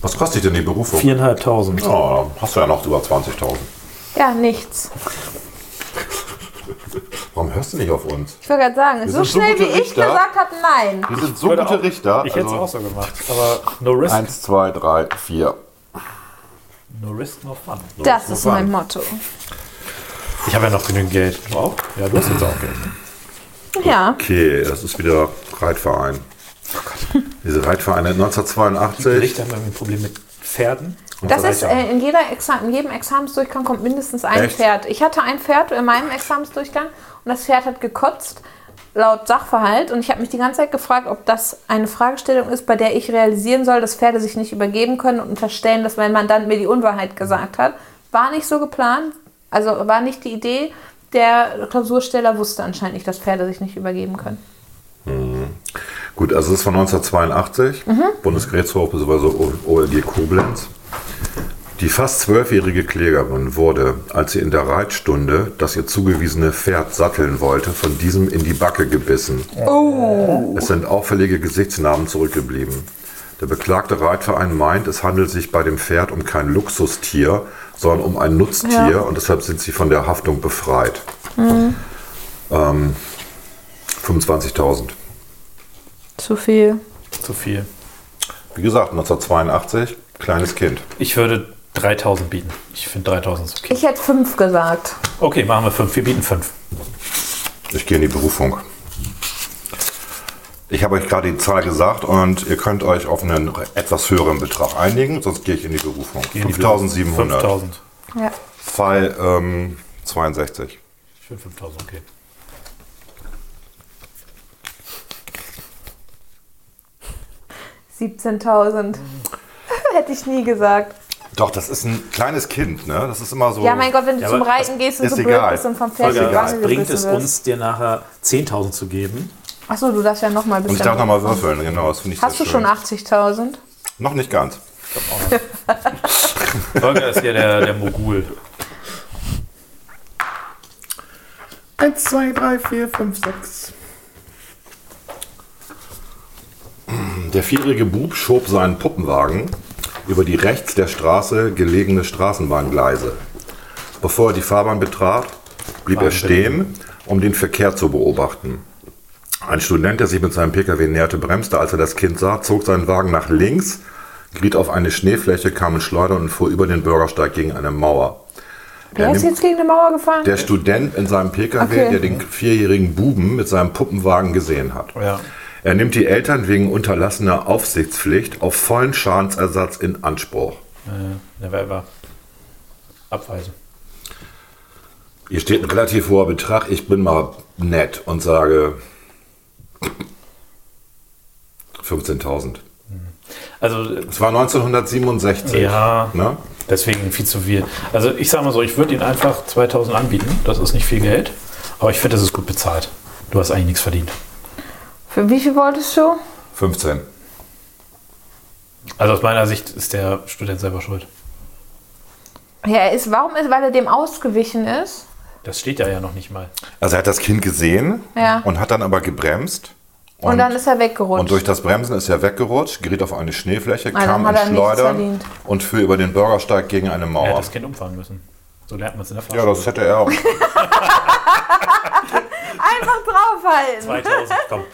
S3: Was kostet dich denn die Berufung?
S6: 4.500.
S3: Oh, dann hast du ja noch über 20.000.
S5: Ja, nichts.
S3: Warum hörst du nicht auf uns?
S5: Ich wollte gerade sagen, so
S3: sind so
S5: schnell
S3: gute
S5: wie ich
S3: Richter.
S5: gesagt habe, nein.
S3: Wir sind so gute Richter.
S6: Ich hätte es auch so gemacht. Aber no risk.
S3: also Eins, zwei, drei, vier.
S6: No risk, no fun.
S5: Das ist mein Motto.
S6: Ich habe ja noch genügend Geld. Du auch? Ja, du hast jetzt auch Geld.
S5: Ja,
S3: Okay, das ist wieder Reitverein. Oh Diese Reitvereine 1982.
S6: Richter haben irgendwie ein Problem mit Pferden.
S5: das ist
S3: Reiter.
S5: äh, in, jeder Exa in jedem Examensdurchgang kommt mindestens ein
S3: Echt?
S5: Pferd. Ich hatte ein Pferd in meinem Examensdurchgang und das Pferd hat gekotzt, laut Sachverhalt. Und ich habe mich die ganze Zeit gefragt, ob das eine Fragestellung ist, bei der ich realisieren soll, dass Pferde sich nicht übergeben können und unterstellen, dass mein Mandant mir die Unwahrheit gesagt hat. War nicht so geplant, also war nicht die Idee. Der Klausursteller wusste anscheinend nicht, dass Pferde sich nicht übergeben können.
S3: Gut, also es ist von 1982, Bundesgerichtshof bzw. OLG Koblenz. Die fast zwölfjährige Klägerin wurde, als sie in der Reitstunde das ihr zugewiesene Pferd satteln wollte, von diesem in die Backe gebissen. Es sind auffällige Gesichtsnarben zurückgeblieben. Der beklagte Reitverein meint, es handelt sich bei dem Pferd um kein Luxustier, sondern um ein Nutztier
S5: Ja.
S3: und deshalb sind sie von der Haftung befreit. Ähm, 25.000.
S5: Zu viel.
S6: Zu viel.
S3: Wie gesagt, 1982, kleines Kind.
S6: Ich würde 3.000 bieten. Ich finde 3.000 ist okay.
S5: Ich hätte fünf gesagt.
S6: Okay, machen wir 5. Wir bieten 5.
S3: Ich gehe in die Berufung. Ich habe euch gerade die Zahl gesagt und ihr könnt euch auf einen etwas höheren Betrag einigen, sonst gehe ich in die Berufung. 5700.
S6: 5.000.
S5: Ja.
S3: Fall ähm, 62.
S6: Ich will 5000, okay.
S5: [LAUGHS] Siebzehntausend. Hätte ich nie gesagt.
S3: Doch, das ist ein kleines Kind, ne? Das ist immer so.
S5: Ja, mein Gott, wenn du
S6: Ja,
S5: zum
S6: aber
S5: Reiten gehst und
S3: ist
S5: so blöd
S3: egal.
S5: bist und vom Pferd
S3: Voll
S5: in die
S3: egal.
S5: Wange
S6: Bringt es
S5: gebissen wirst.
S6: uns, dir nachher 10.000 zu geben?
S5: Achso, du darfst ja nochmal ein
S3: Und ich
S5: bisschen.
S3: darf nochmal würfeln, genau. Das finde ich
S5: Hast du
S3: sehr
S5: schon
S3: schön.
S5: 80.000?
S3: Noch nicht ganz.
S6: Volker ist ja der, der Mogul.
S11: 1, 2, 3, 4, 5, 6.
S3: Der vierjährige Bub schob seinen Puppenwagen über die rechts der Straße gelegene Straßenbahngleise. Bevor er die Fahrbahn betrat, blieb er stehen, um den Verkehr zu beobachten. Ein Student, der sich mit seinem Pkw näherte, bremste, als er das Kind sah, zog seinen Wagen nach links, geriet auf eine Schneefläche, kam in Schleudern und fuhr über den Bürgersteig gegen eine Mauer.
S5: Wer ist
S3: nimmt-
S5: jetzt gegen eine Mauer gefahren?
S3: Der Student in seinem Pkw,
S5: Okay.
S3: der den vierjährigen Buben mit seinem Puppenwagen gesehen hat. Er nimmt die Eltern wegen unterlassener Aufsichtspflicht auf vollen Schadensersatz in Anspruch.
S6: Äh, never ever. Abweisen.
S3: Hier steht ein relativ hoher Betrag. Ich bin mal nett und sage 15.000.
S6: Also,
S3: Es war 1967.
S6: Ja.
S3: Ne?
S6: deswegen viel zu viel. Also, ich sag mal so, ich würde ihn einfach 2000 anbieten. Das ist nicht viel Geld. Aber ich finde, das ist gut bezahlt. Du hast eigentlich nichts verdient.
S5: Für wie viel wolltest du?
S3: 15.
S6: Also, aus meiner Sicht ist der Student selber schuld.
S5: Ja, er ist, warum ist, weil er dem ausgewichen ist?
S6: Das steht ja ja noch nicht mal.
S3: Also er hat das Kind gesehen
S5: Ja.
S3: und hat dann aber gebremst.
S5: Und, dann ist er weggerutscht.
S3: Und durch das Bremsen ist er weggerutscht, geriet auf eine Schneefläche,
S5: Ah, dann
S3: kam in
S5: hat er nichts
S3: Schleudern
S5: verdient.
S3: und fuhr über den Bürgersteig gegen eine
S6: Er
S3: Mauer.
S6: hat das Kind umfahren müssen. So lernt man es in der
S3: Ja,
S6: Fahrschule.
S3: das hätte er auch.
S5: Einfach draufhalten.
S6: 2000, komm.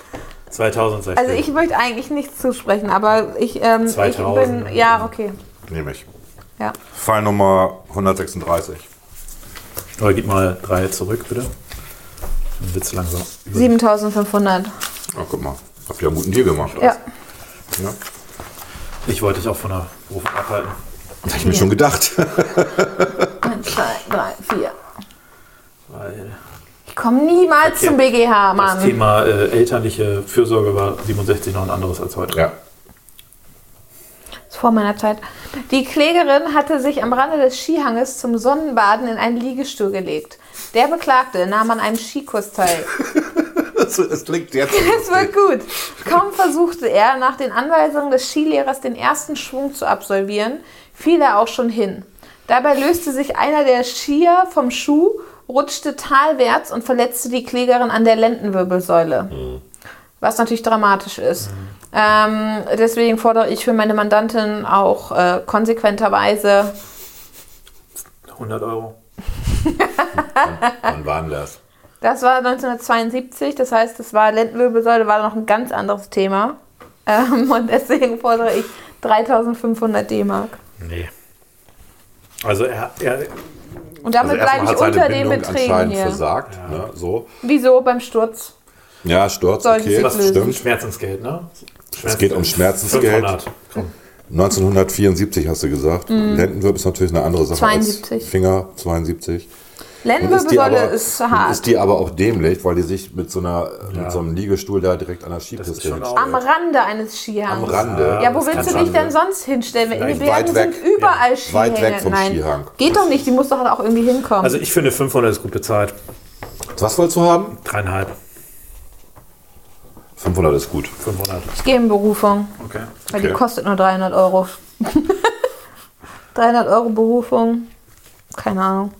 S6: 2016.
S5: Also ich möchte eigentlich nichts zusprechen, aber ich, ähm, ich
S6: 2000.
S5: bin. Ja, okay.
S3: Nehme ich.
S5: Ja.
S3: Fall Nummer 136.
S6: Oder gib mal drei zurück, bitte. Dann wird's langsam.
S5: 7500.
S3: Ach, Ah, guck mal. Habt ihr einen guten Deal gemacht.
S5: Ja.
S3: Ja.
S6: Ich wollte dich auch von der Berufung abhalten.
S3: Hätte ich mir schon gedacht.
S5: 1, 2, 3, 4.
S6: Weil
S5: Ich komme niemals zum BGH,
S6: das
S5: Mann.
S6: Thema äh, elterliche Fürsorge war 67 noch ein anderes als heute.
S3: ja.
S5: Ist vor meiner Zeit. Die Klägerin hatte sich am Rande des Skihanges zum Sonnenbaden in einen Liegestuhl gelegt. Der Beklagte nahm an einem Skikurs teil.
S3: [LAUGHS] Das, das klingt jetzt.
S5: [LAUGHS] Es wird gut. Kaum versuchte er, nach den Anweisungen des Skilehrers den ersten Schwung zu absolvieren, fiel er auch schon hin. Dabei löste sich einer der Skier vom Schuh, rutschte talwärts und verletzte die Klägerin an der Lendenwirbelsäule. Was natürlich dramatisch ist. Ähm, deswegen fordere ich für meine Mandantin auch äh, konsequenterweise
S6: 100 Euro.
S3: Wann war denn
S5: [LAUGHS]
S3: das?
S5: Das war 1972, das heißt, das war Lendenwirbelsäule, war noch ein ganz anderes Thema. Ähm, und deswegen fordere ich 3500 D-Mark.
S6: Nee. Also er, er
S5: Und damit
S3: Also erstmal
S5: bleibe ich
S3: hat
S5: unter
S3: seine
S5: den
S3: Bindung
S5: Beträgen
S3: anscheinend
S5: hier.
S3: versagt. Ne? So.
S5: Wieso beim Sturz?
S3: Ja, Sturz,
S5: Sollten
S3: okay,
S5: Sie
S3: das
S5: lösen.
S3: stimmt.
S6: Schmerzensgeld, ne?
S3: Es geht um Schmerzensgeld.
S6: 500. Komm.
S3: 1974 hast du gesagt.
S5: Mhm.
S3: Lendenwirbel ist natürlich eine andere Sache
S5: 72.
S3: als Finger, 72. Dann
S5: Lendenwirbelsäule
S3: aber-
S5: ist,
S3: dann
S5: hart.
S3: Ist die aber auch dämlich, weil die sich mit so, einer, mit so einem Liegestuhl da direkt an der
S6: ist schon
S3: Skipiste
S6: auch-
S5: Am Rande eines Skihangs.
S3: Am Rande.
S5: Ja, wo
S6: Das
S5: willst
S6: kann
S5: du
S6: sein.
S5: dich denn sonst hinstellen? In den
S6: Vielleicht
S5: Bergen
S3: weit weg.
S5: sind überall Skihänge.
S3: Weit weg vom
S5: Nein,
S3: Skihang.
S5: geht doch nicht, die muss doch auch irgendwie hinkommen.
S6: Also ich finde 500 ist gut bezahlt.
S3: Was wolltest du haben?
S6: Dreieinhalb.
S3: 500 ist gut.
S6: 500.
S5: ich gehe in Berufung,
S6: Okay.
S5: weil die
S3: Okay.
S5: kostet nur 300 Euro. 300 Euro Berufung, keine Ahnung.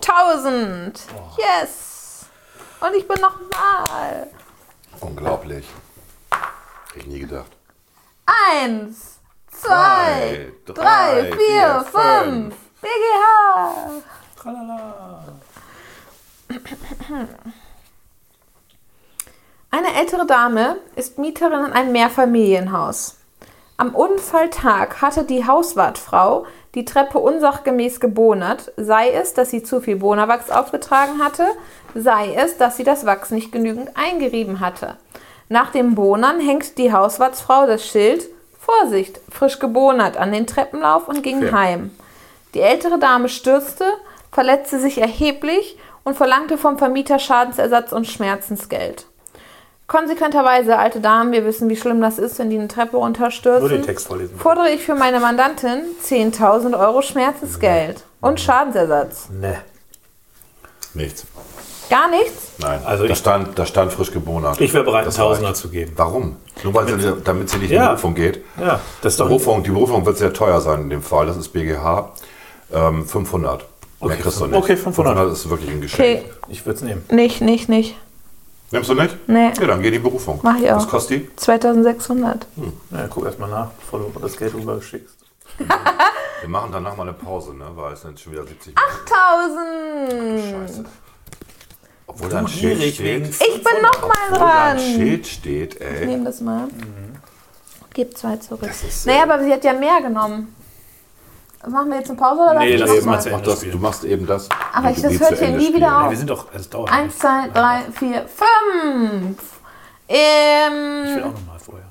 S5: Tausend! Yes! Und ich bin nochmal.
S3: Unglaublich. Hätte ich nie gedacht.
S5: Eins, zwei,
S3: Drei,
S5: drei,
S3: drei,
S5: vier,
S3: vier,
S5: fünf.
S3: fünf.
S5: BGH! Eine ältere Dame ist Mieterin in einem Mehrfamilienhaus. Am Unfalltag hatte die Hauswartfrau die Treppe unsachgemäß gebonert, sei es, dass sie zu viel Bonerwachs aufgetragen hatte, sei es, dass sie das Wachs nicht genügend eingerieben hatte. Nach dem Bonern hängt die Hauswartsfrau das Schild Vorsicht, frisch gebonert an den Treppenlauf und ging
S3: Fair.
S5: heim. Die ältere Dame stürzte, verletzte sich erheblich und verlangte vom Vermieter Schadensersatz und Schmerzensgeld. Konsequenterweise, alte Damen, wir wissen, wie schlimm das ist, wenn die eine Treppe runterstürzen.
S4: Nur den Text vorlesen.
S5: Fordere ich für meine Mandantin 10.000 Euro Schmerzensgeld und Schadensersatz.
S4: Ne.
S3: Nichts.
S5: Gar nichts?
S3: Nein.
S4: Also
S3: da
S4: ich-
S3: stand, da stand frisch geboren.
S4: Ich wäre bereit, einen
S3: Das
S4: Tausender
S3: reicht.
S4: zu geben.
S3: Warum? Nur weil sie, damit sie nicht in
S4: Ja.
S3: die Berufung geht.
S4: Ja, das ist
S3: Die
S4: doch
S3: Berufung, die Berufung wird sehr teuer sein in dem Fall. Das ist BGH ähm, 500. Mehr kriegst du nicht.
S4: okay, 500.
S3: ist wirklich ein Geschenk.
S5: Okay,
S4: Ich würde es nehmen.
S5: nicht, nicht, nicht.
S3: Nimmst du nicht?
S5: Nee.
S3: Ja, dann geh in die Berufung.
S5: Mach ich auch.
S3: Was kostet die?
S5: 2600.
S4: Ja, guck erstmal nach, bevor du das Geld rüberschickst.
S3: Wir machen danach mal eine Pause, ne? weil es sind schon wieder 70
S5: 1000!
S3: Minuten. Scheiße. Obwohl da ein Schild
S4: Gierig wegen
S3: steht.
S5: Ich bin nochmal
S3: Obwohl da ein
S5: dran.
S3: Schild steht,
S5: Ich
S3: ey.
S5: nehme das mal. Gib zwei zurück.
S3: ist,
S4: äh,
S5: Naja, aber sie hat ja mehr genommen. Machen wir jetzt eine Pause oder
S4: Nee,
S5: darf
S4: lass
S5: ich
S4: uns mal
S5: nochmal?
S4: zu
S3: Mach
S4: Ende
S3: das,
S4: spielen.
S3: du machst eben das.
S5: Aber
S3: und
S5: ich-
S3: du
S5: das
S3: gehst
S5: hört
S3: zu
S5: hier
S3: Ende
S5: nie wieder
S3: spielen.
S5: auf.
S4: Wir sind doch, es dauert.
S5: Eins, zwei, drei, vier, fünf. Ähm,
S4: Ich will auch nochmal vorher.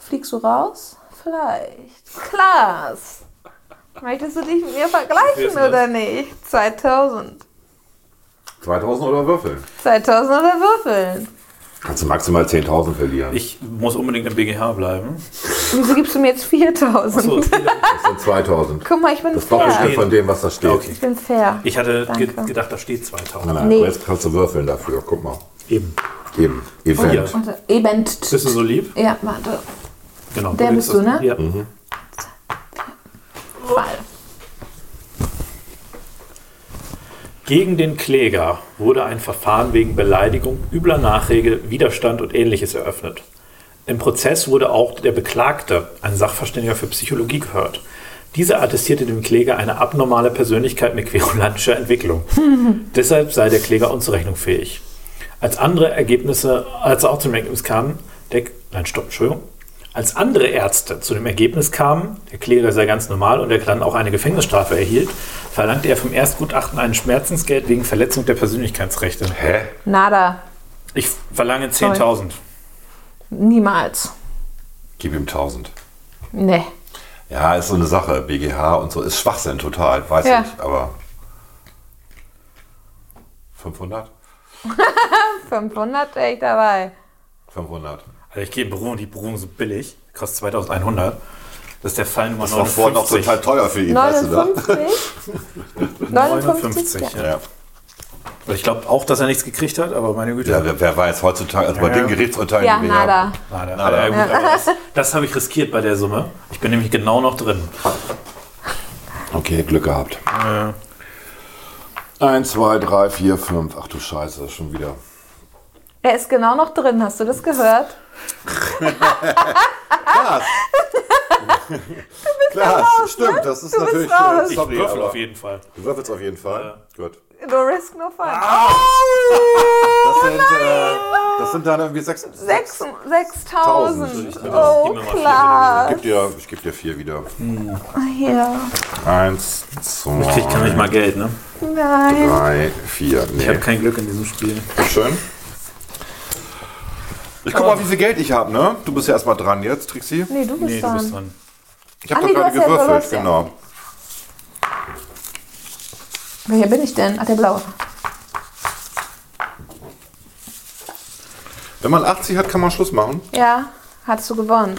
S5: Fliegst du raus? Vielleicht. Klaas. Möchtest du dich mit mir vergleichen
S4: wissen das.
S5: oder nicht? 2000.
S3: 2000 oder Würfel.
S5: 2000 oder würfeln?
S3: Kannst du maximal 10.000 verlieren.
S4: Ich muss unbedingt im BGH
S5: [LAUGHS]
S4: bleiben.
S5: Wieso gibst du mir jetzt 4000?
S4: So, es geht ja-
S3: Das sind 2000.
S5: Guck mal, ich bin
S3: Das Doppelte
S5: fair.
S3: von dem, was da steht.
S4: okay.
S5: Ich bin fair.
S4: Ich hatte ge
S5: Danke.
S4: gedacht, da steht 2000.
S3: Nein, nein,
S5: Nee.
S3: Jetzt kannst du würfeln dafür. Guck mal.
S4: Eben.
S3: Eben. Event.
S4: hier.
S5: Warte, äh, Eben.
S4: Bist du so lieb?
S5: Ja, warte.
S4: Genau.
S5: Der
S4: legst
S5: bist du,
S4: das-
S5: ne?
S4: Ja.
S5: Fall.
S6: Gegen den Kläger wurde ein Verfahren wegen Beleidigung, übler Nachrede, Widerstand und ähnliches eröffnet. Im Prozess wurde auch der Beklagte, ein Sachverständiger für Psychologie, gehört. Dieser attestierte dem Kläger eine abnormale Persönlichkeit mit querulantischer
S5: [LAUGHS]
S6: Entwicklung. Deshalb sei der Kläger unzurechnungsfähig. Als andere Ergebnisse, als er auch zum Ergebnis kam, der, nein, stopp, Entschuldigung. Als andere Ärzte zu dem Ergebnis kamen, der Kläger sei ganz normal und er dann auch eine Gefängnisstrafe erhielt, verlangte er vom Erstgutachten ein Schmerzensgeld wegen Verletzung der Persönlichkeitsrechte.
S3: Hä?
S5: Nada.
S6: Ich verlange 10.000.
S5: Niemals.
S3: Gib ihm 1000.
S5: Nee.
S3: Ja, ist so eine Sache. BGH und so. Ist Schwachsinn total. Weiß
S5: Ja.
S3: ich. Aber. 500?
S5: 500 wäre ich dabei.
S3: 500.
S6: Also ich gehe in Berührung, die Berührung sind billig, kostet 2.100. Das ist der Fall Nummer
S3: Das war vorhin noch
S6: 59.
S3: total teuer für ihn, weißt du da?
S5: 59? 59? Ja.
S3: Ja.
S6: Also Ich glaube auch, dass er nichts gekriegt hat, aber meine Güte.
S3: ja, wer, wer weiß heutzutage, also bei
S6: Ja.
S3: den Gerichtsurteilen,
S5: ja,
S3: die wir haben,
S5: nada.
S6: Schade. Ja, gut, aber das das habe ich riskiert bei der Summe. Ich bin nämlich genau noch drin.
S3: Okay, Glück gehabt.
S6: Äh,
S3: Eins, zwei, drei, vier, fünf. Ach du Scheiße, schon wieder.
S5: Er ist genau noch drin, hast du das gehört?
S3: Klar, stimmt, das ist
S5: ne? bist
S3: natürlich.
S5: raus.
S3: äh, Sorry,
S6: Würfel
S3: aber-
S6: auf jeden Fall.
S3: Du würfelst auf jeden Fall. Gut.
S5: No risk, no fun.
S3: Das sind, äh, das sind dann irgendwie sechs.
S5: Oh Sechs- 6000.
S3: Tausend.
S5: Oh,
S6: Gib mir mal vier,
S5: klar.
S3: Ich geb dir, ich geb dir vier wieder.
S5: Hier.
S3: Eins,
S6: Kriegt kann nicht
S3: zwei,
S6: mal Geld, ne?
S5: Nein.
S3: drei, vier.
S6: Ich habe
S3: Nee,
S6: kein Glück in diesem Spiel.
S3: schön. Ich guck mal, wie viel Geld ich habe, ne? Du bist ja erstmal dran jetzt, Trixi.
S5: Nee, du bist
S6: Nee, du
S5: dran.
S6: bist dran.
S3: Ich habe
S5: Ah,
S3: doch
S5: nee, du
S3: gerade
S5: hast ja- du
S3: gewürfelt,
S5: hast ja-
S3: genau.
S5: Welcher bin ich denn? Ach, der blaue.
S3: Wenn man 80 hat, kann man Schluss machen.
S5: Ja, hattest du gewonnen.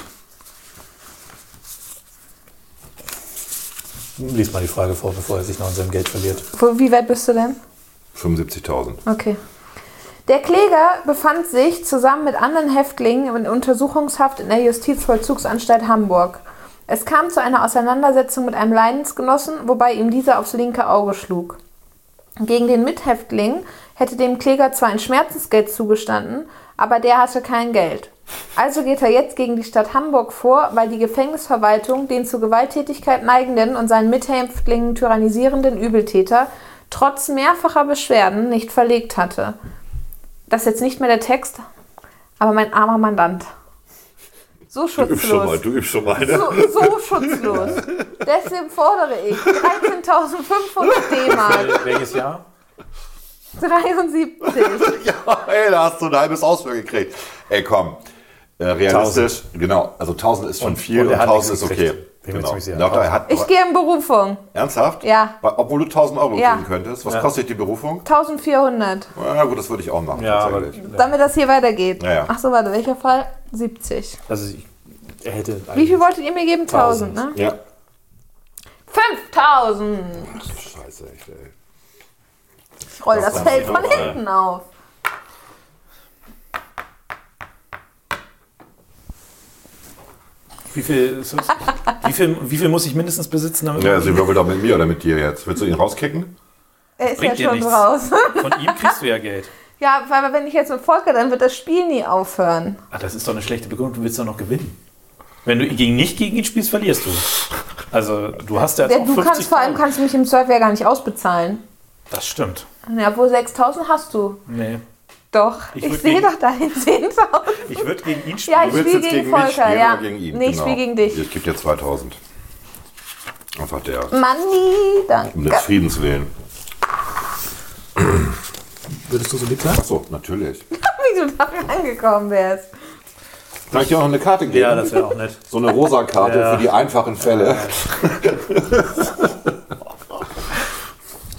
S6: Lies mal die Frage vor, bevor er sich noch in seinem Geld verliert.
S5: Wo, wie weit bist du denn?
S3: 75.000.
S5: Okay. Der Kläger befand sich zusammen mit anderen Häftlingen in Untersuchungshaft in der Justizvollzugsanstalt Hamburg. Es kam zu einer Auseinandersetzung mit einem Leidensgenossen, wobei ihm dieser aufs linke Auge schlug. Gegen den Mithäftling hätte dem Kläger zwar ein Schmerzensgeld zugestanden, aber der hatte kein Geld. Also geht er jetzt gegen die Stadt Hamburg vor, weil die Gefängnisverwaltung den zu Gewalttätigkeit neigenden und seinen Mithäftlingen tyrannisierenden Übeltäter trotz mehrfacher Beschwerden nicht verlegt hatte. Das ist jetzt nicht mehr der Text, aber mein armer Mandant. So schutzlos.
S3: du übst schon mal. Ne?
S5: So, so schutzlos. Deswegen fordere ich 13.500 D-Mark.
S6: Welches Jahr?
S5: 73.
S3: [LAUGHS] Ja, ey, da hast du ein halbes Ausführ gekriegt. Ey, komm. Äh, realistisch, genau. Also 1000 ist schon viel und,
S6: und er hat
S3: 1000 ist
S6: nichts
S3: okay.
S6: gekriegt. Bin mir ziemlich sicher.
S3: Lauter, er hat,
S5: Ich gehe in Berufung.
S3: ernsthaft?
S5: Ja.
S3: Weil- Obwohl du 1000 Euro
S5: Ja.
S3: kriegen könntest. Was kostet die Berufung?
S5: 1400.
S3: Na gut, das würde ich auch machen.
S6: Ja, aber-
S3: tatsächlich.
S5: Damit das hier weitergeht.
S3: Ja, ja.
S5: Ach so, warte, welcher Fall? 70.
S6: Also ich er hätte.
S5: Wie viel wolltet ihr mir geben? ne? 1000,
S6: 1000,
S5: ne?
S3: ja.
S5: 5000!
S3: Scheiße, echt, ey.
S5: Ich roll das,
S3: Das
S5: Feld
S3: war
S5: von hinten auf.
S6: Wie viel, wie, viel, wie viel muss ich mindestens besitzen, damit
S3: Ja, also sie würfelt auch mit mir oder mit dir jetzt. Willst du ihn rauskicken?
S5: Er ist
S6: Bringt
S5: ja
S6: dir
S5: schon
S6: nichts.
S5: raus. [LAUGHS]
S6: von ihm kriegst du ja Geld.
S5: ja, weil wenn ich jetzt mit Volker, dann wird das Spiel nie aufhören.
S6: Ah, das ist doch eine schlechte Begründung, du willst doch noch gewinnen. Wenn du gegen nicht gegen ihn spielst, verlierst du. Also du hast ja jetzt
S5: Ja,
S6: auch
S5: du
S6: 50
S5: kannst vor allem kannst du mich im Surf ja gar nicht ausbezahlen.
S6: Das stimmt.
S5: Ja, obwohl 6000 hast du.
S6: Nee.
S5: Doch.
S6: Ich
S5: Ich,
S6: würd
S5: sehe
S6: gegen-
S5: doch dahin 10.000.
S6: Ich würde gegen ihn spielen.
S5: Ja, ich
S3: Du willst
S5: spiele
S3: jetzt
S5: gegen
S3: gegen
S5: Volker.
S3: mich spielen
S5: ja.
S3: oder gegen ihn? genau.
S5: Nee, ich spiele gegen dich.
S3: Ich gebe dir 2000. Einfach der.
S5: Mm. Manni,
S3: Um
S5: danke.
S3: des Friedens willen.
S12: Würdest du so lieb sein?
S3: Achso, natürlich.
S5: [LAUGHS] Wie du da angekommen wärst.
S3: Kann ich dir auch noch eine Karte geben?
S6: Ja, das wäre auch nett.
S3: so eine rosa Karte für die einfachen Fälle.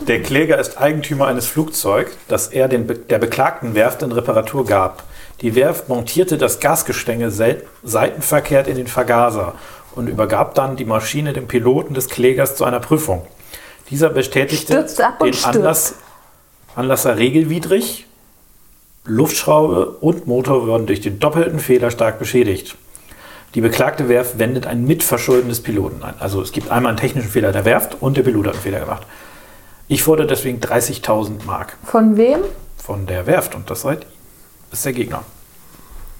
S6: Der Kläger ist Eigentümer eines Flugzeugs, das er den Be der beklagten Werft in Reparatur gab. Die Werft montierte das Gasgestänge sel- seitenverkehrt in den Vergaser und übergab dann die Maschine dem Piloten des Klägers zu einer Prüfung. Dieser bestätigte
S5: Stürzt ab und
S6: den
S5: stürzt.
S6: Anlass, Anlasser regelwidrig. Luftschraube und Motor wurden durch den doppelten Fehler stark beschädigt. Die beklagte Werft wendet ein Mitverschulden des Piloten ein. Also es gibt einmal einen technischen Fehler der Werft und der Pilot hat einen Fehler gemacht. Ich fordere deswegen 30.000 Mark
S5: Von wem?
S6: von der Werft und das seid ist der Gegner.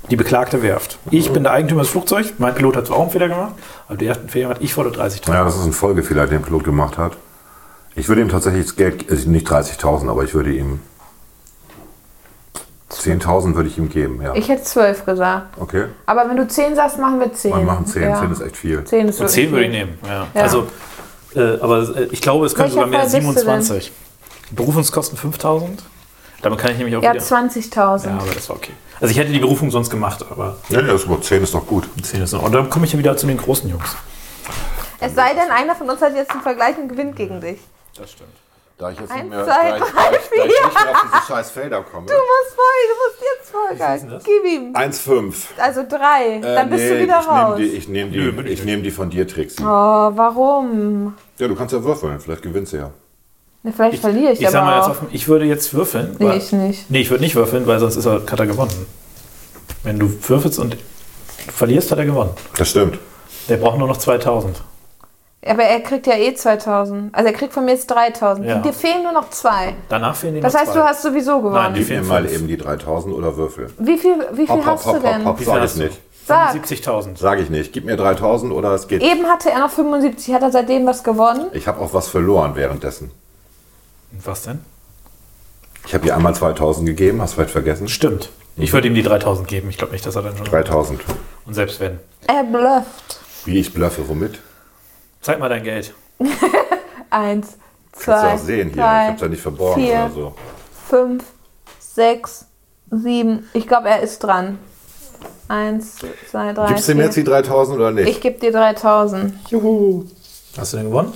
S6: Die beklagte Werft. Ich bin der Eigentümer des Flugzeugs. Mein Pilot hat zwar auch einen Fehler gemacht, aber der hat einen Fehler gemacht. Ich fordere 30.000.
S13: Ja, das ist ein Folgefehler, den Pilot gemacht hat. Ich würde ihm tatsächlich das Geld, also nicht 30.000, aber ich würde ihm 10.000 würde ich ihm geben, ja.
S5: Ich hätte 12 gesagt.
S13: Okay,
S5: Aber wenn du 10 sagst, machen wir 10.
S13: wir machen 10.
S5: Ja.
S13: 10 ist echt viel.
S5: 10 ist
S6: Und
S5: wirklich
S6: 10 würde ich
S5: viel.
S6: nehmen. Ja.
S5: Ja.
S6: Also, äh, aber äh, ich glaube, es könnte sogar
S5: Welcher
S6: mehr
S5: Fall bist du
S6: 27. Berufungskosten 5.000. Damit kann ich nämlich auch
S5: Ja,
S6: wieder.
S5: 20.000.
S6: Ja, aber das war okay. Also ich hätte die Berufung sonst gemacht, aber
S13: Ja, ja, ist gut. 10 ist doch gut.
S6: 10 ist noch. Und dann komme ich ja wieder zu den großen Jungs.
S5: Es sei denn, einer von uns hat jetzt einen Vergleich und gewinnt gegen dich.
S6: Das stimmt.
S3: Da ich jetzt
S5: Eins,
S3: nicht mehr,
S5: zwei,
S3: da ich,
S5: drei,
S3: da ich, da ich
S5: vier.
S3: nicht mehr auf diese scheiß Felder komme.
S5: Du musst voll, du musst jetzt voll. Gib ihm.
S3: 1,5.
S5: Also 3.
S3: Äh,
S5: Dann bist du
S3: nee,
S5: wieder
S3: ich
S5: raus.
S3: Nehm die, ich nehme die, ich nehm die von dir, Trixi.
S5: Oh, warum?
S3: Ja, du kannst ja würfeln, vielleicht gewinnst du ja.
S5: Ne, vielleicht verliere ich,
S6: Ich sag
S5: aber
S6: mal jetzt
S5: auch.
S6: offen, ich würde jetzt würfeln.
S5: Nee,
S6: weil-
S5: ich nicht.
S6: Nee, ich würde nicht würfeln, weil sonst ist er, hat er gewonnen. Wenn du würfelst und verlierst, hat er gewonnen.
S3: Das stimmt.
S6: Der braucht nur noch 2000.
S5: Aber er kriegt ja eh 2000. Also er kriegt von mir jetzt 3000.
S6: Ja.
S5: Dir fehlen nur noch 2.
S6: Danach fehlen die
S5: Das
S6: noch
S5: heißt,
S6: zwei.
S5: du hast sowieso
S6: Nein,
S5: gewonnen.
S6: die
S3: Gib mir
S6: fehlen
S3: mal
S6: mal
S3: eben die 3000 oder würfel.
S5: Wie viel, wie viel hast du denn?
S3: hopp,
S6: viel
S3: sag ich
S6: hast du?
S3: nicht.
S5: Sag.
S6: 70.000.
S3: Sag ich nicht. Gib mir 3000 oder es geht.
S5: Eben hatte er noch 75. Hat er seitdem was gewonnen?
S3: Ich habe auch was verloren währenddessen.
S6: Was denn?
S3: Ich habe ihr einmal 2000 gegeben, hast vielleicht vergessen?
S6: Stimmt. Ich würde ihm die 3000 geben. Ich glaube nicht, dass er dann schon.
S3: 3000.
S6: Und selbst wenn.
S5: Er blufft.
S3: Wie ich bluffe, womit?
S6: Zeig mal dein Geld.
S5: Eins,
S3: Kannst du
S5: zwei,
S3: auch sehen hier. Ich
S5: drei,
S3: hab's ja nicht verborgen
S5: vier.
S3: oder so.
S5: fünf, sechs, sieben. Ich glaube, er ist dran. Eins, zwei, drei.
S3: Gibst du mir
S5: vier.
S3: jetzt die 3000 oder nicht?
S5: Ich gebe dir 3000.
S6: Hast du denn gewonnen?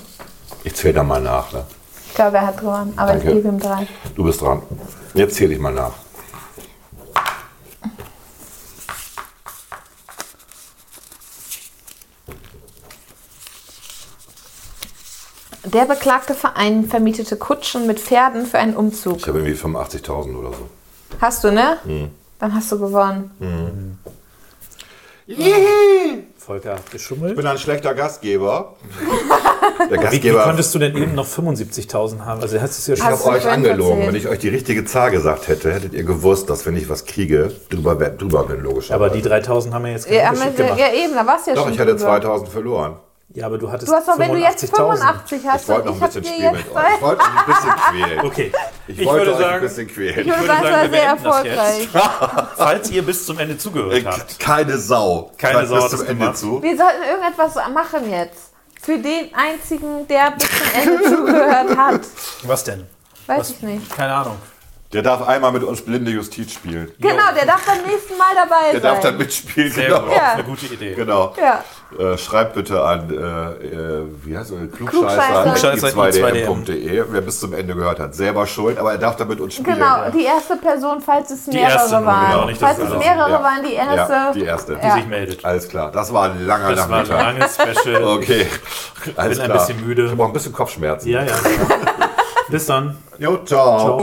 S3: Ich, zähle da mal nach. Ne?
S5: Ich glaube, er hat gewonnen, aber
S3: Danke.
S5: ich gebe ihm drei.
S3: Du bist dran. Jetzt zähle ich mal nach.
S5: Der beklagte Verein vermietete Kutschen mit Pferden für einen
S3: Ich Mhm.
S5: Umzug.
S3: habe irgendwie 85.000 oder so.
S5: Hast du, ne? Dann hast du gewonnen.
S3: Mhm,
S6: Volker hat geschummelt.
S3: bin ein schlechter [LAUGHS] Gastgeber. Der
S6: Wie, wie
S3: Gastgeber.
S6: konntest du denn eben noch 75.000 haben? Also hast du es ja
S3: Ich
S6: schon.
S5: Hast-
S3: habe euch
S5: Fünf
S3: angelogen.
S5: erzählt.
S3: Wenn ich euch die richtige Zahl gesagt hätte, hättet ihr gewusst, dass wenn ich was kriege, drüber, wär- drüber bin, logischerweise.
S6: Aber die 3.000 haben wir jetzt keinen
S5: Ja,
S6: Unterschied
S5: aber-
S6: gemacht.
S5: ja, eben, da warst du ja
S3: Doch,
S5: schon.
S3: ich hatte
S5: drüber.
S3: 2000 verloren.
S6: Ja, aber du hattest
S5: Du hast doch, wenn du jetzt
S6: 85.000.
S5: 85 hast,
S3: Ich wollte noch
S5: und
S3: ein
S5: hab
S3: bisschen
S5: dir
S3: spielen mit
S5: jetzt
S3: euch. Ich
S5: zwei-
S3: wollte euch ein
S5: [LAUGHS]
S3: bisschen quälen.
S6: Okay.
S3: Ich,
S6: Ich
S3: wollte
S6: würde
S3: euch ein
S6: sagen-
S3: bisschen
S5: Ich
S3: quälen.
S5: würde
S6: sagen,
S5: sagen, es war
S6: wir
S5: sehr
S6: beenden das jetzt.
S5: erfolgreich.
S6: Falls ihr bis zum Ende zugehört habt.
S3: Äh, Keine Sau.
S6: Keine
S3: Hört
S6: Sau
S3: bis
S6: hat
S3: zum
S6: das
S3: Ende
S6: gemacht.
S3: zu.
S5: Wir sollten irgendetwas machen jetzt. Für den
S6: [LAUGHS]
S5: einzigen, der bis zum Ende zugehört hat.
S6: Was denn?
S5: Weiß ich nicht.
S6: Keine Ahnung.
S3: Der darf einmal mit uns blinde Justiz spielen.
S5: Genau, der darf beim nächsten Mal dabei
S3: Der
S5: sein.
S3: darf dann mitspielen,
S6: Sehr
S3: genau.
S6: gut,
S5: Ja.
S6: eine gute Idee.
S3: Genau.
S5: Ja.
S3: Äh, schreibt bitte an, äh, äh, wie heißt er?
S5: Klugscheißer.
S6: Klugscheißer
S3: Klugscheißer.
S6: i2dm.de.
S3: i2dm.de. E, Wer bis zum Ende gehört hat, selber schuld, aber er darf da mit uns spielen.
S5: Genau, die erste Person, falls es mehrere
S6: erste Nummer,
S5: waren.
S6: genau, nicht das
S5: falls es
S6: alles.
S5: mehrere
S3: Ja.
S5: waren, die erste.
S3: Ja, die erste.
S5: Ja.
S6: Sich meldet.
S3: Alles klar, das war ein langer
S6: Das war ein
S3: Nachmittag.
S6: langes Special.
S3: Okay, alles
S6: bin ein
S3: klar.
S6: bisschen müde.
S3: Ich habe auch ein bisschen Kopfschmerzen.
S14: Ja, ja.
S3: [LAUGHS]
S14: Bis dann.
S3: Jo, ciao.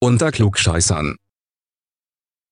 S15: Unter Klugscheißern.